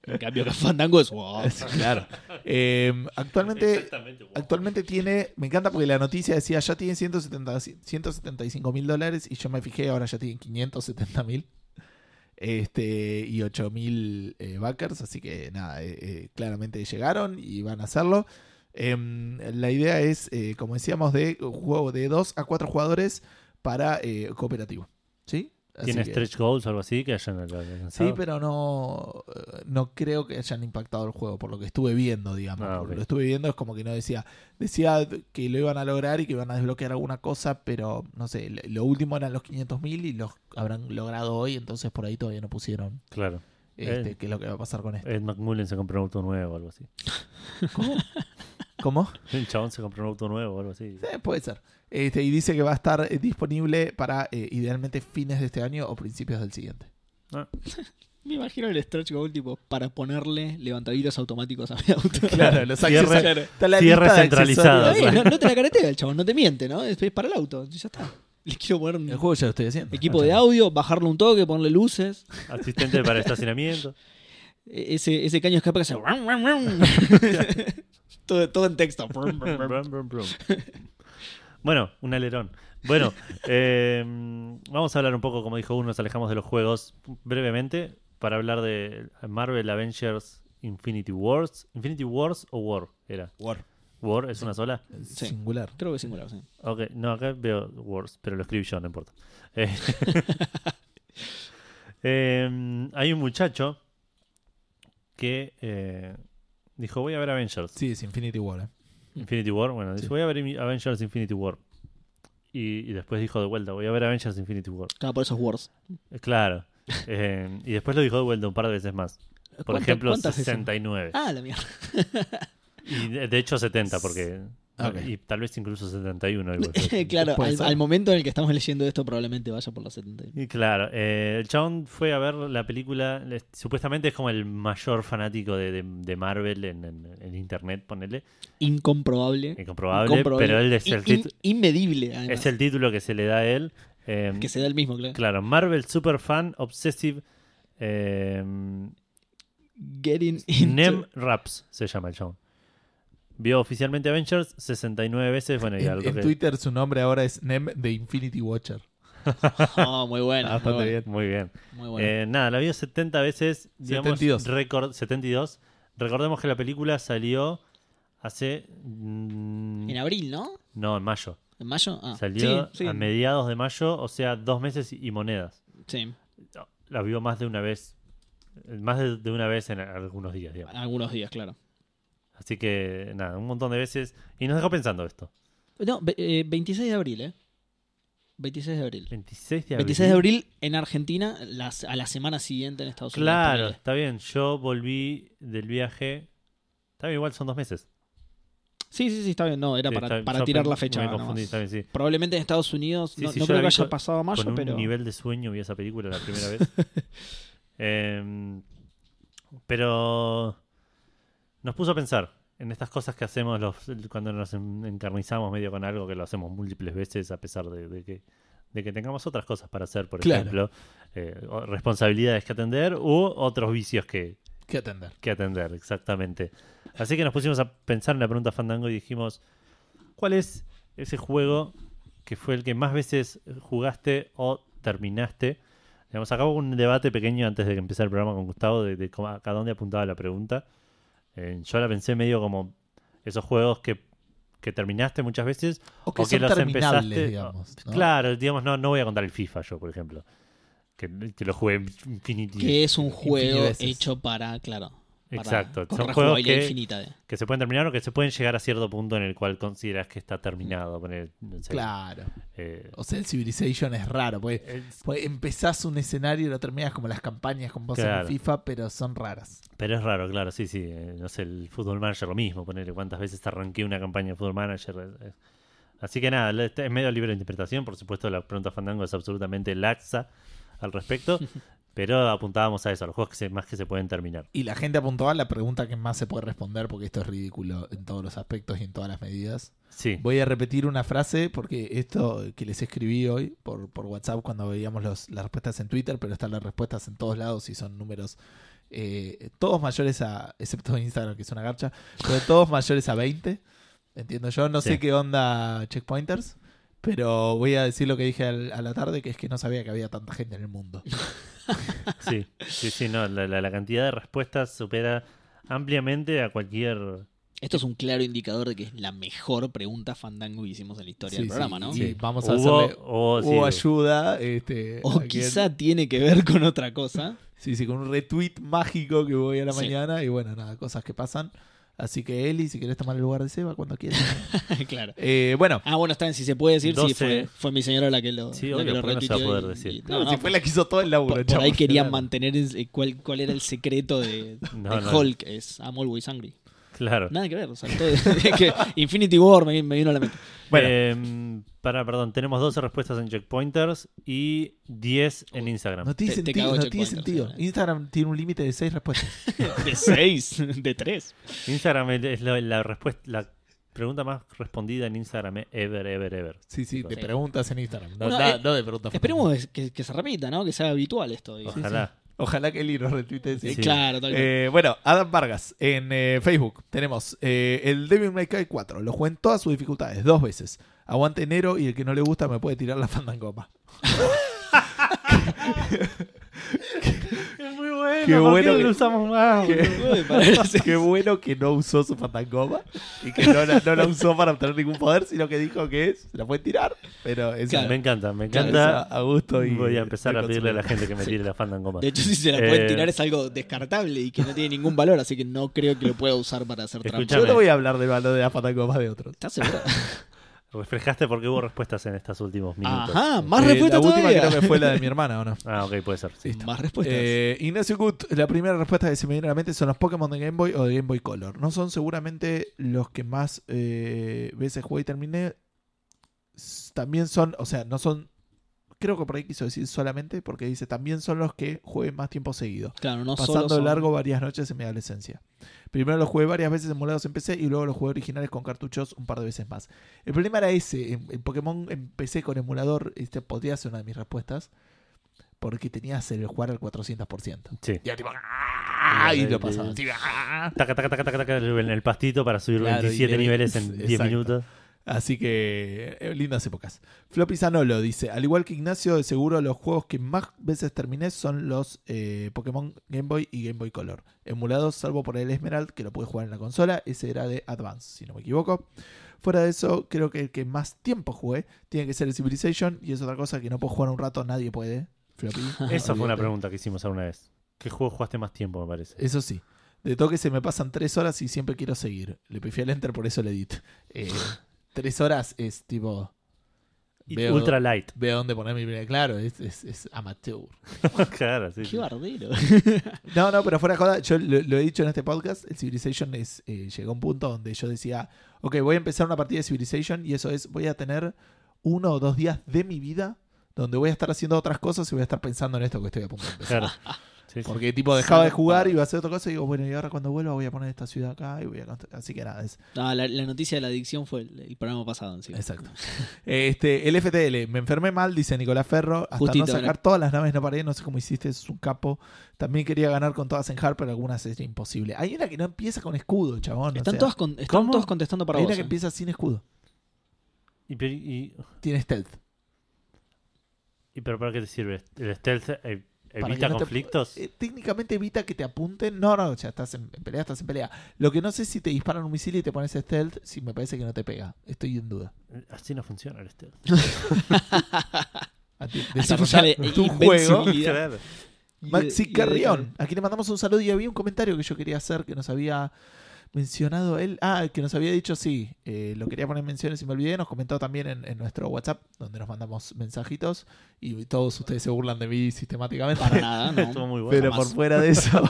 [SPEAKER 3] En cambio, que Fandango es. "Buah".
[SPEAKER 1] claro. Eh, actualmente,
[SPEAKER 2] Exactamente, wow.
[SPEAKER 1] actualmente tiene, me encanta porque la noticia decía ya tiene 170, 175 mil dólares y yo me fijé, ahora ya tienen 570 mil. Este, y 8000 eh, backers, así que nada, eh, eh, claramente llegaron y van a hacerlo. Em, la idea es, eh, como decíamos, de un juego de 2 a 4 jugadores para eh, cooperativo. ¿Sí? Así
[SPEAKER 2] Tiene
[SPEAKER 1] que-
[SPEAKER 2] stretch goals o algo así que hayan alcanzado.
[SPEAKER 1] Sí, pero no, eh, no creo que hayan impactado el juego, por lo que estuve viendo, digamos.
[SPEAKER 2] Ah,
[SPEAKER 1] Por
[SPEAKER 2] ok.
[SPEAKER 1] Lo estuve viendo es como que no decía, decía que lo iban a lograr y que iban a desbloquear alguna cosa, pero no sé, lo- lo último eran los 500.000 y los habrán logrado hoy, entonces por ahí todavía no pusieron
[SPEAKER 2] Claro.
[SPEAKER 1] este,
[SPEAKER 2] Eh.
[SPEAKER 1] qué es lo que va a pasar con esto.
[SPEAKER 2] Ed McMullen se compró un auto nuevo o algo así. Eh.
[SPEAKER 1] ¿Cómo?
[SPEAKER 2] El chabón se compró un auto nuevo o algo así.
[SPEAKER 1] Eh, puede ser. Este, y dice que va a estar eh, disponible para eh, idealmente fines de este año o principios del siguiente.
[SPEAKER 2] Ah.
[SPEAKER 3] Me imagino el stretch goal tipo para ponerle levantaditos automáticos a mi auto.
[SPEAKER 1] Claro, los
[SPEAKER 2] Cierre-
[SPEAKER 1] accesorios.
[SPEAKER 3] Claro.
[SPEAKER 1] Está la
[SPEAKER 2] cierre
[SPEAKER 1] lista de
[SPEAKER 2] centralizado.
[SPEAKER 1] accesorios.
[SPEAKER 3] Está bien, no, no te la caretea el chabón, no te miente, ¿no? Es es para el auto, ya está. Le quiero poner
[SPEAKER 1] El
[SPEAKER 3] un
[SPEAKER 1] juego ya lo estoy haciendo. Ah,
[SPEAKER 3] equipo de audio, bajarle un toque, ponerle luces.
[SPEAKER 2] Asistente para estacionamiento.
[SPEAKER 3] E- Ese, ese caño de escape que hace. rum, rum, rum. todo, todo en texto. Brum, brum, brum.
[SPEAKER 2] Brum, brum, brum. Bueno, un alerón. Bueno, eh, vamos a hablar un poco, como dijo uno, nos alejamos de los juegos brevemente para hablar de Marvel Avengers Infinity Wars. ¿Infinity Wars o War era?
[SPEAKER 1] War.
[SPEAKER 2] ¿War es una sola?
[SPEAKER 3] Sí.
[SPEAKER 1] Singular.
[SPEAKER 3] Creo que singular, sí.
[SPEAKER 2] Ok, no, acá veo Wars, pero lo escribí yo, no importa. Eh, eh, hay un muchacho que eh, dijo, voy a ver Avengers.
[SPEAKER 1] Sí, es Infinity War. eh.
[SPEAKER 2] Infinity War, bueno, dice,
[SPEAKER 1] Sí.
[SPEAKER 2] voy a ver Invi- Avengers Infinity War. Y, y después dijo de vuelta, voy a ver Avengers Infinity War.
[SPEAKER 3] Claro, por esos words.
[SPEAKER 2] Eh, Claro. Eh, y después lo dijo de vuelta un par de veces más. Por
[SPEAKER 3] ¿Cuántas-
[SPEAKER 2] ejemplo,
[SPEAKER 3] cuántas veces?
[SPEAKER 2] 69.
[SPEAKER 3] Ah, la mierda.
[SPEAKER 2] Y de de hecho 70, porque...
[SPEAKER 1] Ah, ok.
[SPEAKER 2] Y tal vez incluso 71. algo así.
[SPEAKER 3] claro,
[SPEAKER 1] Puede
[SPEAKER 3] al,
[SPEAKER 1] ser.
[SPEAKER 3] al momento en el que estamos leyendo esto, probablemente vaya por la 70.
[SPEAKER 2] Y claro, eh, el chabón fue a ver la película, le- supuestamente es como el mayor fanático de, de- de Marvel en, en- en internet, ponele,
[SPEAKER 3] Incomprobable.
[SPEAKER 2] incomprobable, pero él es el,
[SPEAKER 3] In- in-
[SPEAKER 2] tit-
[SPEAKER 3] inmedible, además.
[SPEAKER 2] es el título que se le da a él. eh,
[SPEAKER 3] Que se da el mismo, claro.
[SPEAKER 2] Claro, Marvel Super Fan Obsessive eh,
[SPEAKER 3] Getting into-
[SPEAKER 2] Nem Raps se llama el chabón. Vio oficialmente Avengers 69 veces, bueno, y
[SPEAKER 1] En,
[SPEAKER 2] algo
[SPEAKER 1] en
[SPEAKER 2] que-
[SPEAKER 1] Twitter su nombre ahora es Nem de Infinity Watcher.
[SPEAKER 3] Oh, muy bueno.
[SPEAKER 1] Ah,
[SPEAKER 3] muy
[SPEAKER 1] bastante
[SPEAKER 3] bueno,
[SPEAKER 1] bien.
[SPEAKER 2] Muy bien.
[SPEAKER 3] muy bueno.
[SPEAKER 2] Eh, nada, la vio 70 veces, digamos,
[SPEAKER 1] 72.
[SPEAKER 2] récord 72. Recordemos que la película salió hace... mm,
[SPEAKER 3] en abril, ¿no?
[SPEAKER 2] no, en mayo.
[SPEAKER 3] ¿En mayo? Ah,
[SPEAKER 2] Salió
[SPEAKER 3] sí, sí,
[SPEAKER 2] a mediados de mayo, o sea, dos meses y monedas.
[SPEAKER 3] sí.
[SPEAKER 2] La vio más de una vez, más de, de una vez en algunos días, digamos.
[SPEAKER 3] Algunos días, claro.
[SPEAKER 2] Así que nada, un montón de veces. Y nos dejó pensando esto.
[SPEAKER 3] No, ve- eh, 26 de abril, ¿eh? 26 de abril.
[SPEAKER 2] 26 de abril.
[SPEAKER 3] 26 de abril en Argentina, las- a la semana siguiente en Estados Unidos.
[SPEAKER 2] Claro,
[SPEAKER 3] ponele.
[SPEAKER 2] está bien. Yo volví del viaje. Está bien, igual son dos meses.
[SPEAKER 3] Sí, sí, sí, está bien. No, era
[SPEAKER 2] Sí,
[SPEAKER 3] para,
[SPEAKER 2] está-
[SPEAKER 3] para
[SPEAKER 2] yo
[SPEAKER 3] tirar
[SPEAKER 2] me-
[SPEAKER 3] la fecha.
[SPEAKER 2] Me
[SPEAKER 3] nomás.
[SPEAKER 2] confundí, está bien, sí.
[SPEAKER 3] Probablemente en Estados Unidos,
[SPEAKER 2] Sí,
[SPEAKER 3] no,
[SPEAKER 2] sí,
[SPEAKER 3] no
[SPEAKER 2] yo
[SPEAKER 3] creo
[SPEAKER 2] la
[SPEAKER 3] que
[SPEAKER 2] vi
[SPEAKER 3] haya
[SPEAKER 2] con-
[SPEAKER 3] pasado mayo,
[SPEAKER 2] Con un
[SPEAKER 3] pero.
[SPEAKER 2] nivel de sueño vi esa película la primera vez. Em, pero nos puso a pensar en estas cosas que hacemos los, cuando nos en- encarnizamos medio con algo que lo hacemos múltiples veces a pesar de, de que de que tengamos otras cosas para hacer, por
[SPEAKER 1] Claro.
[SPEAKER 2] ejemplo, eh, o- responsabilidades que atender u otros vicios que,
[SPEAKER 1] ¿Qué atender?
[SPEAKER 2] que atender, exactamente. Así que nos pusimos a pensar en la pregunta Fandango y dijimos, ¿cuál es ese juego que fue el que más veces jugaste o terminaste? Digamos, acá hubo un debate pequeño antes de que empezara el programa con Gustavo de, de cómo- a dónde apuntaba la pregunta. Eh, yo la pensé medio como esos juegos que, que terminaste muchas veces
[SPEAKER 1] O que
[SPEAKER 2] o que
[SPEAKER 1] son
[SPEAKER 2] los
[SPEAKER 1] terminables,
[SPEAKER 2] empezaste.
[SPEAKER 1] digamos. ¿no?
[SPEAKER 2] Claro, digamos, no, no voy a contar el FIFA yo, por ejemplo. Que, que lo jugué infinity.
[SPEAKER 3] Que es un juego
[SPEAKER 1] veces.
[SPEAKER 3] hecho para, claro. para-
[SPEAKER 2] Exacto,
[SPEAKER 3] con
[SPEAKER 2] son juegos
[SPEAKER 3] rejugabilidad
[SPEAKER 2] que-
[SPEAKER 3] infinita. eh.
[SPEAKER 2] que se pueden terminar o que se pueden llegar a cierto punto en el cual consideras que está terminado. poner, no sé,
[SPEAKER 1] Claro.
[SPEAKER 2] eh,
[SPEAKER 1] O sea, el Civilization es raro, porque,
[SPEAKER 2] es-
[SPEAKER 1] porque empezás un escenario y lo terminás como las campañas con vos
[SPEAKER 2] Claro.
[SPEAKER 1] en FIFA, pero son raras.
[SPEAKER 2] pero es raro, claro, sí, sí. eh, no sé, el Fútbol Manager lo mismo, ponerle cuántas veces arranqué una campaña de Fútbol Manager. eh, eh. Así que nada, le- es medio libre de interpretación. Por supuesto, la pregunta Fandango es absolutamente laxa al respecto, pero apuntábamos a eso, a los juegos que se- más que se pueden terminar.
[SPEAKER 1] Y la gente apuntó a la pregunta que más se puede responder, porque esto es ridículo en todos los aspectos y en todas las medidas.
[SPEAKER 2] Sí,
[SPEAKER 1] Voy a repetir una frase porque esto que les escribí hoy por, por WhatsApp cuando veíamos los- las respuestas en Twitter, pero están las respuestas en todos lados y son números eh, todos mayores a, excepto Instagram que es una garcha, pero todos mayores a 20. Entiendo yo, no
[SPEAKER 2] Sí.
[SPEAKER 1] sé qué onda checkpointers, pero voy a decir lo que dije al- a la tarde, que es que no sabía que había tanta gente en el mundo.
[SPEAKER 2] sí, sí, sí, no, la, la- la cantidad de respuestas supera ampliamente a cualquier
[SPEAKER 3] Esto es un claro indicador de que es la mejor pregunta fandango que hicimos en la historia
[SPEAKER 1] Sí,
[SPEAKER 3] del programa,
[SPEAKER 1] sí,
[SPEAKER 3] ¿no?
[SPEAKER 1] y
[SPEAKER 2] Sí.
[SPEAKER 1] vamos a
[SPEAKER 2] Hubo-
[SPEAKER 1] hacerle-
[SPEAKER 2] o, sí,
[SPEAKER 1] o ayuda, este, a
[SPEAKER 3] O
[SPEAKER 1] quien-
[SPEAKER 3] quizá tiene que ver con otra cosa.
[SPEAKER 1] Sí, sí, con un retweet mágico que voy a la
[SPEAKER 3] Sí.
[SPEAKER 1] mañana y bueno, nada, cosas que pasan. Así que Eli, si querés tomar el lugar de Seba cuando quieras.
[SPEAKER 3] claro.
[SPEAKER 1] Eh, bueno,
[SPEAKER 3] Ah, bueno, está bien, si se puede decir, sí,
[SPEAKER 2] 12.
[SPEAKER 3] fue, fue mi señora la que lo,
[SPEAKER 2] Sí,
[SPEAKER 3] la que
[SPEAKER 2] obvio,
[SPEAKER 3] lo
[SPEAKER 2] ¿por qué no se va a
[SPEAKER 3] retuiteó
[SPEAKER 2] poder
[SPEAKER 3] y-
[SPEAKER 2] decir?
[SPEAKER 3] y-
[SPEAKER 1] claro,
[SPEAKER 3] no,
[SPEAKER 1] si
[SPEAKER 3] no,
[SPEAKER 1] fue la que hizo todo el laburo,
[SPEAKER 3] por, por
[SPEAKER 1] chabón.
[SPEAKER 3] ahí querían
[SPEAKER 1] Claro.
[SPEAKER 3] mantener es- eh, cuál, cuál era el secreto de,
[SPEAKER 2] No,
[SPEAKER 3] de
[SPEAKER 2] no.
[SPEAKER 3] Hulk, es I'm always hungry.
[SPEAKER 2] Claro.
[SPEAKER 3] Nada que ver. O sea, todo- es que Infinity War me, me vino a la mente.
[SPEAKER 1] Bueno.
[SPEAKER 3] eh,
[SPEAKER 2] Em, pará, perdón, tenemos 12 respuestas en Checkpointers y 10 en
[SPEAKER 3] Uy,
[SPEAKER 2] Instagram.
[SPEAKER 1] No tiene
[SPEAKER 3] Te- te
[SPEAKER 1] sentido.
[SPEAKER 3] cago
[SPEAKER 1] no tiene
[SPEAKER 3] checkpointers,
[SPEAKER 1] sentido.
[SPEAKER 3] obviamente.
[SPEAKER 1] Instagram tiene un límite de seis respuestas.
[SPEAKER 3] De seis, de tres.
[SPEAKER 2] Instagram es la, la respuesta, la pregunta más respondida en Instagram eh, ever, ever, ever.
[SPEAKER 1] Sí, sí, de
[SPEAKER 2] Sí.
[SPEAKER 1] preguntas en Instagram. No,
[SPEAKER 3] Bueno,
[SPEAKER 1] da-
[SPEAKER 3] eh,
[SPEAKER 1] no de preguntas.
[SPEAKER 3] Esperemos que, que se repita, ¿no? Que sea habitual esto. digo.
[SPEAKER 2] Ojalá.
[SPEAKER 1] Ojalá que Eli nos retuite ese.
[SPEAKER 3] Eh,
[SPEAKER 2] sí.
[SPEAKER 3] Claro, tal cual.
[SPEAKER 1] Eh, bueno, Adam Vargas en eh, Facebook. Tenemos eh, el Devil May Cry 4. Lo jugué en todas sus dificultades, dos veces. Aguante enero y el que no le gusta me puede tirar la fandangoma.
[SPEAKER 2] Es muy bueno.
[SPEAKER 1] Qué ¿por bueno qué no que- lo
[SPEAKER 2] usamos más.
[SPEAKER 3] Uy, para- sí.
[SPEAKER 1] Qué bueno que no usó su fandangoma y que no la, no la usó para obtener ningún poder, sino que dijo que es, la puede tirar. Pero es
[SPEAKER 3] Claro.
[SPEAKER 2] Me encanta, me
[SPEAKER 1] Claro,
[SPEAKER 2] encanta.
[SPEAKER 1] es a- a gusto y-
[SPEAKER 2] Voy a empezar
[SPEAKER 1] y
[SPEAKER 2] a pedirle a la
[SPEAKER 1] consumir.
[SPEAKER 2] gente que me tire la fandangoma.
[SPEAKER 3] De hecho, si se la pueden
[SPEAKER 2] Eh,
[SPEAKER 3] tirar es algo descartable y que no tiene ningún valor, así que no creo que lo pueda usar para hacer trampa.
[SPEAKER 2] Escuchame.
[SPEAKER 1] Yo no voy a hablar de malo de las fandangomas de otros.
[SPEAKER 3] ¿Estás seguro?
[SPEAKER 2] Refrescaste porque hubo respuestas en estos últimos minutos.
[SPEAKER 3] Ajá, más
[SPEAKER 1] Eh,
[SPEAKER 3] respuestas
[SPEAKER 1] La última
[SPEAKER 3] todavía.
[SPEAKER 1] creo que fue la de mi hermana, ¿o no?
[SPEAKER 2] Ah, ok, puede ser. sí.
[SPEAKER 3] Más respuestas.
[SPEAKER 1] Eh, Ignacio Gut, la primera respuesta que se me viene a la mente son los Pokémon de Game Boy o de Game Boy Color. No son seguramente los que más eh, veces jugué y terminé. S- También son, o sea, no son. Creo que por ahí quiso decir solamente, porque dice también son los que jugué más tiempo seguido.
[SPEAKER 3] claro, no solo
[SPEAKER 1] pasando
[SPEAKER 3] son-
[SPEAKER 1] largo varias noches en mi adolescencia. Primero los jugué varias veces emulados en PC y luego los jugué originales con cartuchos un par de veces más. El problema era ese. En, en Pokémon empecé con emulador. Este podría ser una de mis respuestas. Porque tenías el jugar al 400%.
[SPEAKER 2] Sí.
[SPEAKER 1] Y era tipo. ¡ah! Y lo pasaba. así, ¡ah!
[SPEAKER 2] Taca, taca, taca, taca, taca, en el pastito para subir
[SPEAKER 1] Claro, y
[SPEAKER 2] 27
[SPEAKER 1] el-
[SPEAKER 2] niveles en 10
[SPEAKER 1] exacto.
[SPEAKER 2] minutos.
[SPEAKER 1] Así que. eh, Lindas épocas. Floppy Zanolo dice: Al igual que Ignacio, de seguro los juegos que más veces terminé son los eh, Pokémon Game Boy y Game Boy Color. Emulados, salvo por el Esmerald, que lo pude jugar en la consola. Ese era de Advance, si no me equivoco. Fuera de eso, creo que el que más tiempo jugué tiene que ser el Civilization. Y es otra cosa que no puedo jugar un rato, nadie puede. Floppy.
[SPEAKER 2] Esa fue una
[SPEAKER 1] olvídate.
[SPEAKER 2] pregunta que hicimos alguna vez. ¿Qué juego jugaste más tiempo, me
[SPEAKER 3] Eh,
[SPEAKER 2] parece?
[SPEAKER 1] Eso sí. De toque se me pasan tres horas y siempre quiero seguir. Le pifié al enter, por eso le edit. Eh, tres horas es tipo.
[SPEAKER 2] Y
[SPEAKER 1] Veo,
[SPEAKER 2] Ultra Light.
[SPEAKER 1] veo dónde poner mi primera. Claro, es, es- es amateur.
[SPEAKER 2] claro, sí.
[SPEAKER 3] Qué bardero.
[SPEAKER 1] No, no, pero fuera de joda, yo lo, lo he dicho en este podcast. El Civilization es, eh, llegó a un punto donde yo decía, ok, voy a empezar una partida de Civilization y eso es, voy a tener uno o dos días de mi vida donde voy a estar haciendo otras cosas y voy a estar pensando en esto que estoy a punto de empezar.
[SPEAKER 2] Claro. Sí, sí.
[SPEAKER 1] Porque tipo dejaba de jugar y iba a hacer otra cosa y digo, bueno, y ahora cuando vuelva voy a poner esta ciudad acá y voy a constru- así que nada, es
[SPEAKER 3] No, la, la noticia de la adicción fue el, el programa pasado encima.
[SPEAKER 1] exacto. Este, el FTL, me enfermé mal, dice Nicolás Ferro, hasta
[SPEAKER 3] Justito,
[SPEAKER 1] no sacar todas las naves no paré, no sé cómo hiciste, es un capo. También quería ganar con todas en hard, pero algunas es imposible. Hay una que no empieza con escudo, chabón. o
[SPEAKER 3] Están,
[SPEAKER 1] sea,
[SPEAKER 3] todas con- están
[SPEAKER 2] ¿cómo?
[SPEAKER 3] todos contestando para
[SPEAKER 1] hay
[SPEAKER 3] vos.
[SPEAKER 1] una que
[SPEAKER 3] eh.
[SPEAKER 1] empieza sin escudo.
[SPEAKER 2] Y, pero- y-
[SPEAKER 1] Tiene stealth.
[SPEAKER 2] y pero ¿para qué te sirve? ¿El stealth eh,
[SPEAKER 1] Para
[SPEAKER 2] evita
[SPEAKER 1] que no te-
[SPEAKER 2] conflictos?
[SPEAKER 1] Eh, técnicamente evita que te apunten. No, no, ya estás en, en pelea, estás en pelea. Lo que no sé es si te disparan un misil y te pones stealth, si me parece que no te pega. Estoy en duda.
[SPEAKER 3] eh,
[SPEAKER 2] Así no funciona el stealth.
[SPEAKER 1] A ti-
[SPEAKER 3] Así funciona
[SPEAKER 1] desarrollar
[SPEAKER 3] la
[SPEAKER 1] tu
[SPEAKER 3] invencibilidad.
[SPEAKER 1] juego.
[SPEAKER 2] Claro.
[SPEAKER 3] Y-
[SPEAKER 1] Maxi
[SPEAKER 3] y-
[SPEAKER 1] Carrión, aquí le mandamos un saludo y había un comentario que yo quería hacer que nos había mencionado él. Ah, que nos había dicho sí, eh, lo quería poner en menciones y me olvidé. Nos comentó también en, en nuestro WhatsApp, donde nos mandamos mensajitos y todos ustedes se burlan de mí sistemáticamente.
[SPEAKER 3] Para nada,
[SPEAKER 2] Estuvo
[SPEAKER 3] ¿no?
[SPEAKER 2] muy bueno.
[SPEAKER 1] Pero
[SPEAKER 3] jamás.
[SPEAKER 1] por fuera de eso,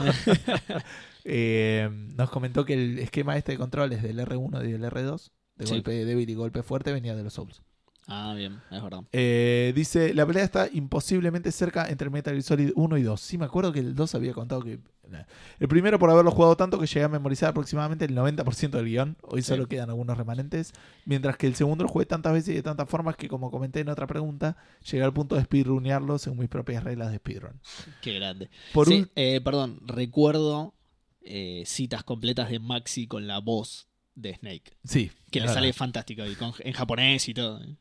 [SPEAKER 1] eh, nos comentó que el esquema este de controles del R1 y del R2, de
[SPEAKER 3] Sí.
[SPEAKER 1] golpe débil y golpe fuerte, venía de los Souls.
[SPEAKER 3] Ah, bien, es verdad.
[SPEAKER 1] Eh, dice, la pelea está imposiblemente cerca entre Metal Gear Solid 1 y 2. Sí, me acuerdo que el 2 había contado que... nah. El primero por haberlo jugado tanto que llegué a memorizar aproximadamente el 90% del guión. Hoy
[SPEAKER 3] Sí.
[SPEAKER 1] solo quedan algunos remanentes. Mientras que el segundo lo jugué tantas veces y de tantas formas que, como comenté en otra pregunta, llegué al punto de speedrunearlo según mis propias reglas de speedrun.
[SPEAKER 3] Qué grande.
[SPEAKER 1] Por
[SPEAKER 3] Sí,
[SPEAKER 1] un...
[SPEAKER 3] eh, perdón, recuerdo eh, citas completas de Maxi con la voz de Snake.
[SPEAKER 1] Sí.
[SPEAKER 3] Que le
[SPEAKER 1] es
[SPEAKER 3] sale
[SPEAKER 1] verdad.
[SPEAKER 3] fantástico y con- en japonés y todo. eh.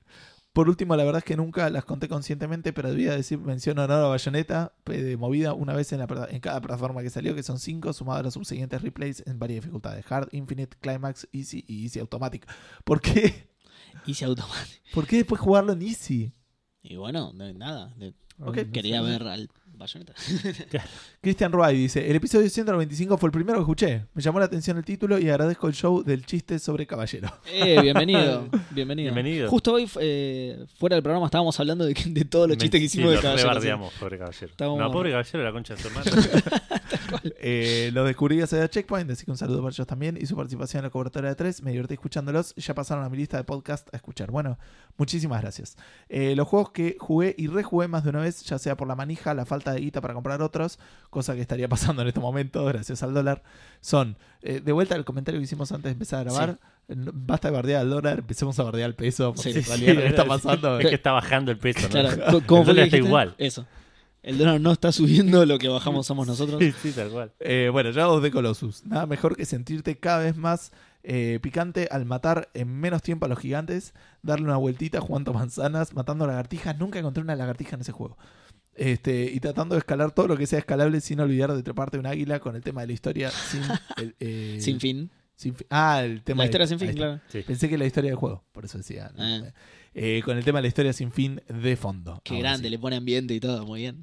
[SPEAKER 1] Por último, la verdad es que nunca las conté conscientemente, pero debía decir mención honor a Bayonetta, eh, de movida una vez en, la plata- en cada plataforma que salió, que son cinco, sumado a los subsiguientes replays en varias dificultades: Hard, Infinite, Climax, Easy y Easy Automatic. ¿Por qué?
[SPEAKER 3] Y se automático.
[SPEAKER 1] ¿Por qué después jugarlo en Easy?
[SPEAKER 3] Y bueno, no- nada. de-
[SPEAKER 1] Ok.
[SPEAKER 3] quería ver al Bayonetta.
[SPEAKER 1] Christian Ruay dice: El episodio 195 fue el primero que escuché. Me llamó la atención el título y agradezco el show del chiste sobre caballero.
[SPEAKER 3] Eh, bienvenido, bienvenido.
[SPEAKER 2] Bienvenido.
[SPEAKER 3] Justo hoy, eh, fuera del programa, estábamos hablando de, que- de todos los chistes que hicimos
[SPEAKER 2] Sí,
[SPEAKER 3] de
[SPEAKER 2] lo
[SPEAKER 3] Caballero.
[SPEAKER 2] rebardeamos, pobre caballero.
[SPEAKER 3] Estamos-
[SPEAKER 2] No, pobre caballero, la concha de su hermano.
[SPEAKER 1] Eh, los descubrí gracias a Checkpoint, así que un saludo para ellos también y su participación en la cobertura de 3. Me divertí escuchándolos, ya pasaron a mi lista de podcast a escuchar. Bueno, muchísimas gracias. Eh, los juegos que jugué y rejugué más de una vez, ya sea por la manija, la falta de guita para comprar otros, cosa que estaría pasando en este momento gracias al dólar, son, eh, de vuelta al comentario que hicimos antes de empezar a grabar, no- basta de bardear al dólar, empecemos a bardear al peso, porque
[SPEAKER 3] Sí,
[SPEAKER 1] en realidad lo que está pasando
[SPEAKER 2] Es que está bajando el peso, ¿no?
[SPEAKER 3] Claro, co- ¿cómo fue
[SPEAKER 2] El dólar
[SPEAKER 3] que
[SPEAKER 2] está
[SPEAKER 3] dijiste?
[SPEAKER 2] igual.
[SPEAKER 3] Eso. El dólar no está subiendo, lo que bajamos somos nosotros.
[SPEAKER 2] Sí, sí, tal cual.
[SPEAKER 1] Eh, bueno, ya dos de Colossus. Nada mejor que sentirte cada vez más eh, picante al matar en menos tiempo a los gigantes, darle una vueltita jugando manzanas, matando lagartijas. Nunca encontré una lagartija en ese juego. Este, y tratando de escalar todo lo que sea escalable sin olvidar de treparte un águila con el tema de la historia sin, el, eh,
[SPEAKER 3] Sin fin.
[SPEAKER 1] sin fi- Ah, el tema
[SPEAKER 3] La
[SPEAKER 1] de-
[SPEAKER 3] historia sin fin,
[SPEAKER 1] ahí está.
[SPEAKER 3] claro.
[SPEAKER 2] Sí.
[SPEAKER 1] Pensé que la historia del juego, por eso decía. ¿no?
[SPEAKER 3] Ah.
[SPEAKER 1] Eh, con el tema de la historia sin fin de fondo.
[SPEAKER 3] Qué
[SPEAKER 1] Ahora
[SPEAKER 3] grande,
[SPEAKER 1] sí.
[SPEAKER 3] le pone ambiente y todo, muy bien.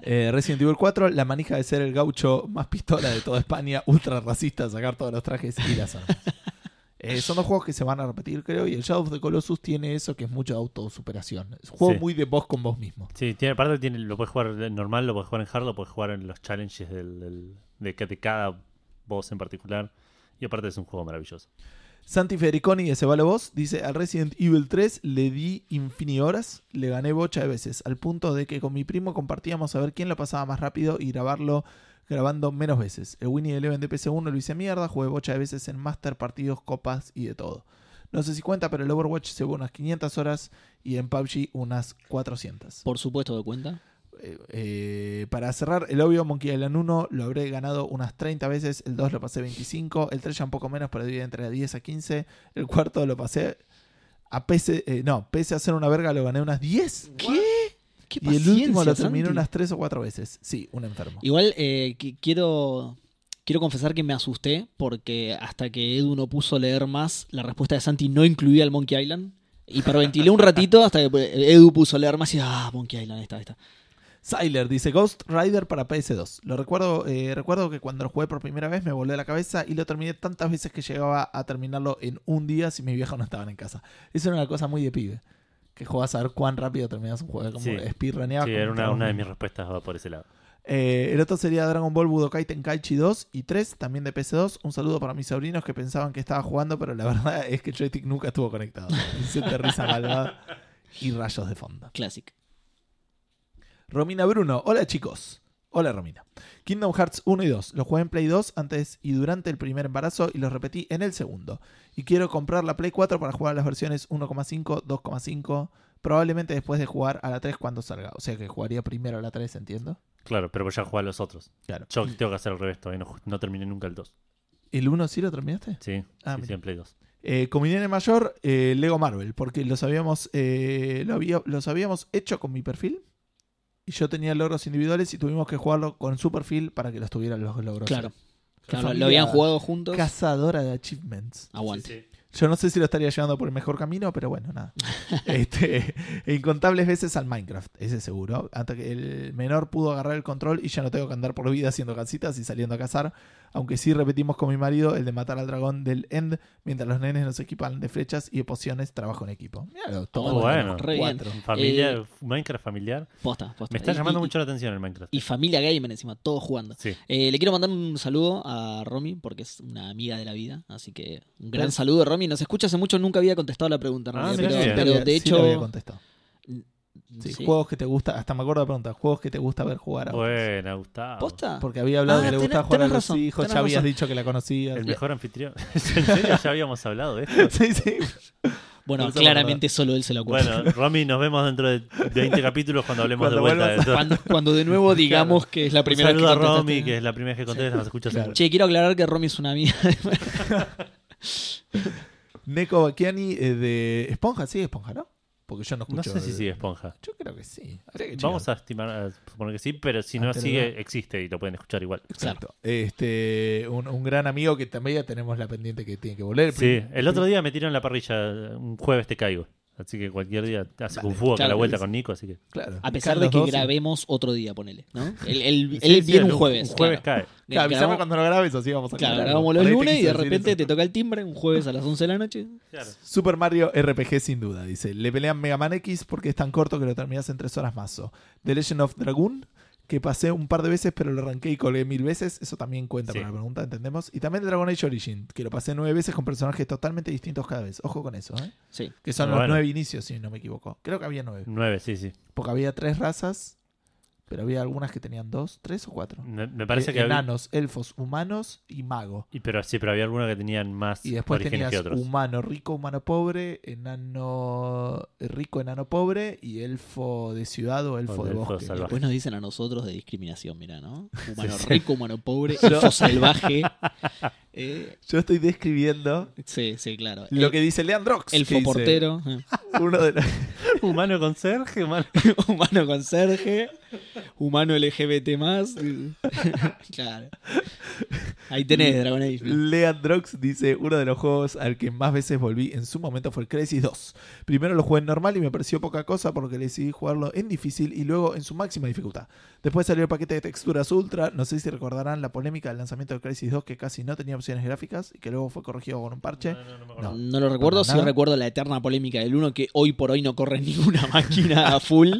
[SPEAKER 1] Eh, Resident Evil 4, la manija de ser el gaucho más pistola de toda España, ultra racista, sacar todos los trajes y las armas. Eh, son dos juegos que se van a repetir, creo, y el Shadow of the Colossus tiene eso que es mucho de autosuperación. Es un juego
[SPEAKER 2] Sí.
[SPEAKER 1] muy de vos con vos mismo.
[SPEAKER 2] Sí, tiene, aparte tiene, lo puedes jugar normal, lo puedes jugar en hard, lo puedes jugar en los challenges del, del- de, ca- de cada boss en particular. Y aparte es un juego maravilloso.
[SPEAKER 1] Santi Federiconi de Cebalo Vos dice: Al Resident Evil 3 le di infinidad de horas, le gané bocha de veces, al punto de que con mi primo compartíamos a ver quién lo pasaba más rápido y grabarlo grabando menos veces. El Winnie Eleven de PC1 lo hice mierda, jugué bocha de veces en Master, partidos, copas y de todo. No sé si cuenta, pero el Overwatch se llevó unas 500 horas y en PUBG unas 400.
[SPEAKER 3] Por supuesto, de cuenta.
[SPEAKER 1] Eh, eh, para cerrar, el obvio Monkey Island 1 lo habré ganado unas 30 veces, el 2 lo pasé 25, el 3 ya un poco menos, pero dividí entre 10 a 15, el cuarto lo pasé a pese, eh, no, pese a ser una verga lo gané unas 10
[SPEAKER 3] ¿Qué
[SPEAKER 1] y el último lo
[SPEAKER 3] paciencia,
[SPEAKER 1] terminé
[SPEAKER 3] Santi.
[SPEAKER 1] unas 3 o 4 veces. Sí, un enfermo.
[SPEAKER 3] Igual eh, qui- quiero, quiero confesar que me asusté porque hasta que Edu no puso leer más, la respuesta de Santi no incluía el Monkey Island. Y perventilé un ratito hasta que pues, Edu puso leer más y ah, Monkey Island, ahí está, ahí está.
[SPEAKER 1] Siler dice Ghost Rider para PS2. Lo recuerdo, eh, recuerdo que cuando lo jugué por primera vez me voló la cabeza y lo terminé tantas veces que llegaba a terminarlo en un día si mis viejos no estaban en casa. Eso era una cosa muy de pibe. Que jugabas a ver cuán rápido terminabas un juego, como
[SPEAKER 2] Sí.
[SPEAKER 1] speedruneabas.
[SPEAKER 2] Sí,
[SPEAKER 1] como
[SPEAKER 2] era una,
[SPEAKER 1] un
[SPEAKER 2] una de
[SPEAKER 1] cabrón.
[SPEAKER 2] mis respuestas va por ese lado.
[SPEAKER 1] Eh, el otro sería Dragon Ball Budokai Tenkaichi 2 y 3, también de PS2. Un saludo para mis sobrinos que pensaban que estaba jugando, pero la verdad es que el joystick nunca estuvo conectado. Dice de risa malvada y rayos de fondo.
[SPEAKER 3] Classic.
[SPEAKER 1] Romina Bruno, hola chicos. Hola Romina. Kingdom Hearts 1 y 2. Los jugué en Play 2 antes y durante el primer embarazo y los repetí en el segundo. Y quiero comprar la Play 4 para jugar a las versiones 1,5, 2,5, probablemente después de jugar a la 3 cuando salga. O sea que jugaría primero a la 3, entiendo.
[SPEAKER 2] Claro, pero ya jugar a los otros.
[SPEAKER 1] Claro.
[SPEAKER 2] Yo tengo que hacer al revés, todavía no, ju- no terminé nunca el 2.
[SPEAKER 1] ¿El 1 sí lo terminaste?
[SPEAKER 2] Sí,
[SPEAKER 1] Ah,
[SPEAKER 2] sí,
[SPEAKER 1] mira.
[SPEAKER 2] sí, en Play 2.
[SPEAKER 1] Eh, con mi nene mayor, eh, Lego Marvel, porque los habíamos, eh, lo había- los habíamos hecho con mi perfil. Y yo tenía logros individuales y tuvimos que jugarlo con su perfil para que los tuvieran los logros.
[SPEAKER 3] Claro.
[SPEAKER 1] él.
[SPEAKER 3] Claro,
[SPEAKER 1] familia
[SPEAKER 3] lo habían jugado juntos.
[SPEAKER 1] Cazadora de achievements.
[SPEAKER 3] Aguante.
[SPEAKER 2] Sí, sí.
[SPEAKER 1] Yo no sé si lo estaría llevando por el mejor camino, pero bueno, nada. Este, e incontables veces al Minecraft, ese seguro. Hasta que el menor pudo agarrar el control y ya no tengo que andar por vida haciendo casitas y saliendo a cazar. Aunque sí repetimos con mi marido el de matar al dragón del End, mientras los nenes nos equipan de flechas y de pociones, trabajo en equipo. Mira, lo tomo
[SPEAKER 2] Oh,
[SPEAKER 1] de
[SPEAKER 2] bueno.
[SPEAKER 3] Re bien.
[SPEAKER 1] cuatro.
[SPEAKER 2] Familiar,
[SPEAKER 3] Eh,
[SPEAKER 2] Minecraft familiar.
[SPEAKER 3] Posta, posta.
[SPEAKER 2] Me está
[SPEAKER 3] Y-
[SPEAKER 2] llamando
[SPEAKER 3] y-
[SPEAKER 2] mucho la atención el Minecraft.
[SPEAKER 3] Y familia gamer encima, todos jugando.
[SPEAKER 2] Sí.
[SPEAKER 3] Eh, le quiero mandar un saludo a Romy, porque es una amiga de la vida. Así que un gran saludo, Romy. Nos escucha hace mucho, nunca había contestado la pregunta, en
[SPEAKER 2] Ah,
[SPEAKER 3] realidad,
[SPEAKER 2] mirá
[SPEAKER 3] pero,
[SPEAKER 2] qué bien.
[SPEAKER 3] pero
[SPEAKER 1] Sí,
[SPEAKER 3] de
[SPEAKER 1] sí lo había
[SPEAKER 3] hecho.
[SPEAKER 1] contestado. Sí,
[SPEAKER 3] sí.
[SPEAKER 1] Juegos que te gusta, hasta me acuerdo de preguntar, juegos que te gusta ver jugar a otros.
[SPEAKER 2] Buena, Gustavo.
[SPEAKER 3] ¿Posta?
[SPEAKER 1] Porque había hablado
[SPEAKER 3] Ah,
[SPEAKER 1] que le
[SPEAKER 3] tenés-
[SPEAKER 1] gustaba jugar a
[SPEAKER 3] tenés
[SPEAKER 1] los
[SPEAKER 3] razón,
[SPEAKER 1] hijos,
[SPEAKER 3] tenés
[SPEAKER 1] ya habías
[SPEAKER 3] razón.
[SPEAKER 1] dicho que la conocías.
[SPEAKER 2] El mejor anfitrión. ¿En serio? Ya habíamos hablado de esto.
[SPEAKER 1] Sí, sí.
[SPEAKER 3] Bueno,
[SPEAKER 1] No se
[SPEAKER 3] claramente solo él se lo acuerda.
[SPEAKER 2] Bueno, Romy, nos vemos dentro de 20 capítulos cuando hablemos
[SPEAKER 1] Cuando
[SPEAKER 2] de vuelta de
[SPEAKER 1] vuelvas
[SPEAKER 2] esto.
[SPEAKER 3] Cuando, cuando de nuevo digamos que es la primera vez que
[SPEAKER 2] Saluda a
[SPEAKER 3] contestaste.
[SPEAKER 2] Romy, que es la primera vez que contesta, nos escucha
[SPEAKER 1] Claro.
[SPEAKER 2] seguro.
[SPEAKER 3] Che, quiero aclarar que Romy es una amiga.
[SPEAKER 1] Neko Bacchiani eh, de Esponja, sí, Esponja, ¿no? Porque yo no escucho.
[SPEAKER 2] No sé si
[SPEAKER 1] eh,
[SPEAKER 2] sigue Esponja.
[SPEAKER 1] Yo creo que sí. Habría que
[SPEAKER 2] Vamos
[SPEAKER 1] checar.
[SPEAKER 2] a estimar, a suponer que sí, pero si
[SPEAKER 1] Ah,
[SPEAKER 2] no
[SPEAKER 1] te lo
[SPEAKER 2] sigue, existe y lo pueden escuchar igual.
[SPEAKER 1] Exacto. Este, un, un gran amigo que también ya tenemos la pendiente que tiene que volver.
[SPEAKER 2] Sí, el otro día me tiraron la parrilla, un jueves te caigo. Así que cualquier día hace Kung Fu acá a la
[SPEAKER 3] Claro,
[SPEAKER 2] vuelta
[SPEAKER 1] es-
[SPEAKER 2] con Nico, así que.
[SPEAKER 1] Claro.
[SPEAKER 3] A pesar de
[SPEAKER 1] Carlos Dossi.
[SPEAKER 3] que grabemos otro día, ponele. ¿no? Él, él-
[SPEAKER 2] Sí,
[SPEAKER 3] él
[SPEAKER 2] sí,
[SPEAKER 3] viene
[SPEAKER 2] el-
[SPEAKER 3] un jueves.
[SPEAKER 2] Un jueves
[SPEAKER 3] claro.
[SPEAKER 2] cae.
[SPEAKER 1] Claro, avísame
[SPEAKER 3] grabamos-
[SPEAKER 1] cuando lo grabes, así vamos a
[SPEAKER 3] Claro,
[SPEAKER 1] aclararlo.
[SPEAKER 3] grabamos los
[SPEAKER 1] Por ahí te
[SPEAKER 3] lunes y
[SPEAKER 1] quise
[SPEAKER 3] de
[SPEAKER 1] decir
[SPEAKER 3] repente
[SPEAKER 1] eso.
[SPEAKER 3] te toca el timbre un jueves a las 11 de la noche.
[SPEAKER 2] Claro.
[SPEAKER 1] Super Mario RPG sin duda, dice. Le pelean Mega Man X porque es tan corto que lo terminas en tres horas más. o. The Legend of Dragoon, que pasé un par de veces, pero lo arranqué y colgué mil veces. Eso también cuenta
[SPEAKER 2] Sí.
[SPEAKER 1] para la pregunta, entendemos. Y también Dragon Age Origin, que lo pasé nueve veces con personajes totalmente distintos cada vez. Ojo con eso, ¿eh?
[SPEAKER 3] Sí.
[SPEAKER 1] Que son los
[SPEAKER 2] Bueno.
[SPEAKER 1] nueve inicios, si no me equivoco. Creo que había nueve.
[SPEAKER 2] Nueve, sí, sí.
[SPEAKER 1] Porque había tres razas, pero había algunas que tenían dos, tres o cuatro.
[SPEAKER 2] Me, me parece
[SPEAKER 1] Eh,
[SPEAKER 2] que había,
[SPEAKER 1] Enanos, elfos, humanos y mago.
[SPEAKER 2] y, pero sí, pero había algunos que tenían más
[SPEAKER 1] Y después
[SPEAKER 2] orígenes
[SPEAKER 1] tenías
[SPEAKER 2] que otros.
[SPEAKER 1] humano rico, humano pobre, enano rico, enano pobre y elfo de ciudad o elfo
[SPEAKER 2] O
[SPEAKER 1] de
[SPEAKER 2] elfo
[SPEAKER 1] bosque.
[SPEAKER 2] salvaje.
[SPEAKER 3] Después nos dicen a nosotros de discriminación, mira, ¿no? Humano
[SPEAKER 2] Sí, sí.
[SPEAKER 3] rico, humano pobre, elfo salvaje. Eh,
[SPEAKER 1] Yo estoy describiendo
[SPEAKER 3] sí, sí, claro.
[SPEAKER 1] lo que dice Leandrox. que
[SPEAKER 3] Elfo
[SPEAKER 1] dice,
[SPEAKER 3] portero, eh,
[SPEAKER 1] Uno de los-
[SPEAKER 2] Humano conserje, humano.
[SPEAKER 3] humano conserje, humano LGBT más. claro. Ahí tenés Dragon Age. ¿no?
[SPEAKER 1] Leandrox dice, uno de los juegos al que más veces volví en su momento fue el Crisis 2. Primero lo jugué en normal y me pareció poca cosa porque decidí jugarlo en difícil y luego en su máxima dificultad. Después salió el paquete de texturas ultra, no sé si recordarán la polémica del lanzamiento del Crisis 2 que casi no tenía opciones gráficas y que luego fue corregido con un parche.
[SPEAKER 2] No, no, no me
[SPEAKER 1] No.
[SPEAKER 2] acuerdo.
[SPEAKER 3] No lo recuerdo,
[SPEAKER 1] Para
[SPEAKER 3] sí
[SPEAKER 1] nada.
[SPEAKER 3] recuerdo la eterna polémica del uno que hoy por hoy no corre ninguna máquina a full.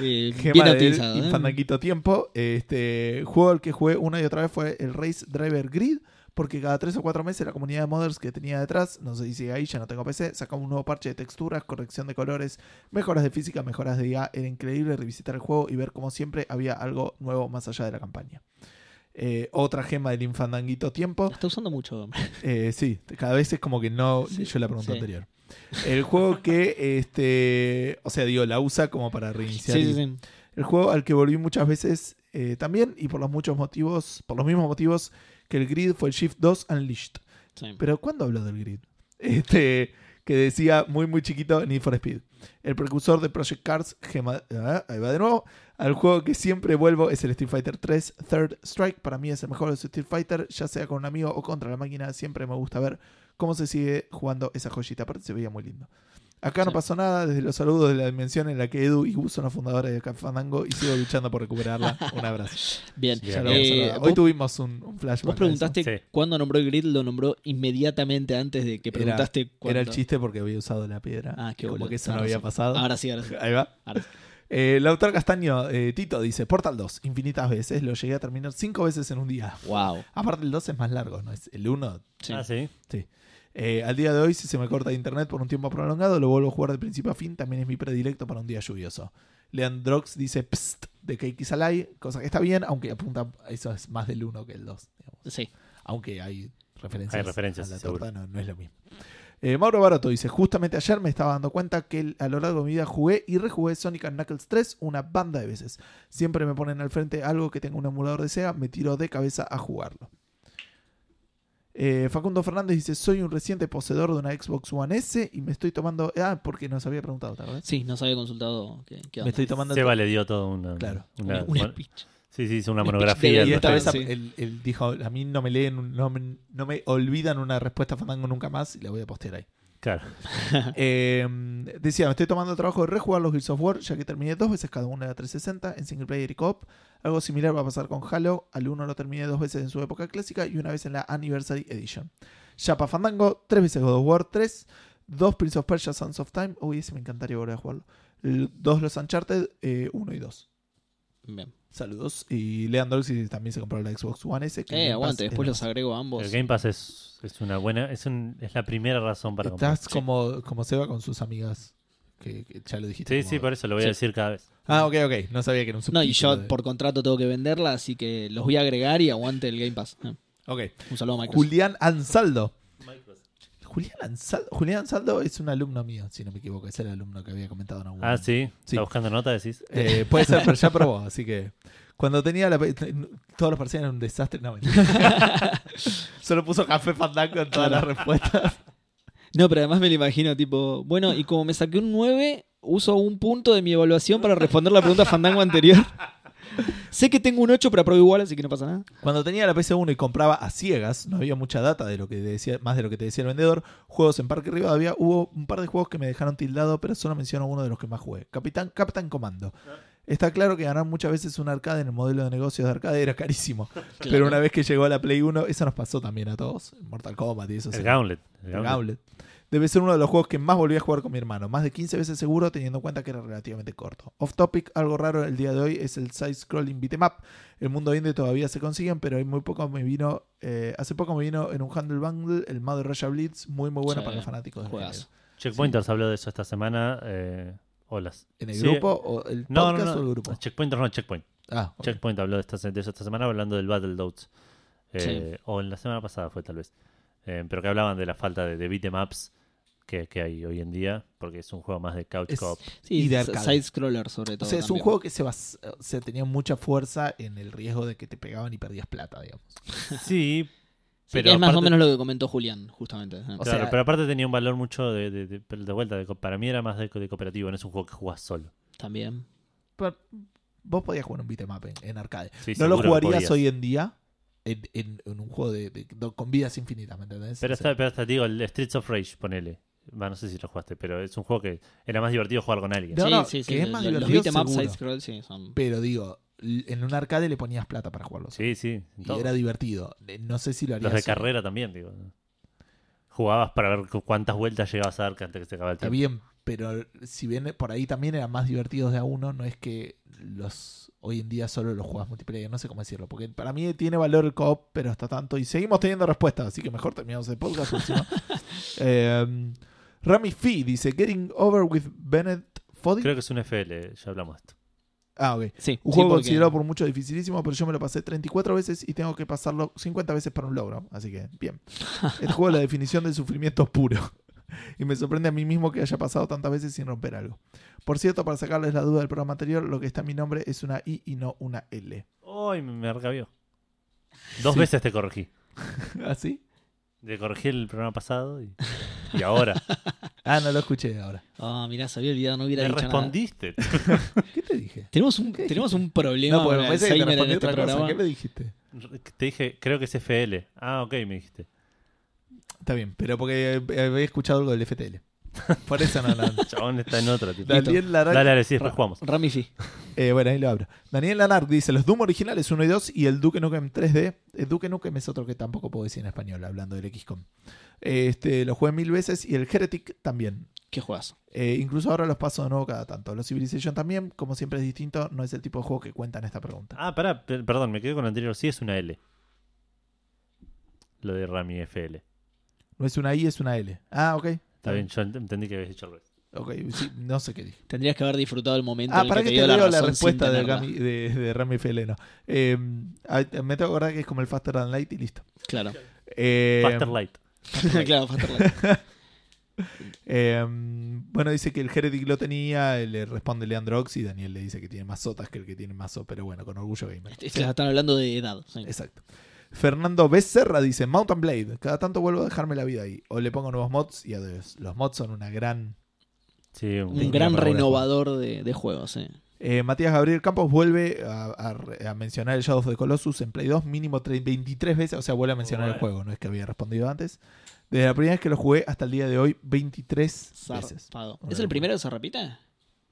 [SPEAKER 3] Eh, bien
[SPEAKER 1] Gema del
[SPEAKER 3] optimizado. ¿eh?
[SPEAKER 1] infandanguito tiempo. Este juego al que jugué una y otra vez fue el Race Driver Grid. Porque cada tres o cuatro meses la comunidad de modders que tenía detrás, no sé si sigue ahí, ya no tengo PC, sacaba un nuevo parche de texturas, corrección de colores, mejoras de física, mejoras de IA. Era increíble revisitar el juego y ver como siempre había algo nuevo más allá de la campaña. Eh, otra gema del infandanguito tiempo.
[SPEAKER 3] La está usando mucho.
[SPEAKER 1] Eh, sí, cada vez es como que no
[SPEAKER 3] Sí,
[SPEAKER 1] yo la pregunta
[SPEAKER 3] sí.
[SPEAKER 1] anterior. El juego que, este, o sea, digo, la usa como para
[SPEAKER 3] Sí,
[SPEAKER 1] reiniciar y
[SPEAKER 3] sí, sí.
[SPEAKER 1] el juego al que volví muchas veces eh, también y por los muchos motivos, por los mismos motivos que el Grid fue el Shift 2 Unleashed.
[SPEAKER 3] Sí.
[SPEAKER 1] Pero ¿cuándo habló del Grid? Este, que decía muy muy chiquito Need for Speed. El precursor de Project Cars, gema- ah, ahí va de nuevo, al juego que siempre vuelvo es el Street Fighter 3 Third Strike. Para mí es el mejor de Street Fighter, ya sea con un amigo o contra la máquina, siempre me gusta ver cómo se sigue jugando esa joyita. Aparte se veía muy lindo. Acá no
[SPEAKER 3] Sí.
[SPEAKER 1] pasó nada, desde los saludos de la dimensión en la que Edu y Gus son los fundadores de Cafandango y sigo luchando por recuperarla. Un abrazo.
[SPEAKER 3] Bien.
[SPEAKER 1] Ya lo vamos a
[SPEAKER 3] Eh,
[SPEAKER 1] hablar. Hoy
[SPEAKER 3] vos-
[SPEAKER 1] tuvimos un, un flashback.
[SPEAKER 3] Vos
[SPEAKER 1] a
[SPEAKER 3] preguntaste
[SPEAKER 2] Sí.
[SPEAKER 3] cuándo nombró el grid, lo nombró inmediatamente antes de que
[SPEAKER 1] Era-
[SPEAKER 3] preguntaste
[SPEAKER 1] eso.
[SPEAKER 3] cuándo.
[SPEAKER 1] Era el chiste porque había usado la piedra.
[SPEAKER 3] Ah, qué
[SPEAKER 1] Y como
[SPEAKER 3] boludo.
[SPEAKER 1] que eso no
[SPEAKER 3] Tenés
[SPEAKER 1] había
[SPEAKER 3] razón.
[SPEAKER 1] pasado.
[SPEAKER 3] Ahora sí, ahora sí.
[SPEAKER 1] Ahí va.
[SPEAKER 3] Ahora sí.
[SPEAKER 1] Eh, Lautar Castaño, eh, Tito dice, Portal 2, infinitas veces, lo llegué a terminar cinco veces en un día.
[SPEAKER 3] Wow.
[SPEAKER 1] Aparte el 2 es más largo, ¿no? Es el 1.
[SPEAKER 3] Sí.
[SPEAKER 2] Ah, sí.
[SPEAKER 1] Eh, al día de hoy, si se me corta internet por un tiempo prolongado, lo vuelvo a jugar de principio a fin, también es mi predilecto para un día lluvioso. Leandrox dice, psst, de Keiki Salai, cosa que está bien, aunque apunta, eso es más del 1 que el 2, digamos.
[SPEAKER 3] Sí.
[SPEAKER 1] Aunque hay referencias,
[SPEAKER 2] Hay referencias,
[SPEAKER 1] a la
[SPEAKER 2] seguro.
[SPEAKER 1] torta, no, no es lo mismo. Eh, Mauro Baroto dice, justamente ayer me estaba dando cuenta que el- a lo largo de mi vida jugué y rejugué Sonic and Knuckles 3 una banda de veces. Siempre me ponen al frente algo que tenga un emulador de Sega, me tiro de cabeza a jugarlo. Eh, Facundo Fernández dice, soy un reciente poseedor de una Xbox One S y me estoy tomando... Ah, porque nos había preguntado, ¿te acordás?
[SPEAKER 3] Sí, nos había consultado. qué- qué
[SPEAKER 1] Me
[SPEAKER 3] onda.
[SPEAKER 1] estoy tomando...
[SPEAKER 2] Seba le dio todo una.
[SPEAKER 1] Claro.
[SPEAKER 2] una-
[SPEAKER 3] Una
[SPEAKER 2] mon-
[SPEAKER 3] speech.
[SPEAKER 2] sí, sí, hizo una
[SPEAKER 3] una
[SPEAKER 2] monografía.
[SPEAKER 1] Y
[SPEAKER 3] de-
[SPEAKER 2] al
[SPEAKER 1] esta vez
[SPEAKER 2] respecto.
[SPEAKER 1] ap- él, él dijo, a mí no me leen, un- no me, no me olvidan una respuesta Fandango nunca más y la voy a postear ahí.
[SPEAKER 2] Claro.
[SPEAKER 1] Eh, decía, me estoy tomando el trabajo de rejugar los Gears of War, ya que terminé dos veces cada una de la 360 en single player y co-op. Algo similar va a pasar con Halo. Al uno lo terminé dos veces en su época clásica y una vez en la Anniversary Edition. Chapa Fandango, tres veces God of War 3, dos Prince of Persia Sons of Time. Uy, ese me encantaría volver a jugarlo. L- Dos Los Uncharted, eh, uno y dos.
[SPEAKER 3] Bien.
[SPEAKER 1] Saludos. Y Leandro si también se compró la Xbox One S. que
[SPEAKER 3] Eh,
[SPEAKER 1] Game Pass
[SPEAKER 3] aguante,
[SPEAKER 1] es
[SPEAKER 3] después
[SPEAKER 1] lo
[SPEAKER 3] los agrego a ambos.
[SPEAKER 2] El Game Pass es, es una buena. Es, un- es la primera razón para comprar.
[SPEAKER 1] Estás como, como Seba con sus amigas. Que, que ya lo dijiste.
[SPEAKER 2] Sí,
[SPEAKER 1] como-
[SPEAKER 2] sí, por eso lo voy
[SPEAKER 3] Sí.
[SPEAKER 2] a decir cada vez.
[SPEAKER 1] Ah, ok, ok. No sabía que era un
[SPEAKER 3] No, y
[SPEAKER 1] subtítulo
[SPEAKER 3] yo
[SPEAKER 1] de-
[SPEAKER 3] por contrato tengo que venderla, así que los voy a agregar y aguante el Game Pass. Eh,
[SPEAKER 1] Ok.
[SPEAKER 3] Un saludo a Microsoft.
[SPEAKER 1] Julián Ansaldo. Julián Ansaldo. Julián Ansaldo es un alumno mío, si no me equivoco. Es el alumno que había comentado en algún
[SPEAKER 2] Ah,
[SPEAKER 1] momento.
[SPEAKER 2] sí.
[SPEAKER 1] Sí.
[SPEAKER 2] Está buscando nota, decís.
[SPEAKER 1] Eh, puede ser, pero ya probó, así que. Cuando tenía la. pe- Todos los parciales eran un desastre. No, mentira. Solo puso café fandango en todas las respuestas.
[SPEAKER 3] No, pero además me lo imagino, tipo, bueno, y como me saqué un 9, uso un punto de mi evaluación para responder la pregunta fandango anterior. sé que tengo un 8, pero apruebo igual, así que no pasa nada.
[SPEAKER 1] Cuando tenía la PC1 y compraba a ciegas, no había mucha data de lo que decía, más de lo que te decía el vendedor. Juegos en Parque Rivadavia, hubo un par de juegos que me dejaron tildado, pero solo menciono uno de los que más jugué. Capitán, Capitán Comando. Está claro que ganar muchas veces un arcade en el modelo de negocios de arcade era carísimo. Pero una vez que llegó a la Play 1, eso nos pasó también a todos. Mortal Kombat y eso.
[SPEAKER 2] El Gauntlet. El
[SPEAKER 1] El
[SPEAKER 2] Gauntlet.
[SPEAKER 1] Gauntlet. Debe ser uno de los juegos que más volví a jugar con mi hermano. Más de 15 veces seguro, teniendo en cuenta que era relativamente corto. Off topic, algo raro el día de hoy es el side-scrolling beat'em up. El mundo indie todavía se consiguen, pero hay muy poco me vino. eh, hace poco me vino en un handle bundle el Mother Russia Blitz, muy muy bueno
[SPEAKER 3] Sí,
[SPEAKER 1] para los fanáticos del
[SPEAKER 3] juegazo.
[SPEAKER 1] género.
[SPEAKER 2] Checkpointers habló de eso esta semana. Eh, olas.
[SPEAKER 1] ¿En el
[SPEAKER 2] Sí.
[SPEAKER 1] grupo? ¿O el podcast
[SPEAKER 2] No, no, no.
[SPEAKER 1] o el grupo?
[SPEAKER 2] Checkpointers no, Checkpoint.
[SPEAKER 1] Ah, ok.
[SPEAKER 2] Checkpoint habló de, esta, de eso esta semana hablando del Battletoads. Eh, O en la semana pasada fue tal vez. Eh, pero que hablaban de la falta de, de beatemaps que, que hay hoy en día, porque es un juego más de couch
[SPEAKER 1] Es-
[SPEAKER 2] co-op.
[SPEAKER 1] Y
[SPEAKER 3] Sí,
[SPEAKER 1] de
[SPEAKER 3] s-
[SPEAKER 1] arcade.
[SPEAKER 3] side-scroller sobre
[SPEAKER 1] O
[SPEAKER 3] todo.
[SPEAKER 1] sea, es un
[SPEAKER 3] también.
[SPEAKER 1] juego que se, bas- o sea, tenía mucha fuerza en el riesgo de que te pegaban y perdías plata, digamos.
[SPEAKER 2] Sí,
[SPEAKER 3] Sí,
[SPEAKER 2] pero
[SPEAKER 3] que es más o
[SPEAKER 2] aparte-
[SPEAKER 3] menos lo que comentó Julián, justamente. eh,
[SPEAKER 1] O
[SPEAKER 2] claro,
[SPEAKER 1] sea-
[SPEAKER 2] pero aparte tenía un valor mucho de, de, de- de vuelta. de co- para mí era más de, co- de cooperativo, no es un juego que jugás solo.
[SPEAKER 3] También.
[SPEAKER 1] Pero vos podías jugar un beat'em up en, en arcade.
[SPEAKER 2] Sí,
[SPEAKER 1] no lo
[SPEAKER 2] seguro que
[SPEAKER 1] jugarías
[SPEAKER 2] podías.
[SPEAKER 1] hoy en día en, en- en un juego de, de- do- con vidas infinitas, ¿me entendés?
[SPEAKER 2] Pero
[SPEAKER 1] O sea,
[SPEAKER 2] hasta, pero hasta te digo, el Streets of Rage, ponele. Va, no sé si lo jugaste, pero es un juego que era más divertido jugar con alguien.
[SPEAKER 1] No,
[SPEAKER 3] sí,
[SPEAKER 1] no,
[SPEAKER 3] sí, sí.
[SPEAKER 1] que es
[SPEAKER 3] lo-
[SPEAKER 1] más
[SPEAKER 3] lo- los
[SPEAKER 1] divertido,
[SPEAKER 3] beat'em up
[SPEAKER 1] seguro.
[SPEAKER 3] side-scroll, sí, son.
[SPEAKER 1] pero digo, l- en un arcade le ponías plata para jugarlo.
[SPEAKER 2] Sí, sí.
[SPEAKER 1] Y
[SPEAKER 2] todo.
[SPEAKER 1] era divertido. Eh, No sé si lo harías.
[SPEAKER 2] Los de
[SPEAKER 1] hoy.
[SPEAKER 2] carrera también, digo. Jugabas para ver cu- cuántas vueltas llegabas a dar que antes que se acababa el
[SPEAKER 1] Está bien,
[SPEAKER 2] tiempo.
[SPEAKER 1] pero si bien por ahí también eran más divertidos de a uno, no es que los hoy en día solo los juegas multiplayer, no sé cómo decirlo, porque para mí tiene valor el co-op, pero hasta tanto. Y seguimos teniendo respuestas, así que mejor terminamos el podcast. porque si no- Eh, Rami Fee dice: Getting over with Bennett Foddy.
[SPEAKER 2] Creo que es un FL, ya hablamos de esto.
[SPEAKER 1] Ah, ok.
[SPEAKER 3] Sí,
[SPEAKER 1] Un
[SPEAKER 3] sí,
[SPEAKER 1] juego
[SPEAKER 3] porque-
[SPEAKER 1] considerado por muchos dificilísimo, pero yo me lo pasé 34 veces y tengo que pasarlo 50 veces para un logro. Así que, bien. Este juego es la definición del sufrimiento puro. Y me sorprende a mí mismo que haya pasado tantas veces sin romper algo. Por cierto, para sacarles la duda del programa anterior, lo que está en mi nombre es una I y no una L.
[SPEAKER 2] ¡Ay, me- me recabió! Dos
[SPEAKER 1] Sí.
[SPEAKER 2] veces te corregí.
[SPEAKER 1] ¿Así?
[SPEAKER 2] Te corregí el programa pasado y, y ahora.
[SPEAKER 1] Ah, no lo escuché ahora.
[SPEAKER 3] Ah, mirá, se había olvidado, no hubiera
[SPEAKER 2] me
[SPEAKER 3] dicho nada.
[SPEAKER 2] respondiste.
[SPEAKER 1] ¿Qué te dije?
[SPEAKER 3] Tenemos un, tenemos un problema
[SPEAKER 1] No, porque
[SPEAKER 3] con
[SPEAKER 1] me
[SPEAKER 3] el
[SPEAKER 1] parece que te
[SPEAKER 3] Alzheimer en
[SPEAKER 1] respondí
[SPEAKER 3] este
[SPEAKER 1] otra cosa.
[SPEAKER 3] programa.
[SPEAKER 1] ¿Qué me dijiste?
[SPEAKER 2] Te dije, creo que es FL. Ah, ok, me dijiste.
[SPEAKER 1] Está bien, pero porque eh, había escuchado algo del FTL. Por eso no, no.
[SPEAKER 2] Chabón está en otra. tipo.
[SPEAKER 1] Daniel Larraín-
[SPEAKER 2] Dale, dale, sí, después jugamos.
[SPEAKER 3] Rami Fi.
[SPEAKER 1] Eh, bueno, ahí lo abro. Daniel Lanark dice: Los Doom originales 1 y 2 y el Duke Nukem 3D. El Duke Nukem es otro que tampoco puedo decir en español, hablando del XCOM. Este, lo jugué mil veces y el Heretic también.
[SPEAKER 3] ¿Qué juegas?
[SPEAKER 1] Eh, incluso ahora los paso de nuevo cada tanto. Los Civilization también, como siempre es distinto, no es el tipo de juego que cuenta en esta pregunta.
[SPEAKER 2] Ah, pará, per- perdón, me quedé con lo anterior. Sí, es una L. Lo de Rami FL.
[SPEAKER 1] No es una I, es una L. Ah, ok.
[SPEAKER 2] Está bien, yo ent- entendí que habías dicho al revés.
[SPEAKER 1] Ok, sí, no sé qué dije.
[SPEAKER 3] Tendrías que haber disfrutado el momento
[SPEAKER 1] Ah,
[SPEAKER 3] en el
[SPEAKER 1] para
[SPEAKER 3] que
[SPEAKER 1] que
[SPEAKER 3] te
[SPEAKER 1] te
[SPEAKER 3] dio
[SPEAKER 1] leo
[SPEAKER 3] la
[SPEAKER 1] la
[SPEAKER 3] razón sin
[SPEAKER 1] respuesta de
[SPEAKER 3] tenerla.
[SPEAKER 1] Rami, de, de Rami Feleno. Eh, ah, me tengo que acordar que es como el Faster Than Light y listo.
[SPEAKER 3] Claro.
[SPEAKER 1] Eh,
[SPEAKER 2] Faster Light.
[SPEAKER 3] claro, Faster Light.
[SPEAKER 1] Eh, bueno, dice que el Heretic lo tenía, eh, le responde Leandro Ox y Daniel le dice que tiene más sotas que el que tiene más so, pero bueno, con orgullo gamer.
[SPEAKER 3] Este-
[SPEAKER 1] Sí,
[SPEAKER 3] este- Están hablando de edad. sí.
[SPEAKER 1] Exacto. Fernando Becerra dice Mountain Blade, cada tanto vuelvo a dejarme la vida ahí. O le pongo nuevos mods y adiós. Los mods son una gran...
[SPEAKER 2] Sí, un,
[SPEAKER 3] Un gran
[SPEAKER 1] una palabra
[SPEAKER 3] renovador de, de juegos, eh.
[SPEAKER 1] Eh, Matías Gabriel Campos vuelve a, a re- a mencionar el Shadow of the Colossus en Play 2 mínimo tre- 23 veces, o sea, vuelve a mencionar el
[SPEAKER 2] Bueno.
[SPEAKER 1] juego, no es que había respondido antes. Desde la primera vez que lo jugué hasta el día de hoy, 23 veces.
[SPEAKER 3] Zarpado.
[SPEAKER 1] Una
[SPEAKER 3] ¿Es el
[SPEAKER 1] locura.
[SPEAKER 3] primero que se repite?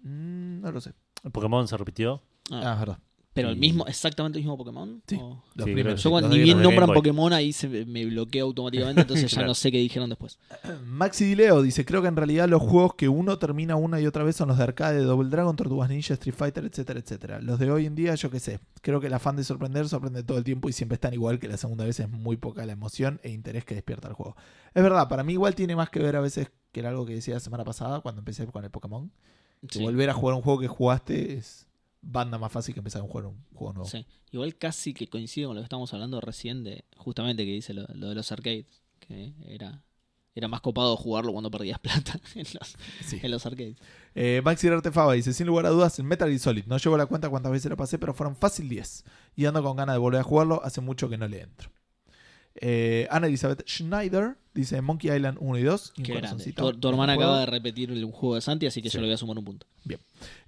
[SPEAKER 1] Mm, no lo sé.
[SPEAKER 2] El Pokémon se repitió.
[SPEAKER 1] Ah, es verdad.
[SPEAKER 3] ¿Pero el
[SPEAKER 2] Y-
[SPEAKER 3] mismo, exactamente el mismo Pokémon?
[SPEAKER 1] Sí.
[SPEAKER 3] ¿O?
[SPEAKER 1] Los
[SPEAKER 2] Sí,
[SPEAKER 1] primeros,
[SPEAKER 2] creo que
[SPEAKER 1] sí,
[SPEAKER 3] Yo cuando
[SPEAKER 1] los
[SPEAKER 3] ni
[SPEAKER 1] de
[SPEAKER 3] bien
[SPEAKER 1] Game
[SPEAKER 2] Game
[SPEAKER 3] nombran
[SPEAKER 2] Boy.
[SPEAKER 3] Pokémon ahí se me- me bloqueo automáticamente, entonces ya
[SPEAKER 2] Claro.
[SPEAKER 3] no sé qué dijeron después.
[SPEAKER 1] Maxi Dileo dice, creo que en realidad los juegos que uno termina una y otra vez son los de arcade, Double Dragon, Tortugas Ninja, Street Fighter, etcétera, etcétera. Los de hoy en día, yo qué sé. Creo que el afán de sorprender sorprende todo el tiempo y siempre están igual que la segunda vez es muy poca la emoción e interés que despierta el juego. Es verdad, para mí igual tiene más que ver a veces que era algo que decía la semana pasada cuando empecé con el Pokémon. Que
[SPEAKER 3] Sí,
[SPEAKER 1] volver a jugar un juego que jugaste es banda más fácil que empezar a jugar un juego nuevo.
[SPEAKER 3] sí. Igual casi que coincide con lo que estábamos hablando recién de justamente que dice lo, lo de los arcades, que era, era más copado jugarlo cuando perdías plata en los,
[SPEAKER 1] Sí.
[SPEAKER 3] en los arcades.
[SPEAKER 1] Eh, Maxi Artefaba dice, sin lugar a dudas, en Metal Gear Solid. No llevo la cuenta cuántas veces lo pasé, pero fueron fácil 10. Y ando con ganas de volver a jugarlo, hace mucho que no le entro. Eh, Ana Elizabeth Schneider dice Monkey Island 1 y 2. y un
[SPEAKER 3] Qué grande.
[SPEAKER 1] corazoncito.
[SPEAKER 3] Tu, tu hermana
[SPEAKER 1] Juego.
[SPEAKER 3] acaba de repetir un juego de Santi, así que
[SPEAKER 1] Sí.
[SPEAKER 3] yo le voy a sumar un punto.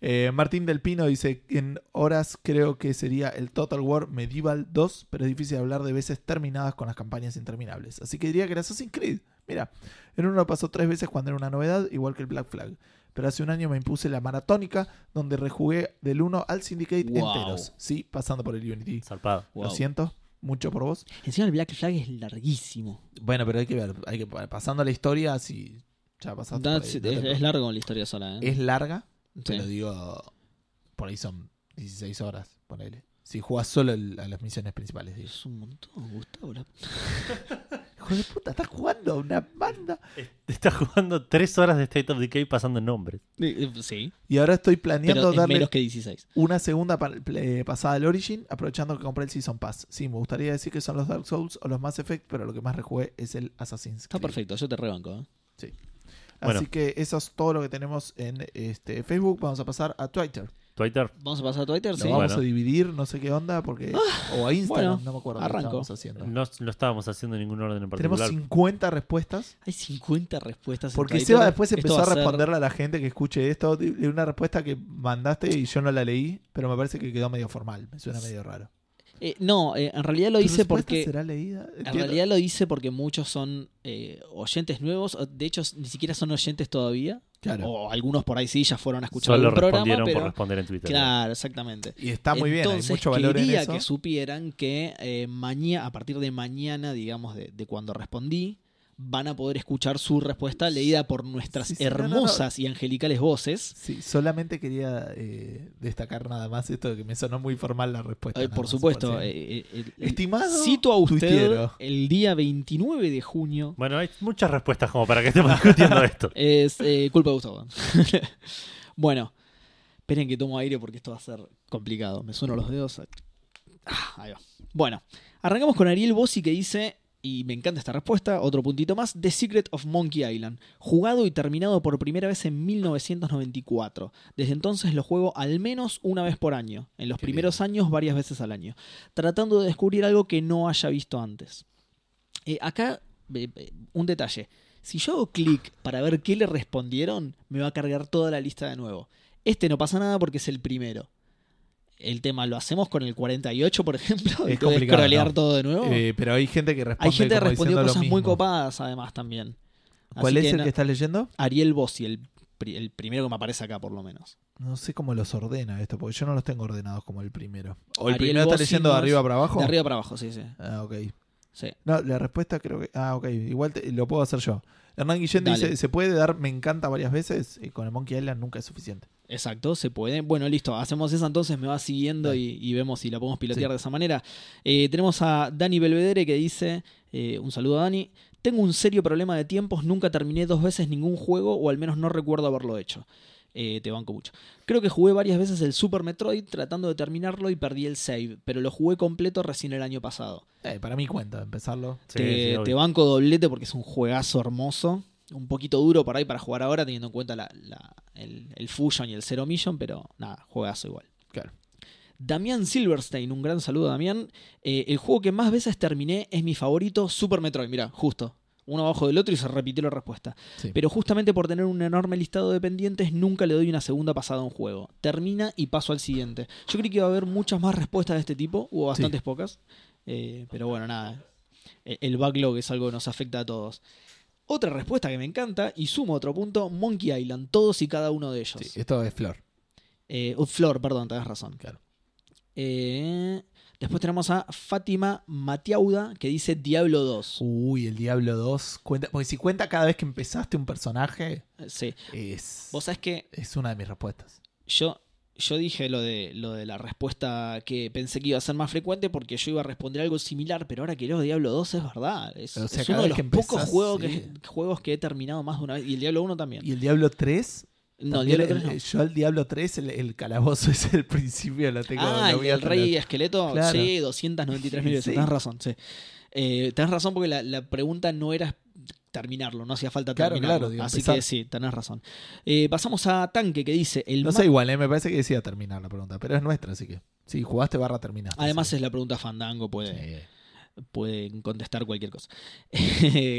[SPEAKER 1] Eh, Martín Del Pino dice, en horas creo que sería el Total War Medieval 2, pero es difícil hablar de veces terminadas con las campañas interminables. Así que diría que era Assassin's Creed. Mira, en uno lo pasó tres veces cuando era una novedad, igual que el Black Flag. Pero hace un año me impuse la maratónica, donde rejugué del 1 al Syndicate
[SPEAKER 3] Wow.
[SPEAKER 1] enteros. Sí, pasando por el Unity.
[SPEAKER 2] Zarpado.
[SPEAKER 1] Lo
[SPEAKER 3] Wow.
[SPEAKER 1] siento mucho por vos.
[SPEAKER 3] Encima el Black Flag es larguísimo.
[SPEAKER 1] Bueno, pero hay que ver, hay que pasando la historia, si Ya pasaste. por
[SPEAKER 3] That's
[SPEAKER 1] ahí, no
[SPEAKER 3] it.
[SPEAKER 1] te
[SPEAKER 3] es, es
[SPEAKER 1] preocupes.
[SPEAKER 3] largo la historia sola. ¿eh?
[SPEAKER 1] Es larga,
[SPEAKER 3] Sí.
[SPEAKER 1] pero digo, por ahí son 16 horas, ponele. Si jugás solo el- a las misiones principales, digo.
[SPEAKER 3] Es un montón, Gustavo. la-
[SPEAKER 1] Hijo de puta, estás jugando a una banda.
[SPEAKER 2] Estás jugando tres horas de State of Decay pasando nombres.
[SPEAKER 3] Eh, eh, Sí,
[SPEAKER 1] Y ahora estoy
[SPEAKER 3] pero
[SPEAKER 1] planeando
[SPEAKER 3] es
[SPEAKER 1] darle
[SPEAKER 3] menos que 16.
[SPEAKER 1] una segunda pa- eh, pasada al Origin, aprovechando que compré el Season Pass. Sí, me gustaría decir que son los Dark Souls o los Mass Effect, pero lo que más rejugué es el Assassin's
[SPEAKER 3] Está
[SPEAKER 1] Creed.
[SPEAKER 3] perfecto, yo te rebanco. ¿eh?
[SPEAKER 1] Así
[SPEAKER 2] Bueno.
[SPEAKER 1] que eso es todo lo que tenemos en este Facebook. Vamos a pasar a Twitter.
[SPEAKER 2] Twitter.
[SPEAKER 3] Vamos a pasar a Twitter,
[SPEAKER 1] Lo
[SPEAKER 3] sí. Ah,
[SPEAKER 1] vamos
[SPEAKER 2] Bueno.
[SPEAKER 1] a dividir, no sé qué onda, porque. o a Instagram,
[SPEAKER 3] bueno,
[SPEAKER 1] no me acuerdo
[SPEAKER 3] arranco.
[SPEAKER 1] qué estábamos haciendo.
[SPEAKER 2] No lo estábamos haciendo en ningún orden en
[SPEAKER 1] Tenemos
[SPEAKER 2] particular.
[SPEAKER 1] 50 respuestas.
[SPEAKER 3] Hay 50 respuestas. en
[SPEAKER 1] Porque
[SPEAKER 3] Twitter.
[SPEAKER 1] Seba después
[SPEAKER 3] Esto
[SPEAKER 1] empezó
[SPEAKER 3] va
[SPEAKER 1] a
[SPEAKER 3] ser-
[SPEAKER 1] responderle a la gente que escuche esto. de Una respuesta que mandaste y yo no la leí, pero me parece que quedó medio formal. Me suena medio raro.
[SPEAKER 3] Eh, no, eh, en realidad lo
[SPEAKER 1] ¿Tu
[SPEAKER 3] hice
[SPEAKER 1] respuesta
[SPEAKER 3] porque.
[SPEAKER 1] será leída?
[SPEAKER 3] En realidad lo hice porque muchos son eh, oyentes nuevos. o- De hecho, ni siquiera son oyentes todavía.
[SPEAKER 1] Claro.
[SPEAKER 3] O algunos por ahí sí ya fueron a escuchar
[SPEAKER 2] Solo
[SPEAKER 3] el programa.
[SPEAKER 2] respondieron por
[SPEAKER 3] Pero...
[SPEAKER 2] responder en Twitter.
[SPEAKER 3] Claro, exactamente.
[SPEAKER 1] Y está muy bien, hay
[SPEAKER 3] Entonces,
[SPEAKER 1] mucho valor en
[SPEAKER 3] quería
[SPEAKER 1] eso.
[SPEAKER 3] que supieran que eh, mañana, a partir de mañana, digamos, de, de cuando respondí, van a poder escuchar su respuesta leída por nuestras
[SPEAKER 1] Sí, sí, no, no, no.
[SPEAKER 3] hermosas y angelicales voces.
[SPEAKER 1] Sí, solamente quería eh, destacar nada más esto de que me sonó muy formal la respuesta.
[SPEAKER 3] Eh,
[SPEAKER 1] nada
[SPEAKER 3] por
[SPEAKER 1] más,
[SPEAKER 3] supuesto.
[SPEAKER 1] si-
[SPEAKER 3] eh, eh, el- el-
[SPEAKER 1] Estimado
[SPEAKER 3] cito a usted
[SPEAKER 1] tuitero.
[SPEAKER 3] el día 29 de junio.
[SPEAKER 2] Bueno, hay muchas respuestas como para que estemos discutiendo esto.
[SPEAKER 3] Es eh, culpa de Gustavo. bueno, esperen que tomo aire porque esto va a ser complicado. Me suenan los dedos. Ah, ahí va. Bueno, arrancamos con Ariel Bossi que dice, y me encanta esta respuesta, otro puntito más, The Secret of Monkey Island, jugado y terminado por primera vez en 1994. Desde entonces lo juego al menos una vez por año, en los
[SPEAKER 1] Qué
[SPEAKER 3] primeros años varias veces al año, tratando de descubrir algo que no haya visto antes. Eh, acá, eh, eh, un detalle. Si yo hago clic para ver qué le respondieron, me va a cargar toda la lista de nuevo. Este no pasa nada porque es el primero. El tema, ¿lo hacemos con el 48, por ejemplo?
[SPEAKER 1] Es
[SPEAKER 3] ¿Y tengo que
[SPEAKER 1] complicado,
[SPEAKER 3] scrollear
[SPEAKER 1] ¿no?
[SPEAKER 3] todo de nuevo?
[SPEAKER 1] Eh, pero hay gente que responde
[SPEAKER 3] Hay gente que
[SPEAKER 1] como
[SPEAKER 3] respondió
[SPEAKER 1] diciendo lo
[SPEAKER 3] cosas muy
[SPEAKER 1] mismo.
[SPEAKER 3] copadas, además, también. Así
[SPEAKER 1] ¿Cuál es el
[SPEAKER 3] na-
[SPEAKER 1] que estás leyendo?
[SPEAKER 3] Ariel Bossi, el, pri- el primero que me aparece acá, por lo menos.
[SPEAKER 1] No sé cómo los ordena esto, porque yo no los tengo ordenados como el primero. ¿O el
[SPEAKER 3] Ariel
[SPEAKER 1] primero está
[SPEAKER 3] Bossi
[SPEAKER 1] leyendo
[SPEAKER 3] no
[SPEAKER 1] de
[SPEAKER 3] es-
[SPEAKER 1] arriba para abajo?
[SPEAKER 3] De arriba para abajo, sí, sí.
[SPEAKER 1] Ah, ok.
[SPEAKER 3] sí.
[SPEAKER 1] No, la respuesta creo que. Ah, ok. Igual te- lo puedo hacer yo. Hernán Guillén
[SPEAKER 3] Dale.
[SPEAKER 1] dice: ¿se puede dar me encanta varias veces? Y con el Monkey Island nunca es suficiente.
[SPEAKER 3] Exacto, se puede. Bueno, listo, hacemos esa entonces, me va siguiendo y, y vemos si la podemos pilotear
[SPEAKER 1] Sí.
[SPEAKER 3] de esa manera. Eh, tenemos a Dani Belvedere que dice, eh, un saludo a Dani, tengo un serio problema de tiempos, nunca terminé dos veces ningún juego o al menos no recuerdo haberlo hecho. Eh, te banco mucho. Creo que jugué varias veces el Super Metroid tratando de terminarlo y perdí el save, pero lo jugué completo recién el año pasado.
[SPEAKER 1] Eh, para mí cuenta empezarlo.
[SPEAKER 2] Sí,
[SPEAKER 3] te,
[SPEAKER 2] sí, obvio.
[SPEAKER 3] te banco doblete porque es un juegazo hermoso. Un poquito duro por ahí para jugar ahora, teniendo en cuenta la- la- el, el Fusion y el Zero Mission, pero nada, juegazo igual.
[SPEAKER 1] Claro.
[SPEAKER 3] Damián Silverstein, un gran saludo, Damián. Eh, el juego que más veces terminé es mi favorito, Super Metroid. Mira, justo. Uno abajo del otro y se repitió la respuesta.
[SPEAKER 1] Sí.
[SPEAKER 3] Pero justamente por tener un enorme listado de pendientes, nunca le doy una segunda pasada a un juego. Termina y paso al siguiente. Yo creí que iba a haber muchas más respuestas de este tipo, hubo bastantes pocas. Eh, pero bueno, nada. E- El backlog es algo que nos afecta a todos. Otra respuesta que me encanta, y sumo otro punto, Monkey Island, todos y cada uno de ellos.
[SPEAKER 1] Sí, esto es Flor.
[SPEAKER 3] Eh, oh, Flor, perdón, tenés razón.
[SPEAKER 1] Claro.
[SPEAKER 3] Eh, después tenemos a Fátima Matiauda que dice Diablo 2.
[SPEAKER 1] Uy, el Diablo 2. Cuenta, porque si cuenta cada vez que empezaste un personaje,
[SPEAKER 3] Sí.
[SPEAKER 1] es,
[SPEAKER 3] Vos sabés que
[SPEAKER 1] es una de mis respuestas.
[SPEAKER 3] yo, yo dije lo de, lo de la respuesta que pensé que iba a ser más frecuente porque yo iba a responder algo similar, pero ahora que leo Diablo 2 es verdad. Es,
[SPEAKER 1] O sea,
[SPEAKER 3] es
[SPEAKER 1] cada
[SPEAKER 3] uno de
[SPEAKER 1] vez
[SPEAKER 3] los
[SPEAKER 1] que
[SPEAKER 3] pocos
[SPEAKER 1] empezás,
[SPEAKER 3] juegos,
[SPEAKER 1] sí.
[SPEAKER 3] que, juegos que he terminado más de una vez. Y el Diablo 1 también.
[SPEAKER 1] Y el Diablo 3.
[SPEAKER 3] no, el
[SPEAKER 1] también
[SPEAKER 3] Diablo 3 no.
[SPEAKER 1] el- Yo al Diablo 3, el, el calabozo es el principio, lo tengo.
[SPEAKER 3] Ah,
[SPEAKER 1] lo
[SPEAKER 3] el
[SPEAKER 1] voy a
[SPEAKER 3] del
[SPEAKER 1] tener.
[SPEAKER 3] rey esqueleto,
[SPEAKER 1] Claro.
[SPEAKER 3] sí, 293 mil veces.
[SPEAKER 1] Sí.
[SPEAKER 3] Tenés razón, sí. Eh, tenés razón porque la, la pregunta no era terminarlo, no hacía falta
[SPEAKER 1] Claro,
[SPEAKER 3] terminarlo.
[SPEAKER 1] claro, digo,
[SPEAKER 3] Así
[SPEAKER 1] empezar.
[SPEAKER 3] que sí, tenés razón. Eh, pasamos a Tanque que dice: el
[SPEAKER 1] No
[SPEAKER 3] ma-
[SPEAKER 1] sé, igual, eh, me parece que decía terminar la pregunta, pero es nuestra, así que. Si jugaste barra terminaste.
[SPEAKER 3] Además,
[SPEAKER 1] así
[SPEAKER 3] es la pregunta fandango, pues.
[SPEAKER 1] que-
[SPEAKER 3] puede,
[SPEAKER 1] Sí.
[SPEAKER 3] pueden contestar cualquier cosa.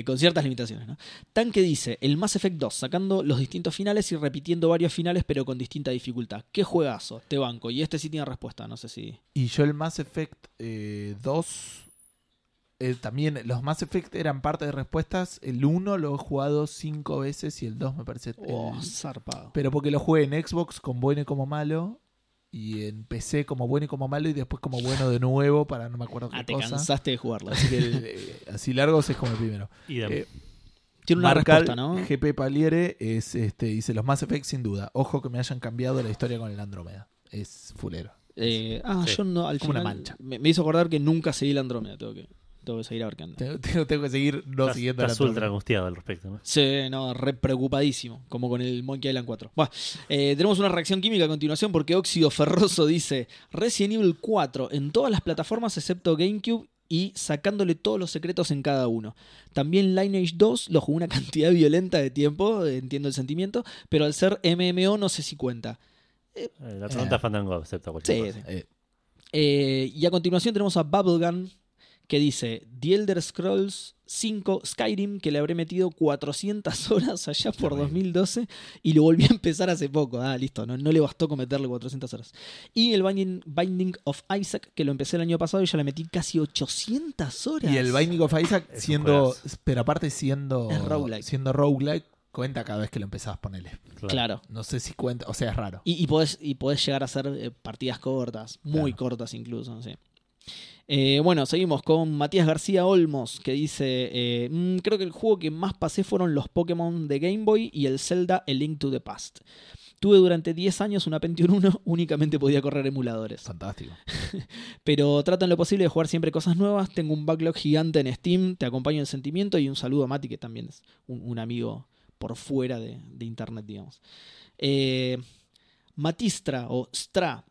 [SPEAKER 3] Con ciertas limitaciones, ¿no? Tanque dice, el Mass Effect 2, sacando los distintos finales y repitiendo varios finales, pero con distinta dificultad. ¿Qué juegazo? Te banco. Y este sí tiene respuesta, no sé si...
[SPEAKER 1] Y yo el Mass Effect eh, 2. eh, también los Mass Effect eran parte de respuestas. El 1 lo he jugado 5 veces y el 2 me parece. el-
[SPEAKER 3] Oh, zarpado.
[SPEAKER 1] pero porque lo jugué en Xbox con bueno y como malo. Y en PC como bueno y como malo. Y después como bueno de nuevo para no me acuerdo qué
[SPEAKER 3] Ah, te
[SPEAKER 1] cosa.
[SPEAKER 3] cansaste de jugarlo.
[SPEAKER 1] Así que el, eh, así largos es como el primero.
[SPEAKER 2] Y de-
[SPEAKER 1] Eh,
[SPEAKER 3] Tiene una
[SPEAKER 1] Marcal,
[SPEAKER 3] respuesta, ¿no?
[SPEAKER 1] GP Paliere es, este, dice los Mass Effect sin duda. Ojo que me hayan cambiado la historia con el Andrómeda. Es fulero.
[SPEAKER 3] Eh, ah,
[SPEAKER 2] Sí.
[SPEAKER 3] yo no, al
[SPEAKER 1] Como una
[SPEAKER 3] final
[SPEAKER 1] mancha.
[SPEAKER 3] Me, me hizo acordar que nunca seguí la Andrómeda. Tengo que, tengo que seguir a ver qué anda.
[SPEAKER 1] Tengo, tengo- tengo que seguir no
[SPEAKER 2] estás,
[SPEAKER 1] siguiendo
[SPEAKER 2] estás
[SPEAKER 1] la
[SPEAKER 2] ultra
[SPEAKER 1] trama.
[SPEAKER 2] angustiado al respecto, ¿no?
[SPEAKER 3] Sí, no, re preocupadísimo, como con el Monkey Island 4. Bueno, eh, tenemos una reacción química a continuación porque Óxido Ferroso dice Resident Evil 4 en todas las plataformas excepto GameCube y sacándole todos los secretos en cada uno. También Lineage 2 lo jugó una cantidad violenta de tiempo, eh, entiendo el sentimiento, pero al ser MMO no sé si cuenta.
[SPEAKER 2] Eh, La pregunta
[SPEAKER 1] Eh.
[SPEAKER 2] Fandango acepta cualquier
[SPEAKER 3] Sí,
[SPEAKER 2] cosa.
[SPEAKER 3] sí.
[SPEAKER 1] Eh,
[SPEAKER 3] Eh, y a continuación tenemos a Bubblegum que dice The Elder Scrolls 5 Skyrim que le habré metido 400 horas allá por
[SPEAKER 1] Terrible.
[SPEAKER 3] 2012 y lo volví a empezar hace poco. Ah, listo, no, no le bastó con meterle 400 horas. Y el Binding, Binding of Isaac que lo empecé el año pasado y ya le metí casi 800 horas.
[SPEAKER 1] y el Binding of Isaac
[SPEAKER 2] Es un
[SPEAKER 1] siendo,
[SPEAKER 2] juegazo.
[SPEAKER 1] pero aparte siendo
[SPEAKER 3] Es roguelike.
[SPEAKER 1] siendo roguelike, cuenta cada vez que lo empezás, ponele.
[SPEAKER 3] Claro.
[SPEAKER 1] No sé si cuenta, o sea, es raro.
[SPEAKER 3] Y, y, podés, y podés llegar a hacer eh, partidas cortas, muy
[SPEAKER 1] Claro.
[SPEAKER 3] cortas incluso. sí. Eh, bueno, seguimos con Matías García Olmos, que dice, eh, "Mm, creo que el juego que más pasé fueron los Pokémon de Game Boy y el Zelda, el Link to the Past. Tuve durante 10 años una Pentium 1, únicamente podía correr emuladores.
[SPEAKER 1] Fantástico.
[SPEAKER 3] Pero trato en lo posible de jugar siempre cosas nuevas. Tengo un backlog gigante en Steam. Te acompaño en el sentimiento. Y un saludo a Mati, que también es un, un amigo por fuera de, de internet, digamos. Eh, Matistra o Stra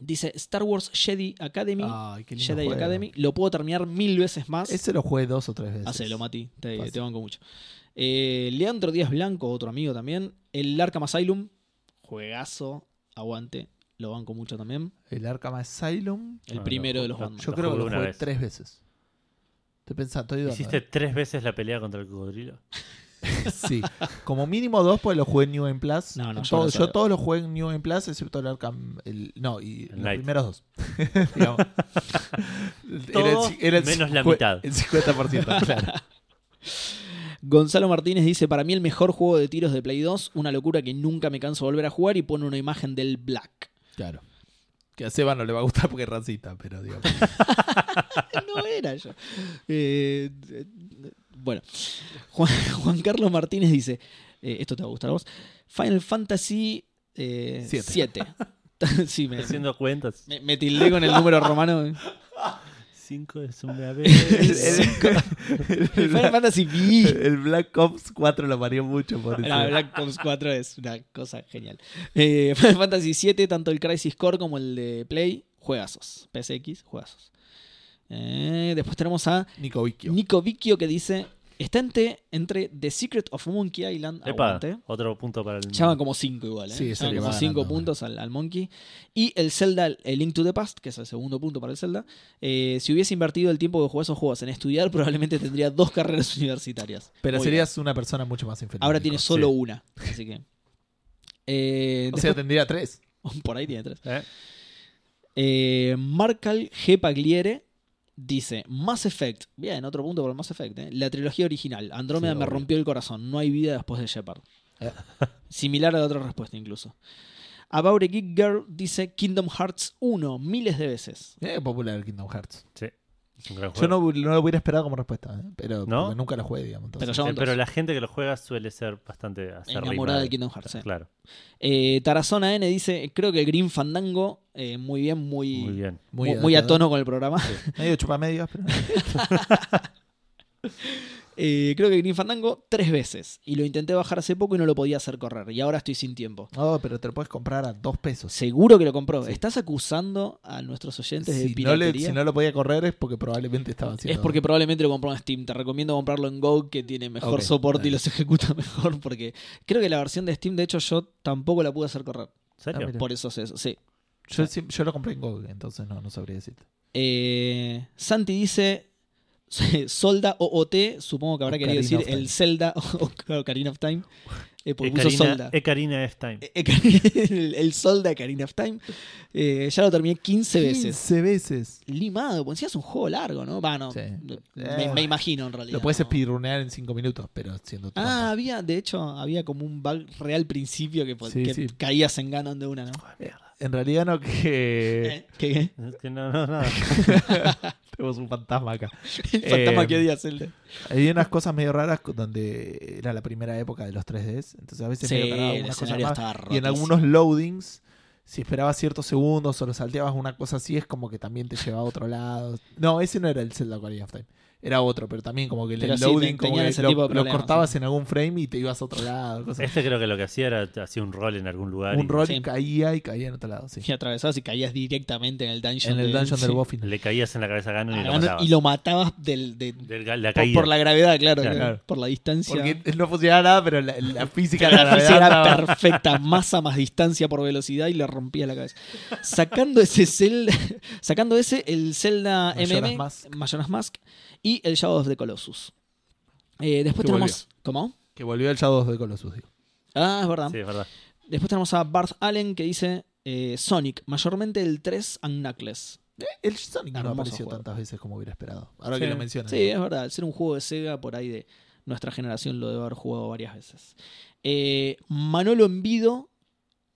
[SPEAKER 3] dice Star Wars Jedi Academy.
[SPEAKER 1] Ay, Ah, qué lindo
[SPEAKER 3] Jedi
[SPEAKER 1] juego.
[SPEAKER 3] Academy. Lo puedo terminar mil veces más.
[SPEAKER 1] Ese lo jugué dos o tres veces.
[SPEAKER 3] Hacelo, Mati. Te,
[SPEAKER 1] Fácil.
[SPEAKER 3] te banco mucho. Eh, Leandro Díaz Blanco, otro amigo también. El Arkham Asylum. Juegazo. Aguante. Lo banco mucho también.
[SPEAKER 1] El Arkham Asylum.
[SPEAKER 3] El
[SPEAKER 2] Ah,
[SPEAKER 3] primero
[SPEAKER 2] lo-
[SPEAKER 3] de los
[SPEAKER 2] lo-
[SPEAKER 3] Batman.
[SPEAKER 1] Yo creo que
[SPEAKER 2] jugué
[SPEAKER 1] lo
[SPEAKER 2] una
[SPEAKER 1] jugué
[SPEAKER 2] vez.
[SPEAKER 1] tres veces. Estoy pensando, estoy dudando.
[SPEAKER 2] ¿Hiciste tres veces la pelea contra el cocodrilo?
[SPEAKER 1] Sí, como mínimo dos, pues lo jugué en New Game Plus.
[SPEAKER 3] No, no,
[SPEAKER 1] En
[SPEAKER 3] yo
[SPEAKER 1] todo-
[SPEAKER 3] no
[SPEAKER 1] yo,
[SPEAKER 3] sabía.
[SPEAKER 1] todos los jugué en New Game Plus, excepto el Arkham. el- no, y los
[SPEAKER 2] Knight.
[SPEAKER 1] primeros dos. Digamos.
[SPEAKER 2] Todos menos la
[SPEAKER 1] cincue-
[SPEAKER 2] mitad.
[SPEAKER 1] El 50%, claro.
[SPEAKER 3] Gonzalo Martínez dice, para mí el mejor juego de tiros de Play 2, una locura que nunca me canso de volver a jugar y pone una imagen del Black.
[SPEAKER 1] Claro. Que a Seba no le va a gustar porque es racista, pero digamos.
[SPEAKER 3] No era yo. Eh, eh, bueno, Juan, Juan Carlos Martínez dice, eh, esto te va a gustar a vos, Final Fantasy
[SPEAKER 1] Siete.
[SPEAKER 3] 7. sí, me,
[SPEAKER 2] Haciendo cuentas.
[SPEAKER 3] me- me tildé con el número romano.
[SPEAKER 2] Cinco es una
[SPEAKER 1] El,
[SPEAKER 2] vez.
[SPEAKER 1] el- el
[SPEAKER 3] Final
[SPEAKER 1] Black,
[SPEAKER 3] Fantasy V.
[SPEAKER 1] el Black Ops 4 lo parió mucho por eso.
[SPEAKER 3] La Black Ops 4 es una cosa genial. Eh, Final Fantasy 7, tanto el Crisis Core como el de Play, juegazos. PSX, juegazos. Eh, después tenemos a
[SPEAKER 1] Nico Vicchio.
[SPEAKER 3] Nico Vicchio que dice: Está entre, entre The Secret of Monkey Island,
[SPEAKER 2] Epa,
[SPEAKER 3] aguante.
[SPEAKER 2] otro punto para el.
[SPEAKER 3] Ya van como 5 igual, ¿eh?
[SPEAKER 1] Sí, es
[SPEAKER 3] Ya
[SPEAKER 1] el
[SPEAKER 3] van
[SPEAKER 1] que
[SPEAKER 3] como
[SPEAKER 1] va
[SPEAKER 3] 5
[SPEAKER 1] ganando.
[SPEAKER 3] puntos al, al Monkey. Y el Zelda, el Link to the Past, que es el segundo punto para el Zelda. eh, si hubiese invertido el tiempo que jugué esos juegos en estudiar, probablemente tendría dos carreras universitarias.
[SPEAKER 1] Pero
[SPEAKER 3] Muy bien.
[SPEAKER 1] serías una persona mucho más infeliz.
[SPEAKER 3] Ahora
[SPEAKER 1] Nico.
[SPEAKER 3] tiene solo
[SPEAKER 2] sí.
[SPEAKER 3] una. Así que. Eh,
[SPEAKER 1] O sea, tendría tres.
[SPEAKER 3] después- por ahí tiene tres.
[SPEAKER 2] ¿Eh?
[SPEAKER 3] Eh, Marcal G. Pagliere dice: Mass Effect. Bien, otro punto por Mass Effect. eh. La trilogía original. Andrómeda
[SPEAKER 1] Sí,
[SPEAKER 3] me
[SPEAKER 1] obvio.
[SPEAKER 3] rompió el corazón. No hay vida después de Shepard.
[SPEAKER 1] Eh.
[SPEAKER 3] Similar a la otra respuesta, incluso. About a Geek Girl dice Kingdom Hearts 1 miles de veces.
[SPEAKER 1] Mira qué popular Kingdom Hearts.
[SPEAKER 2] Sí. Es un gran
[SPEAKER 1] Yo no,
[SPEAKER 2] juego.
[SPEAKER 1] no lo hubiera esperado como respuesta, ¿eh? pero
[SPEAKER 2] ¿No?
[SPEAKER 1] porque nunca lo jugué, digamos. entonces.
[SPEAKER 3] Pero ya
[SPEAKER 2] Sí,
[SPEAKER 3] van dos.
[SPEAKER 2] pero la gente que lo juega suele ser bastante acérrima.
[SPEAKER 3] Enamorada de Kingdom Hearts. eh.
[SPEAKER 2] Claro,
[SPEAKER 3] Eh, Tarazona N dice: Creo que Green Fandango, eh, muy bien, muy,
[SPEAKER 2] muy bien.
[SPEAKER 3] muy-
[SPEAKER 1] bien,
[SPEAKER 3] muy a
[SPEAKER 1] ¿verdad?
[SPEAKER 3] tono con el programa.
[SPEAKER 1] Medio chupamedias, pero.
[SPEAKER 3] Eh, creo que Green Fandango tres veces. Y lo intenté bajar hace poco y no lo podía hacer correr. Y ahora estoy sin tiempo.
[SPEAKER 1] No, pero te lo puedes comprar a dos pesos.
[SPEAKER 3] Seguro que lo compró. ¿Estás acusando a nuestros oyentes
[SPEAKER 1] Si no,
[SPEAKER 3] de
[SPEAKER 1] le-
[SPEAKER 3] piratería?
[SPEAKER 1] si no lo podía correr es porque probablemente estaba haciendo.
[SPEAKER 3] es porque probablemente lo compró en Steam. Te recomiendo comprarlo en Go, que tiene mejor
[SPEAKER 1] Ok,
[SPEAKER 3] soporte y
[SPEAKER 1] dale.
[SPEAKER 3] los ejecuta mejor. Porque creo que la versión de Steam, de hecho, yo tampoco la pude hacer correr.
[SPEAKER 2] ¿En serio?
[SPEAKER 1] Ah, mira.
[SPEAKER 3] Por eso es eso. Sí.
[SPEAKER 1] Yo, siem- yo lo compré en Google, entonces no, no sabría decirte.
[SPEAKER 3] Eh, Santi dice. Solda OOT, supongo que habrá querido
[SPEAKER 1] Ocarina
[SPEAKER 3] decir
[SPEAKER 1] of Time.
[SPEAKER 3] el Zelda o Ocarina of Time. Eh, porque puso Eh,
[SPEAKER 2] Ecarina,
[SPEAKER 3] Solda.
[SPEAKER 2] Ecarina F Time.
[SPEAKER 3] el, el sol de Ocarina of Time. Eh, ya lo terminé 15 veces.
[SPEAKER 1] 15 veces.
[SPEAKER 3] Limado, pues es un juego largo, ¿no? Va, no.
[SPEAKER 1] Sí.
[SPEAKER 3] Me,
[SPEAKER 1] Eh,
[SPEAKER 3] me imagino en realidad.
[SPEAKER 1] Lo puedes
[SPEAKER 3] ¿no?
[SPEAKER 1] espirrunear en 5 minutos, pero siendo
[SPEAKER 3] Ah, había, de hecho, había como un bug real principio que, po-
[SPEAKER 1] Sí,
[SPEAKER 3] que
[SPEAKER 1] sí.
[SPEAKER 3] caías en ganon de una, ¿no? Eh.
[SPEAKER 1] trampa. En realidad no que.
[SPEAKER 3] ¿Qué?
[SPEAKER 2] Es que No, no, no.
[SPEAKER 1] Tenemos un fantasma acá.
[SPEAKER 3] El fantasma
[SPEAKER 1] Eh,
[SPEAKER 3] que odia Zelda.
[SPEAKER 1] Hay unas cosas medio raras co- donde era la primera época de los 3Ds. Entonces a veces
[SPEAKER 3] Sí,
[SPEAKER 1] medio cargaba
[SPEAKER 3] el
[SPEAKER 1] algunas cosas
[SPEAKER 3] escenario
[SPEAKER 1] más.
[SPEAKER 3] estaba
[SPEAKER 1] Y en
[SPEAKER 3] rotísimo.
[SPEAKER 1] algunos loadings, si esperabas ciertos segundos o lo salteabas una cosa así, es como que también te llevaba a otro lado. No, ese no era el Zelda Ocarina of Time. Era otro, pero también como que el
[SPEAKER 3] Pero sí,
[SPEAKER 1] loading
[SPEAKER 3] te-
[SPEAKER 1] como
[SPEAKER 3] tenían
[SPEAKER 1] que
[SPEAKER 3] ese
[SPEAKER 1] lo,
[SPEAKER 3] tipo de
[SPEAKER 1] lo
[SPEAKER 3] problemas,
[SPEAKER 1] cortabas
[SPEAKER 3] sí.
[SPEAKER 1] en algún frame y te ibas a otro lado. cosas así.
[SPEAKER 2] Este creo que lo que hacía era hacía un rol en algún lugar. y
[SPEAKER 1] Un rol
[SPEAKER 3] Sí.
[SPEAKER 1] y caía y caía en otro lado. sí.
[SPEAKER 3] Y atravesabas y caías directamente en el dungeon.
[SPEAKER 1] En el
[SPEAKER 3] del-
[SPEAKER 1] dungeon
[SPEAKER 3] sí.
[SPEAKER 1] del Boffin.
[SPEAKER 2] Le caías en la cabeza a Ganon y
[SPEAKER 3] Ah,
[SPEAKER 2] lo
[SPEAKER 3] Ganon,
[SPEAKER 2] matabas.
[SPEAKER 3] y lo matabas del, de- por-
[SPEAKER 2] Del ga- la
[SPEAKER 3] por,
[SPEAKER 2] caída.
[SPEAKER 3] la gravedad, claro,
[SPEAKER 2] Claro.
[SPEAKER 3] claro, por la distancia.
[SPEAKER 1] Porque no funcionaba nada, pero la, la física de la
[SPEAKER 3] ¿ah? La
[SPEAKER 1] gravedad
[SPEAKER 3] física era
[SPEAKER 1] estaba-
[SPEAKER 3] perfecta, masa más distancia por velocidad y le rompía la cabeza. Sacando ese Zelda, sacando ese el Zelda
[SPEAKER 1] Majora's
[SPEAKER 3] MM,
[SPEAKER 1] Mask.
[SPEAKER 3] Majora's Mask y el Shadow of the Colossus. Eh, después
[SPEAKER 1] Que
[SPEAKER 3] tenemos, ¿cómo?
[SPEAKER 1] Que volvió el Shadow 2 de Colossus. digo.
[SPEAKER 3] Ah, es verdad.
[SPEAKER 2] Sí, es verdad.
[SPEAKER 3] Después tenemos a Barth Allen que dice eh, Sonic, mayormente el 3 and Knuckles.
[SPEAKER 1] El Sonic Ah, no
[SPEAKER 3] Hermoso
[SPEAKER 1] apareció
[SPEAKER 3] juego.
[SPEAKER 1] tantas veces como hubiera esperado. Ahora
[SPEAKER 2] Sí.
[SPEAKER 1] que lo mencionas.
[SPEAKER 3] Sí, es verdad. Al ser un juego de Sega, por ahí de nuestra generación lo debe haber jugado varias veces. Eh, Manolo Envido.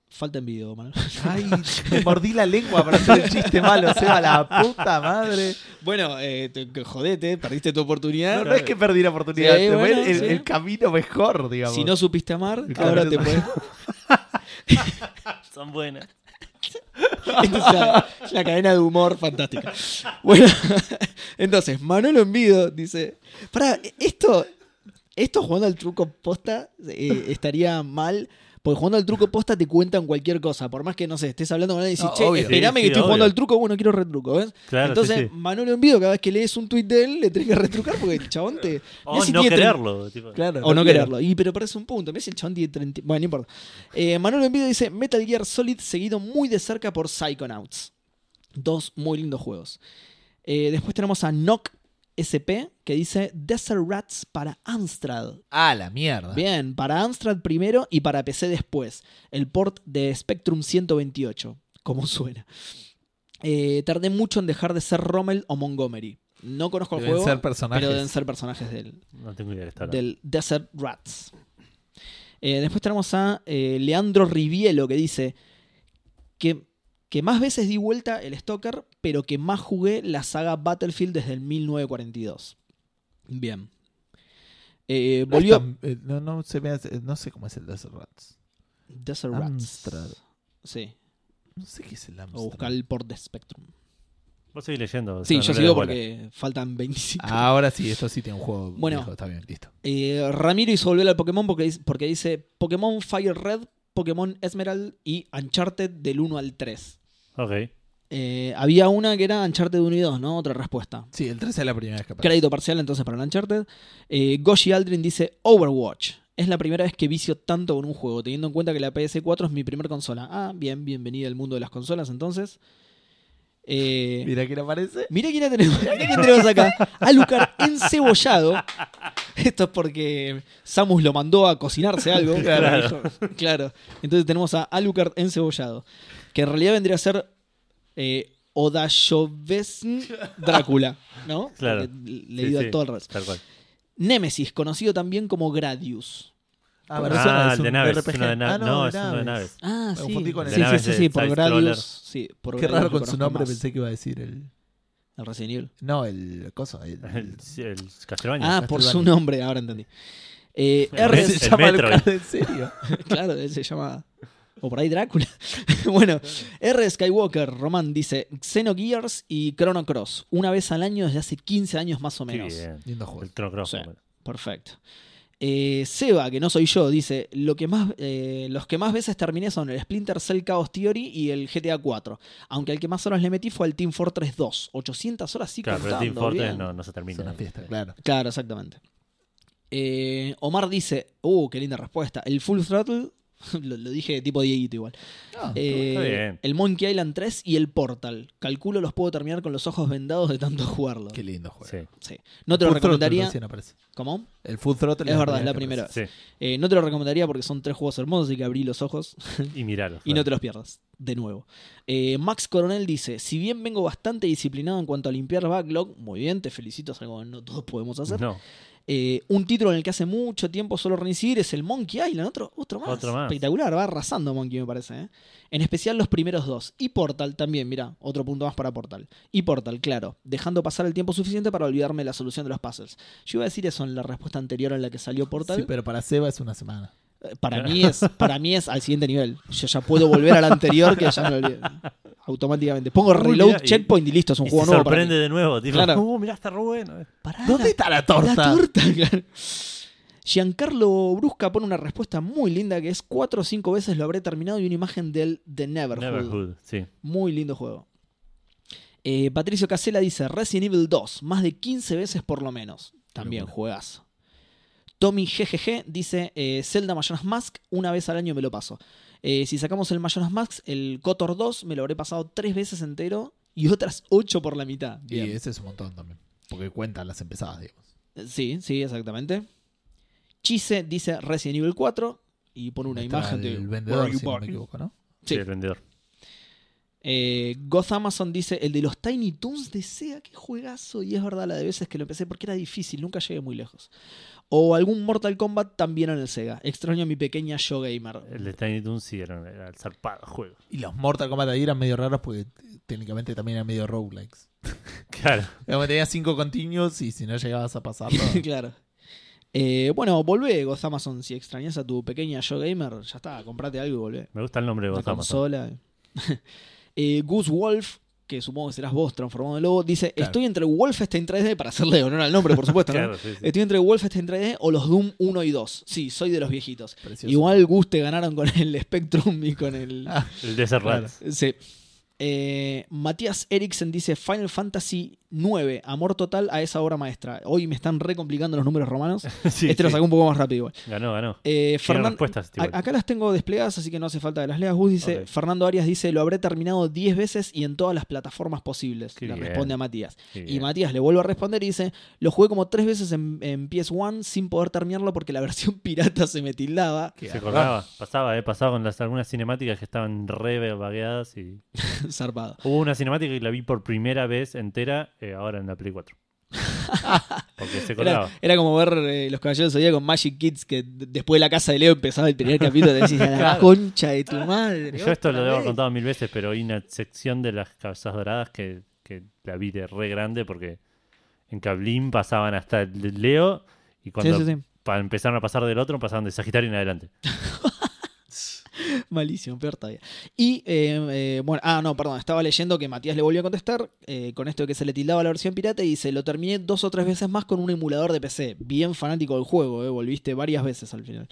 [SPEAKER 3] Falta Envido, Manolo.
[SPEAKER 1] Ay, me mordí la lengua para hacer el chiste malo, Seba, la puta madre.
[SPEAKER 3] bueno, eh, te- jodete, perdiste tu
[SPEAKER 1] No,
[SPEAKER 3] oportunidad.
[SPEAKER 1] no es que perdí la oportunidad,
[SPEAKER 3] Sí,
[SPEAKER 1] te fue el-
[SPEAKER 3] bueno,
[SPEAKER 1] el,
[SPEAKER 3] sí.
[SPEAKER 1] el camino mejor, digamos.
[SPEAKER 3] si no supiste amar,
[SPEAKER 1] Claro,
[SPEAKER 3] ahora te
[SPEAKER 1] eso.
[SPEAKER 3] puedes.
[SPEAKER 2] Son buenas.
[SPEAKER 3] Esta es la, la cadena de humor fantástica. Bueno, entonces, Manolo Envido dice: Pará, esto, esto jugando al truco posta eh, estaría mal. Porque jugando al truco posta te cuentan cualquier cosa. Por más que, no sé, estés hablando con alguien y decís,
[SPEAKER 1] No,
[SPEAKER 3] che,
[SPEAKER 1] obvio.
[SPEAKER 2] Sí,
[SPEAKER 3] esperame que
[SPEAKER 2] sí,
[SPEAKER 3] estoy jugando
[SPEAKER 2] obvio.
[SPEAKER 3] al truco, bueno, quiero retruco, ¿ves?
[SPEAKER 2] Claro,
[SPEAKER 3] Entonces,
[SPEAKER 2] sí, sí.
[SPEAKER 3] Manolo Envido, cada vez que lees un tuit de él, le tenés que retrucar porque el chabón te.
[SPEAKER 2] O
[SPEAKER 3] mirá si
[SPEAKER 2] Oh, no
[SPEAKER 3] tiene tre-
[SPEAKER 2] quererlo. tipo.
[SPEAKER 1] Claro,
[SPEAKER 3] o no
[SPEAKER 1] quiero.
[SPEAKER 3] quererlo. Y pero parece un punto. Me dice el chabón tiene 30. Bueno, no importa. Eh, Manolo Envido dice Metal Gear Solid seguido muy de cerca por Psychonauts. Dos muy lindos juegos. Eh, después tenemos a Nock SP que dice Desert Rats para Amstrad.
[SPEAKER 1] Ah, la mierda.
[SPEAKER 3] Bien, para Amstrad primero y para PC después. El port de Spectrum 128. Como suena. Eh, tardé mucho en dejar de ser Rommel o Montgomery. No conozco el
[SPEAKER 1] Deben
[SPEAKER 3] juego,
[SPEAKER 1] ser personajes.
[SPEAKER 3] pero deben ser personajes del,
[SPEAKER 2] No tengo idea de estar.
[SPEAKER 3] del Desert Rats. Eh, después tenemos a eh, Leandro Rivielo que dice que, que más veces di vuelta el Stalker, pero que más jugué la saga Battlefield desde el 1942. Bien. Eh,
[SPEAKER 1] No es
[SPEAKER 3] volvió
[SPEAKER 1] tan- eh, No, no se me hace- no sé cómo es el Desert Rats.
[SPEAKER 3] Desert Rats.
[SPEAKER 1] Amstrad.
[SPEAKER 3] Sí,
[SPEAKER 1] No sé qué es el Amstrad.
[SPEAKER 3] o buscar el port de Spectrum.
[SPEAKER 2] Vos seguís leyendo. o
[SPEAKER 3] Sí,
[SPEAKER 2] sea, no
[SPEAKER 3] yo
[SPEAKER 2] le
[SPEAKER 3] sigo
[SPEAKER 2] des bola.
[SPEAKER 3] porque faltan 25.
[SPEAKER 1] Ah, Ahora sí, esto sí tiene un juego.
[SPEAKER 3] Bueno.
[SPEAKER 1] viejo, está bien, listo.
[SPEAKER 3] Eh, Ramiro hizo volver al Pokémon porque, dice- porque dice Pokémon Fire Red, Pokémon Esmerald y Uncharted del 1 al 3.
[SPEAKER 2] Ok.
[SPEAKER 3] Eh, había una que era Uncharted 1 y 2, ¿no? Otra respuesta.
[SPEAKER 1] Sí, el 3 es la primera vez que aparece.
[SPEAKER 3] Crédito parcial entonces para el Uncharted. Eh, Goshi Aldrin dice Overwatch. Es la primera vez que vicio tanto con un juego, teniendo en cuenta que la PS4 es mi primer consola. Ah, bien, bienvenida al mundo de las consolas entonces. Eh,
[SPEAKER 1] Mira quién aparece.
[SPEAKER 3] mirá quién la tenemos, mirá quién tenemos acá. Alucard encebollado. Esto es porque Samus lo mandó a cocinarse algo.
[SPEAKER 2] Claro.
[SPEAKER 3] Dijo- claro. Entonces tenemos a Alucard encebollado. Que en realidad vendría a ser eh, Odashovesn Drácula. ¿No?
[SPEAKER 2] Claro.
[SPEAKER 3] Porque Leído
[SPEAKER 2] Sí,
[SPEAKER 3] a
[SPEAKER 2] sí,
[SPEAKER 3] todo el resto.
[SPEAKER 2] Tal cual.
[SPEAKER 3] Némesis, conocido también como Gradius.
[SPEAKER 1] Ah,
[SPEAKER 2] Ah,
[SPEAKER 1] pero suena, es
[SPEAKER 2] el de
[SPEAKER 1] un
[SPEAKER 2] naves.
[SPEAKER 1] RPG.
[SPEAKER 2] es uno de naves.
[SPEAKER 1] Ah,
[SPEAKER 2] no, es uno de naves.
[SPEAKER 3] Ah,
[SPEAKER 1] Me confundí con el-
[SPEAKER 3] sí,
[SPEAKER 2] De
[SPEAKER 3] sí,
[SPEAKER 2] naves
[SPEAKER 3] sí,
[SPEAKER 2] de
[SPEAKER 3] sí, por
[SPEAKER 2] side-scroller.
[SPEAKER 3] Gradius. Sí, por
[SPEAKER 1] Qué
[SPEAKER 3] Gradius
[SPEAKER 1] raro
[SPEAKER 3] lo
[SPEAKER 1] con su
[SPEAKER 3] conozco
[SPEAKER 1] nombre
[SPEAKER 3] más.
[SPEAKER 1] pensé que iba a decir el.
[SPEAKER 3] El Resident Evil.
[SPEAKER 1] No, el coso. El,
[SPEAKER 2] El, el Castlevania.
[SPEAKER 3] Ah, por su
[SPEAKER 1] Castlevania.
[SPEAKER 3] nombre, ahora entendí. Eh,
[SPEAKER 2] El
[SPEAKER 3] R
[SPEAKER 2] Resident-
[SPEAKER 1] se llama
[SPEAKER 2] Metroid.
[SPEAKER 1] Alucard, en serio.
[SPEAKER 3] Claro, él se llama. O por ahí Drácula. bueno, R. Skywalker, Román dice: Xenogears y Chrono Cross. Una vez al año desde hace 15 años más o
[SPEAKER 2] Qué
[SPEAKER 3] menos.
[SPEAKER 2] bien.
[SPEAKER 1] Lindo juego.
[SPEAKER 2] El Chrono Cross,
[SPEAKER 3] Sí.
[SPEAKER 2] bueno.
[SPEAKER 3] Perfecto. Eh, Seba, que no soy yo, dice: lo que más, eh, Los que más veces terminé son el Splinter Cell Chaos Theory y el GTA 4. Aunque el que más horas le metí fue el Team Fortress 2. 800 horas sí
[SPEAKER 2] Claro, pero el
[SPEAKER 3] contando,
[SPEAKER 2] Team Fortress
[SPEAKER 3] bien.
[SPEAKER 2] no, no se
[SPEAKER 1] Es
[SPEAKER 2] termina.
[SPEAKER 1] una fiesta, claro.
[SPEAKER 3] Claro, exactamente. Eh, Omar dice: Uh, qué linda respuesta. El Full Throttle, lo, lo dije tipo Dieguito igual. Eh,
[SPEAKER 2] Ah, está bien.
[SPEAKER 3] el Monkey Island 3 y el Portal. Calculo los puedo terminar con los ojos vendados de tanto jugarlo.
[SPEAKER 1] Qué lindo juego.
[SPEAKER 2] Sí,
[SPEAKER 3] Sí. No te lo
[SPEAKER 1] Full Throttle
[SPEAKER 3] recomendaría.
[SPEAKER 1] recién aparece.
[SPEAKER 3] ¿Cómo?
[SPEAKER 1] El Full Throttle
[SPEAKER 3] Es verdad, es la
[SPEAKER 1] que
[SPEAKER 3] primera.
[SPEAKER 1] aparece.
[SPEAKER 2] sí.
[SPEAKER 3] Eh, no te lo recomendaría porque son tres juegos hermosos y que abrí los ojos
[SPEAKER 2] Y miralo.
[SPEAKER 3] y no te los pierdas. de nuevo. Eh, Max Coronel dice: Si bien vengo bastante disciplinado en cuanto a limpiar backlog, muy bien, te felicito, es algo que no todos podemos hacer.
[SPEAKER 2] No,
[SPEAKER 3] Eh, un título en el que hace mucho tiempo solo reincidir es el Monkey Island, otro, otro más.
[SPEAKER 2] Otro más.
[SPEAKER 3] Espectacular, va arrasando Monkey, me parece. ¿eh? En especial los primeros dos. Y Portal también, mira, otro punto más para Portal. Y Portal, claro, dejando pasar el tiempo suficiente para olvidarme de la solución de los puzzles. Yo iba a decir eso en la respuesta anterior en la que salió Portal.
[SPEAKER 1] Sí, pero para Seba es una semana.
[SPEAKER 3] Eh, Para mí es, para mí es al siguiente nivel. Yo ya puedo volver al anterior que ya me olvidé. Automáticamente. Pongo
[SPEAKER 2] Uy,
[SPEAKER 3] reload,
[SPEAKER 2] mirá, y-
[SPEAKER 3] checkpoint y listo, es un
[SPEAKER 2] Y
[SPEAKER 3] juego
[SPEAKER 2] se
[SPEAKER 3] nuevo. para mí.
[SPEAKER 2] sorprende de nuevo. Tipo,
[SPEAKER 3] Claro.
[SPEAKER 2] "Uh, mirá, está re bueno.
[SPEAKER 3] Pará,
[SPEAKER 1] ¿Dónde
[SPEAKER 3] la-
[SPEAKER 1] está Ah, la torta?
[SPEAKER 3] La torta, claro. Giancarlo Brusca pone una respuesta muy linda que es cuatro o cinco veces lo habré terminado y una imagen del The Neverhood.
[SPEAKER 2] Neverhood, sí.
[SPEAKER 3] Muy lindo juego. Eh, Patricio Casella dice Resident Evil 2, más de 15 veces por lo menos. También
[SPEAKER 2] bueno.
[SPEAKER 3] juegas. Tommy GGG dice eh, Zelda Majora's Mask, una vez al año me lo paso. Eh, si sacamos el Majora's Mask, el Cotor 2 me lo habré pasado tres veces entero y otras ocho por la mitad. Bien.
[SPEAKER 1] Y ese es un montón también. Porque cuentan las empezadas, digamos.
[SPEAKER 3] Sí, sí, exactamente. Chise dice Resident Evil 4 y pone una
[SPEAKER 1] Está
[SPEAKER 3] imagen
[SPEAKER 1] el
[SPEAKER 3] del
[SPEAKER 1] vendedor, si no me equivoco, ¿no?
[SPEAKER 2] Sí,
[SPEAKER 3] Sí.
[SPEAKER 2] el vendedor.
[SPEAKER 3] Eh, Goth Amazon dice el de los Tiny Toons de Sega, qué juegazo. Y es verdad la de veces que lo empecé porque era difícil, nunca llegué muy lejos. O algún Mortal Kombat también en el Sega. Extraño a mi pequeña yo
[SPEAKER 1] Eh,
[SPEAKER 3] gamer.
[SPEAKER 2] El de Tiny Toons sí era, era el zarpado juego.
[SPEAKER 1] Y los Mortal Kombat ahí eran medio raros porque t- técnicamente también eran medio roguelikes.
[SPEAKER 2] Claro.
[SPEAKER 1] Digamos, Tenías cinco continuos y si no llegabas a pasarlo.
[SPEAKER 3] claro. Eh, bueno, volvé, Goth Amazon. Si extrañas a tu pequeña yo gamer, ya está, comprate algo y volvé.
[SPEAKER 2] Me gusta el nombre de
[SPEAKER 3] Una
[SPEAKER 2] Ghost Amazon.
[SPEAKER 3] consola. Eh, Goose Wolf, que supongo que serás vos transformado en lobo, dice:
[SPEAKER 1] Claro.
[SPEAKER 3] Estoy entre este Wolfenstein 3D, para hacerle honor al nombre, por supuesto. ¿no?
[SPEAKER 2] Claro, sí, sí.
[SPEAKER 3] Estoy entre este Wolfenstein 3D o los Doom 1 y 2. Sí, soy de los viejitos.
[SPEAKER 1] Precioso.
[SPEAKER 3] Igual Goose te ganaron con el Spectrum y con el.
[SPEAKER 1] Ah,
[SPEAKER 2] El de Serrat.
[SPEAKER 3] Sí. Eh, Matías Eriksen dice Final Fantasy 9, amor total a esa obra maestra. Hoy me están re complicando los números romanos.
[SPEAKER 2] Sí,
[SPEAKER 3] este lo
[SPEAKER 2] sí.
[SPEAKER 3] sacó un poco más rápido igual.
[SPEAKER 2] Ganó, ganó.
[SPEAKER 3] Eh,
[SPEAKER 2] Tiene
[SPEAKER 3] Fernan-
[SPEAKER 2] respuestas. tipo,
[SPEAKER 3] a- acá las tengo desplegadas, así que no hace falta que las leas. Gus dice,
[SPEAKER 2] Ok.
[SPEAKER 3] Fernando Arias dice, lo habré terminado 10 veces y en todas las plataformas posibles.
[SPEAKER 2] Qué
[SPEAKER 3] le
[SPEAKER 2] bien.
[SPEAKER 3] responde a Matías.
[SPEAKER 2] sí,
[SPEAKER 3] Y Matías le vuelve a responder y dice, lo jugué como 3 veces en, en PS1 sin poder terminarlo porque la versión pirata se me tildaba.
[SPEAKER 1] qué
[SPEAKER 2] Se
[SPEAKER 1] horror.
[SPEAKER 2] acordaba. Pasaba, eh. Pasaba con las, algunas cinemáticas que estaban re vagueadas y
[SPEAKER 3] Zarpado.
[SPEAKER 2] Hubo una cinemática que la vi por primera vez entera eh, ahora en la Play 4. Porque se colaba.
[SPEAKER 3] Era, era como ver eh, Los Caballeros del Zodíaco con Magic Kids que d- después de la casa de Leo empezaba el primer capítulo y te decís, "A la
[SPEAKER 2] Claro.
[SPEAKER 3] concha de tu madre.
[SPEAKER 2] Yo esto
[SPEAKER 3] otra
[SPEAKER 2] lo debo haber
[SPEAKER 3] vez".
[SPEAKER 2] contado mil veces, pero hay una sección de las cabezas doradas que, que la vi de re grande porque en Cablín pasaban hasta el Leo y cuando
[SPEAKER 3] Sí, sí, sí.
[SPEAKER 2] pa- empezaron a pasar del otro pasaban de Sagitario en adelante.
[SPEAKER 3] Malísimo, peor todavía. Y, eh, eh, bueno, ah, no, perdón, estaba leyendo que Matías le volvió a contestar eh, con esto de que se le tildaba la versión pirata y dice, lo terminé dos o tres veces más con un emulador de PC. Bien fanático del juego, eh, volviste varias veces al final.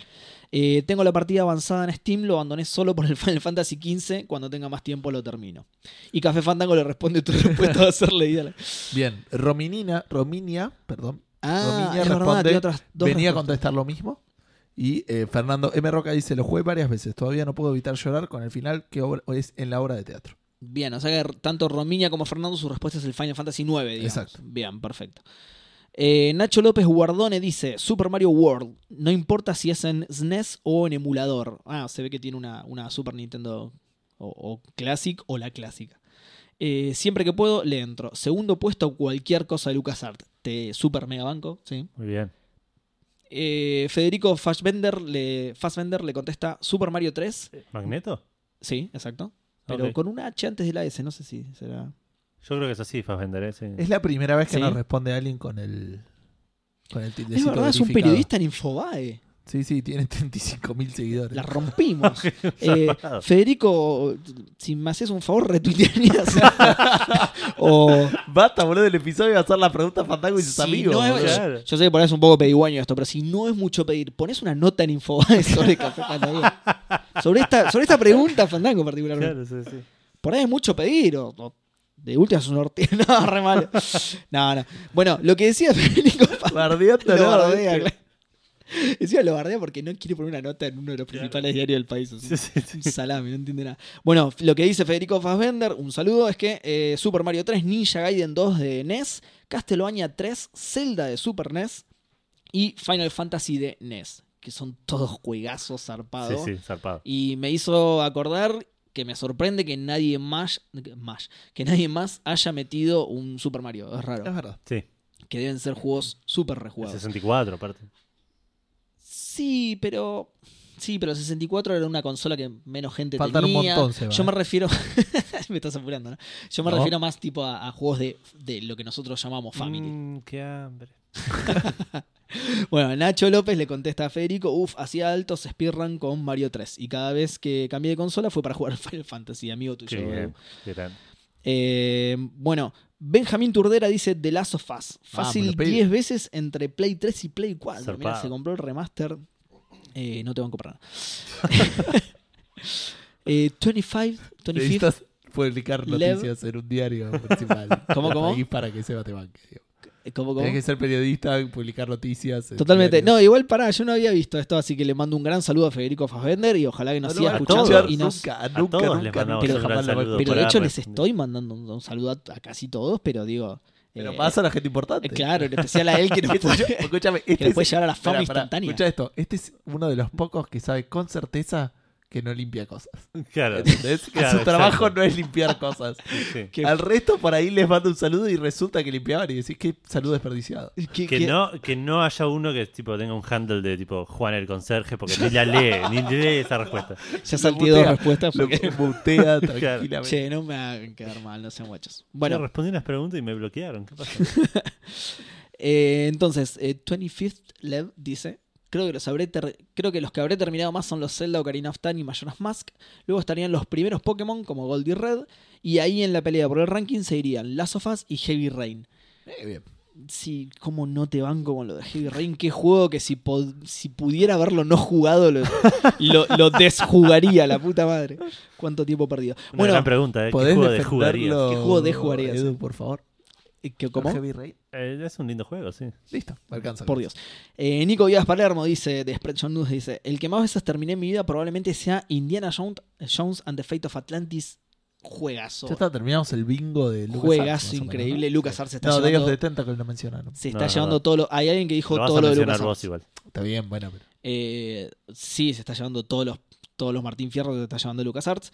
[SPEAKER 3] Eh, tengo la partida avanzada en Steam, lo abandoné solo por el Final Fantasy XV, cuando tenga más tiempo lo termino. Y Café Fandango le responde tu respuesta va a ser leída.
[SPEAKER 1] Bien, Rominina, Rominia, perdón,
[SPEAKER 3] Ah,
[SPEAKER 1] Dominia
[SPEAKER 3] es verdad,
[SPEAKER 1] responde,
[SPEAKER 3] tiene otras dos
[SPEAKER 1] venía a
[SPEAKER 3] respuestas.
[SPEAKER 1] contestar lo mismo. Y eh, Fernando M. Roca dice, lo jugué varias veces, todavía no puedo evitar llorar con el final que obra- es en la obra de teatro.
[SPEAKER 3] Bien, o sea que tanto Romiña como Fernando, su respuesta es el Final Fantasy IX, digamos.
[SPEAKER 1] Exacto.
[SPEAKER 3] Bien, perfecto. Eh, Nacho López Guardone dice: Super Mario World, no importa si es en SNES o en emulador. Ah, se ve que tiene una, una Super Nintendo o, o Classic o la clásica. Eh, siempre que puedo, le entro. Segundo puesto, cualquier cosa de LucasArts. Te super mega banco, sí.
[SPEAKER 2] Muy bien.
[SPEAKER 3] Eh, Federico Fassbender le, Fassbender le contesta: Super Mario 3.
[SPEAKER 2] Eh, ¿Magneto?
[SPEAKER 3] Sí, exacto. Pero
[SPEAKER 2] Ok.
[SPEAKER 3] con una H antes de la S, no sé si será.
[SPEAKER 2] Yo creo que es así, Fassbender. ¿eh? Sí.
[SPEAKER 1] Es la primera vez que
[SPEAKER 3] Sí.
[SPEAKER 1] nos responde alguien con el con el
[SPEAKER 3] Es
[SPEAKER 1] tildecito
[SPEAKER 3] verdad, es un
[SPEAKER 1] verificado.
[SPEAKER 3] periodista en Infobae.
[SPEAKER 1] Sí, sí, tiene 35.000 seguidores.
[SPEAKER 3] La rompimos. Eh, Federico, si me haces un favor, retuitearías. o.
[SPEAKER 1] Basta, boludo, del episodio va a ser la pregunta Fandango y sus
[SPEAKER 3] si
[SPEAKER 1] amigos.
[SPEAKER 3] no es-
[SPEAKER 1] boludo.
[SPEAKER 2] claro.
[SPEAKER 3] yo, yo sé que por ahí es un poco pedigüeño esto, pero si no es mucho pedir, pones una nota en Infobae sobre Café Fandango. Sobre esta, sobre esta pregunta, Fandango, particularmente.
[SPEAKER 2] Claro, sí, sí.
[SPEAKER 3] Por ahí es mucho pedir, o, o de última es un ortiz. No, re malo. No, no. Bueno, lo que decía Federico
[SPEAKER 1] Bardeando,
[SPEAKER 3] lo
[SPEAKER 1] ¿no?
[SPEAKER 3] bardea, claro. Encima lo bardea porque no quiere poner una nota en uno de los principales diarios del país. así.
[SPEAKER 2] Sí, sí, sí.
[SPEAKER 3] Un salame, no entiende nada. Bueno, lo que dice Federico Fassbender, un saludo, es que eh, Super Mario 3, Ninja Gaiden 2 de NES, Castlevania 3, Zelda de Super NES y Final Fantasy de E NES, que son todos juegazos
[SPEAKER 2] Sí,
[SPEAKER 3] zarpados.
[SPEAKER 2] sí, zarpado.
[SPEAKER 3] Y me hizo acordar que me sorprende que nadie más, que más- que nadie más haya metido un Super Mario.
[SPEAKER 1] Es
[SPEAKER 3] Es
[SPEAKER 2] Ah.
[SPEAKER 3] raro.
[SPEAKER 1] verdad.
[SPEAKER 2] Sí,
[SPEAKER 3] Que deben ser juegos súper
[SPEAKER 2] el
[SPEAKER 3] rejugados.
[SPEAKER 2] 64 aparte.
[SPEAKER 3] Sí, pero. Sí, pero 64 era una consola que menos gente
[SPEAKER 1] Faltan un
[SPEAKER 3] tenía.
[SPEAKER 1] montón, Seba,
[SPEAKER 3] Yo me
[SPEAKER 1] ¿eh?
[SPEAKER 3] refiero. me estás apurando, ¿no? Yo me
[SPEAKER 1] No.
[SPEAKER 3] refiero más tipo a, a juegos de, de lo que nosotros llamamos family.
[SPEAKER 2] Mm, qué hambre.
[SPEAKER 3] Bueno, Nacho López le contesta a Federico, uff, hacía altos speedrun con Mario 3. Y cada vez que cambié de consola fue para jugar Final Fantasy, amigo tuyo.
[SPEAKER 2] Qué bien, qué grande.
[SPEAKER 3] Eh, bueno, Benjamín Turdera dice The Last of Us.
[SPEAKER 1] Ah, me
[SPEAKER 3] Fácil
[SPEAKER 1] lo pedí.
[SPEAKER 3] 10 veces entre Play 3 y Play 4. Mirá,
[SPEAKER 2] Zarpado.
[SPEAKER 3] se compró el remaster. Eh, no te van a comprar. eh, 25, 25
[SPEAKER 1] Necesitas publicar
[SPEAKER 3] Lev-
[SPEAKER 1] noticias en un diario principal.
[SPEAKER 3] ¿Cómo,
[SPEAKER 1] del
[SPEAKER 3] cómo?
[SPEAKER 1] país Para que Seba te banque. digo.
[SPEAKER 3] eh, ¿cómo, cómo?
[SPEAKER 1] Tenés que ser periodista y publicar noticias. en
[SPEAKER 3] Totalmente.
[SPEAKER 1] diarios.
[SPEAKER 3] No, igual pará, yo no había visto esto, así que le mando un gran saludo a Federico Fassbender y ojalá que nos
[SPEAKER 1] lo
[SPEAKER 3] siga
[SPEAKER 1] van a
[SPEAKER 3] escuchando
[SPEAKER 1] escuchar
[SPEAKER 3] y nos,
[SPEAKER 1] Nunca, nunca,
[SPEAKER 2] todos les
[SPEAKER 1] nunca,
[SPEAKER 2] mandamos
[SPEAKER 1] nunca,
[SPEAKER 3] un
[SPEAKER 1] jamás
[SPEAKER 3] gran
[SPEAKER 1] lo van a
[SPEAKER 2] saludo
[SPEAKER 1] escuchar.
[SPEAKER 3] Pero
[SPEAKER 2] por
[SPEAKER 3] de hecho
[SPEAKER 2] ahí,
[SPEAKER 3] les
[SPEAKER 2] pues.
[SPEAKER 3] estoy mandando un, un saludo a, a casi todos, pero digo.
[SPEAKER 1] Pero
[SPEAKER 3] eh,
[SPEAKER 1] más a la gente importante.
[SPEAKER 3] eh, claro, en especial a él que nos
[SPEAKER 1] Escucha-
[SPEAKER 3] puede,
[SPEAKER 1] Escúchame,
[SPEAKER 3] que
[SPEAKER 1] este
[SPEAKER 3] nos
[SPEAKER 1] es
[SPEAKER 3] puede llevar a la fama
[SPEAKER 1] Pará, pará,
[SPEAKER 3] instantánea.
[SPEAKER 1] Escucha esto, este es uno de los pocos que sabe con certeza que no limpia cosas.
[SPEAKER 2] Claro.
[SPEAKER 1] ¿Entendés? Que
[SPEAKER 2] Claro,
[SPEAKER 1] su trabajo
[SPEAKER 2] exacto.
[SPEAKER 1] no es limpiar cosas.
[SPEAKER 2] sí.
[SPEAKER 3] Que-
[SPEAKER 1] Al resto por ahí les mando un saludo y resulta que limpiaban y decís qué saludo desperdiciado.
[SPEAKER 2] Que
[SPEAKER 3] que- que-
[SPEAKER 2] no, que no haya uno que tipo tenga un handle de tipo Juan el conserje porque ni la lee, ni lee esa respuesta.
[SPEAKER 3] Ya
[SPEAKER 1] Lo
[SPEAKER 3] salté
[SPEAKER 1] mutea,
[SPEAKER 3] dos respuestas
[SPEAKER 1] Lo
[SPEAKER 3] porque.
[SPEAKER 1] mutea tranquilamente.
[SPEAKER 3] Che, no me hagan quedar mal, no sean guachos.
[SPEAKER 2] Bueno,
[SPEAKER 3] Bueno,
[SPEAKER 2] respondí unas preguntas y me bloquearon. ¿Qué pasó?
[SPEAKER 3] eh, entonces, eh, 25th Lev dice. Creo que, los habré ter- creo que los que habré terminado más son los Zelda, Ocarina of Time y Majora's Mask. Luego estarían los primeros Pokémon como Gold y Red. Y ahí en la pelea por el ranking se irían Last of Us y Heavy Rain.
[SPEAKER 1] Eh, bien.
[SPEAKER 3] Sí, cómo no te banco con lo de Heavy Rain. Qué juego que si, po- si pudiera haberlo no jugado, lo, lo, lo desjugaría, la puta madre. Cuánto tiempo perdido.
[SPEAKER 2] Una
[SPEAKER 3] Bueno,
[SPEAKER 2] gran pregunta, ¿eh? ¿Qué
[SPEAKER 1] ¿Podés
[SPEAKER 2] juego de jugarías?
[SPEAKER 1] defenderlo,
[SPEAKER 3] ¿Qué juego de jugarías?
[SPEAKER 1] Edu, por favor.
[SPEAKER 3] que- ¿cómo?
[SPEAKER 1] Heavy Rain.
[SPEAKER 2] Eh, es un lindo juego, sí.
[SPEAKER 1] Listo, me alcanza.
[SPEAKER 3] Por Dios. Eh, Nico Díaz Palermo dice, de Spreadshot News, dice, el que más veces terminé en mi vida probablemente sea Indiana Jones, Jones and the Fate of Atlantis. Juegazo.
[SPEAKER 1] Ya está, terminamos el bingo de Lucas.
[SPEAKER 3] Juegazo increíble. Lucas Arce está
[SPEAKER 1] No, de
[SPEAKER 3] llevando-
[SPEAKER 1] ellos de Tentacle lo mencionaron.
[SPEAKER 3] Se
[SPEAKER 2] No,
[SPEAKER 3] está
[SPEAKER 2] es
[SPEAKER 3] llevando
[SPEAKER 2] verdad.
[SPEAKER 3] todo lo... Hay alguien que dijo
[SPEAKER 2] Lo vas
[SPEAKER 3] todo
[SPEAKER 2] a
[SPEAKER 3] lo de
[SPEAKER 2] mencionar
[SPEAKER 3] Lucas
[SPEAKER 2] vos igual.
[SPEAKER 1] Está bien, bueno, pero.
[SPEAKER 3] Eh, sí, se está llevando todos los, todos los Martín Fierro que se está llevando LucasArts.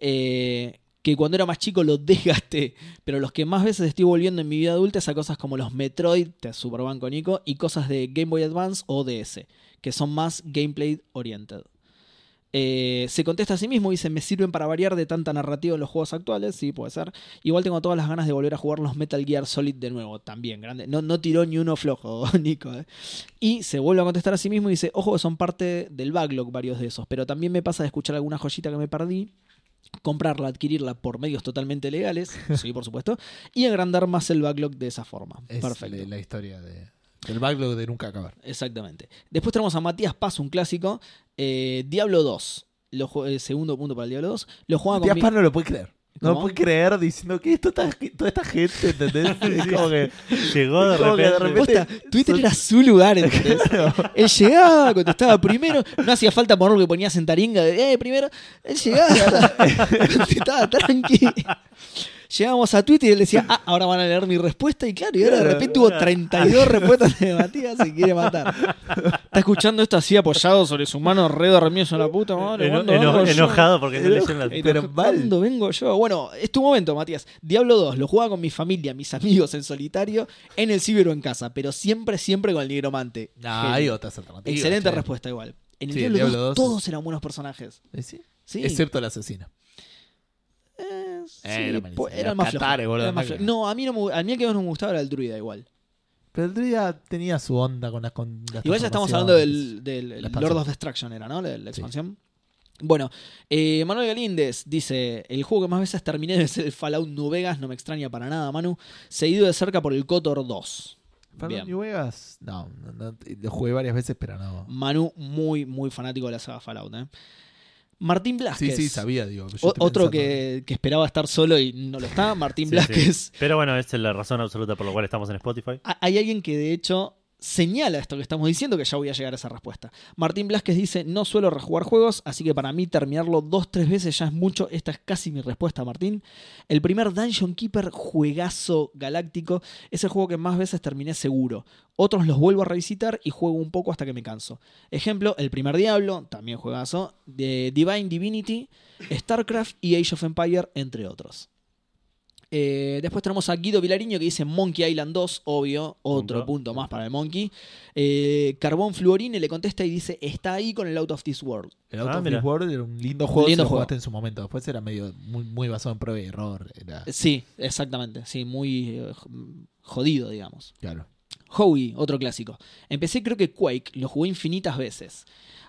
[SPEAKER 3] Eh, que cuando era más chico lo desgasté. Pero los que más veces estoy volviendo en mi vida adulta es a cosas como los Metroid, te superbanco Nico, y cosas de Game Boy Advance o DS, que son más gameplay oriented. Eh, se contesta a sí mismo, dice, me sirven para variar de tanta narrativa en los juegos actuales, sí, puede ser. Igual tengo todas las ganas de volver a jugar los Metal Gear Solid de nuevo, también, grande. No, no tiró ni uno flojo, Nico. eh. Y se vuelve a contestar a sí mismo y dice, ojo que son parte del backlog varios de esos, pero también me pasa de escuchar alguna joyita que me perdí, comprarla, adquirirla por medios totalmente legales, sí, por supuesto, y agrandar más el backlog de esa forma.
[SPEAKER 1] Es
[SPEAKER 3] Perfecto.
[SPEAKER 1] la historia de, del backlog de nunca acabar.
[SPEAKER 3] Exactamente. Después tenemos a Matías Paz, un clásico. eh, Diablo 2. Lo jue- eh, segundo punto para el Diablo 2. Lo juega con
[SPEAKER 1] Matías
[SPEAKER 3] mi-
[SPEAKER 1] Paz no lo puede creer. No lo
[SPEAKER 3] ¿Cómo?
[SPEAKER 1] puede creer diciendo que esto está- que toda esta gente, ¿entendés? Es como que.
[SPEAKER 2] Llegó de
[SPEAKER 1] Como que de
[SPEAKER 2] repente.
[SPEAKER 1] repente-
[SPEAKER 3] Posta, Twitter
[SPEAKER 1] son-
[SPEAKER 3] era su lugar, ¿entendés? Él llegaba, contestaba primero. No hacía falta poner lo que ponías en taringa de, eh, primero. Él llegaba, contestaba tranqui. Llegábamos a Twitter y él decía, ah, ahora van a leer mi respuesta. Y claro, y ahora de repente hubo 32 respuestas de Matías se quiere matar. Está escuchando esto así apoyado sobre su mano, re dormido en la puta madre.
[SPEAKER 2] eno-
[SPEAKER 3] ¿cuándo
[SPEAKER 2] eno-
[SPEAKER 3] vengo yo?
[SPEAKER 2] enojado porque no
[SPEAKER 1] Eno-
[SPEAKER 2] leyeron la.
[SPEAKER 1] Ey,
[SPEAKER 3] Pero
[SPEAKER 1] Pero mal.
[SPEAKER 3] ¿Cuándo vengo yo? Bueno, es tu momento, Matías. Diablo 2, lo jugaba con mi familia, mis amigos en solitario, en el ciber o en casa, pero siempre, siempre con el nigromante.
[SPEAKER 1] Nah,
[SPEAKER 3] Genio.
[SPEAKER 1] hay otras alternativas.
[SPEAKER 3] Excelente
[SPEAKER 1] che.
[SPEAKER 3] respuesta, igual. En el
[SPEAKER 1] Sí, el
[SPEAKER 3] Diablo,
[SPEAKER 1] Diablo 2
[SPEAKER 3] 2, todos eran buenos personajes.
[SPEAKER 1] Eh, sí.
[SPEAKER 3] Sí.
[SPEAKER 1] Excepto la asesina.
[SPEAKER 3] Eh, sí,
[SPEAKER 1] Era malísimo.
[SPEAKER 3] po- eran
[SPEAKER 1] Los
[SPEAKER 3] más flojos,
[SPEAKER 1] catares, boludo,
[SPEAKER 3] eran más
[SPEAKER 1] máquina.
[SPEAKER 3] flojos. No, a mí, no me, a mí el que más no me gustaba era el druida, igual.
[SPEAKER 1] Pero el druida tenía su onda con las. Con las
[SPEAKER 3] Igual ya estamos
[SPEAKER 1] transformaciones.
[SPEAKER 3] hablando del, del
[SPEAKER 1] La expansión.
[SPEAKER 3] Lord of Destruction, era, ¿no? La, la expansión. Bueno, eh, Manuel Galíndez dice: El juego que más veces terminé es el Fallout New Vegas, no me extraña para nada, Manu. Seguido de cerca por el Cotor 2.
[SPEAKER 1] Perdón,
[SPEAKER 3] Bien.
[SPEAKER 1] New Vegas. No, no, no, lo jugué varias veces, pero no.
[SPEAKER 3] Manu, muy, muy fanático de la saga Fallout, ¿eh? Martín
[SPEAKER 1] Sí,
[SPEAKER 3] Blasquez.
[SPEAKER 1] sí, sabía, digo. yo
[SPEAKER 3] O-
[SPEAKER 1] estoy pensando-
[SPEAKER 3] otro que, que esperaba estar solo y no lo está, Martín
[SPEAKER 2] Sí, sí.
[SPEAKER 3] Blasquez.
[SPEAKER 2] Pero bueno, esa es la razón absoluta por la cual estamos en Spotify.
[SPEAKER 3] Ha- Hay alguien que de hecho señala esto que estamos diciendo, que ya voy a llegar a esa respuesta. Martín Blasquez dice, no suelo rejugar juegos, así que para mí terminarlo dos, tres veces ya es mucho. Esta es casi mi respuesta, Martín. El primer Dungeon Keeper juegazo galáctico es el juego que más veces terminé seguro. Otros los vuelvo a revisitar y juego un poco hasta que me canso. Ejemplo, el primer Diablo, también juegazo, de Divine Divinity, StarCraft y Age of Empire, entre otros. Eh, después tenemos a Guido Vilariño que dice Monkey Island 2, obvio,
[SPEAKER 2] Punto.
[SPEAKER 3] otro punto más para el Monkey. Eh, Carbón Fluorine le contesta y dice, está ahí con el Out of This World.
[SPEAKER 1] El Out
[SPEAKER 2] Ah,
[SPEAKER 1] of
[SPEAKER 2] mira.
[SPEAKER 1] This World era un lindo juego
[SPEAKER 3] Lindo
[SPEAKER 1] si lo
[SPEAKER 3] juego.
[SPEAKER 1] jugaste en su momento. Después era medio muy, muy basado en prueba y error. Era,
[SPEAKER 3] Sí, exactamente, sí, muy eh, jodido, digamos.
[SPEAKER 1] claro.
[SPEAKER 3] Howie, otro clásico. Empecé creo que Quake, lo jugué infinitas veces.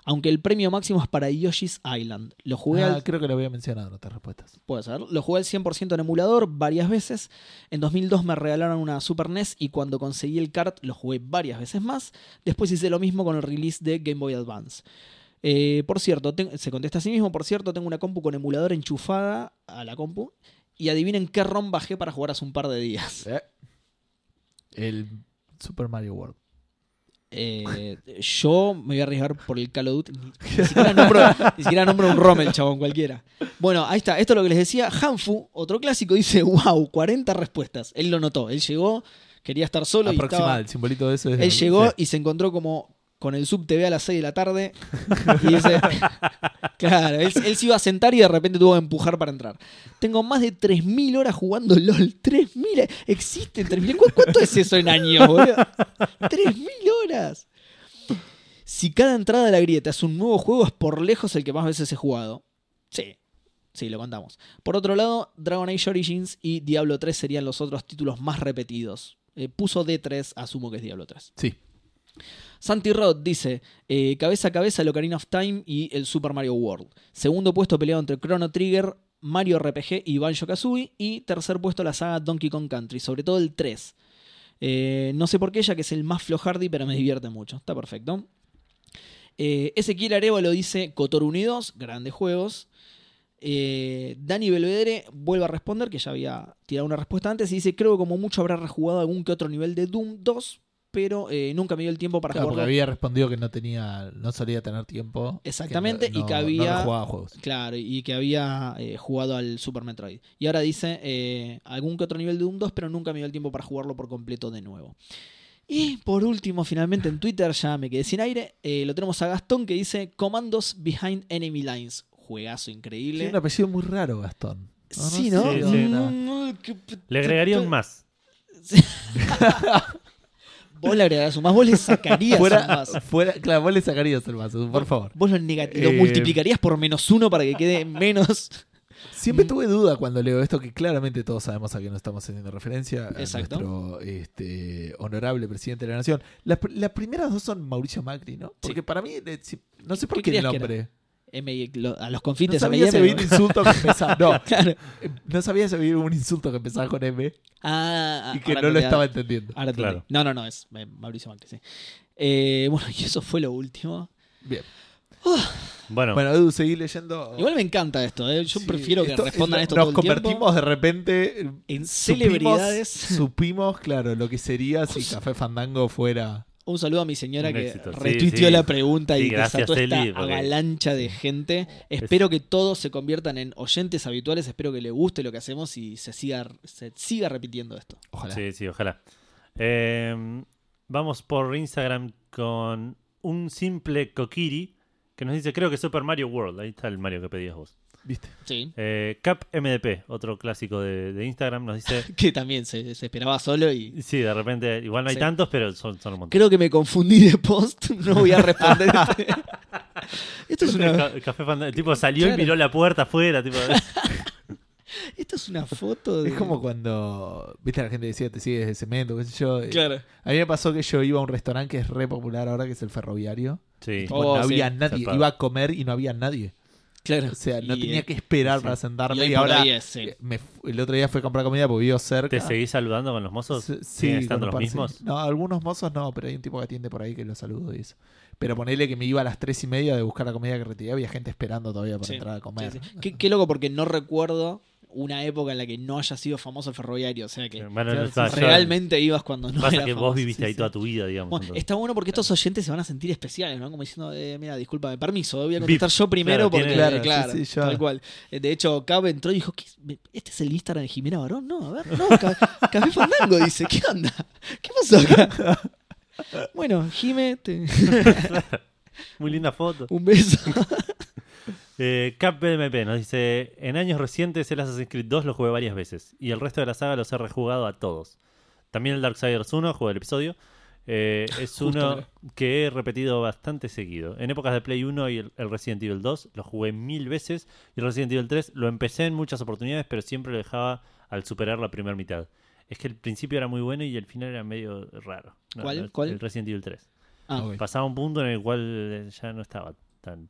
[SPEAKER 3] Aunque el premio máximo es para Yoshi's Island. Lo jugué
[SPEAKER 1] Ah,
[SPEAKER 3] al
[SPEAKER 1] creo que lo había mencionado en otras respuestas.
[SPEAKER 3] Puede ser. Lo jugué al 100% en emulador varias veces. En 2002 me regalaron una Super NES y cuando conseguí el cart lo jugué varias veces más. Después hice lo mismo con el release de Game Boy Advance. Eh, por cierto, ten- se contesta a sí mismo, por cierto, tengo una compu con emulador enchufada a la compu. Y adivinen qué ROM bajé para jugar hace un par de días.
[SPEAKER 1] Eh. El Super Mario World.
[SPEAKER 3] Eh, yo me voy a arriesgar por el Call of Duty. Ni, ni siquiera nombro, ni siquiera nombro un ROM el chabón cualquiera. Bueno, ahí está. Esto es lo que les decía. Hanfu, otro clásico, dice, wow, 40 respuestas. Él lo notó. Él llegó, quería estar solo y
[SPEAKER 1] Aproximado,
[SPEAKER 3] estaba...
[SPEAKER 1] el simbolito de eso es.
[SPEAKER 3] Él llegó
[SPEAKER 1] sí.
[SPEAKER 3] y se encontró como con el subtv a las 6 de la tarde. Y dice, claro, él, él se iba a sentar y de repente tuvo que empujar para entrar. Tengo más de 3.000 horas jugando LOL. 3.000, existen 3.000. ¿Cu- ¿Cuánto es eso en años, boludo? 3.000 horas. Si cada entrada de la grieta es un nuevo juego, es por lejos el que más veces he jugado. Sí, sí, lo contamos. Por otro lado, Dragon Age Origins y Diablo 3 serían los otros títulos más repetidos. Eh, puso D3, asumo que es Diablo 3.
[SPEAKER 1] Sí.
[SPEAKER 3] Santi Rod dice, eh, cabeza a cabeza el Ocarina of Time y el Super Mario World. Segundo puesto peleado entre Chrono Trigger, Mario RPG y Banjo-Kazooie. Y tercer puesto la saga Donkey Kong Country, sobre todo el 3. Eh, no sé por qué, ya que es el más flojardi, pero me divierte mucho. Está perfecto. Eh, Ezequiel Arevalo dice, Cotor Unidos, grandes juegos. Eh, Dani Belvedere vuelve a responder, que ya había tirado una respuesta antes, y dice, creo que como mucho habrá rejugado algún que otro nivel de Doom 2, pero eh, nunca me dio el tiempo para
[SPEAKER 1] Claro, porque
[SPEAKER 3] jugarlo
[SPEAKER 1] había respondido que no tenía, no solía tener tiempo.
[SPEAKER 3] Exactamente,
[SPEAKER 1] no-
[SPEAKER 3] y que
[SPEAKER 1] no-
[SPEAKER 3] había-
[SPEAKER 1] No jugaba juegos.
[SPEAKER 3] Claro, y que había eh, jugado al Super Metroid. Y ahora dice eh, algún que otro nivel de Doom 2, pero nunca me dio el tiempo para jugarlo por completo de nuevo. Y por último, finalmente en Twitter, ya me quedé sin aire, eh, lo tenemos a Gastón que dice Commandos Behind Enemy Lines. Juegazo increíble.
[SPEAKER 1] Tiene un apellido muy raro, Gastón.
[SPEAKER 3] Sí, ¿no?
[SPEAKER 2] Ah, Sí, sí.
[SPEAKER 3] Mm, que-
[SPEAKER 2] Le agregaría un más.
[SPEAKER 3] Vos le agregarás un más, vos le sacarías
[SPEAKER 1] Fuera,
[SPEAKER 3] un más.
[SPEAKER 1] fuera, claro, vos le sacarías el mazo, por favor.
[SPEAKER 3] Vos lo, nega- lo
[SPEAKER 2] Eh,
[SPEAKER 3] multiplicarías por menos uno para que quede menos.
[SPEAKER 1] Siempre tuve duda cuando leo esto, que claramente todos sabemos a quién nos estamos haciendo referencia. a
[SPEAKER 3] Exacto.
[SPEAKER 1] nuestro este, honorable presidente de la nación. Las, pr- las primeras dos son Mauricio Macri, ¿no? Porque para mí, eh, si- no sé por
[SPEAKER 3] ¿Qué
[SPEAKER 1] qué, el
[SPEAKER 3] creías que era?
[SPEAKER 1] nombre.
[SPEAKER 3] M- lo- a los
[SPEAKER 1] No
[SPEAKER 3] confites a
[SPEAKER 1] sabía si
[SPEAKER 3] M-
[SPEAKER 1] había un insulto que empezaba. No,
[SPEAKER 3] Claro.
[SPEAKER 1] eh, no sabía si había un insulto que empezaba con M
[SPEAKER 3] Ah,
[SPEAKER 1] y que no
[SPEAKER 3] ahora
[SPEAKER 1] lo
[SPEAKER 3] entendí,
[SPEAKER 1] estaba entendiendo.
[SPEAKER 3] Ahora te
[SPEAKER 2] Claro.
[SPEAKER 3] entendí. No, no, no, es eh, Mauricio Macri, sí. Eh, bueno, y eso fue lo último.
[SPEAKER 1] Bien.
[SPEAKER 2] Bueno,
[SPEAKER 1] Bueno, Edu, seguí leyendo.
[SPEAKER 3] Igual me encanta esto, eh. yo
[SPEAKER 1] Sí,
[SPEAKER 3] prefiero que
[SPEAKER 1] esto-
[SPEAKER 3] respondan esto
[SPEAKER 1] Nos
[SPEAKER 3] todo el
[SPEAKER 1] convertimos de repente en
[SPEAKER 3] tiempo en
[SPEAKER 1] supimos-
[SPEAKER 3] celebridades.
[SPEAKER 1] Supimos, claro, lo que sería si Café Fandango fuera.
[SPEAKER 3] Un saludo a mi señora
[SPEAKER 2] Un
[SPEAKER 3] que
[SPEAKER 2] éxito, sí,
[SPEAKER 3] retuiteó
[SPEAKER 2] sí.
[SPEAKER 3] la pregunta
[SPEAKER 2] Sí,
[SPEAKER 3] y
[SPEAKER 2] gracias,
[SPEAKER 3] desató esta
[SPEAKER 2] Eli, porque-
[SPEAKER 3] avalancha de gente. Espero que todos se conviertan en oyentes habituales, espero que les guste lo que hacemos y se siga, se siga repitiendo esto.
[SPEAKER 1] Ojalá.
[SPEAKER 2] sí, sí, ojalá. Eh, vamos por Instagram con un simple Kokiri que nos dice, creo que Super Mario World. Ahí está el Mario que pedías vos.
[SPEAKER 1] ¿Viste?
[SPEAKER 3] Sí.
[SPEAKER 2] Eh, Cap MDP, otro clásico de, de Instagram, nos dice...
[SPEAKER 3] Que también se, se esperaba solo y
[SPEAKER 2] Sí, de repente, igual no hay
[SPEAKER 3] Sí.
[SPEAKER 2] tantos, pero son, son un montón.
[SPEAKER 3] creo que me confundí de post, no voy a responder. este. esto es una
[SPEAKER 2] Ca- Café Fandango. El tipo salió
[SPEAKER 3] Claro.
[SPEAKER 2] y miró la puerta afuera. Tipo,
[SPEAKER 3] Esta es una foto de.
[SPEAKER 1] Es como cuando, viste, la gente decía, te sigues de cemento, qué sé yo. Eh,
[SPEAKER 3] Claro.
[SPEAKER 1] A mí me pasó que yo iba a un restaurante que es re popular ahora, que es el ferroviario.
[SPEAKER 2] sí.
[SPEAKER 3] Oh,
[SPEAKER 1] Bueno, no
[SPEAKER 3] sí.
[SPEAKER 1] había nadie,
[SPEAKER 2] Zarpado.
[SPEAKER 1] iba a comer y no había nadie.
[SPEAKER 3] Claro.
[SPEAKER 1] O sea, no
[SPEAKER 3] Y,
[SPEAKER 1] tenía
[SPEAKER 3] eh,
[SPEAKER 1] que esperar
[SPEAKER 2] sí.
[SPEAKER 1] para sentarme.
[SPEAKER 3] hoy
[SPEAKER 1] Y,
[SPEAKER 3] por
[SPEAKER 1] ahora,
[SPEAKER 3] hoy es, sí.
[SPEAKER 1] eh, me fu- el otro día fui a comprar comida porque vivo cerca.
[SPEAKER 2] ¿Te seguís saludando con los mozos?
[SPEAKER 1] Sí,
[SPEAKER 2] ¿Siguen
[SPEAKER 1] con
[SPEAKER 2] estando
[SPEAKER 1] un
[SPEAKER 2] los
[SPEAKER 1] par, sí.
[SPEAKER 2] mismos?
[SPEAKER 1] No, algunos mozos no, pero hay un tipo que atiende por ahí que lo saludo y eso. Pero ponele que me iba a las tres y media de buscar la comida que retiré, había gente esperando todavía para
[SPEAKER 3] Sí,
[SPEAKER 1] entrar a comer.
[SPEAKER 3] sí, sí. Qué, qué loco, porque no recuerdo una época en la que no haya sido famoso el ferroviario. O sea que
[SPEAKER 2] Bueno, no
[SPEAKER 1] Claro,
[SPEAKER 2] estaba
[SPEAKER 1] sí,
[SPEAKER 2] yo.
[SPEAKER 3] realmente ibas cuando no
[SPEAKER 2] Pasa
[SPEAKER 3] era
[SPEAKER 2] que vos
[SPEAKER 3] famoso.
[SPEAKER 2] viviste
[SPEAKER 3] Sí,
[SPEAKER 2] ahí
[SPEAKER 3] sí.
[SPEAKER 2] toda tu vida, digamos.
[SPEAKER 3] Bueno,
[SPEAKER 2] entonces.
[SPEAKER 3] está bueno porque estos oyentes se van a sentir especiales, ¿no? Como diciendo, eh, mira, disculpa, de permiso, voy a contestar yo primero
[SPEAKER 2] Claro,
[SPEAKER 3] porque, eh,
[SPEAKER 2] tiene-
[SPEAKER 1] Claro,
[SPEAKER 3] claro,
[SPEAKER 1] sí, sí, ya.
[SPEAKER 3] tal cual. Eh, De hecho, Cab entró y dijo, ¿Qué es? ¿este es el Instagram de Jimena Barón? No, a ver, no, Ca- Café Fandango dice, ¿qué onda? ¿Qué pasó acá? Bueno, Jime, te-
[SPEAKER 2] Muy linda foto.
[SPEAKER 3] un beso.
[SPEAKER 2] Eh, CapMP nos dice: En años recientes el Assassin's Creed 2 lo jugué varias veces y el resto de la saga los he rejugado a todos. También el Darksiders 1, juego del episodio. eh, es
[SPEAKER 3] Justo,
[SPEAKER 2] uno
[SPEAKER 3] mira.
[SPEAKER 2] que he repetido bastante seguido. En épocas de Play 1 y el, el Resident Evil 2 lo jugué mil veces y el Resident Evil 3 lo empecé en muchas oportunidades, pero siempre lo dejaba al superar la primera mitad. Es que el principio era muy bueno y el final era medio raro.
[SPEAKER 3] ¿Cuál?
[SPEAKER 2] el-
[SPEAKER 3] ¿Cuál?
[SPEAKER 2] El Resident Evil 3.
[SPEAKER 3] Ah,
[SPEAKER 1] Ok.
[SPEAKER 2] Pasaba un punto en el cual eh, ya no estaba tan,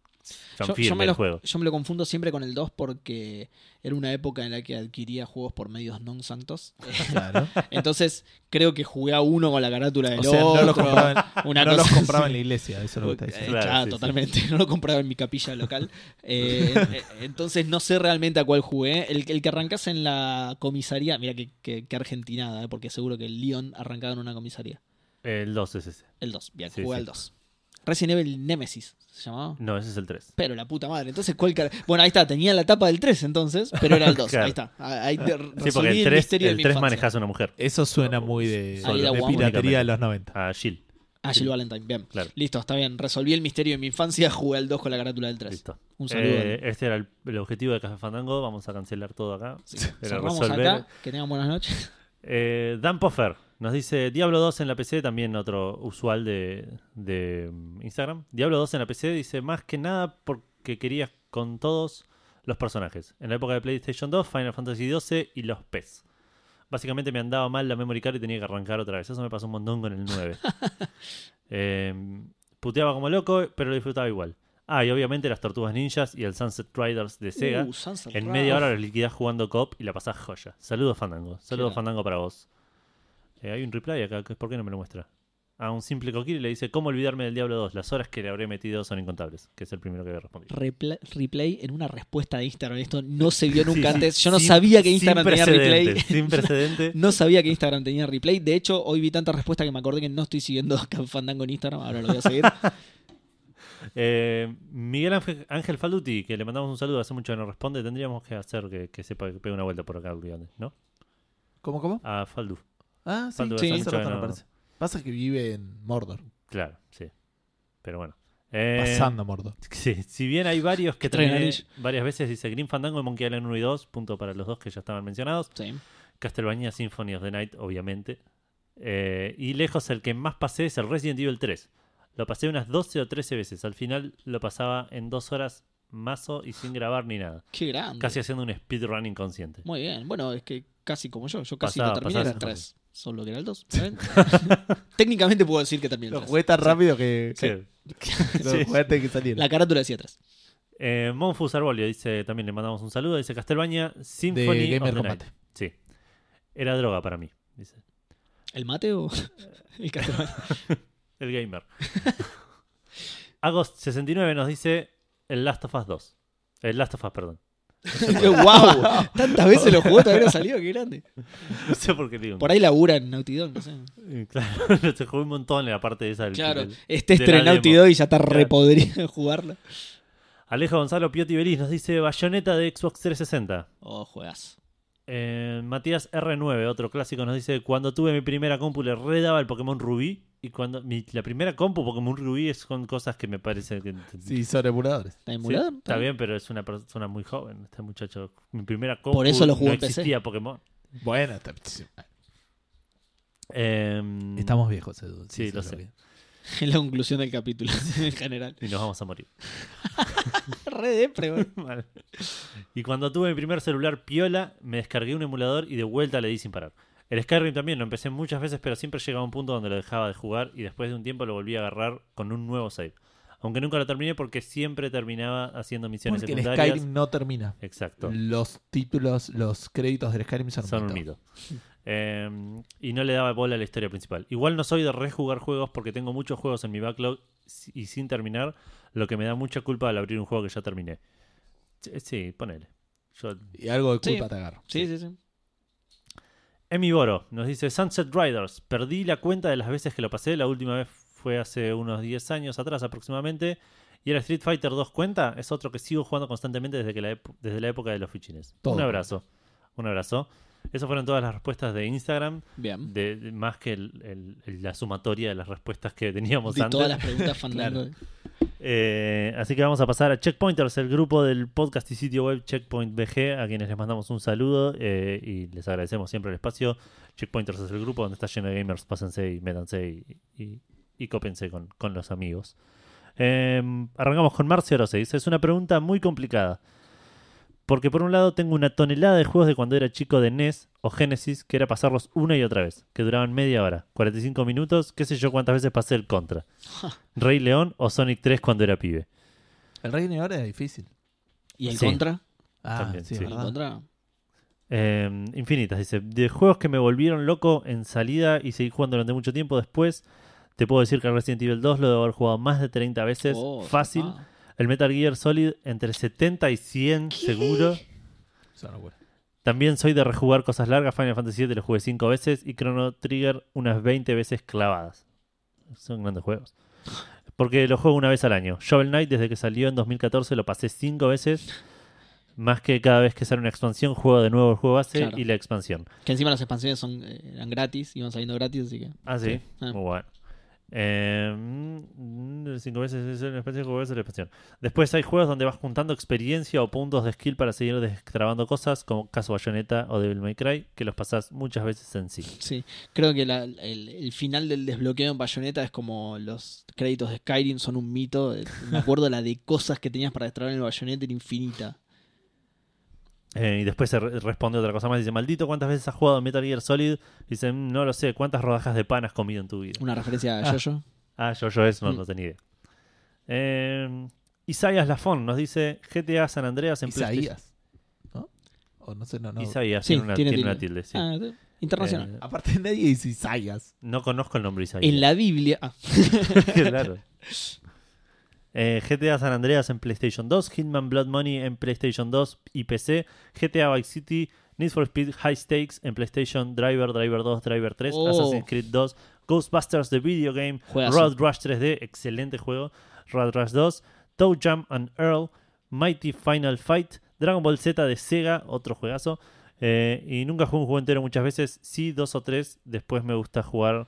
[SPEAKER 2] tan
[SPEAKER 3] Yo, yo
[SPEAKER 2] firme
[SPEAKER 3] me
[SPEAKER 2] el
[SPEAKER 3] lo,
[SPEAKER 2] juego.
[SPEAKER 3] yo me lo confundo siempre con el 2 porque era una época en la que adquiría juegos por medios non santos.
[SPEAKER 1] Claro.
[SPEAKER 3] Entonces, creo que jugué a uno con la carátula del
[SPEAKER 1] O sea,
[SPEAKER 3] otro.
[SPEAKER 1] no los compraba en,
[SPEAKER 3] una
[SPEAKER 1] no los
[SPEAKER 3] cosa
[SPEAKER 1] compraba
[SPEAKER 3] así.
[SPEAKER 1] en la iglesia, eso es lo que está diciendo.
[SPEAKER 3] Eh,
[SPEAKER 2] Claro,
[SPEAKER 3] ya,
[SPEAKER 2] sí, sí.
[SPEAKER 3] totalmente. No lo compraba en mi capilla local. Eh, eh, entonces no sé realmente a cuál jugué. El, el que arrancás en la comisaría. Mira que, que- que argentinada, eh, porque seguro que el León arrancaba en una comisaría.
[SPEAKER 2] El 2 es ese.
[SPEAKER 3] El 2. Bien,
[SPEAKER 2] Sí,
[SPEAKER 3] jugué
[SPEAKER 2] sí.
[SPEAKER 3] al 2. Resident Evil Nemesis se llamaba.
[SPEAKER 2] No, ese es el 3.
[SPEAKER 3] Pero la puta madre. Entonces, ¿cuál car- Bueno, ahí está. Tenía la tapa del 3 entonces, pero era el 2.
[SPEAKER 2] Claro.
[SPEAKER 3] Ahí está. Ah, Ahí te
[SPEAKER 2] Sí,
[SPEAKER 3] resolví
[SPEAKER 2] porque el
[SPEAKER 3] el
[SPEAKER 2] 3,
[SPEAKER 3] misterio de
[SPEAKER 2] el
[SPEAKER 3] mi
[SPEAKER 2] 3
[SPEAKER 3] infancia.
[SPEAKER 2] manejas a una mujer.
[SPEAKER 1] Eso suena muy de,
[SPEAKER 3] Ahí la
[SPEAKER 1] de
[SPEAKER 3] guamos.
[SPEAKER 1] piratería de los 90.
[SPEAKER 2] A Jill.
[SPEAKER 3] Ah, Jill Valentine. Bien.
[SPEAKER 2] Claro.
[SPEAKER 3] Listo, está bien. Resolví el misterio de mi infancia. Jugué al 2 con la carátula del 3.
[SPEAKER 2] Listo.
[SPEAKER 3] Un saludo.
[SPEAKER 2] Eh, este era el, el objetivo de Café Fandango. Vamos a cancelar todo acá.
[SPEAKER 3] Sí,
[SPEAKER 2] Era
[SPEAKER 3] cerramos
[SPEAKER 2] resolver.
[SPEAKER 3] acá. Que tengan buenas noches.
[SPEAKER 2] Eh, Dan Poffer nos dice Diablo 2 en la PC, también otro usual de, de mm, Instagram. Diablo 2 en la PC dice más que nada porque querías con todos los personajes. En la época de PlayStation 2, Final Fantasy 12 y los PES. Básicamente me andaba mal la memory card y tenía que arrancar otra vez. Eso me pasó un montón con el 9. Eh, puteaba como loco, pero lo disfrutaba igual. Ah, y obviamente las Tortugas Ninjas y el Sunset Riders de Sega.
[SPEAKER 3] Uh, Sunset
[SPEAKER 2] ¿eh? En
[SPEAKER 3] Riders.
[SPEAKER 2] media hora los liquidás jugando cop y la pasás joya. Saludos, Fandango. Saludos,
[SPEAKER 3] Claro.
[SPEAKER 2] Fandango, para vos. Eh, hay un reply acá, que es por qué no me lo muestra. A un simple coquiri le dice, ¿cómo olvidarme del Diablo 2? Las horas que le habré metido son incontables, que es el primero que había respondido.
[SPEAKER 3] Repla- replay en una respuesta de Instagram. Esto no se vio nunca
[SPEAKER 2] Sí,
[SPEAKER 3] antes.
[SPEAKER 2] sí,
[SPEAKER 3] Yo no
[SPEAKER 2] sin-
[SPEAKER 3] sabía que
[SPEAKER 2] sin
[SPEAKER 3] Instagram tenía
[SPEAKER 2] precedente,
[SPEAKER 3] replay.
[SPEAKER 2] Sin precedente.
[SPEAKER 3] No sabía que Instagram tenía replay. De hecho, hoy vi tanta respuesta que me acordé que no estoy siguiendo a Fandango en Instagram. Ahora lo voy a seguir.
[SPEAKER 2] Eh, Miguel Ángel, Ángel Faluti, que le mandamos un saludo, hace mucho que no responde. Tendríamos que hacer que, que sepa que pegue una vuelta por acá, olvidate, ¿no?
[SPEAKER 1] ¿Cómo, cómo?
[SPEAKER 2] A Faldu.
[SPEAKER 1] Ah, sí,
[SPEAKER 2] Falta
[SPEAKER 1] sí.
[SPEAKER 3] hace
[SPEAKER 1] hace
[SPEAKER 2] mucho
[SPEAKER 1] rato
[SPEAKER 2] que
[SPEAKER 1] no
[SPEAKER 2] no-
[SPEAKER 1] aparece. Pasa que vive en Mordor,
[SPEAKER 2] Claro, sí. Pero bueno. Eh,
[SPEAKER 1] pasando Mordor.
[SPEAKER 2] Sí, si bien hay varios que
[SPEAKER 3] Traen
[SPEAKER 2] terminé
[SPEAKER 3] anillo.
[SPEAKER 2] varias veces, dice Green Fandango y Monkey Island 1 y 2, punto para los dos que ya estaban mencionados.
[SPEAKER 3] Sí.
[SPEAKER 2] Castlevania Symphony of the Night, obviamente. Eh, y lejos el que más pasé es el Resident Evil 3. Lo pasé unas 12 o 13 veces. Al final lo pasaba en dos horas mazo y sin grabar ni nada.
[SPEAKER 3] Qué grande.
[SPEAKER 2] Casi haciendo un speedrun inconsciente.
[SPEAKER 3] Muy bien. Bueno, es que casi como yo. Yo casi
[SPEAKER 2] Pasaba,
[SPEAKER 3] lo terminé en el
[SPEAKER 2] pasaba.
[SPEAKER 3] 3. Solo que era el 2. Técnicamente puedo decir que terminé
[SPEAKER 1] Lo
[SPEAKER 3] el
[SPEAKER 1] jugué
[SPEAKER 3] 3.
[SPEAKER 1] tan rápido que, que
[SPEAKER 2] Sí.
[SPEAKER 1] lo
[SPEAKER 2] Sí.
[SPEAKER 1] jugué antes de que saliera.
[SPEAKER 3] La carátula decía 3.
[SPEAKER 2] Eh, Monfus Arbolio dice, también le mandamos un saludo, dice Castlevania
[SPEAKER 1] de
[SPEAKER 2] Symphony
[SPEAKER 1] Gamer
[SPEAKER 2] of the Night.
[SPEAKER 1] Combate.
[SPEAKER 2] Sí. Era droga para mí, dice.
[SPEAKER 3] ¿El mate o el castellano?
[SPEAKER 2] El gamer. Agost69 nos dice el Last of Us 2. El Last of Us, perdón.
[SPEAKER 3] ¡Wow! Tantas veces lo jugó, todavía no salió. Qué grande.
[SPEAKER 2] No sé por qué digo.
[SPEAKER 3] Por ahí labura en Naughty Dog, no sé.
[SPEAKER 2] Eh, Claro, se jugó un montón en la parte de esa del
[SPEAKER 3] Claro,
[SPEAKER 2] del-
[SPEAKER 3] este
[SPEAKER 2] de la
[SPEAKER 3] estreno en Naughty
[SPEAKER 2] demo.
[SPEAKER 3] Dog y ya está
[SPEAKER 2] Claro.
[SPEAKER 3] repodrido jugarla.
[SPEAKER 2] Alejo Gonzalo Piotti Belis nos dice Bayoneta de Xbox 360.
[SPEAKER 3] Oh, juegas.
[SPEAKER 2] Eh, Matías R9, otro clásico, nos dice Cuando tuve mi primera compu le redaba el Pokémon Rubí. Y cuando mi- la primera compu Pokémon Rubí es con cosas que me parecen que...
[SPEAKER 1] Sí, sobre emuladores.
[SPEAKER 3] ¿Está
[SPEAKER 2] Sí,
[SPEAKER 3] emulado?
[SPEAKER 2] está bien, pero es una persona muy joven, este muchacho. Mi primera compu
[SPEAKER 3] Por eso lo jugó
[SPEAKER 2] no
[SPEAKER 3] en PC.
[SPEAKER 2] existía Pokémon.
[SPEAKER 1] Bueno, está-
[SPEAKER 3] Mm.
[SPEAKER 2] Em,
[SPEAKER 1] estamos viejos, Edu.
[SPEAKER 2] Sí, lo
[SPEAKER 1] se
[SPEAKER 2] sé.
[SPEAKER 1] olvida.
[SPEAKER 3] Es la conclusión del capítulo en general.
[SPEAKER 2] Y nos vamos a morir.
[SPEAKER 3] Re depre, boludo.
[SPEAKER 2] Mal. Y cuando tuve mi primer celular piola, me descargué un emulador y de vuelta le di sin parar. El Skyrim también lo empecé muchas veces, pero siempre llegaba a un punto donde lo dejaba de jugar y después de un tiempo lo volví a agarrar con un nuevo save. Aunque nunca lo terminé porque siempre terminaba haciendo misiones
[SPEAKER 1] Porque el
[SPEAKER 2] secundarias.
[SPEAKER 1] Skyrim no termina.
[SPEAKER 2] Exacto.
[SPEAKER 1] Los títulos, los créditos del Skyrim son,
[SPEAKER 2] Son un mito. Eh, y no le daba bola a la historia principal. Igual no soy de rejugar juegos porque tengo muchos juegos en mi backlog si- y sin terminar, lo que me da mucha culpa al abrir un juego que ya terminé. eh, Sí, Sí, ponele. Yo...
[SPEAKER 1] Y algo de
[SPEAKER 3] Sí.
[SPEAKER 1] culpa te agarro.
[SPEAKER 3] Sí, sí, sí.
[SPEAKER 2] Emi Boro nos dice Sunset Riders. Perdí la cuenta de las veces que lo pasé. La última vez fue hace unos 10 años atrás aproximadamente. Y el Street Fighter 2 cuenta. Es otro que sigo jugando constantemente desde, que la, epo- desde la época de los fichines.
[SPEAKER 1] Todo
[SPEAKER 2] Un abrazo. Un abrazo. Esas fueron todas las respuestas de Instagram.
[SPEAKER 3] Bien.
[SPEAKER 2] De, de- más que el- el- el- la sumatoria de las respuestas que teníamos
[SPEAKER 3] De
[SPEAKER 2] antes.
[SPEAKER 3] todas las preguntas Fandango.
[SPEAKER 2] Eh, así que vamos a pasar a Checkpointers, el grupo del podcast y sitio web Checkpoint BG, a quienes les mandamos un saludo eh, y les agradecemos siempre el espacio. Checkpointers es el grupo donde está lleno de gamers, pásense y métanse y, y, y cópense con, con los amigos. Eh, arrancamos con Marcio Rose, dice, es una pregunta muy complicada. Porque por un lado tengo una tonelada de juegos de cuando era chico de NES o Genesis que era pasarlos una y otra vez, que duraban media hora, 45 minutos, qué sé yo cuántas veces pasé el contra. Rey León o Sonic 3 cuando era pibe.
[SPEAKER 1] El Rey León era difícil.
[SPEAKER 3] ¿Y el
[SPEAKER 2] Sí.
[SPEAKER 3] contra?
[SPEAKER 1] Ah,
[SPEAKER 2] También,
[SPEAKER 1] sí,
[SPEAKER 2] sí.
[SPEAKER 3] ¿El
[SPEAKER 1] ¿verdad?
[SPEAKER 3] contra?
[SPEAKER 2] Eh, infinitas, dice. De juegos que me volvieron loco en salida y seguí jugando durante mucho tiempo después. Te puedo decir que el Resident Evil 2 lo debo haber jugado más de 30 veces.
[SPEAKER 3] Oh,
[SPEAKER 2] fácil.
[SPEAKER 3] zarpado.
[SPEAKER 2] El Metal Gear Solid entre 70 y 100 seguro.
[SPEAKER 1] Es una locura.
[SPEAKER 2] También soy de rejugar cosas largas. Final Fantasy VII lo jugué 5 veces y Chrono Trigger unas 20 veces clavadas. Son grandes juegos. Porque lo juego una vez al año. Shovel Knight, desde que salió en 2014, lo pasé 5 veces. Más que cada vez que sale una expansión, juego de nuevo el juego base
[SPEAKER 3] Claro.
[SPEAKER 2] y la expansión.
[SPEAKER 3] Que encima las expansiones son, eh, eran gratis, iban saliendo gratis, así que.
[SPEAKER 2] Ah, sí.
[SPEAKER 3] Sí. Ah.
[SPEAKER 2] Muy bueno. Eh, mm, cinco veces es la expansión, cinco veces la expansión. Después hay juegos donde vas juntando experiencia o puntos de skill para seguir destrabando cosas, como caso Bayonetta o Devil May Cry, que los pasás muchas veces en sí.
[SPEAKER 3] Sí, creo que la- el, el final del desbloqueo en Bayonetta es como los créditos de Skyrim son un mito. eh, Me acuerdo la de cosas que tenías para destrabar en el Bayonetta era infinita.
[SPEAKER 2] Eh, y después se re- responde otra cosa más. Dice, maldito, ¿cuántas veces has jugado a Metal Gear Solid? Dice, "Mm, no lo sé, ¿cuántas rodajas de pan has comido en tu vida?
[SPEAKER 3] Una referencia a Jojo.
[SPEAKER 2] Ah, yo, yo eso no,
[SPEAKER 3] Mm.
[SPEAKER 2] no tenía idea. Eh, Isaías Lafon nos dice, GTA San Andreas en PlayStation.
[SPEAKER 1] Isaías. ¿No? O no sé, no, no.
[SPEAKER 2] Isaías
[SPEAKER 3] Sí,
[SPEAKER 2] tiene una tiene,
[SPEAKER 3] tiene
[SPEAKER 2] una tilde, sí.
[SPEAKER 3] Ah, sí, internacional.
[SPEAKER 2] Eh,
[SPEAKER 1] Aparte nadie dice Isaías.
[SPEAKER 2] no conozco el nombre Isaías.
[SPEAKER 3] en la Biblia. ah,
[SPEAKER 2] Claro. Eh, GTA San Andreas en PlayStation 2, Hitman Blood Money en PlayStation 2 y PC, GTA Vice City, Need for Speed High Stakes en PlayStation, Driver, Driver 2, Driver 3,
[SPEAKER 3] Oh.
[SPEAKER 2] Assassin's Creed 2, Ghostbusters The Video Game,
[SPEAKER 3] Juegazo.
[SPEAKER 2] Road Rush 3D, excelente juego, Road Rush 2, Toe Jam and Earl, Mighty Final Fight, Dragon Ball Z de Sega, otro juegazo. eh, y nunca jugué un juego entero muchas veces, sí dos o tres, después me gusta jugar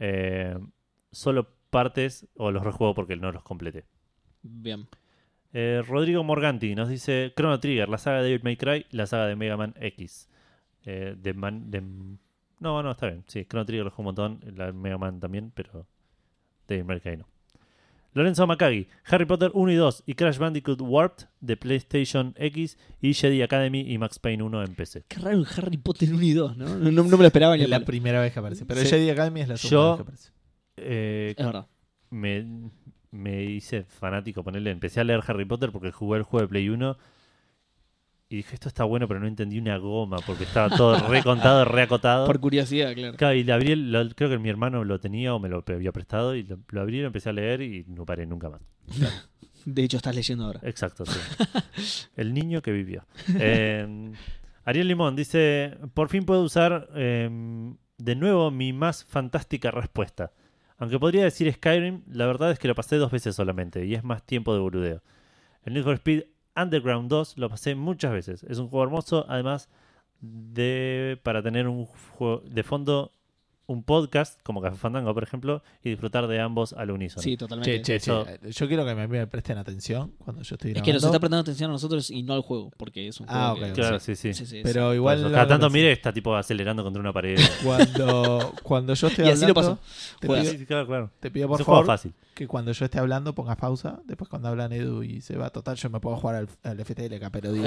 [SPEAKER 2] eh, solo partes o los rejuego porque no los completé.
[SPEAKER 3] Bien.
[SPEAKER 2] Eh, Rodrigo Morganti nos dice Chrono Trigger, la saga de David May Cry, la saga de Mega Man X. Eh, de Man- de- No, no, está bien. Sí, Chrono Trigger lo juego un montón, la de Mega Man también, pero David May Cry no. Lorenzo Macagi, Harry Potter 1 y 2 y Crash Bandicoot Warped de PlayStation X y Jedi Academy y Max Payne 1 en PC.
[SPEAKER 3] Qué raro en Harry Potter 1 y 2, ¿no? No, no- no me lo esperaba ni
[SPEAKER 1] Es
[SPEAKER 3] a
[SPEAKER 1] la
[SPEAKER 3] palo.
[SPEAKER 1] primera vez que aparece. Pero
[SPEAKER 3] Sí.
[SPEAKER 1] Jedi Academy es la segunda
[SPEAKER 2] Yo-
[SPEAKER 1] vez que aparece.
[SPEAKER 2] Eh,
[SPEAKER 3] Es verdad.
[SPEAKER 2] me, me hice fanático, ponerle, empecé a leer Harry Potter porque jugué el juego de Play 1 y dije, esto está bueno, pero no entendí una goma porque estaba todo recontado, reacotado.
[SPEAKER 3] Por curiosidad, claro.
[SPEAKER 2] Claro, y le abrí, el- lo- creo que mi hermano lo tenía o me lo había prestado y lo, lo abrí, lo empecé a leer y no paré nunca más.
[SPEAKER 3] De hecho, estás leyendo ahora.
[SPEAKER 2] Exacto, sí. El niño que vivió. Eh, Ariel Limón dice: Por fin puedo usar eh, de nuevo mi más fantástica respuesta. Aunque podría decir Skyrim, la verdad es que lo pasé dos veces solamente y es más tiempo de boludeo. El Need for Speed Underground 2 lo pasé muchas veces. Es un juego hermoso, además de para tener un juego de fondo un podcast como Café Fandango, por ejemplo, y disfrutar de ambos al unísono.
[SPEAKER 3] Sí, totalmente.
[SPEAKER 1] Che, che,
[SPEAKER 2] Eso-
[SPEAKER 1] che. Yo quiero que me, me presten atención cuando yo estoy
[SPEAKER 3] Es
[SPEAKER 1] grabando.
[SPEAKER 3] que nos está prestando atención a nosotros y no al juego, porque es un juego.
[SPEAKER 1] Ah,
[SPEAKER 3] que-
[SPEAKER 1] ok,
[SPEAKER 2] Claro, sí, sí.
[SPEAKER 3] Sí, sí, sí.
[SPEAKER 1] Pero
[SPEAKER 2] Por
[SPEAKER 1] igual.
[SPEAKER 2] eso,
[SPEAKER 1] lo
[SPEAKER 2] cada tanto
[SPEAKER 1] agradezco.
[SPEAKER 2] mire, está tipo acelerando contra una pared.
[SPEAKER 1] Cuando, cuando yo esté
[SPEAKER 3] Y
[SPEAKER 1] hablando.
[SPEAKER 3] así lo
[SPEAKER 1] Te
[SPEAKER 3] Juegas.
[SPEAKER 1] pido,
[SPEAKER 2] Sí, claro, claro.
[SPEAKER 1] te pido,
[SPEAKER 2] Es
[SPEAKER 1] por
[SPEAKER 2] un juego
[SPEAKER 1] favor
[SPEAKER 2] fácil.
[SPEAKER 1] que cuando yo esté hablando pongas pausa. Después cuando hablan Edu y se va. Total, yo me puedo jugar al, al FTLK, pero digo.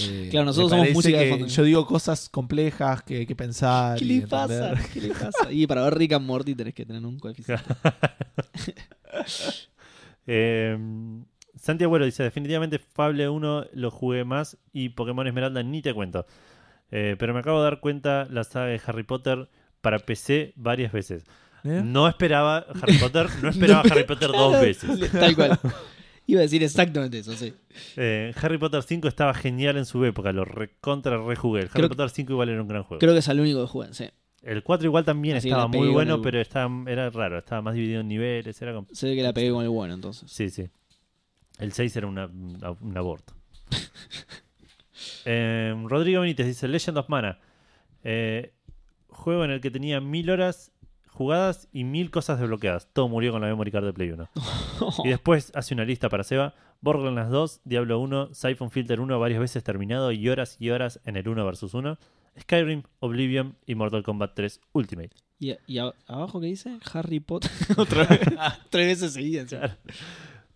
[SPEAKER 1] eh,
[SPEAKER 3] Claro, nosotros
[SPEAKER 1] me
[SPEAKER 3] somos
[SPEAKER 1] parece
[SPEAKER 3] música de
[SPEAKER 1] que
[SPEAKER 3] fondo.
[SPEAKER 1] Yo digo cosas complejas que hay que pensar.
[SPEAKER 3] ¿Qué
[SPEAKER 1] y
[SPEAKER 3] le
[SPEAKER 1] entender.
[SPEAKER 3] pasa? ¿Qué le pasa? Y para ver Rick and Morty tenés que tener un coeficiente.
[SPEAKER 2] Eh, Santi Agüero dice: Definitivamente Fable 1 lo jugué más y Pokémon Esmeralda ni te cuento. Eh, pero me acabo de dar cuenta la saga de Harry Potter para PC varias veces.
[SPEAKER 1] ¿Eh?
[SPEAKER 2] No esperaba Harry Potter, no esperaba Harry Potter dos veces.
[SPEAKER 3] Tal cual. Iba a decir exactamente eso, sí.
[SPEAKER 2] Eh, Harry Potter 5 estaba genial en su época, lo recontra rejugué. El Harry
[SPEAKER 3] Creo que-
[SPEAKER 2] Potter 5 igual era un gran juego.
[SPEAKER 3] Creo que es el único que juegan, sí.
[SPEAKER 2] El 4 igual también
[SPEAKER 3] Así que
[SPEAKER 2] estaba
[SPEAKER 3] la pegué
[SPEAKER 2] muy
[SPEAKER 3] con
[SPEAKER 2] bueno,
[SPEAKER 3] el-
[SPEAKER 2] pero estaba, era raro, estaba más dividido en niveles, era como-
[SPEAKER 3] Se ve que la pegué con el bueno, entonces.
[SPEAKER 2] Sí, sí. El 6 era una- un aborto. Eh, Rodrigo Benítez dice Legend of Mana. Eh, juego en el que tenía mil horas jugadas y mil cosas desbloqueadas. Todo murió con la memory card de Play 1. Y después hace una lista para Seba. Borderlands 2, Diablo 1, Siphon Filter 1 varias veces terminado y horas y horas en el 1 versus 1. Skyrim, Oblivion y Mortal Kombat 3 Ultimate.
[SPEAKER 3] ¿Y, y a- abajo qué dice? Harry Potter. Otra vez. Tres veces seguidas. sí.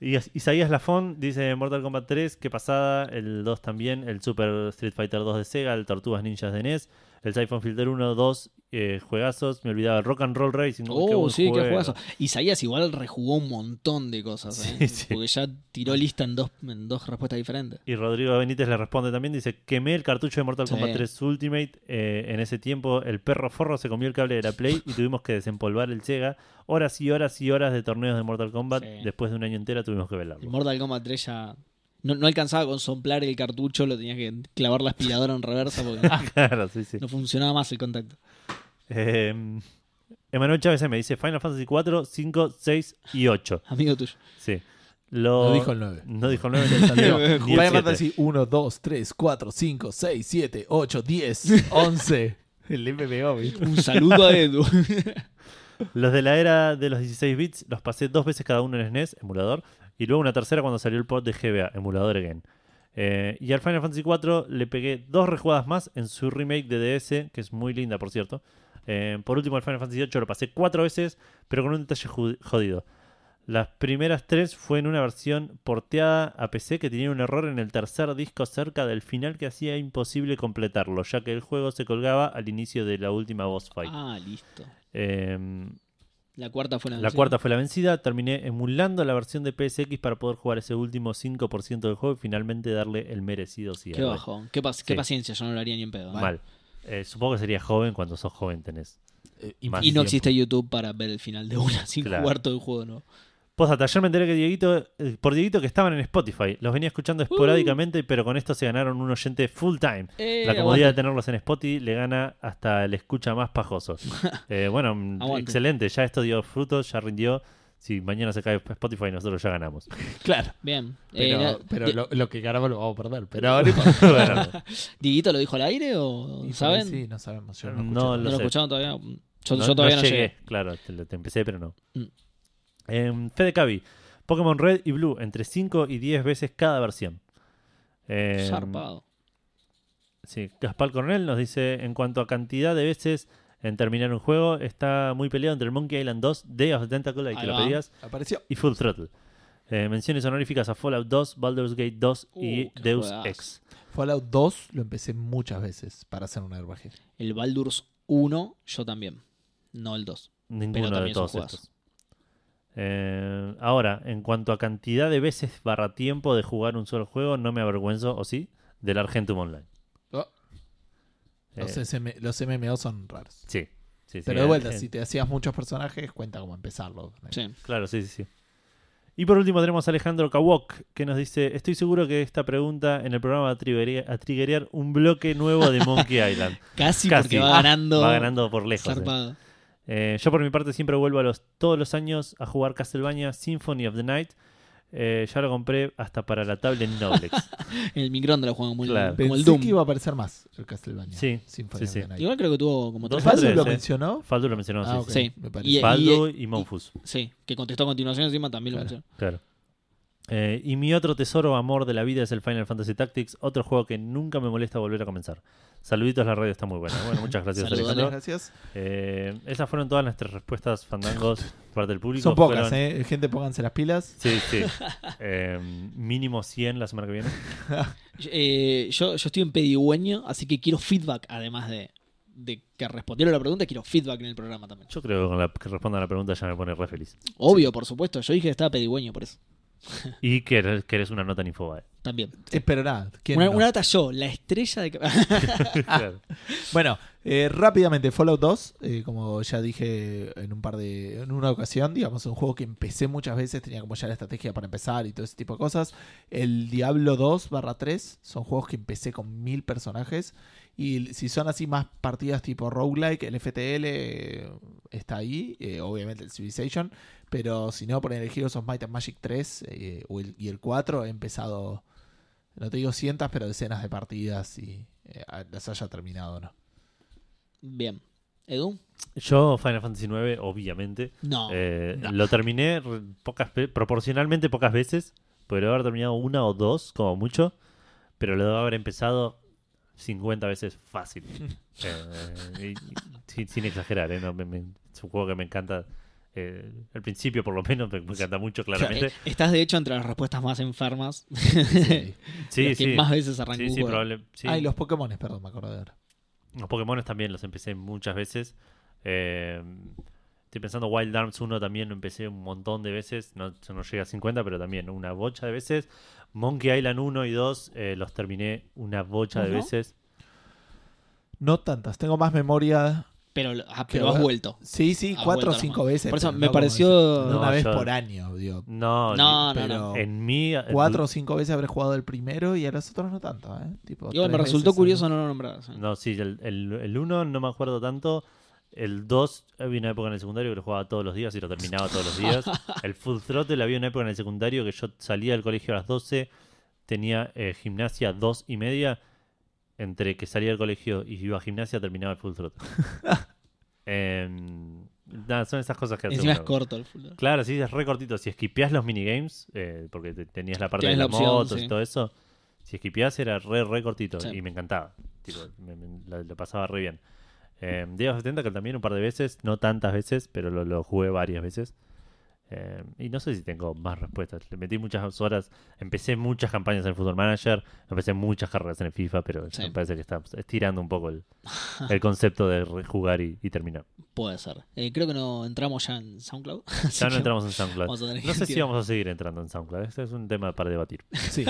[SPEAKER 2] Y Is- Isaías Lafon dice Mortal Kombat 3, que pasada, el 2 también, el Super Street Fighter 2 de Sega, el Tortugas Ninjas de NES, el Siphon Filter 1, 2, eh, juegazos, me olvidaba, el Rock and Roll Racing. uy, qué
[SPEAKER 3] Oh,
[SPEAKER 2] buen
[SPEAKER 3] sí, qué
[SPEAKER 2] juego.
[SPEAKER 3] juegazo. Isaías igual rejugó un montón de cosas, ¿eh?
[SPEAKER 2] Sí, sí.
[SPEAKER 3] Porque ya tiró lista en dos, en dos respuestas diferentes.
[SPEAKER 2] Y Rodrigo Benítez le responde también, dice, quemé el cartucho de Mortal
[SPEAKER 3] Sí.
[SPEAKER 2] Kombat 3 Ultimate, eh, en ese tiempo el perro forro se comió el cable de la Play y tuvimos que desempolvar el Sega, horas y horas y horas de torneos de Mortal Kombat,
[SPEAKER 3] Sí.
[SPEAKER 2] después de un año entero tuvimos que
[SPEAKER 3] El
[SPEAKER 2] velarlo.
[SPEAKER 3] Mortal Kombat 3 ya. No, no alcanzaba con soplar el cartucho, lo tenía que clavar la aspiradora en reversa porque no,
[SPEAKER 2] Claro, sí, sí.
[SPEAKER 3] no funcionaba más el contacto.
[SPEAKER 2] Eh, Emanuel Chávez me dice Final Fantasy 4, 5, 6 y 8.
[SPEAKER 3] Amigo tuyo.
[SPEAKER 2] Sí. Lo...
[SPEAKER 1] No dijo el 9.
[SPEAKER 2] No dijo el 9, le salió. Ni el
[SPEAKER 1] Final
[SPEAKER 2] 7.
[SPEAKER 1] Fantasy 1, 2, 3, 4, 5, 6, 7, 8, 10, 11. El MMO, ¿viste?
[SPEAKER 3] Un saludo a Edu.
[SPEAKER 2] Los de la era de los 16 bits los pasé dos veces cada uno en SNES, emulador, y luego una tercera cuando salió el port de GBA, emulador again. Eh, y al Final Fantasy 4 le pegué dos rejugadas más en su remake de DS, que es muy linda, por cierto. Eh, por último, al Final Fantasy 8 lo pasé cuatro veces, pero con un detalle ju- jodido. Las primeras tres fue en una versión porteada a PC que tenía un error en el tercer disco cerca del final que hacía imposible completarlo, ya que el juego se colgaba al inicio de la última boss fight.
[SPEAKER 3] ah, listo.
[SPEAKER 2] Em,
[SPEAKER 3] La cuarta fue
[SPEAKER 2] la cuarta fue la vencida. Terminé emulando la versión de PSX para poder jugar ese último 5% del juego y finalmente darle el merecido cierre.
[SPEAKER 3] Qué bajón. Qué, pas- qué
[SPEAKER 2] Sí.
[SPEAKER 3] paciencia, yo no lo haría ni en pedo. ¿eh?
[SPEAKER 2] Mal. Eh, supongo que sería joven cuando sos joven tenés. Mal.
[SPEAKER 3] Eh, Y
[SPEAKER 2] Más
[SPEAKER 3] no
[SPEAKER 2] tiempo.
[SPEAKER 3] existe YouTube para ver el final de una sin
[SPEAKER 2] Claro.
[SPEAKER 3] jugar todo el juego, ¿no?
[SPEAKER 2] Posta, ayer me enteré que Dieguito, eh, por Dieguito que estaban en Spotify. Los venía
[SPEAKER 3] Uh.
[SPEAKER 2] escuchando esporádicamente, pero con esto se ganaron un oyente full time.
[SPEAKER 3] Eh,
[SPEAKER 2] La comodidad de
[SPEAKER 3] aguante.
[SPEAKER 2] tenerlos en Spotify le gana hasta el escucha más pajoso. Eh, bueno, mm,
[SPEAKER 3] Aguante.
[SPEAKER 2] excelente. Ya esto dio frutos, ya rindió. Si mañana se cae Spotify, nosotros ya ganamos.
[SPEAKER 1] Claro.
[SPEAKER 3] Bien. Eh,
[SPEAKER 1] Pero,
[SPEAKER 3] na-
[SPEAKER 1] pero
[SPEAKER 3] Di-
[SPEAKER 1] lo, lo que ganamos lo vamos a perder. Pero ahora no importa.
[SPEAKER 2] Bueno,
[SPEAKER 3] ¿Dieguito lo dijo al aire o
[SPEAKER 1] Y por ahí
[SPEAKER 3] saben?
[SPEAKER 1] Sí, no sabemos. Yo no,
[SPEAKER 2] No
[SPEAKER 1] escuché.
[SPEAKER 3] ¿No
[SPEAKER 2] lo
[SPEAKER 3] lo
[SPEAKER 2] sé.
[SPEAKER 3] escucharon todavía? Yo, yo todavía no, llegué.
[SPEAKER 2] Claro, te, lo- te empecé, pero no.
[SPEAKER 3] Mm.
[SPEAKER 2] Em, Fede Cavi, Pokémon Red y Blue, entre 5 y 10 veces cada versión. Em,
[SPEAKER 3] Zarpado.
[SPEAKER 2] sí, Gaspar Cornell nos dice: en cuanto a cantidad de veces en terminar un juego, está muy peleado entre el Monkey Island 2, Day of the Tentacle, ahí
[SPEAKER 3] Ahí
[SPEAKER 2] que lo
[SPEAKER 3] va.
[SPEAKER 2] pedías,
[SPEAKER 1] Apareció.
[SPEAKER 2] y Full Throttle. Eh, menciones honoríficas a Fallout 2, Baldur's Gate 2 y
[SPEAKER 3] Uh, qué
[SPEAKER 2] Deus
[SPEAKER 3] juegazo.
[SPEAKER 2] Ex.
[SPEAKER 1] Fallout 2 lo empecé muchas veces para hacer un herbaje.
[SPEAKER 3] El Baldur's 1, yo también. No el 2.
[SPEAKER 2] Ninguno de
[SPEAKER 3] también son
[SPEAKER 2] todos
[SPEAKER 3] juegazos.
[SPEAKER 2] estos. Eh, ahora, en cuanto a cantidad de veces barra tiempo de jugar un solo juego, no me avergüenzo, o sí, del Argentum Online.
[SPEAKER 1] Oh,
[SPEAKER 2] Eh,
[SPEAKER 1] los, SM los MMO son raros.
[SPEAKER 2] sí, sí, sí,
[SPEAKER 1] Pero de
[SPEAKER 2] el-
[SPEAKER 1] vuelta,
[SPEAKER 2] el-
[SPEAKER 1] si te hacías muchos personajes, cuenta cómo empezarlo.
[SPEAKER 3] Sí.
[SPEAKER 2] Claro, sí, sí, sí. Y por último tenemos a Alejandro Kawok, que nos dice, estoy seguro que esta pregunta en el programa va a, triggería- a triggerear un bloque nuevo de Monkey Island. Casi.
[SPEAKER 3] Casi,
[SPEAKER 2] Ah,
[SPEAKER 3] porque va ganando.
[SPEAKER 2] Va ganando por lejos. eh.
[SPEAKER 3] Zarpado.
[SPEAKER 2] Eh, yo por mi parte siempre vuelvo a los, todos los años a jugar Castlevania Symphony of the Night. Eh, ya lo compré hasta para la tablet Noblex.
[SPEAKER 3] El micrón lo juega muy
[SPEAKER 2] Claro.
[SPEAKER 3] bien. Como el
[SPEAKER 1] Pensé
[SPEAKER 3] Doom.
[SPEAKER 1] que iba a aparecer más el Castlevania.
[SPEAKER 2] Sí,
[SPEAKER 1] Symphony
[SPEAKER 2] sí,
[SPEAKER 1] of the
[SPEAKER 2] sí.
[SPEAKER 1] Night.
[SPEAKER 3] Igual creo que tuvo como
[SPEAKER 2] Dos
[SPEAKER 3] tres.
[SPEAKER 2] o
[SPEAKER 1] ¿Falso
[SPEAKER 2] tres,
[SPEAKER 1] lo
[SPEAKER 2] eh.
[SPEAKER 1] mencionó?
[SPEAKER 2] Faldu lo mencionó, sí,
[SPEAKER 1] Ah, ok,
[SPEAKER 2] sí.
[SPEAKER 3] Sí.
[SPEAKER 1] me
[SPEAKER 3] Y-
[SPEAKER 1] parece.
[SPEAKER 2] Faldu
[SPEAKER 3] y-
[SPEAKER 2] y, Monfus.
[SPEAKER 3] Sí, que contestó a continuación encima también lo mencionó.
[SPEAKER 2] Claro. Eh, y mi otro tesoro amor de la vida es el Final Fantasy Tactics, otro juego que nunca me molesta volver a comenzar. Saluditos, la radio está muy buena. Bueno, muchas gracias,
[SPEAKER 3] Saludos,
[SPEAKER 2] Alejandro.
[SPEAKER 1] Gracias.
[SPEAKER 2] Eh, esas fueron todas nuestras respuestas fandangos por parte del público.
[SPEAKER 1] Son pocas,
[SPEAKER 2] Fueron-
[SPEAKER 1] ¿eh? Gente, pónganse las pilas.
[SPEAKER 2] Sí, sí. Eh, mínimo 100 la semana que viene.
[SPEAKER 3] Eh, yo, yo estoy en pedigüeño, así que quiero feedback, además de, de que respondieron a la pregunta, quiero feedback en el programa también.
[SPEAKER 2] Yo creo que con la que responda a la pregunta ya me pone re feliz.
[SPEAKER 3] Obvio, por supuesto. Yo dije que estaba pedigüeño por eso.
[SPEAKER 2] Y que eres, que eres una nota en Infobae.
[SPEAKER 3] También.
[SPEAKER 1] Eh, pero nada, ¿quién
[SPEAKER 3] Una,
[SPEAKER 1] no?
[SPEAKER 3] una data yo, la estrella de...
[SPEAKER 2] Claro.
[SPEAKER 1] Bueno, eh, rápidamente, Fallout 2, eh, como ya dije en un par de. en una ocasión, digamos, un juego que empecé muchas veces, tenía como ya la estrategia para empezar y todo ese tipo de cosas. El Diablo 2 barra 3 son juegos que empecé con mil personajes. Y si son así más partidas tipo roguelike, el FTL eh, está ahí, eh, obviamente el Civilization, pero si no, por el Heroes of Might and Magic 3 eh, o el- y el 4 he empezado, no te digo cientos, pero decenas de partidas y eh, a- las haya terminado, ¿no?
[SPEAKER 3] Bien. ¿Edu?
[SPEAKER 2] Yo, Final Fantasy IX, obviamente.
[SPEAKER 3] No.
[SPEAKER 2] eh,
[SPEAKER 3] no.
[SPEAKER 2] Lo terminé re- pocas ve- proporcionalmente pocas veces. Podría haber terminado una o dos, como mucho. Pero lo debo haber empezado 50 veces fácil. Eh, y- y- sin, sin exagerar, ¿eh? No, me- me- es un juego que me encanta. eh, al principio, por lo menos, me, me encanta mucho, claramente.
[SPEAKER 3] Eh, Estás de hecho entre las respuestas más enfermas.
[SPEAKER 1] Sí.
[SPEAKER 2] Sí,
[SPEAKER 3] Los que
[SPEAKER 2] sí.
[SPEAKER 3] más veces arrancó
[SPEAKER 2] Sí,
[SPEAKER 3] un
[SPEAKER 2] sí,
[SPEAKER 3] juego.
[SPEAKER 2] probable- sí.
[SPEAKER 1] Ah, y los Pokémones, perdón, me acordé ahora.
[SPEAKER 2] Los Pokémon también los empecé muchas veces. Eh, estoy pensando Wild Arms 1 también lo empecé un montón de veces. No, yo no llega a 50, pero también una bocha de veces. Monkey Island 1 y 2 eh, los terminé una bocha de
[SPEAKER 3] Ujú.
[SPEAKER 2] veces.
[SPEAKER 1] No tantas, tengo más memoria.
[SPEAKER 3] Pero, lo- ah,
[SPEAKER 1] Qué
[SPEAKER 3] pero has
[SPEAKER 1] bueno.
[SPEAKER 3] vuelto.
[SPEAKER 1] Sí, sí,
[SPEAKER 3] Ah,
[SPEAKER 1] cuatro o
[SPEAKER 3] bueno,
[SPEAKER 1] cinco
[SPEAKER 3] no.
[SPEAKER 1] veces.
[SPEAKER 3] Por eso
[SPEAKER 1] pero
[SPEAKER 3] me
[SPEAKER 1] como
[SPEAKER 3] pareció-
[SPEAKER 1] decir, no
[SPEAKER 2] No,
[SPEAKER 1] una vez
[SPEAKER 2] yo-
[SPEAKER 1] por año, digo.
[SPEAKER 2] No,
[SPEAKER 3] No, no,
[SPEAKER 1] pero-
[SPEAKER 3] no.
[SPEAKER 2] en mí. eh,
[SPEAKER 1] Cuatro o cinco veces habré jugado el primero y a los otros no tanto, ¿eh? Tipo,
[SPEAKER 3] Igual me
[SPEAKER 1] tres
[SPEAKER 3] resultó
[SPEAKER 1] veces,
[SPEAKER 3] curioso
[SPEAKER 1] ¿no?
[SPEAKER 3] no lo nombrar. sí.
[SPEAKER 2] No, sí, el, el, 1 no me acuerdo tanto. El 2 había una época en el secundario que lo jugaba todos los días y lo terminaba todos los días. El Full Throttle había una época en el secundario que yo salía del colegio a las 12, tenía eh, gimnasia 2 y media. Entre que salía del colegio y iba a gimnasia, terminaba el Full Throttle. Em, nada, son esas cosas que hacen
[SPEAKER 3] Encima es
[SPEAKER 2] uno.
[SPEAKER 3] corto el fútbol.
[SPEAKER 2] Claro, sí, es re cortito. Si esquipeás los minigames, eh, porque te- tenías la parte
[SPEAKER 3] Tenías
[SPEAKER 2] de
[SPEAKER 3] la
[SPEAKER 2] las
[SPEAKER 3] opción,
[SPEAKER 2] motos
[SPEAKER 3] sí.
[SPEAKER 2] y todo eso, si esquipeás era re, re cortito
[SPEAKER 3] Sí.
[SPEAKER 2] y me encantaba. Tipo, me- me- la, la pasaba re bien. Eh, Diego 70, que también un par de veces, no tantas veces, pero lo, lo jugué varias veces. Eh, y no sé si tengo más respuestas. Le metí muchas horas, empecé muchas campañas en el Football Manager, empecé muchas carreras en el FIFA, pero
[SPEAKER 3] Sí.
[SPEAKER 2] me parece que está estirando un poco el, el concepto de rejugar y, y terminar.
[SPEAKER 3] Puede ser. Eh, creo que no entramos ya en SoundCloud. así
[SPEAKER 2] Ya no
[SPEAKER 3] que
[SPEAKER 2] entramos en SoundCloud.
[SPEAKER 3] vamos a tener que
[SPEAKER 2] No sé si
[SPEAKER 3] tirar.
[SPEAKER 2] vamos a seguir entrando en SoundCloud. Este es un tema para debatir.
[SPEAKER 1] Sí.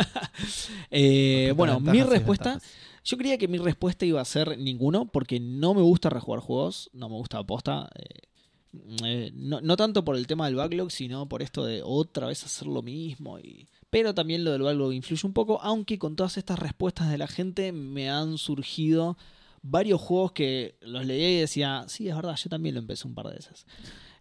[SPEAKER 3] Eh, bueno,
[SPEAKER 1] Ventajas
[SPEAKER 3] mi
[SPEAKER 1] y
[SPEAKER 3] respuesta.
[SPEAKER 1] desventajas.
[SPEAKER 3] Yo creía que mi respuesta iba a ser ninguno, porque no me gusta rejugar juegos, no me gusta aposta. eh, eh, no, no tanto por el tema del backlog, sino por esto de otra vez hacer lo mismo. Y... Pero también lo del backlog influye un poco, aunque con todas estas respuestas de la gente me han surgido varios juegos que los leía y decía, sí, es verdad, yo también lo empecé un par de veces.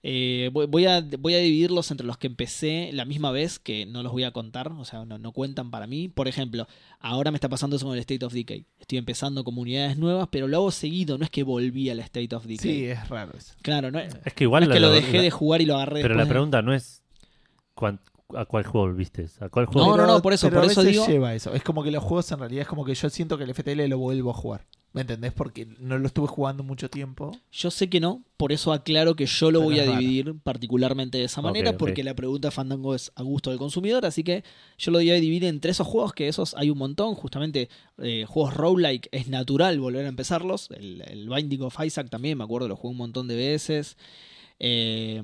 [SPEAKER 3] Eh, voy, voy a, voy a dividirlos entre los que empecé la misma vez, que no los voy a contar, o sea, no, no cuentan para mí. Por ejemplo, ahora me está pasando eso con el State of Decay. Estoy empezando comunidades nuevas, pero lo hago seguido, no es que volví al State of Decay.
[SPEAKER 1] Sí, eh. es raro eso.
[SPEAKER 3] Claro, no es,
[SPEAKER 2] Es que igual
[SPEAKER 3] no es que lo
[SPEAKER 2] la-
[SPEAKER 3] dejé
[SPEAKER 2] la-
[SPEAKER 3] de jugar y lo agarré
[SPEAKER 2] Pero
[SPEAKER 3] después
[SPEAKER 2] la
[SPEAKER 3] de-
[SPEAKER 2] pregunta no es cuán- a cuál juego volviste, a cuál
[SPEAKER 3] No,
[SPEAKER 2] juego.
[SPEAKER 3] no, no, por eso-
[SPEAKER 1] pero
[SPEAKER 3] por
[SPEAKER 1] a
[SPEAKER 3] eso
[SPEAKER 1] veces
[SPEAKER 3] digo-
[SPEAKER 1] lleva eso. Es como que los juegos en realidad es como que yo siento que el FTL lo vuelvo a jugar. ¿Me entendés? Porque no lo estuve jugando mucho tiempo.
[SPEAKER 3] Yo sé que no, por eso aclaro que yo lo
[SPEAKER 1] Pero
[SPEAKER 3] voy a
[SPEAKER 1] es raro.
[SPEAKER 3] dividir particularmente de esa
[SPEAKER 2] Ok,
[SPEAKER 3] manera,
[SPEAKER 2] ok.
[SPEAKER 3] porque la pregunta Fandango es a gusto del consumidor, así que yo lo voy a dividir entre esos juegos, que esos hay un montón, justamente eh, juegos roguelike es natural volver a empezarlos, el, el Binding of Isaac también, me acuerdo, lo jugué un montón de veces, Eh,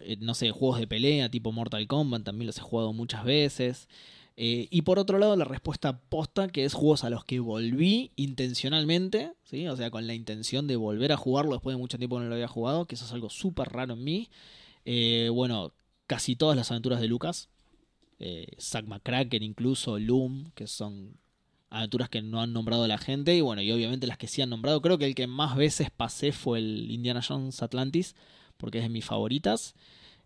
[SPEAKER 3] eh, no sé, juegos de pelea tipo Mortal Kombat también los he jugado muchas veces. Eh, y por otro lado, la respuesta posta, que es juegos a los que volví intencionalmente, ¿sí? o sea, con la intención de volver a jugarlo después de mucho tiempo que no lo había jugado, que eso es algo súper raro en mí. Eh, bueno, casi todas las aventuras de Lucas, eh, Zack McCracken incluso, Loom, que son aventuras que no han nombrado la gente, y bueno, y obviamente las que sí han nombrado, creo que el que más veces pasé fue el Indiana Jones Atlantis, porque es de mis favoritas,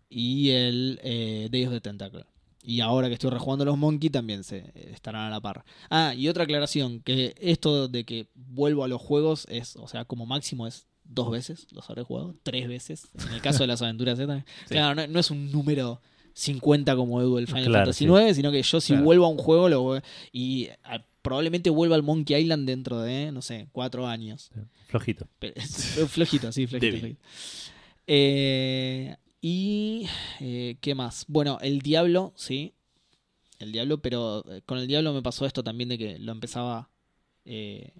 [SPEAKER 3] y el eh, Days of the Tentacle. Y ahora que estoy rejugando los Monkey también se eh, estarán a la par. Ah, y otra aclaración, que esto de que vuelvo a los juegos es, o sea, como máximo es dos veces, los habré jugado, tres veces, en el caso de las aventuras Z. Claro, no, no es un número 50 como Edu el Final
[SPEAKER 2] Claro,
[SPEAKER 3] Fantasy
[SPEAKER 2] sí.
[SPEAKER 3] IX, sino que yo si
[SPEAKER 1] Claro.
[SPEAKER 3] vuelvo a un juego lo voy- y ah, probablemente vuelva al Monkey Island dentro de, no sé, cuatro años.
[SPEAKER 2] Flojito.
[SPEAKER 3] Pero- flojito, sí, flojito.
[SPEAKER 2] Débil.
[SPEAKER 3] flojito. Eh, y. eh, ¿Qué más? Bueno, el Diablo, sí. El Diablo, pero eh, con el Diablo me pasó esto también de que lo empezaba eh,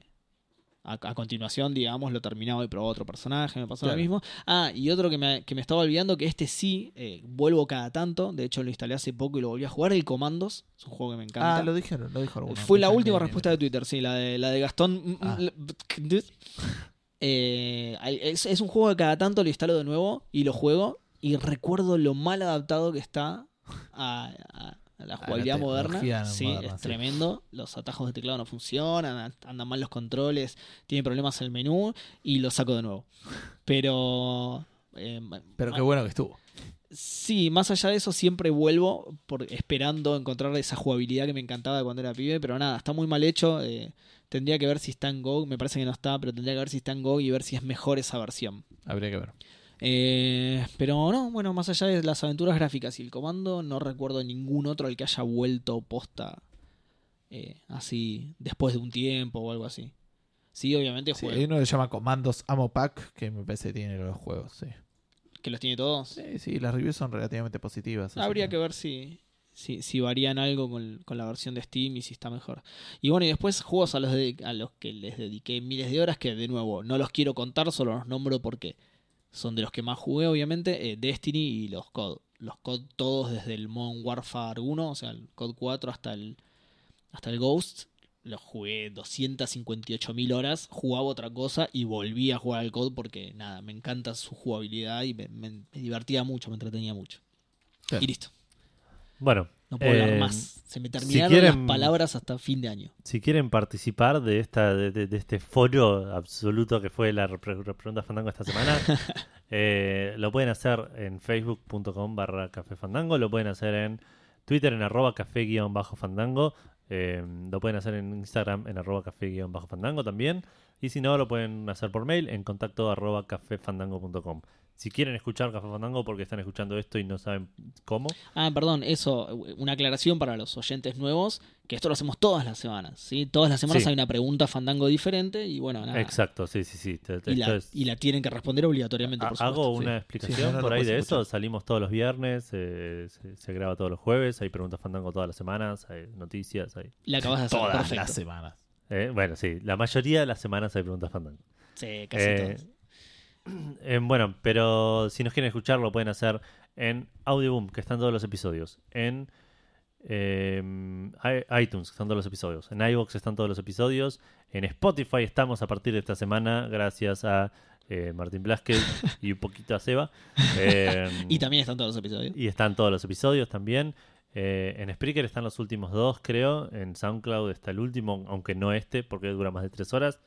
[SPEAKER 3] a, a continuación, digamos, lo terminaba y probaba otro personaje, me pasó
[SPEAKER 1] Claro.
[SPEAKER 3] lo mismo. Ah, y otro que me, que me estaba olvidando, que este sí, eh, vuelvo cada tanto, de hecho lo instalé hace poco y lo volví a jugar, el Commandos, es un juego que me encanta.
[SPEAKER 1] Ah, lo dijeron, lo dijo alguno.
[SPEAKER 3] Fue la
[SPEAKER 1] Dijeron
[SPEAKER 3] última
[SPEAKER 1] que-
[SPEAKER 3] respuesta de Twitter, sí, la de, la de Gastón. Mm,
[SPEAKER 1] Ah.
[SPEAKER 3] Eh, es, es un juego que cada tanto lo instalo de nuevo y lo juego y recuerdo lo mal adaptado que está a, a- a la jugabilidad moderna.
[SPEAKER 1] tecnología
[SPEAKER 3] Sí,
[SPEAKER 1] moderna,
[SPEAKER 3] es
[SPEAKER 1] sí.
[SPEAKER 3] tremendo. Los atajos de teclado no funcionan, andan mal los controles, tiene problemas el menú y lo saco de nuevo. Pero... eh,
[SPEAKER 1] Pero qué bueno que estuvo.
[SPEAKER 3] Sí, más allá de eso siempre vuelvo por, esperando encontrar esa jugabilidad que me encantaba de cuando era pibe, pero nada, está muy mal hecho. eh, tendría que ver si está en GOG, me parece que no está, pero tendría que ver si está en GOG y ver si es mejor esa versión.
[SPEAKER 1] Habría que ver.
[SPEAKER 3] Eh, pero no, bueno, más allá de las aventuras gráficas y el comando, no recuerdo ningún otro al que haya vuelto posta eh, así después de un tiempo o algo así. Sí, obviamente
[SPEAKER 1] Sí,
[SPEAKER 3] juego-
[SPEAKER 1] hay uno que se llama Comandos Amo Pack, que me parece que tiene los juegos, sí.
[SPEAKER 3] que los tiene todos.
[SPEAKER 1] Sí, sí, las reviews son relativamente positivas. así
[SPEAKER 3] Habría que ver si, si, si varían algo con, con la versión de Steam y si está mejor. Y bueno, y después juegos a los, de- a los que les dediqué miles de horas, que de nuevo no los quiero contar, solo los nombro porque son de los que más jugué, obviamente. eh, Destiny y los COD. Los COD todos desde el Modern Warfare 1, o sea, el COD 4 hasta el, hasta el Ghost. Los jugué 258.000 horas, jugaba otra cosa y volví a jugar al COD porque nada, me encanta su jugabilidad y me- me- me divertía mucho, me entretenía mucho.
[SPEAKER 1] Claro.
[SPEAKER 3] Y listo.
[SPEAKER 2] Bueno,
[SPEAKER 3] No puedo
[SPEAKER 2] eh,
[SPEAKER 3] hablar más. Se me terminaron
[SPEAKER 2] quieren-
[SPEAKER 3] las palabras hasta fin de año.
[SPEAKER 2] Si quieren participar de, esta, de, de- de este foro absoluto que fue la repre- pregunta fandango esta semana, eh, lo pueden hacer en facebook.com barra café fandango, lo pueden hacer en Twitter en arroba café guión bajo fandango, eh, lo pueden hacer en Instagram en arroba café guión bajo fandango también, y si no, lo pueden hacer por mail en contacto arroba cafefandango.com. Si quieren escuchar Café Fandango porque están escuchando esto y no saben cómo,
[SPEAKER 3] Ah, perdón, eso, una aclaración para los oyentes nuevos, que esto lo hacemos todas las semanas, ¿sí? Todas las semanas
[SPEAKER 2] Sí.
[SPEAKER 3] hay una pregunta fandango diferente y bueno, nada.
[SPEAKER 2] exacto, sí, sí, sí. te- te-
[SPEAKER 3] Ah, Y la,
[SPEAKER 2] esto es-
[SPEAKER 3] y la tienen que responder obligatoriamente, por
[SPEAKER 2] Ha-
[SPEAKER 3] supuesto.
[SPEAKER 2] Hago
[SPEAKER 1] sí.
[SPEAKER 2] una
[SPEAKER 1] Sí,
[SPEAKER 2] explicación
[SPEAKER 1] no, no,
[SPEAKER 2] por
[SPEAKER 1] no
[SPEAKER 2] ahí
[SPEAKER 1] puedes
[SPEAKER 2] de eso.
[SPEAKER 1] escuchar.
[SPEAKER 2] Salimos todos los viernes, eh, se, se graba todos los jueves, hay preguntas fandango todas las semanas, hay noticias. Hay...
[SPEAKER 3] La acabas de hacer,
[SPEAKER 1] Todas
[SPEAKER 3] perfecto.
[SPEAKER 1] las semanas.
[SPEAKER 2] eh, bueno, sí, la mayoría de las semanas hay preguntas fandango.
[SPEAKER 3] Sí, casi
[SPEAKER 2] Eh,
[SPEAKER 3] todas.
[SPEAKER 2] eh, bueno, pero si nos quieren escuchar, lo pueden hacer en Audioboom, que están todos los episodios. En eh, i- iTunes, que están todos los episodios. En iVoox están todos los episodios. En Spotify estamos a partir de esta semana, gracias a eh, Martín Blasquez y un poquito a Seba. Eh,
[SPEAKER 3] Y también están todos los episodios.
[SPEAKER 2] y están todos los episodios también. Eh, en Spreaker están los últimos dos, creo. En SoundCloud está el último, aunque no este, porque dura más de tres horas.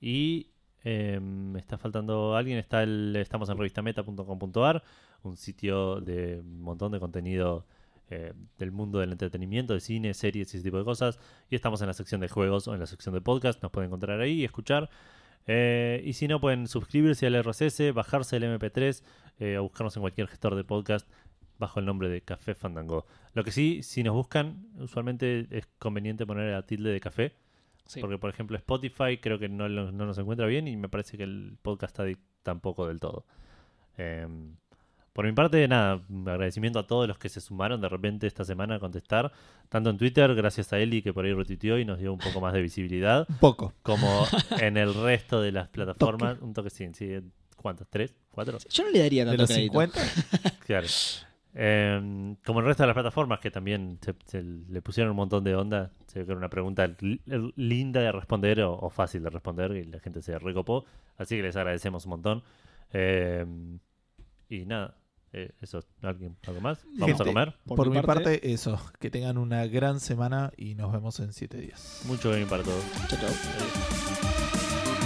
[SPEAKER 2] Y eh, me está faltando alguien. Está el, estamos en revistameta.com.ar, un sitio de un montón de contenido eh, del mundo del entretenimiento, de cine, series y ese tipo de cosas. Y estamos en la sección de juegos o en la sección de podcast. Nos pueden encontrar ahí y escuchar. Eh, y si no, pueden suscribirse al RSS, bajarse el MP3 eh, o buscarnos en cualquier gestor de podcast bajo el nombre de Café Fandango. Lo que sí, si nos buscan, usualmente es conveniente poner la tilde de café,
[SPEAKER 3] Sí.
[SPEAKER 2] porque por ejemplo Spotify creo que no, lo- no nos encuentra bien y me parece que el podcast addict tampoco del todo. Em, por mi parte, nada, agradecimiento a todos los que se sumaron de repente esta semana a contestar, tanto en Twitter, gracias a Eli que por ahí retuiteó y nos dio un poco más de visibilidad,
[SPEAKER 1] Un poco.
[SPEAKER 2] como en el resto de las plataformas, un toquecín, sí, ¿cuántos? ¿Tres? ¿Cuatro?
[SPEAKER 3] Yo no le daría
[SPEAKER 1] De
[SPEAKER 3] tanto
[SPEAKER 1] los
[SPEAKER 3] crédito.
[SPEAKER 1] 50.
[SPEAKER 2] Claro. Eh, como el resto de las plataformas que también se- se le pusieron un montón de onda, se ve que era una pregunta li- linda de responder o, o fácil de responder y la gente se recopó, así que les agradecemos un montón. Eh, y nada, eh, eso, ¿alguien algo más? Vamos
[SPEAKER 1] Gente.
[SPEAKER 2] a comer.
[SPEAKER 1] Por, mi parte, eso. Que tengan una gran semana y nos vemos en 7 días.
[SPEAKER 2] Mucho bien para todos.
[SPEAKER 3] Chau, chau.
[SPEAKER 2] Adiós.